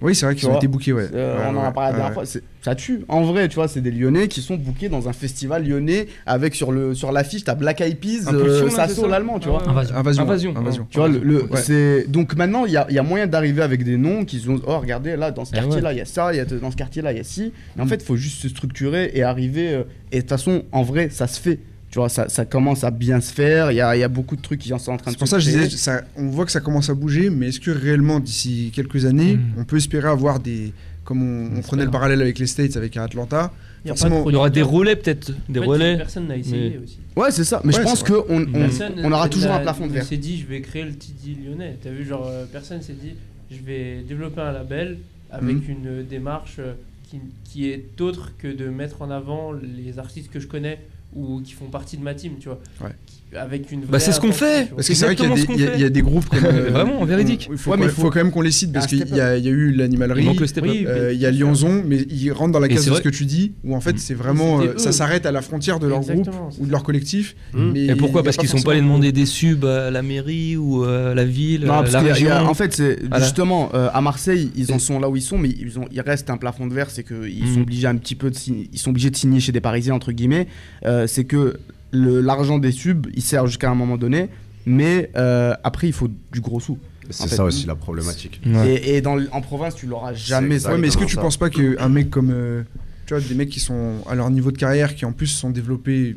Speaker 1: Oui, c'est vrai qu'ils
Speaker 8: Tu
Speaker 1: ont
Speaker 8: vois,
Speaker 1: été bookés, ouais.
Speaker 8: Euh,
Speaker 1: Ouais,
Speaker 8: on en a
Speaker 1: ouais,
Speaker 8: parlé la dernière
Speaker 1: ouais.
Speaker 8: fois. C'est- Ça tue. En vrai, tu vois, c'est des Lyonnais qui sont bookés dans un festival lyonnais avec sur le sur l'affiche t'as Black Eyed Peas,
Speaker 5: Impulsion,
Speaker 8: euh,
Speaker 5: là, c'est
Speaker 8: Sasso,
Speaker 5: ça
Speaker 8: l'allemand, tu
Speaker 6: Ah
Speaker 8: vois.
Speaker 6: ouais.
Speaker 3: Invasion.
Speaker 1: Invasion.
Speaker 5: Invasion.
Speaker 1: ouais, Invasion.
Speaker 8: Tu vois, le, le-
Speaker 1: Ouais.
Speaker 8: c'est donc maintenant il y a, il y a moyen d'arriver avec des noms qui sont oh regardez là dans ce
Speaker 5: Eh ouais.
Speaker 8: quartier-là il y a ça, il y a dans ce quartier-là il y a ci. Et en fait, il faut juste se structurer et arriver. euh, et de toute façon, en vrai, ça se fait. Tu vois, ça, ça commence à bien se faire. Il y a, il y a beaucoup de trucs qui sont en train de.
Speaker 1: C'est pour
Speaker 8: se
Speaker 1: ça que je
Speaker 8: créer.
Speaker 1: disais, ça- on voit que ça commence à bouger, mais est-ce que réellement, d'ici quelques années,
Speaker 3: Mm.
Speaker 1: on peut espérer avoir des. Comme on, on prenait le parallèle avec les States, avec Atlanta,
Speaker 6: Il y a pas de
Speaker 1: forcément,
Speaker 5: Il y aura des
Speaker 6: producteur.
Speaker 5: relais, peut-être. Des
Speaker 6: En fait,
Speaker 5: relais.
Speaker 6: Personne n'a essayé
Speaker 5: mais-
Speaker 6: aussi.
Speaker 8: Ouais, c'est ça. Mais
Speaker 1: Ouais,
Speaker 8: je pense
Speaker 1: c'est
Speaker 8: que on, on-
Speaker 6: Personne
Speaker 8: Mmh. on aura
Speaker 6: n'a-
Speaker 8: toujours un
Speaker 6: n'a-
Speaker 8: plafond de
Speaker 6: ne
Speaker 8: verre.
Speaker 6: s'est dit, je vais créer le Tidi lyonnais. T'as vu, genre, euh, personne s'est dit, je vais développer un label avec
Speaker 8: Mmh.
Speaker 6: une euh, démarche euh, qui, qui est autre que de mettre en avant les artistes que je connais ou qui font partie de ma team, tu vois.
Speaker 1: Ouais.
Speaker 6: Qui- Avec une vraie
Speaker 5: Bah, c'est ce qu'on
Speaker 6: attention,
Speaker 5: fait.
Speaker 6: tu vois.
Speaker 1: Parce que c'est vrai qu'il y a des-
Speaker 5: Exactement
Speaker 1: il y,
Speaker 5: ce qu'on
Speaker 1: a- il y a des groupes comme. euh,
Speaker 5: Vraiment, véridique.
Speaker 1: on- Il faut,
Speaker 8: Ouais,
Speaker 1: quand-
Speaker 8: mais faut-
Speaker 1: faut quand même qu'on les cite parce
Speaker 8: Un
Speaker 1: qu'il
Speaker 8: step
Speaker 1: y, a il y a eu l'animalerie.
Speaker 5: Il manque le step
Speaker 6: Oui,
Speaker 1: euh,
Speaker 6: mais-
Speaker 1: il y a Lyonzon, mais ils rentrent dans la
Speaker 5: Et
Speaker 1: case
Speaker 5: c'est
Speaker 1: de ce
Speaker 5: vrai.
Speaker 1: que tu dis, où en fait
Speaker 5: Mm.
Speaker 1: c'est vraiment.
Speaker 6: C'était
Speaker 1: euh,
Speaker 6: eux.
Speaker 1: ça s'arrête à la frontière de leur
Speaker 6: Exactement,
Speaker 1: groupe
Speaker 6: c'est
Speaker 1: ou de
Speaker 6: ça.
Speaker 1: leur collectif.
Speaker 4: Mm.
Speaker 1: mais
Speaker 5: Hum. Et
Speaker 1: il y a
Speaker 5: pourquoi Parce qu'ils sont pas
Speaker 1: forcément-
Speaker 5: allés demander des subs à la mairie ou euh, à la ville,
Speaker 8: Non,
Speaker 5: à
Speaker 8: parce
Speaker 5: la
Speaker 8: qu'il y a- il y a-
Speaker 5: région.
Speaker 8: en fait, c'est
Speaker 5: Voilà.
Speaker 8: justement euh, à Marseille, ils en sont là où ils sont, mais ils ont, il reste un plafond de verre, c'est qu'ils
Speaker 5: Mhm.
Speaker 8: sont obligés un petit peu de signer- ils sont obligés de signer chez des Parisiens entre guillemets. Euh, c'est que le- l'argent des subs, il sert jusqu'à un moment donné, mais euh, après il faut du gros sou.
Speaker 4: C'est
Speaker 8: En fait,
Speaker 4: ça aussi la problématique.
Speaker 5: Ouais.
Speaker 8: Et, et dans, le- en province, tu l'auras jamais.
Speaker 4: C'est
Speaker 8: ça.
Speaker 1: Ouais, mais est-ce que tu
Speaker 4: Exactement
Speaker 1: penses pas qu'un mec comme. euh, tu vois, des mecs qui sont à leur niveau de carrière, qui en plus se sont développés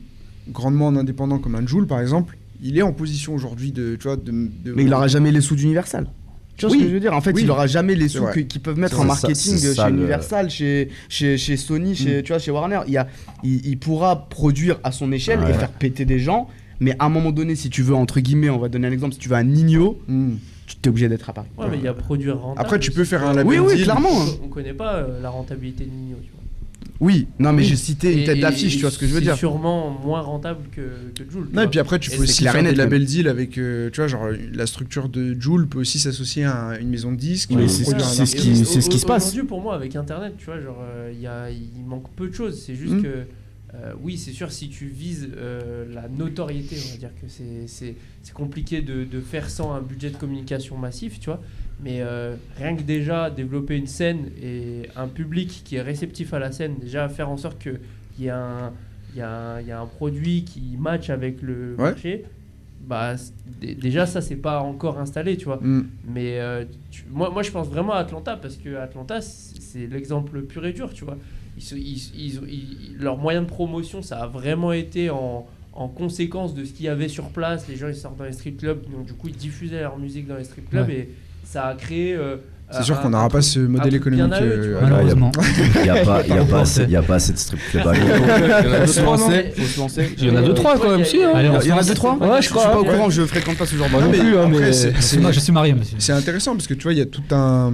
Speaker 1: grandement en indépendant, comme un Joule par exemple, il est en position aujourd'hui de. Tu vois, de, de-
Speaker 8: Mais il aura jamais les sous d'Universal. Tu vois
Speaker 1: Oui.
Speaker 8: ce que je veux dire En fait,
Speaker 1: Oui.
Speaker 8: il aura jamais les
Speaker 1: C'est
Speaker 8: sous
Speaker 1: vrai.
Speaker 8: que- qu'ils peuvent mettre
Speaker 4: C'est
Speaker 8: en
Speaker 4: ça,
Speaker 8: marketing
Speaker 4: c'est ça,
Speaker 8: chez
Speaker 4: le- Mm.
Speaker 8: Universal, chez, chez, chez Sony, chez, tu vois, chez Warner. Il, y a, il, il pourra produire à son échelle
Speaker 4: Ouais.
Speaker 8: et faire péter des gens. Mais à un moment donné, si tu veux, entre guillemets, on va donner un exemple, si tu veux un Nino,
Speaker 4: Mm.
Speaker 1: Hmm.
Speaker 8: tu t'es obligé d'être à Paris.
Speaker 6: Ouais, mais il y a produire rentable.
Speaker 1: Après, tu peux
Speaker 6: aussi.
Speaker 1: faire un label.
Speaker 8: Oui, oui,
Speaker 1: deal.
Speaker 8: clairement. hein.
Speaker 6: On connaît pas euh, la rentabilité de Nino, tu vois.
Speaker 8: Oui, non, mais
Speaker 6: Oui.
Speaker 8: j'ai cité une
Speaker 6: Et-
Speaker 8: tête
Speaker 6: et-
Speaker 8: d'affiche,
Speaker 6: et
Speaker 8: tu vois ce que je veux dire.
Speaker 6: C'est sûrement moins rentable que, que Joule. tu
Speaker 1: Non, et
Speaker 6: vois.
Speaker 1: puis après, tu
Speaker 8: Et
Speaker 1: peux
Speaker 8: c'est
Speaker 1: aussi
Speaker 8: clair
Speaker 1: faire
Speaker 8: et
Speaker 1: des
Speaker 8: net,
Speaker 1: labels deal avec, euh, tu vois, genre la structure de Joule peut aussi s'associer à une maison de disques.
Speaker 8: Mais
Speaker 1: à un
Speaker 8: c'est-
Speaker 1: produit, à un
Speaker 8: c'est ce
Speaker 1: artiste.
Speaker 8: qui-
Speaker 6: Et au-
Speaker 8: c'est ce qui se passe.
Speaker 6: Aujourd'hui, pour moi, avec Internet, tu vois, genre, euh, il y a- il manque peu de choses. C'est juste
Speaker 1: Mm.
Speaker 6: que, euh, oui, c'est sûr, si tu vises euh, la notoriété, on va dire que c'est- c'est c'est compliqué de, de faire sans un budget de communication massif, tu vois. Mais euh, rien que déjà développer une scène et un public qui est réceptif à la scène, déjà faire en sorte que il y, a un- il y a un- il y a un produit qui match avec le
Speaker 1: Ouais.
Speaker 6: marché, bah, c'est- dé- déjà ça c'est pas encore installé, tu vois.
Speaker 1: Hmm.
Speaker 6: Mais euh, tu- moi, moi, je pense vraiment à Atlanta parce que Atlanta, c'est c'est l'exemple pur et dur, tu vois. Ils, se- ils- ils- ils- leur moyen de promotion, ça a vraiment été en, en conséquence de ce qu'il y avait sur place. Les gens, ils sortent dans les strip clubs, donc du coup, ils diffusaient leur musique dans les strip clubs et ça a créé. euh,
Speaker 1: C'est sûr
Speaker 6: un-
Speaker 1: qu'on n'aura
Speaker 6: un
Speaker 1: pas
Speaker 6: truc-
Speaker 1: ce modèle
Speaker 6: un truc bien
Speaker 1: économique.
Speaker 6: à eux, tu
Speaker 1: euh,
Speaker 4: il
Speaker 6: vois.
Speaker 4: y a-
Speaker 3: Malheureusement.
Speaker 4: Il n'y a, pas- il y a pas assez- il y a pas assez de strip club à Lyon.
Speaker 8: Faut se
Speaker 5: trois, non
Speaker 8: lancer, faut se lancer.
Speaker 5: Il y en a deux, trois quand même, si. hein.
Speaker 3: Allez, on
Speaker 8: Il y en a deux, trois
Speaker 5: Ouais, je
Speaker 8: Je suis pas
Speaker 5: crois.
Speaker 8: au courant, je fréquente pas ce genre de.
Speaker 1: Non, mais
Speaker 5: plus, hein,
Speaker 1: après,
Speaker 5: mais-
Speaker 1: c'est-
Speaker 3: Je suis
Speaker 1: c'est-
Speaker 3: mar- Je suis marié, monsieur.
Speaker 1: C'est intéressant parce que tu vois, il y a tout un,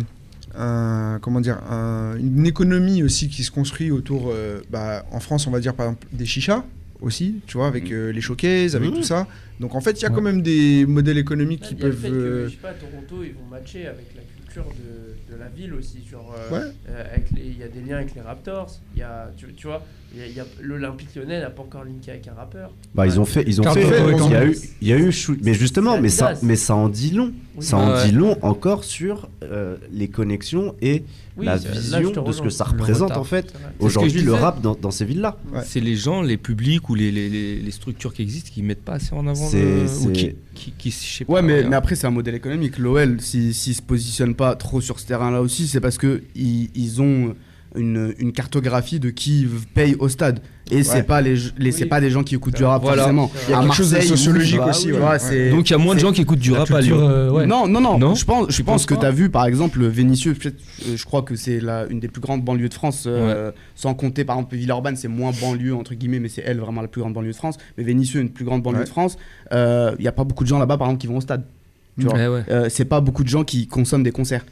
Speaker 1: un- comment dire, un- une économie aussi qui se construit autour,
Speaker 6: Mm.
Speaker 8: Mm.
Speaker 1: euh, bah, en France, on va dire par exemple des chichas aussi, tu vois, avec euh, les showcases, avec tout ça. Donc en fait, il y a quand même des modèles économiques qui
Speaker 6: Il y a le
Speaker 1: peuvent.
Speaker 6: fait que,
Speaker 1: euh,
Speaker 6: je sais pas, Toronto, ils vont matcher avec la culture de, de la ville aussi. Genre, euh,
Speaker 1: Ouais.
Speaker 6: euh, avec les- il y a des liens avec les Raptors. Il y a, tu, tu vois, il y a- il y a- l'Olympique lyonnais n'a pas encore linké avec un rappeur.
Speaker 4: Bah, ils ont fait, ils ont
Speaker 1: Carl
Speaker 4: fait.
Speaker 1: Anthony
Speaker 4: Il y a eu,
Speaker 6: Towns.
Speaker 4: il y a eu shoot- mais justement,
Speaker 6: C'est
Speaker 4: mais ça,
Speaker 6: Adidas.
Speaker 4: mais ça en dit long.
Speaker 6: Oui.
Speaker 4: Ça en
Speaker 5: Ouais.
Speaker 4: dit long encore sur euh, les connexions et
Speaker 6: Oui,
Speaker 4: la
Speaker 6: c'est- là, je te
Speaker 4: vision de ce
Speaker 6: rejoins.
Speaker 4: que ça
Speaker 3: Le
Speaker 4: représente
Speaker 3: retard.
Speaker 4: en fait.
Speaker 6: C'est vrai.
Speaker 5: que je
Speaker 4: Aujourd'hui, le
Speaker 5: disais.
Speaker 4: rap dans, dans ces villes-là,
Speaker 1: Ouais.
Speaker 5: C'est les gens, les publics ou les, les, les, les structures qui existent qui mettent pas assez en avant.
Speaker 4: C'est-
Speaker 5: le-
Speaker 4: c'est-
Speaker 5: Ou qui, qui, qui- je sais pas,
Speaker 8: Ouais, mais,
Speaker 5: Ah, regarde.
Speaker 8: mais après, c'est un modèle économique. L'OL, s'ils s'ils se positionnent pas trop sur ce terrain-là aussi, c'est parce que ils, ils ont une, une cartographie de qui v- paye au stade. Et c'est pas les, je- les- c'est
Speaker 6: Oui.
Speaker 8: pas des gens qui écoutent du rap
Speaker 5: Voilà.
Speaker 8: forcément.
Speaker 6: Il y a
Speaker 8: À
Speaker 1: quelque chose de
Speaker 8: Marseille, bah
Speaker 1: sociologique
Speaker 8: oui,
Speaker 1: aussi,
Speaker 8: tu
Speaker 1: ouais.
Speaker 8: vois,
Speaker 1: Ouais.
Speaker 8: c'est-
Speaker 5: Donc il y a moins de gens qui écoutent du rap à
Speaker 3: Culture,
Speaker 5: Lyon. Mm.
Speaker 3: euh, ouais.
Speaker 8: Non, non, non,
Speaker 5: Non
Speaker 8: Je pense, je pense
Speaker 5: penses
Speaker 8: que
Speaker 5: pas
Speaker 8: tu as vu, par exemple, Vénitieux, peut-être, euh, je crois que c'est la- une des plus grandes banlieues de France, euh, sans compter, par exemple, Villeurbanne, c'est moins banlieue, entre guillemets, mais c'est elle vraiment la plus grande banlieue de France. Mais Vénitieux, une plus grande banlieue
Speaker 1: Ouais.
Speaker 8: de France, euh, il n'y a pas beaucoup de gens là-bas, par exemple, qui vont au stade. Tu vois.
Speaker 5: Ouais, Eh ouais.
Speaker 8: Euh, c'est pas beaucoup de gens qui consomment des concerts.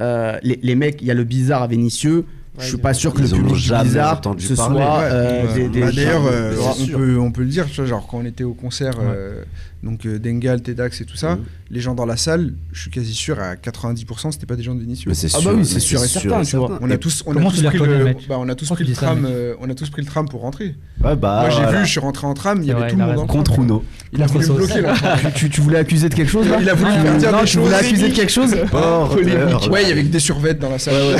Speaker 8: Euh, les, les mecs, il y a le bizarre à Vénitieux. je suis
Speaker 6: ils
Speaker 8: pas
Speaker 6: ont-
Speaker 8: sûr que le
Speaker 4: ils ont
Speaker 8: public
Speaker 4: jamais
Speaker 8: bizarre
Speaker 4: entendu
Speaker 8: ce
Speaker 4: parler.
Speaker 8: soit
Speaker 1: Ouais.
Speaker 8: euh,
Speaker 1: Ouais.
Speaker 8: des, des
Speaker 1: Bah, D'ailleurs,
Speaker 8: gens-
Speaker 1: euh,
Speaker 4: c'est
Speaker 1: on,
Speaker 4: sûr.
Speaker 1: peut, on peut le dire, tu vois, genre quand on était au concert, euh, donc euh, Dengal, Tedax et tout ça,
Speaker 4: Mhm.
Speaker 1: les gens dans la salle, je suis quasi sûr à 90%, c'était pas des gens de Vénitieux.
Speaker 4: mais c'est
Speaker 8: Ah
Speaker 4: sûr,
Speaker 8: bah oui,
Speaker 4: mais
Speaker 8: c'est sûr et certain, tu vois.
Speaker 1: On a tous, on a
Speaker 3: Comment
Speaker 1: tous
Speaker 3: tu les
Speaker 1: pris
Speaker 3: reconnais,
Speaker 1: le,
Speaker 3: mec
Speaker 1: bah, on a tous
Speaker 3: Pourquoi
Speaker 1: pris
Speaker 3: tu
Speaker 1: le
Speaker 3: dis ça,
Speaker 1: tram,
Speaker 3: mec Ah,
Speaker 1: euh, on a tous pris le tram pour rentrer.
Speaker 4: Ouais, bah,
Speaker 1: Moi j'ai
Speaker 4: voilà.
Speaker 1: vu, je suis rentré en tram, il y
Speaker 3: C'est
Speaker 1: avait
Speaker 3: vrai,
Speaker 1: tout le
Speaker 3: il a
Speaker 1: monde en
Speaker 3: raison.
Speaker 1: tram.
Speaker 4: contre Uno.
Speaker 1: Il a voulu me bloquer
Speaker 3: Contre
Speaker 1: là.
Speaker 8: tu, tu voulais accuser de quelque chose là
Speaker 1: Il a voulu me faire dire
Speaker 8: Non,
Speaker 1: des
Speaker 8: tu voulais
Speaker 1: choses.
Speaker 8: accuser de quelque chose
Speaker 4: Porteur.
Speaker 1: Ouais, il y avait que des survettes dans la salle.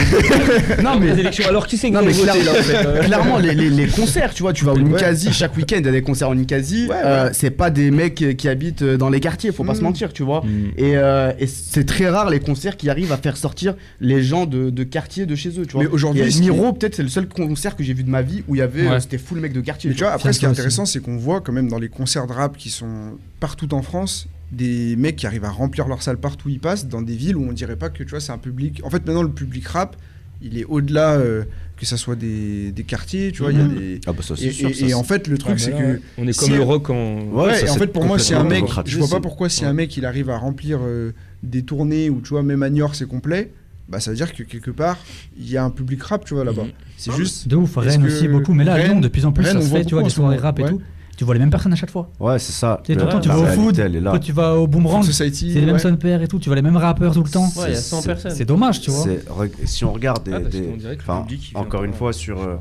Speaker 8: Non, mais
Speaker 6: Alors qui c'est
Speaker 8: Non, mais clairement, clairement, les, les- les concerts, tu vois, tu vas au
Speaker 1: Ouais.
Speaker 8: Ninkasi, chaque week-end, il y a des concerts au Ninkasi.
Speaker 1: Ouais, ouais.
Speaker 8: euh, c'est pas des mecs qui habitent dans les quartiers, faut pas
Speaker 1: Mm.
Speaker 8: se mentir, tu vois. Et, euh, et c'est très rare les concerts qui arrivent à faire sortir les gens de, de quartier de chez eux, tu vois.
Speaker 1: Mais aujourd'hui,
Speaker 8: Et
Speaker 1: ce qui-
Speaker 8: Miro, peut-être, c'est le seul concert que j'ai vu de ma vie où il y avait,
Speaker 3: Ouais.
Speaker 8: euh, c'était full mec de quartier.
Speaker 1: Mais tu vois, après, ce qui est
Speaker 3: ça aussi.
Speaker 1: intéressant, c'est qu'on voit quand même dans les concerts de rap qui sont partout en France, des mecs qui arrivent à remplir leur salle partout où ils passent, dans des villes où on dirait pas que tu vois, c'est un public. En fait, maintenant, le public rap, il est au-delà euh, que ça soit des, des quartiers, tu vois. il y a des-
Speaker 4: Ah bah ça
Speaker 1: Et,
Speaker 4: c'est sûr.
Speaker 1: et-
Speaker 4: ça,
Speaker 1: et
Speaker 4: c'est-
Speaker 1: en fait, le truc,
Speaker 5: Ouais,
Speaker 1: c'est
Speaker 5: voilà,
Speaker 1: que.
Speaker 5: ouais. On est comme
Speaker 1: si-
Speaker 5: le rock en.
Speaker 4: Ouais,
Speaker 1: Ouais,
Speaker 4: ça,
Speaker 1: et en
Speaker 4: c'est
Speaker 1: fait, pour moi, si un
Speaker 4: complètement
Speaker 1: mec. Je
Speaker 4: démocratisé,
Speaker 1: vois
Speaker 4: c'est-
Speaker 1: pas pourquoi si un mec, il arrive à remplir euh, des tournées ou tu vois, même à New York, c'est complet. Bah, ça veut dire que quelque part, il y a un public rap, tu vois, là-bas.
Speaker 4: Mmh.
Speaker 1: C'est juste.
Speaker 3: De ouf,
Speaker 1: Est-ce
Speaker 3: Rennes
Speaker 1: que
Speaker 3: aussi beaucoup, mais là, à
Speaker 1: Rennes-
Speaker 3: Lyon, de plus en plus,
Speaker 1: Rennes,
Speaker 3: ça
Speaker 1: on
Speaker 3: se
Speaker 1: voit
Speaker 3: fait, tu vois,
Speaker 1: beaucoup
Speaker 3: des
Speaker 1: en ce
Speaker 3: soirées
Speaker 1: moment,
Speaker 3: rap et
Speaker 1: ouais.
Speaker 3: tout. Tu vois les mêmes personnes à chaque fois.
Speaker 4: Ouais, c'est ça.
Speaker 3: Tu sais,
Speaker 4: La-
Speaker 3: toi, tu
Speaker 4: la
Speaker 3: vas au
Speaker 4: réalité,
Speaker 3: foot,
Speaker 4: elle est là.
Speaker 3: toi, tu vas au
Speaker 1: Food
Speaker 3: boomerang, c'est
Speaker 1: Society.
Speaker 3: les mêmes
Speaker 1: ouais.
Speaker 3: sons pères et tout, tu vois les mêmes rappeurs tout le temps.
Speaker 6: Ouais, il y a
Speaker 4: C'est-
Speaker 6: 100
Speaker 4: c'est-
Speaker 6: personnes.
Speaker 3: C'est dommage, tu vois.
Speaker 4: C'est- re- Si on regarde des-
Speaker 5: Ah,
Speaker 6: bah,
Speaker 5: parce
Speaker 4: des-
Speaker 5: qu'on dirait que le
Speaker 4: enfin,
Speaker 5: public, il vient
Speaker 4: encore
Speaker 5: pas.
Speaker 4: une fois sur euh,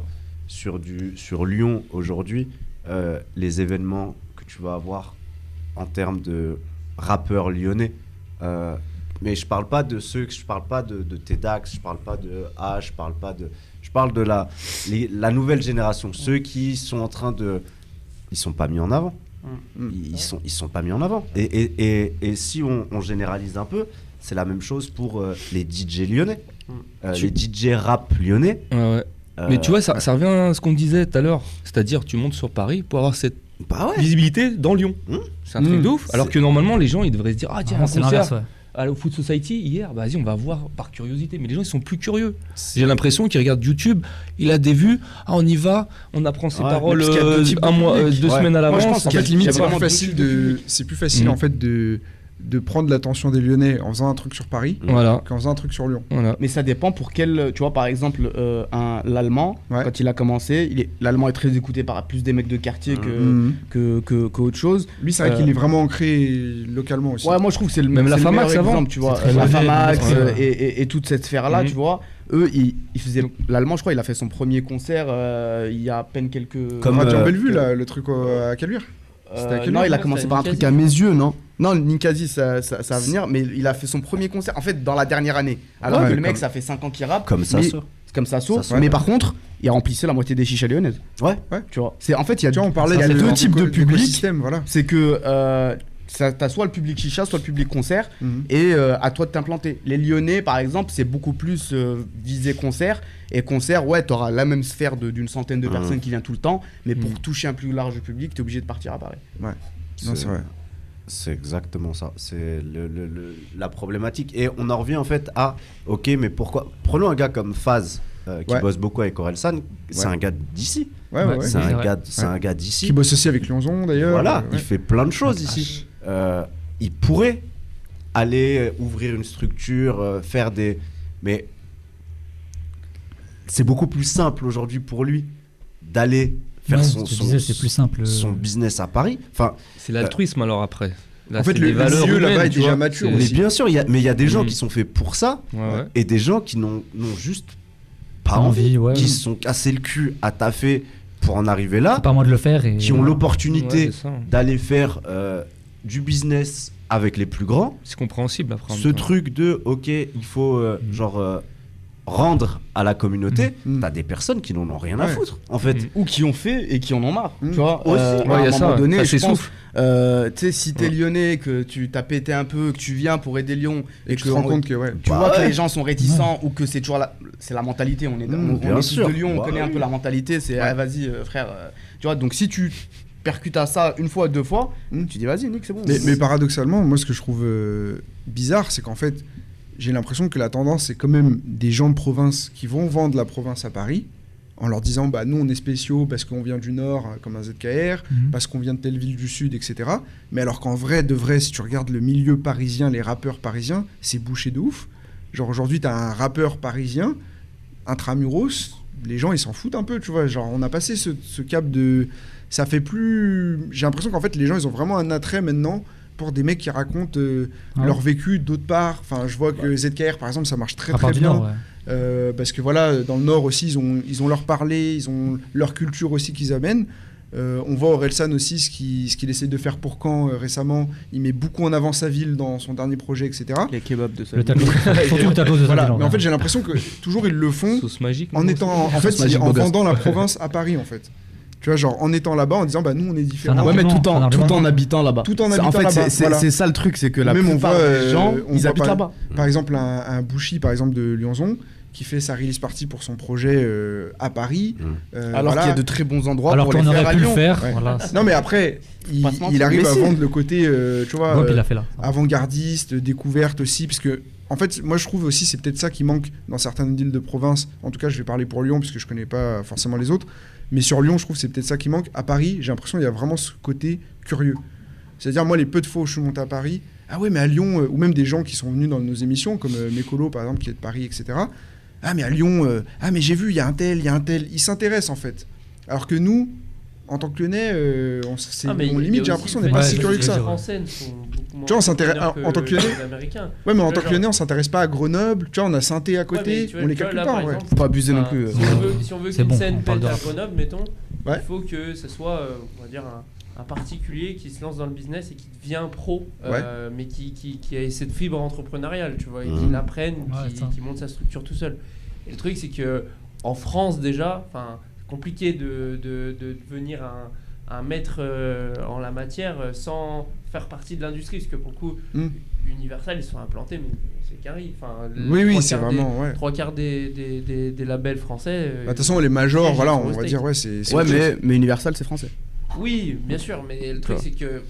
Speaker 4: sur du sur Lyon aujourd'hui, euh, les événements que tu vas avoir en termes de rappeurs lyonnais. euh, mais je parle pas de ceux que je parle pas de, de TEDx, je parle pas de A, je parle pas de je parle de la les- la nouvelle génération, ceux qui sont en train de ils sont pas mis en avant.
Speaker 1: Mm.
Speaker 4: Ils ils sont ils sont pas mis en avant. Et et, et, et si on, on généralise un peu, c'est la même chose pour euh, les DJ lyonnais. Euh,
Speaker 5: Tu-
Speaker 4: les DJ rap lyonnais.
Speaker 5: Ouais, ouais.
Speaker 4: euh,
Speaker 5: Mais tu vois, ça, ça revient à ce qu'on disait tout à l'heure. C'est-à-dire, tu montes sur Paris pour avoir cette
Speaker 4: bah ouais.
Speaker 5: visibilité dans Lyon.
Speaker 4: Mmh.
Speaker 5: C'est un truc
Speaker 1: Mmh.
Speaker 5: de ouf. Alors
Speaker 4: C'est-
Speaker 5: que normalement, les gens, ils devraient se dire Ah, tiens,
Speaker 3: Vraiment,
Speaker 5: un
Speaker 3: C'est
Speaker 5: concert
Speaker 3: l'inverse, ouais.
Speaker 5: à- au Food Society hier, bah, vas-y, on va voir par curiosité. Mais les gens, ils sont plus curieux. J'ai l'impression qu'ils regardent YouTube, il a des vues, ah, on y va, on apprend ses
Speaker 4: Ouais,
Speaker 5: paroles
Speaker 1: mais parce qu'il y a deux
Speaker 5: euh,
Speaker 1: types de
Speaker 5: un mois, euh,
Speaker 1: publics.
Speaker 5: deux
Speaker 4: Ouais.
Speaker 5: semaines à
Speaker 1: Moi, je pense
Speaker 5: l'avance.
Speaker 1: qu'en fait,
Speaker 5: il y a
Speaker 1: limite, c'est
Speaker 5: vraiment
Speaker 1: plus
Speaker 5: deux
Speaker 1: facile
Speaker 5: types de
Speaker 1: de,
Speaker 5: publics.
Speaker 1: c'est plus facile
Speaker 5: Mm.
Speaker 1: en fait de de prendre l'attention des Lyonnais en faisant un truc sur Paris
Speaker 5: Voilà.
Speaker 1: qu'en faisant un truc sur Lyon.
Speaker 5: voilà.
Speaker 8: Mais ça dépend pour quel. Tu vois, par exemple, euh, un- l'allemand,
Speaker 1: Ouais.
Speaker 8: quand il a commencé, il est- l'allemand est très écouté par plus des mecs de quartier que,
Speaker 1: Mm.
Speaker 8: que, que, que autre chose.
Speaker 1: Lui, c'est vrai
Speaker 8: Euh,
Speaker 1: qu'il est vraiment ancré localement aussi.
Speaker 8: Ouais, moi je trouve que c'est le
Speaker 5: Même
Speaker 8: c'est
Speaker 5: la
Speaker 8: le
Speaker 5: Famax
Speaker 8: meilleur
Speaker 5: avant.
Speaker 8: exemple, tu vois,
Speaker 3: C'est très
Speaker 8: Euh, la
Speaker 3: moderne,
Speaker 8: Famax
Speaker 5: ouais.
Speaker 8: euh, et, et- et toute cette sphère là,
Speaker 5: Mhm.
Speaker 8: tu vois. Eux, ils, ils faisaient l'allemand, je crois, il a fait son premier concert euh, il y a à peine quelques Ah,
Speaker 4: Comme,
Speaker 1: Radio
Speaker 4: euh,
Speaker 1: Bellevue, là, le truc euh, à Caluire.
Speaker 8: Euh,
Speaker 1: c'était à quel
Speaker 8: non,
Speaker 1: moment
Speaker 8: il a
Speaker 6: ça,
Speaker 8: commencé
Speaker 6: c'était
Speaker 8: par un
Speaker 6: Ninkasi
Speaker 8: truc à mes yeux, non Non, le Ninkasi ça, ça, ça va venir, mais il a fait son premier concert en fait dans la dernière année. Alors
Speaker 1: Ouais,
Speaker 8: que le
Speaker 1: comme-
Speaker 8: mec, ça fait 5 ans qu'il rappe
Speaker 4: Comme ça,
Speaker 8: mais-
Speaker 4: ça.
Speaker 8: comme ça saute,
Speaker 4: Ça saute.
Speaker 8: mais par contre, il remplissait la moitié des chichas lyonnaises,
Speaker 4: Ouais.
Speaker 8: tu vois. C'est en fait, il y a,
Speaker 1: Tu vois, on parlait
Speaker 8: il y a
Speaker 1: de-
Speaker 8: deux
Speaker 1: d'éco-
Speaker 8: types de publics,
Speaker 1: d'écosystème, voilà.
Speaker 8: c'est que euh, ça- t'as soit le public chicha, soit le public concert.
Speaker 1: Mhm.
Speaker 8: et euh, à toi de t'implanter. Les Lyonnais, par exemple, c'est beaucoup plus euh, visé concert. Et concert, ouais, t'auras la même sphère de- d'une centaine de
Speaker 4: Mhm.
Speaker 8: personnes qui vient tout le temps. Mais pour
Speaker 5: Mhm.
Speaker 8: toucher un plus large public, t'es obligé de partir à Paris.
Speaker 1: Non, c'est vrai.
Speaker 4: C'est exactement ça. C'est le- le- le- la problématique. Et on en revient en fait à ok, mais pourquoi Prenons un gars comme Faz euh, qui
Speaker 1: Ouais.
Speaker 4: bosse beaucoup avec Orelsan. C'est
Speaker 1: Ouais.
Speaker 4: un gars d'ici.
Speaker 1: Ouais, ouais, ouais.
Speaker 4: C'est
Speaker 3: C'est
Speaker 4: un
Speaker 3: vrai.
Speaker 4: gars. C'est
Speaker 1: Ouais.
Speaker 4: un gars
Speaker 1: Qui
Speaker 4: d'ici.
Speaker 1: bosse aussi avec Lyonzon d'ailleurs.
Speaker 4: Voilà.
Speaker 1: euh,
Speaker 4: Il
Speaker 1: ouais.
Speaker 4: fait plein de
Speaker 3: Ah,
Speaker 4: choses ici. Euh, il pourrait aller euh, ouvrir une structure, euh, faire des. Mais c'est beaucoup plus simple aujourd'hui pour lui d'aller faire
Speaker 3: Ouais,
Speaker 4: son,
Speaker 3: ce que je
Speaker 4: son-
Speaker 3: disais, c'est plus simple.
Speaker 4: son business à Paris. Enfin,
Speaker 5: C'est l'altruisme alors après. Là,
Speaker 1: En fait,
Speaker 5: c'est
Speaker 1: le-
Speaker 5: des
Speaker 1: le
Speaker 5: valeurs
Speaker 1: milieu, là-bas,
Speaker 5: humaines,
Speaker 1: est
Speaker 5: tu
Speaker 1: déjà
Speaker 5: vois.
Speaker 1: mature
Speaker 5: C'est-
Speaker 4: mais bien sûr, il y a- mais il y a des gens
Speaker 5: Mm.
Speaker 4: qui sont faits pour ça
Speaker 5: Ouais, ouais.
Speaker 4: et des gens qui n'ont n'ont juste
Speaker 3: Pas
Speaker 4: pas envie,
Speaker 3: envie, ouais.
Speaker 4: qui se sont cassés le cul à taffer pour en arriver là,
Speaker 3: C'est pas à moi de le faire. Et
Speaker 4: qui ont
Speaker 5: Ouais,
Speaker 4: l'opportunité
Speaker 5: c'est ça.
Speaker 4: d'aller faire euh, du business avec les plus grands.
Speaker 5: C'est compréhensible après. en
Speaker 4: ce
Speaker 5: même temps.
Speaker 4: truc de ok il faut euh,
Speaker 3: Mhm.
Speaker 4: genre euh, rendre à la communauté
Speaker 1: Mhm.
Speaker 4: t'as des personnes qui n'en ont rien à
Speaker 1: Ouais.
Speaker 4: foutre en fait
Speaker 8: Mm.
Speaker 5: Mhm.
Speaker 2: Ou qui ont fait et qui en ont marre.
Speaker 8: Mmh.
Speaker 1: Mm.
Speaker 2: Tu vois,
Speaker 8: Aussi.
Speaker 2: euh,
Speaker 8: Ouais,
Speaker 2: à
Speaker 8: y
Speaker 2: un
Speaker 8: a
Speaker 2: moment
Speaker 8: ça, ouais.
Speaker 2: donné,
Speaker 8: Ça
Speaker 2: je pense.
Speaker 8: s'essouffle. Euh, tu sais, si t'es
Speaker 5: Ouais.
Speaker 8: lyonnais, que tu t'as pété un peu, que tu viens pour aider Lyon et,
Speaker 1: Et
Speaker 8: que
Speaker 1: tu te rends compte que, ouais.
Speaker 8: tu
Speaker 4: Bah
Speaker 8: vois que
Speaker 4: ouais.
Speaker 8: les gens sont réticents ou que c'est toujours la, c'est la mentalité. On est,
Speaker 4: Mmh,
Speaker 8: on- on,
Speaker 4: bien
Speaker 8: est tous
Speaker 4: sûr.
Speaker 8: de Lyon, on
Speaker 4: Bah
Speaker 8: connaît un peu la mentalité. C'est ah, vas-y euh, frère, euh, tu vois. Donc si tu percutes à ça une fois, deux fois,
Speaker 1: Mmh.
Speaker 8: tu dis vas-y Nick, c'est bon.
Speaker 1: Mais, mais paradoxalement, moi, ce que je trouve euh, bizarre, c'est qu'en fait, j'ai l'impression que la tendance, c'est quand même des gens de province qui vont vendre la province à Paris en leur disant bah nous on est spéciaux parce qu'on vient du nord euh, comme un ZKR
Speaker 3: Mhm.
Speaker 1: parce qu'on vient de telle ville du sud etc mais alors qu'en vrai de vrai si tu regardes le milieu parisien les rappeurs parisiens c'est bouché de ouf genre aujourd'hui t'as un rappeur parisien intramuros les gens ils s'en foutent un peu tu vois genre on a passé ce, ce cap de ça fait plus j'ai l'impression qu'en fait les gens ils ont vraiment un attrait maintenant pour des mecs qui racontent euh,
Speaker 3: Ah ouais.
Speaker 1: leur vécu d'autre part enfin je vois que ZKR par exemple ça marche très
Speaker 3: à part
Speaker 1: très
Speaker 3: du
Speaker 1: bien
Speaker 3: Nord, ouais.
Speaker 1: euh, parce que voilà, dans le Nord aussi, ils ont, ils ont leur parler, ils ont leur culture aussi qu'ils amènent. Euh, on voit Orelsan aussi, ce qu'il ce qu'il essaie de faire pour Caen euh, récemment. Il met beaucoup en avant sa ville dans son dernier projet, etc.
Speaker 2: Les kebabs de ça.
Speaker 3: Le tacos. Surtout le tacos de
Speaker 1: Voilà.
Speaker 3: Saint-Jean.
Speaker 1: Mais en fait, j'ai l'impression que toujours ils le font
Speaker 5: Sauce magique.
Speaker 1: en
Speaker 5: non,
Speaker 1: étant, en
Speaker 8: Sauce
Speaker 1: fait, c'est
Speaker 8: magique
Speaker 1: en
Speaker 8: Bogos.
Speaker 1: vendant la province à Paris, en fait. Tu vois, genre en étant là-bas, en disant bah nous on est différents.
Speaker 8: Ouais, mais
Speaker 3: Argument,
Speaker 8: tout
Speaker 3: un
Speaker 8: en,
Speaker 3: argument.
Speaker 8: tout en habitant là-bas.
Speaker 1: Tout en
Speaker 8: C'est-
Speaker 1: habitant
Speaker 8: fait,
Speaker 1: là-bas,
Speaker 8: c'est- c'est
Speaker 1: voilà.
Speaker 8: c'est ça le truc, c'est que la
Speaker 1: Même on
Speaker 8: plupart
Speaker 1: voit,
Speaker 8: des
Speaker 1: euh,
Speaker 8: gens,
Speaker 1: on
Speaker 8: ils
Speaker 1: voit
Speaker 8: habitent
Speaker 1: pas-
Speaker 8: là-bas.
Speaker 1: Par exemple, un, un Bouchy, par exemple de Lyonzon, qui fait sa release party pour son projet euh, à Paris.
Speaker 4: Mm.
Speaker 1: Euh,
Speaker 8: Alors
Speaker 1: voilà.
Speaker 8: qu'il y a de très bons endroits
Speaker 3: Alors
Speaker 8: pour
Speaker 3: qu'on
Speaker 8: les faire à
Speaker 3: aurait pu le
Speaker 8: Lyon.
Speaker 3: faire.
Speaker 1: Ouais.
Speaker 3: Voilà.
Speaker 1: Non mais après, il,
Speaker 8: Pas se mentir.
Speaker 1: il arrive
Speaker 8: Mais
Speaker 1: à
Speaker 8: si.
Speaker 1: vendre le côté, euh, tu vois,
Speaker 3: Ouais, puis il
Speaker 1: euh,
Speaker 3: l'a fait là.
Speaker 1: avant-gardiste, découverte aussi, parce que en fait, moi je trouve aussi c'est peut-être ça qui manque dans certaines villes de province. En tout cas, je vais parler pour Lyon parce que je connais pas forcément les autres, mais sur Lyon, je trouve que c'est peut-être ça qui manque. À Paris, j'ai l'impression qu'il y a vraiment ce côté curieux. C'est-à-dire moi, les peu de fois où je suis monté à Paris, ah ouais, mais à Lyon, euh, ou même des gens qui sont venus dans nos émissions, comme euh, Mécolo par exemple, qui est de Paris, etc. Ah mais à Lyon, euh, ah mais j'ai vu, il y a un tel, il y a un tel, ils s'intéressent en fait. Alors que nous, en tant que Lyonnais, euh, on, s- c'est-
Speaker 6: Ah, mais il y
Speaker 1: on
Speaker 6: a
Speaker 1: limite,
Speaker 6: aussi
Speaker 1: j'ai
Speaker 6: le
Speaker 1: l'impression on
Speaker 6: fait
Speaker 1: n'est pas
Speaker 3: que
Speaker 1: si
Speaker 3: les
Speaker 1: curieux que ça.
Speaker 6: Les Français sont beaucoup moins
Speaker 1: Tu vois, on s'intéresse-
Speaker 6: entrepreneurs
Speaker 1: en- en tant que Lyonnais-
Speaker 6: les Américains.
Speaker 1: Ouais, mais en
Speaker 6: Ouais,
Speaker 1: tant que
Speaker 6: genre-
Speaker 1: Lyonnais, on s'intéresse pas à Grenoble. Tu vois, on a Saint-Thé à
Speaker 6: Ouais, mais
Speaker 1: côté,
Speaker 6: tu vois-
Speaker 1: on les
Speaker 6: tu vois,
Speaker 1: calcule
Speaker 6: là,
Speaker 1: pas
Speaker 6: par
Speaker 1: en vrai.
Speaker 6: exemple,
Speaker 8: Faut pas abuser non
Speaker 3: Ah.
Speaker 6: Enfin,
Speaker 8: plus. euh.
Speaker 6: Si on veut, si on veut
Speaker 3: C'est
Speaker 6: qu'une
Speaker 3: bon,
Speaker 6: scène
Speaker 3: on parle
Speaker 6: pète
Speaker 3: de
Speaker 6: à
Speaker 3: rap.
Speaker 6: Grenoble, mettons,
Speaker 1: Ouais.
Speaker 6: il faut que ce soit, euh, on va dire, un, un particulier qui se lance dans le business et qui devient pro, euh, mais qui, qui, qui a cette fibre entrepreneuriale, tu vois, et
Speaker 1: Mmh.
Speaker 6: qui
Speaker 4: Mhm.
Speaker 6: l'apprenne, ou
Speaker 3: Ouais,
Speaker 6: qui,
Speaker 3: ça.
Speaker 6: qui monte sa structure tout seul. Et le truc, c'est que en France, déjà, enfin, c'est compliqué de, de, de devenir un un maître euh, en la matière euh, sans faire partie de l'industrie parce que beaucoup
Speaker 1: Mhm.
Speaker 6: Universal ils sont implantés mais c'est carré enfin les
Speaker 1: Oui, oui,
Speaker 6: trois
Speaker 1: c'est
Speaker 6: quarts des-
Speaker 1: vraiment, ouais.
Speaker 6: Trois quarts des, des, des, des labels français. euh,
Speaker 1: Bah, De toute façon, les majors,
Speaker 6: Ils
Speaker 1: voilà,
Speaker 6: sont
Speaker 1: on
Speaker 6: au
Speaker 1: va
Speaker 6: steak.
Speaker 1: dire, ouais, c'est. c'est
Speaker 8: Ouais,
Speaker 1: autre chose.
Speaker 8: mais, mais Universal, c'est français.
Speaker 6: Oui, bien sûr, mais le truc c'est que.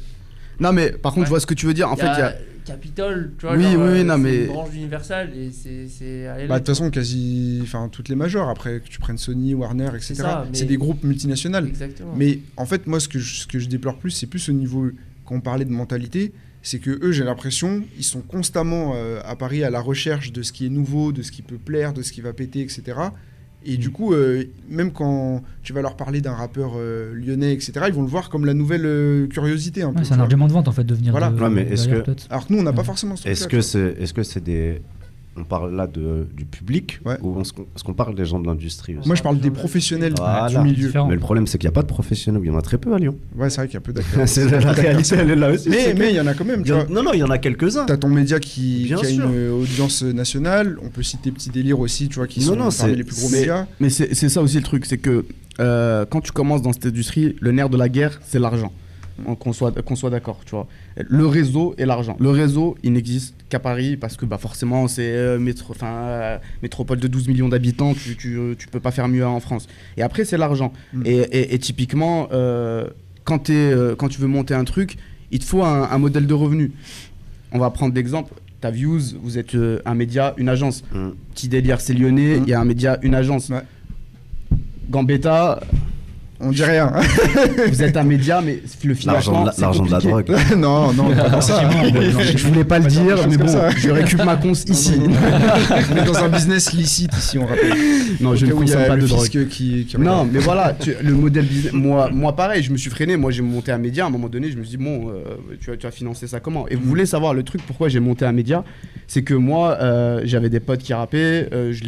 Speaker 8: Non, mais par contre,
Speaker 6: Ouais.
Speaker 8: je vois ce que tu veux dire. En
Speaker 6: y
Speaker 8: fait, il y a.
Speaker 6: Capitol, tu vois.
Speaker 8: Oui,
Speaker 6: genre,
Speaker 8: oui,
Speaker 6: euh,
Speaker 8: non,
Speaker 6: c'est
Speaker 8: mais-
Speaker 6: Une branche d'Universal et c'est. c'est- allez,
Speaker 1: Bah,
Speaker 6: là,
Speaker 1: de toute façon, quasi. Enfin, toutes les majors, après que tu prennes Sony, Warner, etc.
Speaker 6: ça, mais-
Speaker 1: C'est des groupes multinationales.
Speaker 6: Exactement.
Speaker 1: Mais en fait, moi, ce que je, ce que je déplore plus, c'est plus au niveau qu'on parlait de mentalité, c'est que eux, j'ai l'impression, ils sont constamment euh, à Paris à la recherche de ce qui est nouveau, de ce qui peut plaire, de ce qui va péter, etc. Et du coup, euh, même quand tu vas leur parler d'un rappeur euh, lyonnais, etc., ils vont le voir comme la nouvelle euh, curiosité un peu.
Speaker 3: Ouais,
Speaker 1: tu
Speaker 3: C'est un
Speaker 1: vois.
Speaker 3: argument de vente en fait de venir.
Speaker 1: Voilà.
Speaker 3: de-
Speaker 4: Ouais, mais est-ce
Speaker 3: d'ailleurs,
Speaker 4: que-
Speaker 3: peut-être.
Speaker 1: Alors que nous, on n'a pas forcément ce
Speaker 4: est-ce que c'est est-ce que c'est des on parle là de du public
Speaker 1: Ouais.
Speaker 4: ou on se- est-ce qu'on parle des gens de l'industrie aussi
Speaker 1: Moi, je parle des professionnels
Speaker 4: Voilà.
Speaker 1: du milieu.
Speaker 3: Différent.
Speaker 4: mais le problème c'est qu'il n'y a pas de professionnels il y en a très peu à Lyon
Speaker 1: Ouais, c'est vrai qu'il y a peu d'acteurs.
Speaker 4: c'est la, la réalité elle est là aussi
Speaker 1: mais
Speaker 4: c'est
Speaker 1: mais
Speaker 4: que-
Speaker 1: il y en a quand même,
Speaker 4: il
Speaker 1: tu
Speaker 4: y
Speaker 1: vois.
Speaker 4: en- non non il y en a quelques uns
Speaker 1: T'as ton média qui, qui
Speaker 4: Bien
Speaker 1: a une
Speaker 4: sûr.
Speaker 1: euh, audience nationale. On peut citer Petit Délire aussi, tu vois, qui
Speaker 4: Non,
Speaker 1: sont
Speaker 4: non,
Speaker 1: parmi
Speaker 4: c'est-
Speaker 1: les plus gros
Speaker 4: c'est-
Speaker 1: médias.
Speaker 8: Mais c'est c'est ça aussi le truc, c'est que euh, quand tu commences dans cette industrie, le nerf de la guerre, c'est l'argent. On- Qu'on soit, qu'on soit d'accord, tu vois. Le réseau et l'argent. Le réseau, il n'existe qu'à Paris parce que bah, forcément, c'est euh, métro- enfin, euh, métropole de 12 millions d'habitants, tu, tu, tu peux pas faire mieux en France. Et après, c'est l'argent.
Speaker 1: Mm.
Speaker 8: Et, et- et typiquement, euh, quand, t'es, euh, quand tu veux monter un truc, il te faut un, un modèle de revenu. On va prendre l'exemple, ta Views, vous êtes euh, un média, une agence.
Speaker 4: Mm.
Speaker 1: Mmh.
Speaker 8: Petit délire, c'est lyonnais, il y a un média, une agence.
Speaker 1: Ouais.
Speaker 8: Gambetta,
Speaker 1: On dit rien.
Speaker 8: Vous êtes un média, mais le
Speaker 4: L'argent
Speaker 8: financement,
Speaker 4: de la-
Speaker 8: c'est
Speaker 4: l'argent de la
Speaker 8: compliqué.
Speaker 4: drogue.
Speaker 1: non, non, pas dans ça.
Speaker 8: Je voulais pas le
Speaker 1: des
Speaker 8: dire,
Speaker 1: choses
Speaker 8: mais
Speaker 1: comme
Speaker 8: bon,
Speaker 1: ça.
Speaker 8: je récup ma conce ici.
Speaker 1: On est dans un business licite ici, on rappelle.
Speaker 8: Non, je
Speaker 1: Au
Speaker 8: ne
Speaker 1: cas où il y
Speaker 8: consomme
Speaker 1: a
Speaker 8: pas de
Speaker 1: le
Speaker 8: drogue.
Speaker 1: fisc qui, qui
Speaker 8: Non,
Speaker 1: regarde.
Speaker 8: mais voilà, tu- le modèle business. Moi, moi, pareil, je me suis freiné. Moi, j'ai monté un média. À un moment donné, je me suis dit, bon, euh, tu, as, tu as financé ça comment
Speaker 1: Mm.
Speaker 8: Et vous voulez savoir le truc, pourquoi j'ai monté un média C'est que moi, euh, j'avais des potes qui rappaient, euh, je-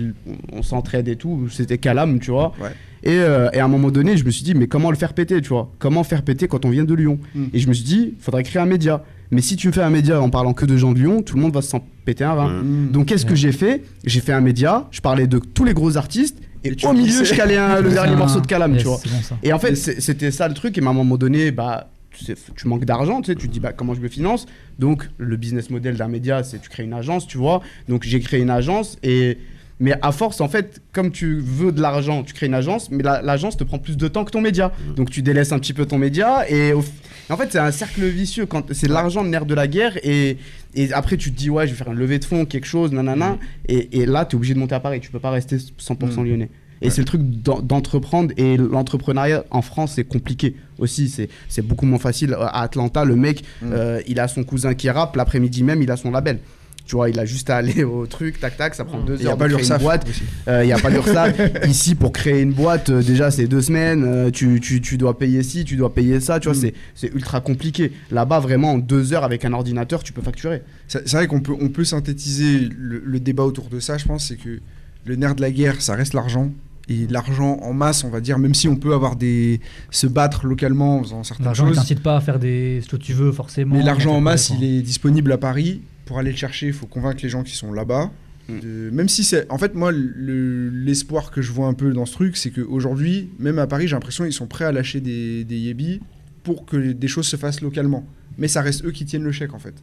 Speaker 8: on, on s'entraide et tout. C'était calame, tu vois.
Speaker 1: Ouais.
Speaker 8: Et, euh, et à un moment donné, je me suis dit, mais comment le faire péter, tu vois Comment faire péter quand on vient de Lyon
Speaker 1: Mm.
Speaker 8: Et je me suis dit, faudrait créer un média. Mais si tu fais un média en parlant que de gens de Lyon, tout le monde va s'en péter un rein.
Speaker 1: Mm.
Speaker 8: Donc qu'est-ce que j'ai fait J'ai fait un média, je parlais de tous les gros artistes et,
Speaker 1: Et tu
Speaker 8: au milieu
Speaker 1: glissais.
Speaker 8: je calais un- le dernier
Speaker 3: Ah,
Speaker 8: morceau de Calam,
Speaker 3: yes,
Speaker 8: tu vois.
Speaker 3: C'est bon ça.
Speaker 8: Et en fait c'est- c'était ça le truc et à un moment donné bah tu, sais, tu manques d'argent, tu sais, tu te dis bah comment je me finance Donc le business model d'un média c'est tu crées une agence, tu vois. Donc j'ai créé une agence et mais à force, en fait, comme tu veux de l'argent, tu crées une agence, mais la- l'agence te prend plus de temps que ton média. Donc tu délaisses un petit peu ton média. Et au f- en fait, c'est un cercle vicieux. quand C'est l'argent, le nerf de la guerre. Et, et après, tu te dis, ouais, je vais faire une levée de fonds, quelque chose, nanana. Et, et là, tu es obligé de monter à Paris. Tu peux pas rester 100% lyonnais. Et c'est le truc d'en- d'entreprendre. Et l'entrepreneuriat en France, c'est compliqué aussi. C'est c'est beaucoup moins facile. Euh, À Atlanta, le mec, euh, il a son cousin qui rappe. L'après-midi même, il a son label. Tu vois, il a juste à aller au truc, tac, tac, ça prend deux
Speaker 1: Il y a
Speaker 8: heures.
Speaker 1: pas
Speaker 8: de créer une
Speaker 1: l'URSSAF
Speaker 8: boîte. Euh,
Speaker 1: aussi.
Speaker 8: Il n'y a pas d'URSSAF. Ici, pour créer une boîte, euh, déjà, c'est deux semaines. euh, tu, tu- tu dois payer ci, tu dois payer ça.
Speaker 1: Mm.
Speaker 8: Tu vois, c'est- c'est ultra compliqué. Là-bas, vraiment, en deux heures, avec un ordinateur, tu peux facturer.
Speaker 1: C'est c'est vrai qu'on peut, on peut synthétiser le, le débat autour de ça, je pense, c'est que le nerf de la guerre, ça reste l'argent. Et l'argent en masse, on va dire, même si on peut avoir des se battre localement en faisant certaines
Speaker 3: L'argent ne
Speaker 1: choses,
Speaker 3: t'incite pas à faire des... ce que tu veux forcément.
Speaker 1: mais l'argent en
Speaker 3: Ça
Speaker 1: masse,
Speaker 3: dépend.
Speaker 1: il est disponible à Paris. Pour aller le chercher, il faut convaincre les gens qui sont là-bas.
Speaker 8: Mm.
Speaker 1: De- Même si c'est. En fait, moi, le- l'espoir que je vois un peu dans ce truc, c'est qu'aujourd'hui, même à Paris, j'ai l'impression qu'ils sont prêts à lâcher des, des yebis pour que des choses se fassent localement. Mais ça reste eux qui tiennent le chèque, en fait.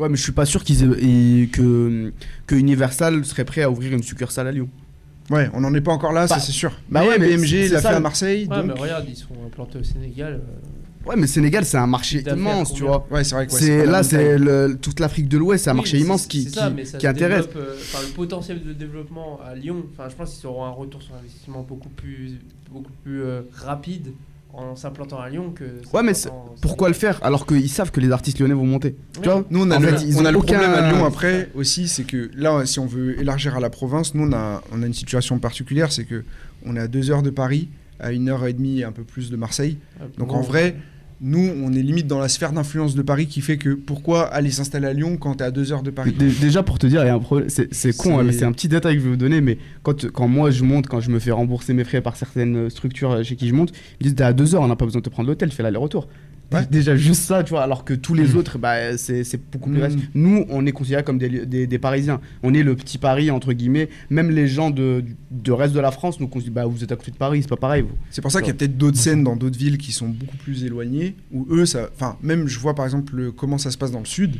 Speaker 8: Ouais, mais je suis pas sûr qu'ils aient- et que, que Universal serait prêt à ouvrir une succursale à Lyon.
Speaker 1: Ouais, on n'en est pas encore là, ça
Speaker 8: Bah,
Speaker 1: c'est sûr.
Speaker 8: bah ouais, mais c'est-
Speaker 1: BMG
Speaker 8: c'est
Speaker 1: l'a
Speaker 8: ça,
Speaker 1: fait à
Speaker 8: le-
Speaker 1: Marseille,
Speaker 6: Ouais, mais
Speaker 1: donc.
Speaker 6: regarde, ils sont implantés au Sénégal. euh,
Speaker 8: Ouais, mais le Sénégal, c'est un marché
Speaker 6: D'affaires,
Speaker 8: immense, tu
Speaker 6: combien
Speaker 8: vois.
Speaker 1: Ouais, c'est vrai que ouais,
Speaker 8: C'est
Speaker 1: pas la
Speaker 8: là,
Speaker 1: même taille.
Speaker 8: c'est le- toute l'Afrique de l'Ouest, c'est un
Speaker 6: Oui,
Speaker 8: marché
Speaker 6: mais
Speaker 8: immense
Speaker 6: c'est-
Speaker 8: qui,
Speaker 6: c'est ça,
Speaker 8: qui-
Speaker 6: mais ça
Speaker 8: qui
Speaker 6: se
Speaker 8: intéresse.
Speaker 6: développe, euh, enfin, le potentiel de développement à Lyon, enfin, je pense qu'ils auront un retour sur investissement beaucoup plus, beaucoup plus euh, rapide en s'implantant à Lyon que.
Speaker 8: Ouais, mais
Speaker 6: s'implantant-
Speaker 8: Pourquoi le faire alors qu'ils savent que les artistes lyonnais vont monter
Speaker 6: Ouais.
Speaker 8: Tu vois
Speaker 1: Nous, on a,
Speaker 8: En
Speaker 1: le,
Speaker 8: fait, ils
Speaker 1: on a
Speaker 8: ont
Speaker 1: le
Speaker 8: aucun-
Speaker 1: problème à Lyon après aussi, c'est que là, si on veut élargir à la province, nous, on a, on a une situation particulière, c'est que on est à deux heures de Paris, à une heure et demie et un peu plus de Marseille. Donc en vrai, nous, on est limite dans la sphère d'influence de Paris qui fait que pourquoi aller s'installer à Lyon quand t'es à deux heures de Paris hein.
Speaker 8: Dé- Déjà pour te dire, il y a un problème. C'est, c'est con,
Speaker 1: C'est-
Speaker 8: hein, mais c'est un petit détail que je vais vous donner. Mais quand, quand moi je monte, quand je me fais rembourser mes frais par certaines euh, structures chez qui je monte, ils me disent T'es à 2 heures, on n'a pas besoin de te prendre l'hôtel, fais l'aller-retour.
Speaker 1: Ouais.
Speaker 8: Dé- Déjà juste ça, tu vois. Alors que tous les autres, bah, c'est, c'est beaucoup plus
Speaker 1: Mm.
Speaker 8: vaste. Nous, on est considérés comme des, li- des, des Parisiens. On est le petit Paris, entre guillemets. Même les gens de, de reste de la France nous considèrent Bah, vous êtes à côté de Paris, c'est pas pareil. Vous.
Speaker 1: C'est pour ça qu'il y a peut-être d'autres scènes dans d'autres villes qui sont beaucoup plus éloignées, où eux, ça. Enfin, même je vois par exemple le- comment ça se passe dans le sud.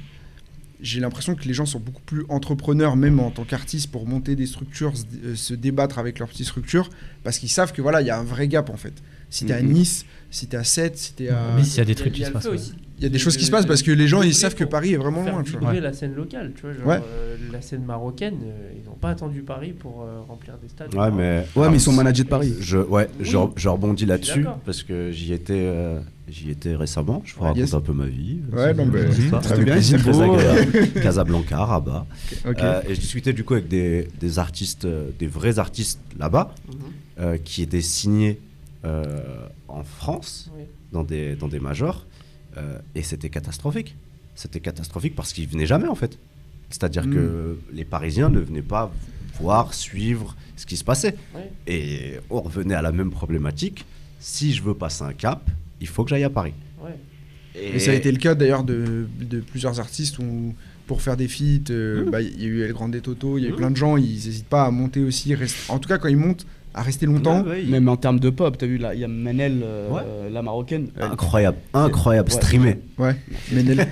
Speaker 1: J'ai l'impression que les gens sont beaucoup plus entrepreneurs, même en tant qu'artistes, pour monter des structures, se, euh, se débattre avec leurs petites structures, parce qu'ils savent que voilà, il y a un vrai gap en fait. Si t'es à
Speaker 6: Mm-hmm.
Speaker 8: Mhm.
Speaker 1: Nice, si t'es à Sète, si t'es à.
Speaker 3: Mais s'il y a
Speaker 6: Il y
Speaker 3: des trucs qui
Speaker 6: il y
Speaker 3: se
Speaker 6: le
Speaker 3: passent.
Speaker 6: fait
Speaker 3: ouais.
Speaker 6: aussi
Speaker 1: Il y a des
Speaker 6: de-
Speaker 1: choses qui se
Speaker 6: de-
Speaker 1: passent parce que les gens, ils savent que
Speaker 6: pour-
Speaker 1: Paris est vraiment
Speaker 6: faire
Speaker 1: loin. Tu vois.
Speaker 6: vibrer la scène locale, tu vois. genre,
Speaker 1: Ouais.
Speaker 6: euh, la scène marocaine, euh, ils n'ont pas attendu Paris pour euh, remplir des stades.
Speaker 4: Ouais, mais.
Speaker 8: Ouais, mais ils sont managés de Paris.
Speaker 4: Je, ouais, je,
Speaker 1: Mmh.
Speaker 6: Oui.
Speaker 4: je rebondis là-dessus
Speaker 6: d'accord.
Speaker 4: parce que j'y étais, euh, j'y étais récemment. Je vous
Speaker 1: Ouais,
Speaker 8: Ah,
Speaker 4: raconte
Speaker 1: yes.
Speaker 4: un peu ma vie.
Speaker 1: Ouais, non, mais-
Speaker 4: Ça,
Speaker 1: Très
Speaker 4: C'était
Speaker 1: bien,
Speaker 4: plaisir,
Speaker 1: c'est
Speaker 4: très
Speaker 1: beau.
Speaker 4: agréable. Casablanca, Rabat.
Speaker 1: Ok.
Speaker 4: Euh, et je discutais du coup avec des, des artistes, euh, des vrais artistes là-bas,
Speaker 6: Mhm.
Speaker 4: euh, qui étaient signés euh, en France,
Speaker 6: Oui.
Speaker 4: dans, des, dans des majors, euh, et c'était catastrophique. C'était catastrophique parce qu'ils venaient jamais en fait. C'est-à-dire
Speaker 1: Mm.
Speaker 4: que les Parisiens ne venaient pas voir, suivre ce qui se passait.
Speaker 6: Oui.
Speaker 4: Et on revenait à la même problématique. Si je veux passer un cap, il faut que j'aille à Paris.
Speaker 6: Ouais.
Speaker 4: Et,
Speaker 1: Et ça a été le cas d'ailleurs de, de plusieurs artistes où, pour faire des feats, euh,
Speaker 8: Mmh.
Speaker 1: bah, il y a eu El Grande Toto, il y a eu plein de gens, ils n'hésitent pas à monter aussi. rest- En tout cas, quand ils montent, à rester longtemps.
Speaker 4: Ouais, ouais, il-
Speaker 8: Même en termes de pop, t'as vu, là, il y a Manel, euh, la marocaine.
Speaker 1: Ah,
Speaker 8: elle-
Speaker 4: Incroyable, incroyable,
Speaker 8: Ouais.
Speaker 4: streamé.
Speaker 1: Ouais, Menel.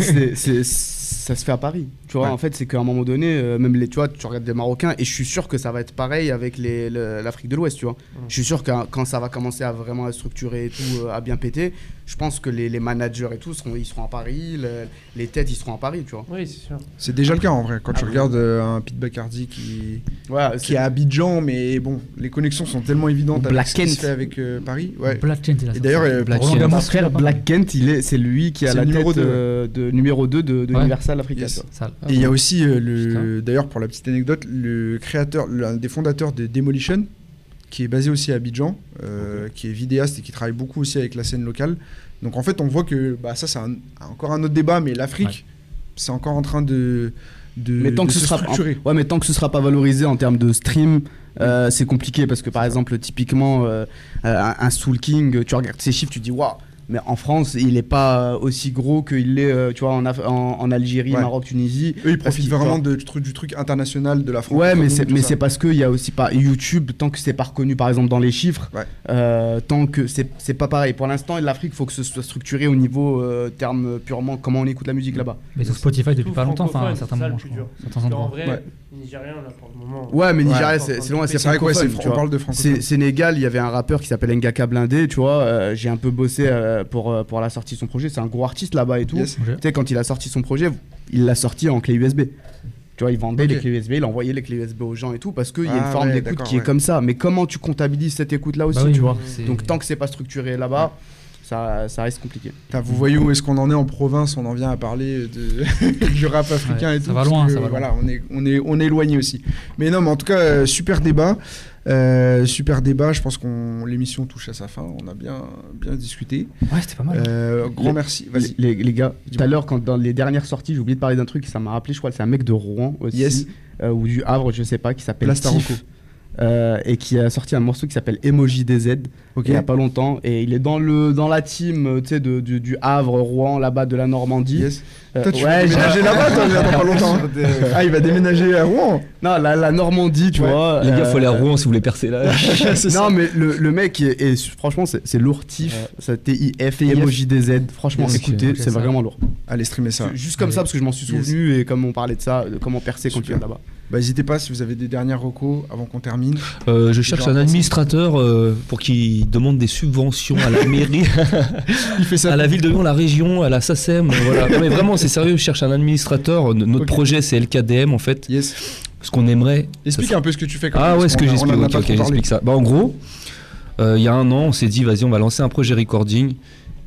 Speaker 8: c'est- c'est- ça se fait à Paris. Tu Tu vois, en fait, c'est qu'à un moment donné, euh, même les, tu vois, tu regardes des Marocains et je suis sûr que ça va être pareil avec les- le- l'Afrique de l'Ouest, tu vois. Je suis sûr que quand ça va commencer à vraiment se structurer et tout, euh, à bien péter, je pense que les, les managers et tout seront, ils seront à Paris, le- les têtes, ils seront à Paris, tu vois.
Speaker 6: Oui, c'est sûr.
Speaker 1: C'est déjà le cas en vrai. Quand
Speaker 8: Ah
Speaker 1: tu
Speaker 8: oui.
Speaker 1: regardes euh, un Pete Bacardi qui,
Speaker 8: Ouais,
Speaker 1: qui est à Abidjan, mais bon, les connexions sont tellement évidentes
Speaker 8: Ou
Speaker 1: avec
Speaker 8: Black
Speaker 1: ce qui se
Speaker 8: Kent.
Speaker 1: fait avec euh, Paris. Ouais.
Speaker 3: Black Chain, c'est la
Speaker 1: Et d'ailleurs,
Speaker 3: sortie.
Speaker 1: euh,
Speaker 3: Black
Speaker 1: Roland
Speaker 3: Chain.
Speaker 1: Garros,
Speaker 8: Mon frère
Speaker 3: pas
Speaker 8: Black Kent, il est, c'est lui qui a
Speaker 1: C'est
Speaker 8: la
Speaker 1: le
Speaker 8: tête
Speaker 1: numéro deux,
Speaker 8: euh, de numéro 2 de, de
Speaker 3: Ouais.
Speaker 8: Universal Africa.
Speaker 1: Yes.
Speaker 8: tu vois.
Speaker 3: Sale.
Speaker 1: Et il y a aussi euh, le, d'ailleurs pour la petite anecdote, le créateur, l'un des fondateurs de Demolition, qui est basé aussi à Abidjan, euh, qui est vidéaste et qui travaille beaucoup aussi avec la scène locale. Donc en fait, on voit que bah, ça, c'est un- encore un autre débat, mais l'Afrique, c'est encore en train de, de,
Speaker 8: Mais tant
Speaker 1: de
Speaker 8: que ce
Speaker 1: se
Speaker 8: sera
Speaker 1: structurer.
Speaker 8: ouais, mais tant que ce sera pas valorisé en termes de stream, euh, c'est compliqué parce que par exemple, typiquement, euh, euh, un, un Soul King, tu regardes ses chiffres, tu dis waouh. Mais en France, il est pas euh, aussi gros qu'il l'est, euh, tu vois, en, Af- en- en Algérie,
Speaker 1: Ouais.
Speaker 8: Maroc, Tunisie.
Speaker 1: Eux, ils
Speaker 8: Parce
Speaker 1: profitent
Speaker 8: qu'il-
Speaker 1: vraiment de- du, truc, du truc international de la France.
Speaker 8: Ouais, mais c'est
Speaker 1: tout
Speaker 8: mais
Speaker 1: ça.
Speaker 8: c'est parce que il y a aussi pas YouTube tant que c'est pas reconnu par exemple dans les chiffres,
Speaker 1: Ouais.
Speaker 8: euh, tant que c'est c'est pas pareil. Pour l'instant, l'Afrique faut que ce soit structuré au niveau euh, terme purement comment on écoute la musique là-bas.
Speaker 3: Mais sur Spotify depuis
Speaker 6: Tout
Speaker 3: pas longtemps, enfin, à
Speaker 6: francophone,
Speaker 3: certains
Speaker 6: c'est ça
Speaker 3: moments,
Speaker 6: le
Speaker 3: je
Speaker 6: plus
Speaker 3: crois.
Speaker 6: dur.
Speaker 3: Certains
Speaker 6: Parce qu'en
Speaker 3: endroits.
Speaker 6: vrai,
Speaker 1: Ouais.
Speaker 6: les Nigériens, là, pour le moment.
Speaker 8: Ouais, mais
Speaker 1: Ouais.
Speaker 8: Nigeria, c'est c'est loin, c'est
Speaker 1: Mais c'est vrai que ouais, c'est
Speaker 8: francophone.
Speaker 1: fran-
Speaker 8: tu
Speaker 1: on
Speaker 8: vois.
Speaker 1: parle de francophone.
Speaker 8: C'est- Sénégal, il y avait un rappeur qui s'appelle Ngaka Blindé, tu vois. euh, J'ai un peu bossé euh, pour, euh, pour la sortie de son projet. C'est un gros artiste là-bas et tout.
Speaker 1: Yes.
Speaker 8: Tu sais, quand il a sorti son projet, il l'a sorti en clé USB. Tu vois, il vendait
Speaker 1: Ok.
Speaker 8: les clés USB, il envoyait les clés USB aux gens et tout parce qu'il y a
Speaker 1: Ah
Speaker 8: une forme
Speaker 1: ouais,
Speaker 8: d'écoute
Speaker 1: d'accord,
Speaker 8: qui
Speaker 1: ouais.
Speaker 8: est comme ça. Mais comment tu comptabilises cette écoute-là aussi,
Speaker 3: Bah oui,
Speaker 8: tu vois
Speaker 3: c'est-
Speaker 8: Donc tant que c'est pas structuré là-bas, ça, ça reste compliqué.
Speaker 1: Putain, vous voyez où est-ce qu'on en est en province, on en vient à parler de, du rap africain
Speaker 3: Ouais,
Speaker 1: et
Speaker 3: ça
Speaker 1: tout.
Speaker 3: va
Speaker 1: parce
Speaker 3: loin,
Speaker 1: que,
Speaker 3: ça va loin.
Speaker 1: Voilà, on est, on, est, on est éloigné aussi. Mais non, mais en tout cas, euh, super débat. Euh, super débat, je pense qu'on l'émission touche à sa fin, on a bien, bien discuté.
Speaker 3: Ouais, c'était pas mal.
Speaker 1: Euh, grand
Speaker 8: Les-
Speaker 1: merci, vas-y.
Speaker 8: Les, les gars, tout
Speaker 1: Dis-moi.
Speaker 8: à l'heure, quand dans les dernières sorties, j'ai oublié de parler d'un truc, ça m'a rappelé, je crois que c'est un mec de Rouen aussi,
Speaker 1: Yes.
Speaker 8: euh, ou du Havre, je sais pas, qui s'appelle
Speaker 1: Place
Speaker 8: Tiff,
Speaker 1: Taroko.
Speaker 8: euh, et qui a sorti un morceau qui s'appelle Emoji DZ,
Speaker 1: Ok.
Speaker 8: il y a pas longtemps, et il est dans, le, dans la team euh, tu sais, de- du, du Havre, Rouen, là-bas, de la Normandie.
Speaker 1: Yes.
Speaker 8: Euh,
Speaker 1: Toi, tu
Speaker 8: ouais,
Speaker 1: vas
Speaker 8: j'ai-
Speaker 1: déménager là-bas, toi, là, dans pas longtemps. hein. Ah, il va déménager à Rouen.
Speaker 8: non, la, la Normandie, tu
Speaker 1: Ouais.
Speaker 8: vois.
Speaker 5: Les gars, faut aller à
Speaker 8: euh,
Speaker 5: Rouen si vous voulez percer là.
Speaker 8: Non, mais le, le mec, est, est- franchement, c'est c'est lourd, Tiff, ça, T-I-F, et Emoji DZ. Franchement,
Speaker 5: Yes.
Speaker 8: écoutez,
Speaker 3: Ok,
Speaker 8: c'est
Speaker 3: ça.
Speaker 8: vraiment lourd.
Speaker 1: Allez, streamer ça.
Speaker 8: Ju- Juste comme
Speaker 3: Allez.
Speaker 8: ça, parce que je m'en suis
Speaker 1: Yes.
Speaker 8: souvenu et comme on parlait de ça, de comment percer quand tu
Speaker 1: Super.
Speaker 8: viens là-bas.
Speaker 1: Bah, n'hésitez pas si vous avez des dernières recos avant qu'on termine.
Speaker 5: Euh, je cherche un administrateur euh, pour qu'il demande des subventions à la mairie,
Speaker 1: Il fait ça.
Speaker 5: à la ville de Lyon, à la région, à la SACEM. E Voilà. Non, mais vraiment, c'est sérieux, je cherche un administrateur. N- Notre
Speaker 1: Ok.
Speaker 5: projet, c'est LKDM en fait.
Speaker 1: Yes.
Speaker 5: Ce qu'on aimerait. ça
Speaker 1: Explique
Speaker 5: serait-
Speaker 1: un peu ce que tu fais. quand
Speaker 5: Ah
Speaker 1: même,
Speaker 5: ouais,
Speaker 1: parce
Speaker 5: ce que
Speaker 1: qu'on a-
Speaker 5: j'explique.
Speaker 1: on en a
Speaker 5: ok,
Speaker 1: pas
Speaker 5: ok,
Speaker 1: trop parlé.
Speaker 5: j'explique ça. Bah, en gros, euh, il y a un an, on s'est dit, vas-y, on va lancer un projet recording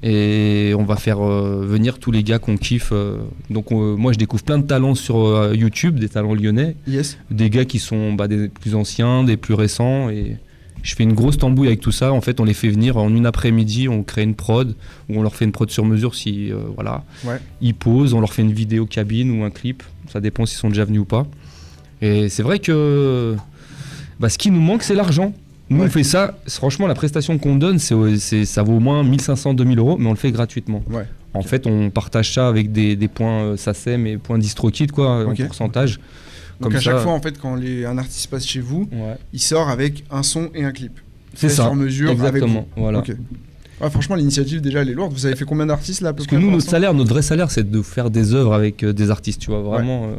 Speaker 5: et on va faire euh, venir tous les gars qu'on kiffe. euh. donc, on- moi, je découvre plein de talents sur euh, YouTube, des talents lyonnais,
Speaker 1: Yes.
Speaker 5: des gars qui sont bah, des plus anciens, des plus récents et. Je fais une grosse tambouille avec tout ça. En fait, on les fait venir en une après-midi. On crée une prod où on leur fait une prod sur mesure si euh, voilà
Speaker 1: Ouais.
Speaker 5: ils posent. On leur fait une vidéo cabine ou un clip. Ça dépend s'ils sont déjà venus ou pas. Et c'est vrai que bah, ce qui nous manque, c'est l'argent. Nous, on fait ça. Franchement, la prestation qu'on donne, c'est, c'est- ça vaut au moins 1500, 2000 euros, mais on le fait gratuitement.
Speaker 1: Ouais.
Speaker 5: En fait, on partage ça avec des, des points euh, SACEM et points DistroKid, quoi,
Speaker 1: Ok.
Speaker 5: en pourcentage.
Speaker 1: Donc
Speaker 5: Comme
Speaker 1: à chaque
Speaker 5: ça-
Speaker 1: fois, en fait, quand les- un artiste passe chez vous,
Speaker 5: Ouais.
Speaker 1: il sort avec un son et un clip. Fait
Speaker 5: C'est ça.
Speaker 1: Sur mesure. avec
Speaker 5: Exactement.
Speaker 1: vous.
Speaker 5: Voilà.
Speaker 1: Ok. Ouais, franchement, l'initiative déjà, elle est lourde. Vous avez fait combien d'artistes là à peu
Speaker 5: Parce que
Speaker 1: près,
Speaker 5: nous,
Speaker 1: pour
Speaker 5: notre
Speaker 1: l'instant
Speaker 5: salaire, notre vrai salaire, c'est de faire des œuvres avec euh, des artistes, tu vois. Vraiment, euh,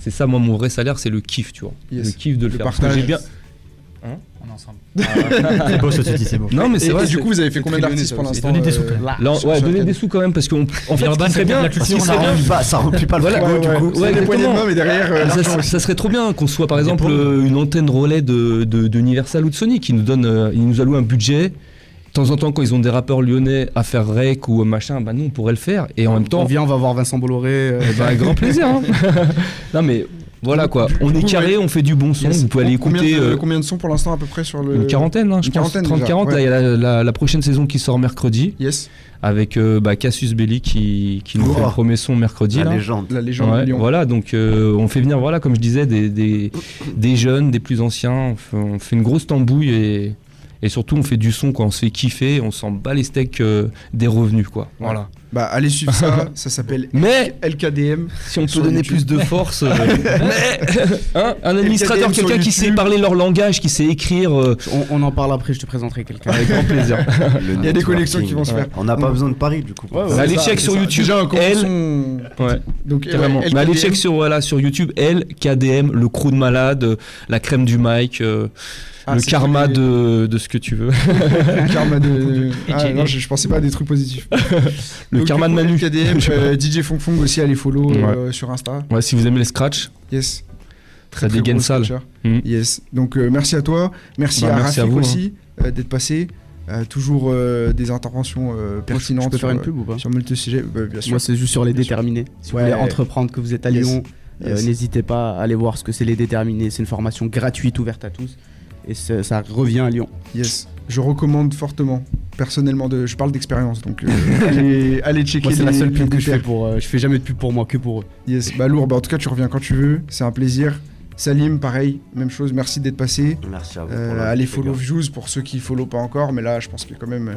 Speaker 5: c'est ça, moi, mon vrai salaire, c'est le kiff, tu vois.
Speaker 1: Yes.
Speaker 5: Le kiff de le,
Speaker 1: Le
Speaker 5: faire. Parce que
Speaker 1: partage.
Speaker 5: j'ai bien-
Speaker 3: On est ensemble.
Speaker 4: C'est beau ce titre, c'est beau.
Speaker 5: Non, mais
Speaker 1: Et-
Speaker 5: c'est vrai.
Speaker 1: et du
Speaker 5: c'est-
Speaker 1: coup, vous avez fait combien
Speaker 5: très lyonnais,
Speaker 1: d'artistes
Speaker 5: ça
Speaker 1: pour
Speaker 5: aussi.
Speaker 1: l'instant
Speaker 3: Donnez des
Speaker 1: euh,
Speaker 3: sous, quand même.
Speaker 5: Là,
Speaker 1: sur-
Speaker 5: ouais,
Speaker 1: sur-
Speaker 5: donner des sous quand même, parce qu'on en fait,
Speaker 3: Urban,
Speaker 5: ce qui serait
Speaker 3: c'est
Speaker 5: bien.
Speaker 3: la culture,
Speaker 5: ce qui
Speaker 3: on a
Speaker 5: serait
Speaker 3: rien.
Speaker 5: bien-
Speaker 4: Bah, ça remplit pas le
Speaker 5: Voilà.
Speaker 4: frigo, du
Speaker 1: Ouais,
Speaker 4: coup.
Speaker 1: ouais, c'est des poignées de
Speaker 5: exactement.
Speaker 1: main, mais derrière. euh,
Speaker 5: Ah, ça,
Speaker 1: l'argent
Speaker 5: ça-
Speaker 1: aussi.
Speaker 5: ça serait trop bien qu'on soit par exemple
Speaker 4: pommes.
Speaker 5: euh, une antenne relais de, de, d'Universal ou de Sony qui nous donne, euh, ils nous allouent un budget. De temps en temps, quand ils ont des rappeurs lyonnais à faire rec ou machin, bah nous on pourrait le faire. Et en même temps,
Speaker 8: on vient, on va voir Vincent Bolloré. euh,
Speaker 5: eh ben, avec grand plaisir. hein. non mais voilà quoi, on est carré, on fait du bon son.
Speaker 1: Yes.
Speaker 5: Vous pouvez aller
Speaker 1: Combien
Speaker 5: écouter
Speaker 1: de-
Speaker 5: euh,
Speaker 1: Combien de sons pour l'instant à peu près sur le.
Speaker 5: une quarantaine, hein, je
Speaker 1: une
Speaker 5: pense.
Speaker 1: quarantaine
Speaker 5: 30-40.
Speaker 1: déjà,
Speaker 5: Là, il y a la, la- la prochaine saison qui sort mercredi
Speaker 1: Yes.
Speaker 5: avec euh, bah, Cassius Belli qui, qui nous fait
Speaker 4: Oh.
Speaker 5: le premier son mercredi.
Speaker 13: La
Speaker 5: là.
Speaker 13: légende.
Speaker 1: La légende
Speaker 5: Ouais,
Speaker 1: de Lyon.
Speaker 5: Voilà, donc euh, on fait venir, voilà, comme je disais, des, des, des jeunes, des plus anciens. On fait, on fait une grosse tambouille et, et surtout on fait du son, quoi. On se fait kiffer, on s'en bat les steaks euh, des revenus, quoi. Voilà.
Speaker 1: Bah, allez suivre ça, ça s'appelle
Speaker 14: Mais
Speaker 1: LKDM.
Speaker 14: Si on peut
Speaker 1: sur
Speaker 14: donner
Speaker 1: YouTube.
Speaker 14: plus de force. euh, mais hein, un administrateur,
Speaker 1: LKDM sur
Speaker 14: quelqu'un qui sait
Speaker 1: YouTube.
Speaker 14: parler leur langage, qui sait écrire. euh,
Speaker 8: On, en parle après, je te présenterai quelqu'un.
Speaker 14: Avec grand plaisir.
Speaker 4: Le networking. Ouais. On n'a pas besoin de Paris, du coup. pour faire
Speaker 14: allez
Speaker 4: ça.
Speaker 14: check sur
Speaker 4: C'est ça.
Speaker 14: YouTube.
Speaker 4: Déjà,
Speaker 14: L... Ouais.
Speaker 1: Donc,
Speaker 14: Carrément.
Speaker 1: ouais,
Speaker 14: Mais allez
Speaker 1: LKDM.
Speaker 14: check sur, voilà, sur YouTube LKDM, le crew de malade, euh, la crème du mic, euh,
Speaker 1: Ah,
Speaker 14: le
Speaker 1: c'est
Speaker 14: karma
Speaker 1: très-
Speaker 14: de, de ce que tu veux.
Speaker 1: Le karma de. Ah, non, je, je pensais pas à des trucs positifs.
Speaker 14: Le
Speaker 1: Donc,
Speaker 14: karma de Manu.
Speaker 1: LKDM, euh, DJ Fong Fong aussi, allez follow euh, sur Insta.
Speaker 14: Ouais, si vous aimez les scratchs,
Speaker 1: Yes.
Speaker 14: ça dégaine
Speaker 1: gros
Speaker 14: sale.
Speaker 1: scratcher.
Speaker 14: Mm.
Speaker 8: Hmm.
Speaker 1: Yes. Donc euh, merci à toi, merci
Speaker 14: Bah,
Speaker 1: à
Speaker 14: merci à
Speaker 1: Rafik
Speaker 14: vous,
Speaker 1: aussi
Speaker 8: hein.
Speaker 1: euh, d'être passé. Euh, toujours euh, des interventions euh, pertinentes.
Speaker 8: peux faire
Speaker 1: sur,
Speaker 8: une pub ou pas
Speaker 1: Sur multi-sujets, Bah, bien sûr.
Speaker 8: Moi, c'est juste sur les
Speaker 1: Bien sûr.
Speaker 8: déterminés. Si
Speaker 1: Ouais.
Speaker 8: vous voulez entreprendre, que vous êtes à
Speaker 1: Yes.
Speaker 8: Lyon, euh,
Speaker 1: Yes.
Speaker 8: n'hésitez pas à aller voir ce que c'est les déterminés. C'est une formation gratuite, ouverte à tous. Et ça ça revient à Lyon.
Speaker 1: Yes. Je recommande fortement. Personnellement, de, je parle d'expérience, donc euh, allez, allez checker.
Speaker 8: Moi, c'est la
Speaker 1: les-
Speaker 8: seule
Speaker 1: les
Speaker 8: pub que je
Speaker 1: déter.
Speaker 8: fais pour. euh, je fais jamais de pub pour moi, que pour eux.
Speaker 1: Yes, bah lourd, bah en tout cas tu reviens quand tu veux, c'est un plaisir. Salim, pareil, même chose, merci d'être passé.
Speaker 4: Merci à vous.
Speaker 1: Euh,
Speaker 4: pour la-
Speaker 1: allez
Speaker 4: les
Speaker 1: follow
Speaker 4: gars.
Speaker 1: views pour ceux qui follow pas encore, mais là je pense que quand même euh,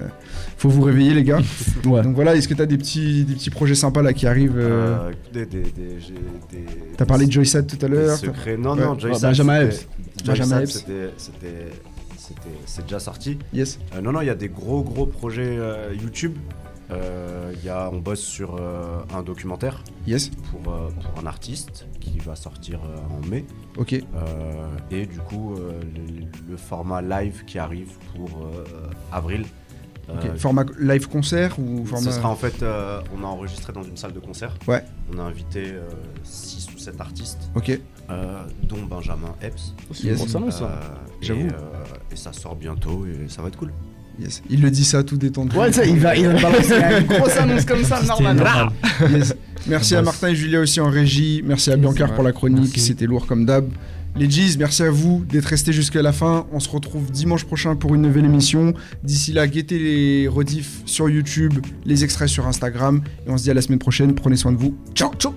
Speaker 1: faut vous réveiller les gars.
Speaker 8: Ouais.
Speaker 1: Donc voilà, est-ce que t'as des petits, des petits projets sympas là qui arrivent euh,
Speaker 4: Euh, des- des- des- j'ai des-
Speaker 1: T'as parlé de Joysat tout à
Speaker 4: des
Speaker 1: l'heure. t'as-
Speaker 4: secrets. Non,
Speaker 1: Ouais.
Speaker 4: non, Joysat,
Speaker 8: Ah, Benjamin
Speaker 4: c'était-
Speaker 8: Epps.
Speaker 4: Joysat,
Speaker 1: Benjamin Epps.
Speaker 4: c'était- c'était- c'était- C'est déjà sorti.
Speaker 1: Yes.
Speaker 4: Euh, non, non, il y a des gros, gros projets euh, YouTube. Euh, il y a, on bosse sur euh, un documentaire
Speaker 1: Yes.
Speaker 4: pour, euh, pour un artiste qui va sortir euh, en mai.
Speaker 1: Ok.
Speaker 4: Euh, et du coup, euh, le, le format live qui arrive pour euh, avril.
Speaker 1: ok.
Speaker 4: Euh,
Speaker 1: Format live concert ou format.
Speaker 4: ce sera en fait, euh, on a enregistré dans une salle de concert.
Speaker 1: Ouais.
Speaker 4: On a invité 6 ou 7 artistes,
Speaker 1: Ok.
Speaker 4: euh, dont Benjamin Epps.
Speaker 1: c'est Yes. une grosse
Speaker 4: Euh, et,
Speaker 1: J'avoue.
Speaker 4: euh, et ça sort bientôt et ça va être cool.
Speaker 1: Yes. Il le dit ça tout détendu.
Speaker 8: il va, il va balancer une grosse annonce comme ça, normal.
Speaker 1: Yes. Merci à Martin et Julia aussi en régie. Merci à Biancar pour la chronique. C'était lourd comme d'hab. Les G's, merci à vous d'être restés jusqu'à la fin. On se retrouve dimanche prochain pour une nouvelle émission. D'ici là, guettez les rediffs sur YouTube, les extraits sur Instagram. Et on se dit à la semaine prochaine. Prenez soin de vous. Ciao, ciao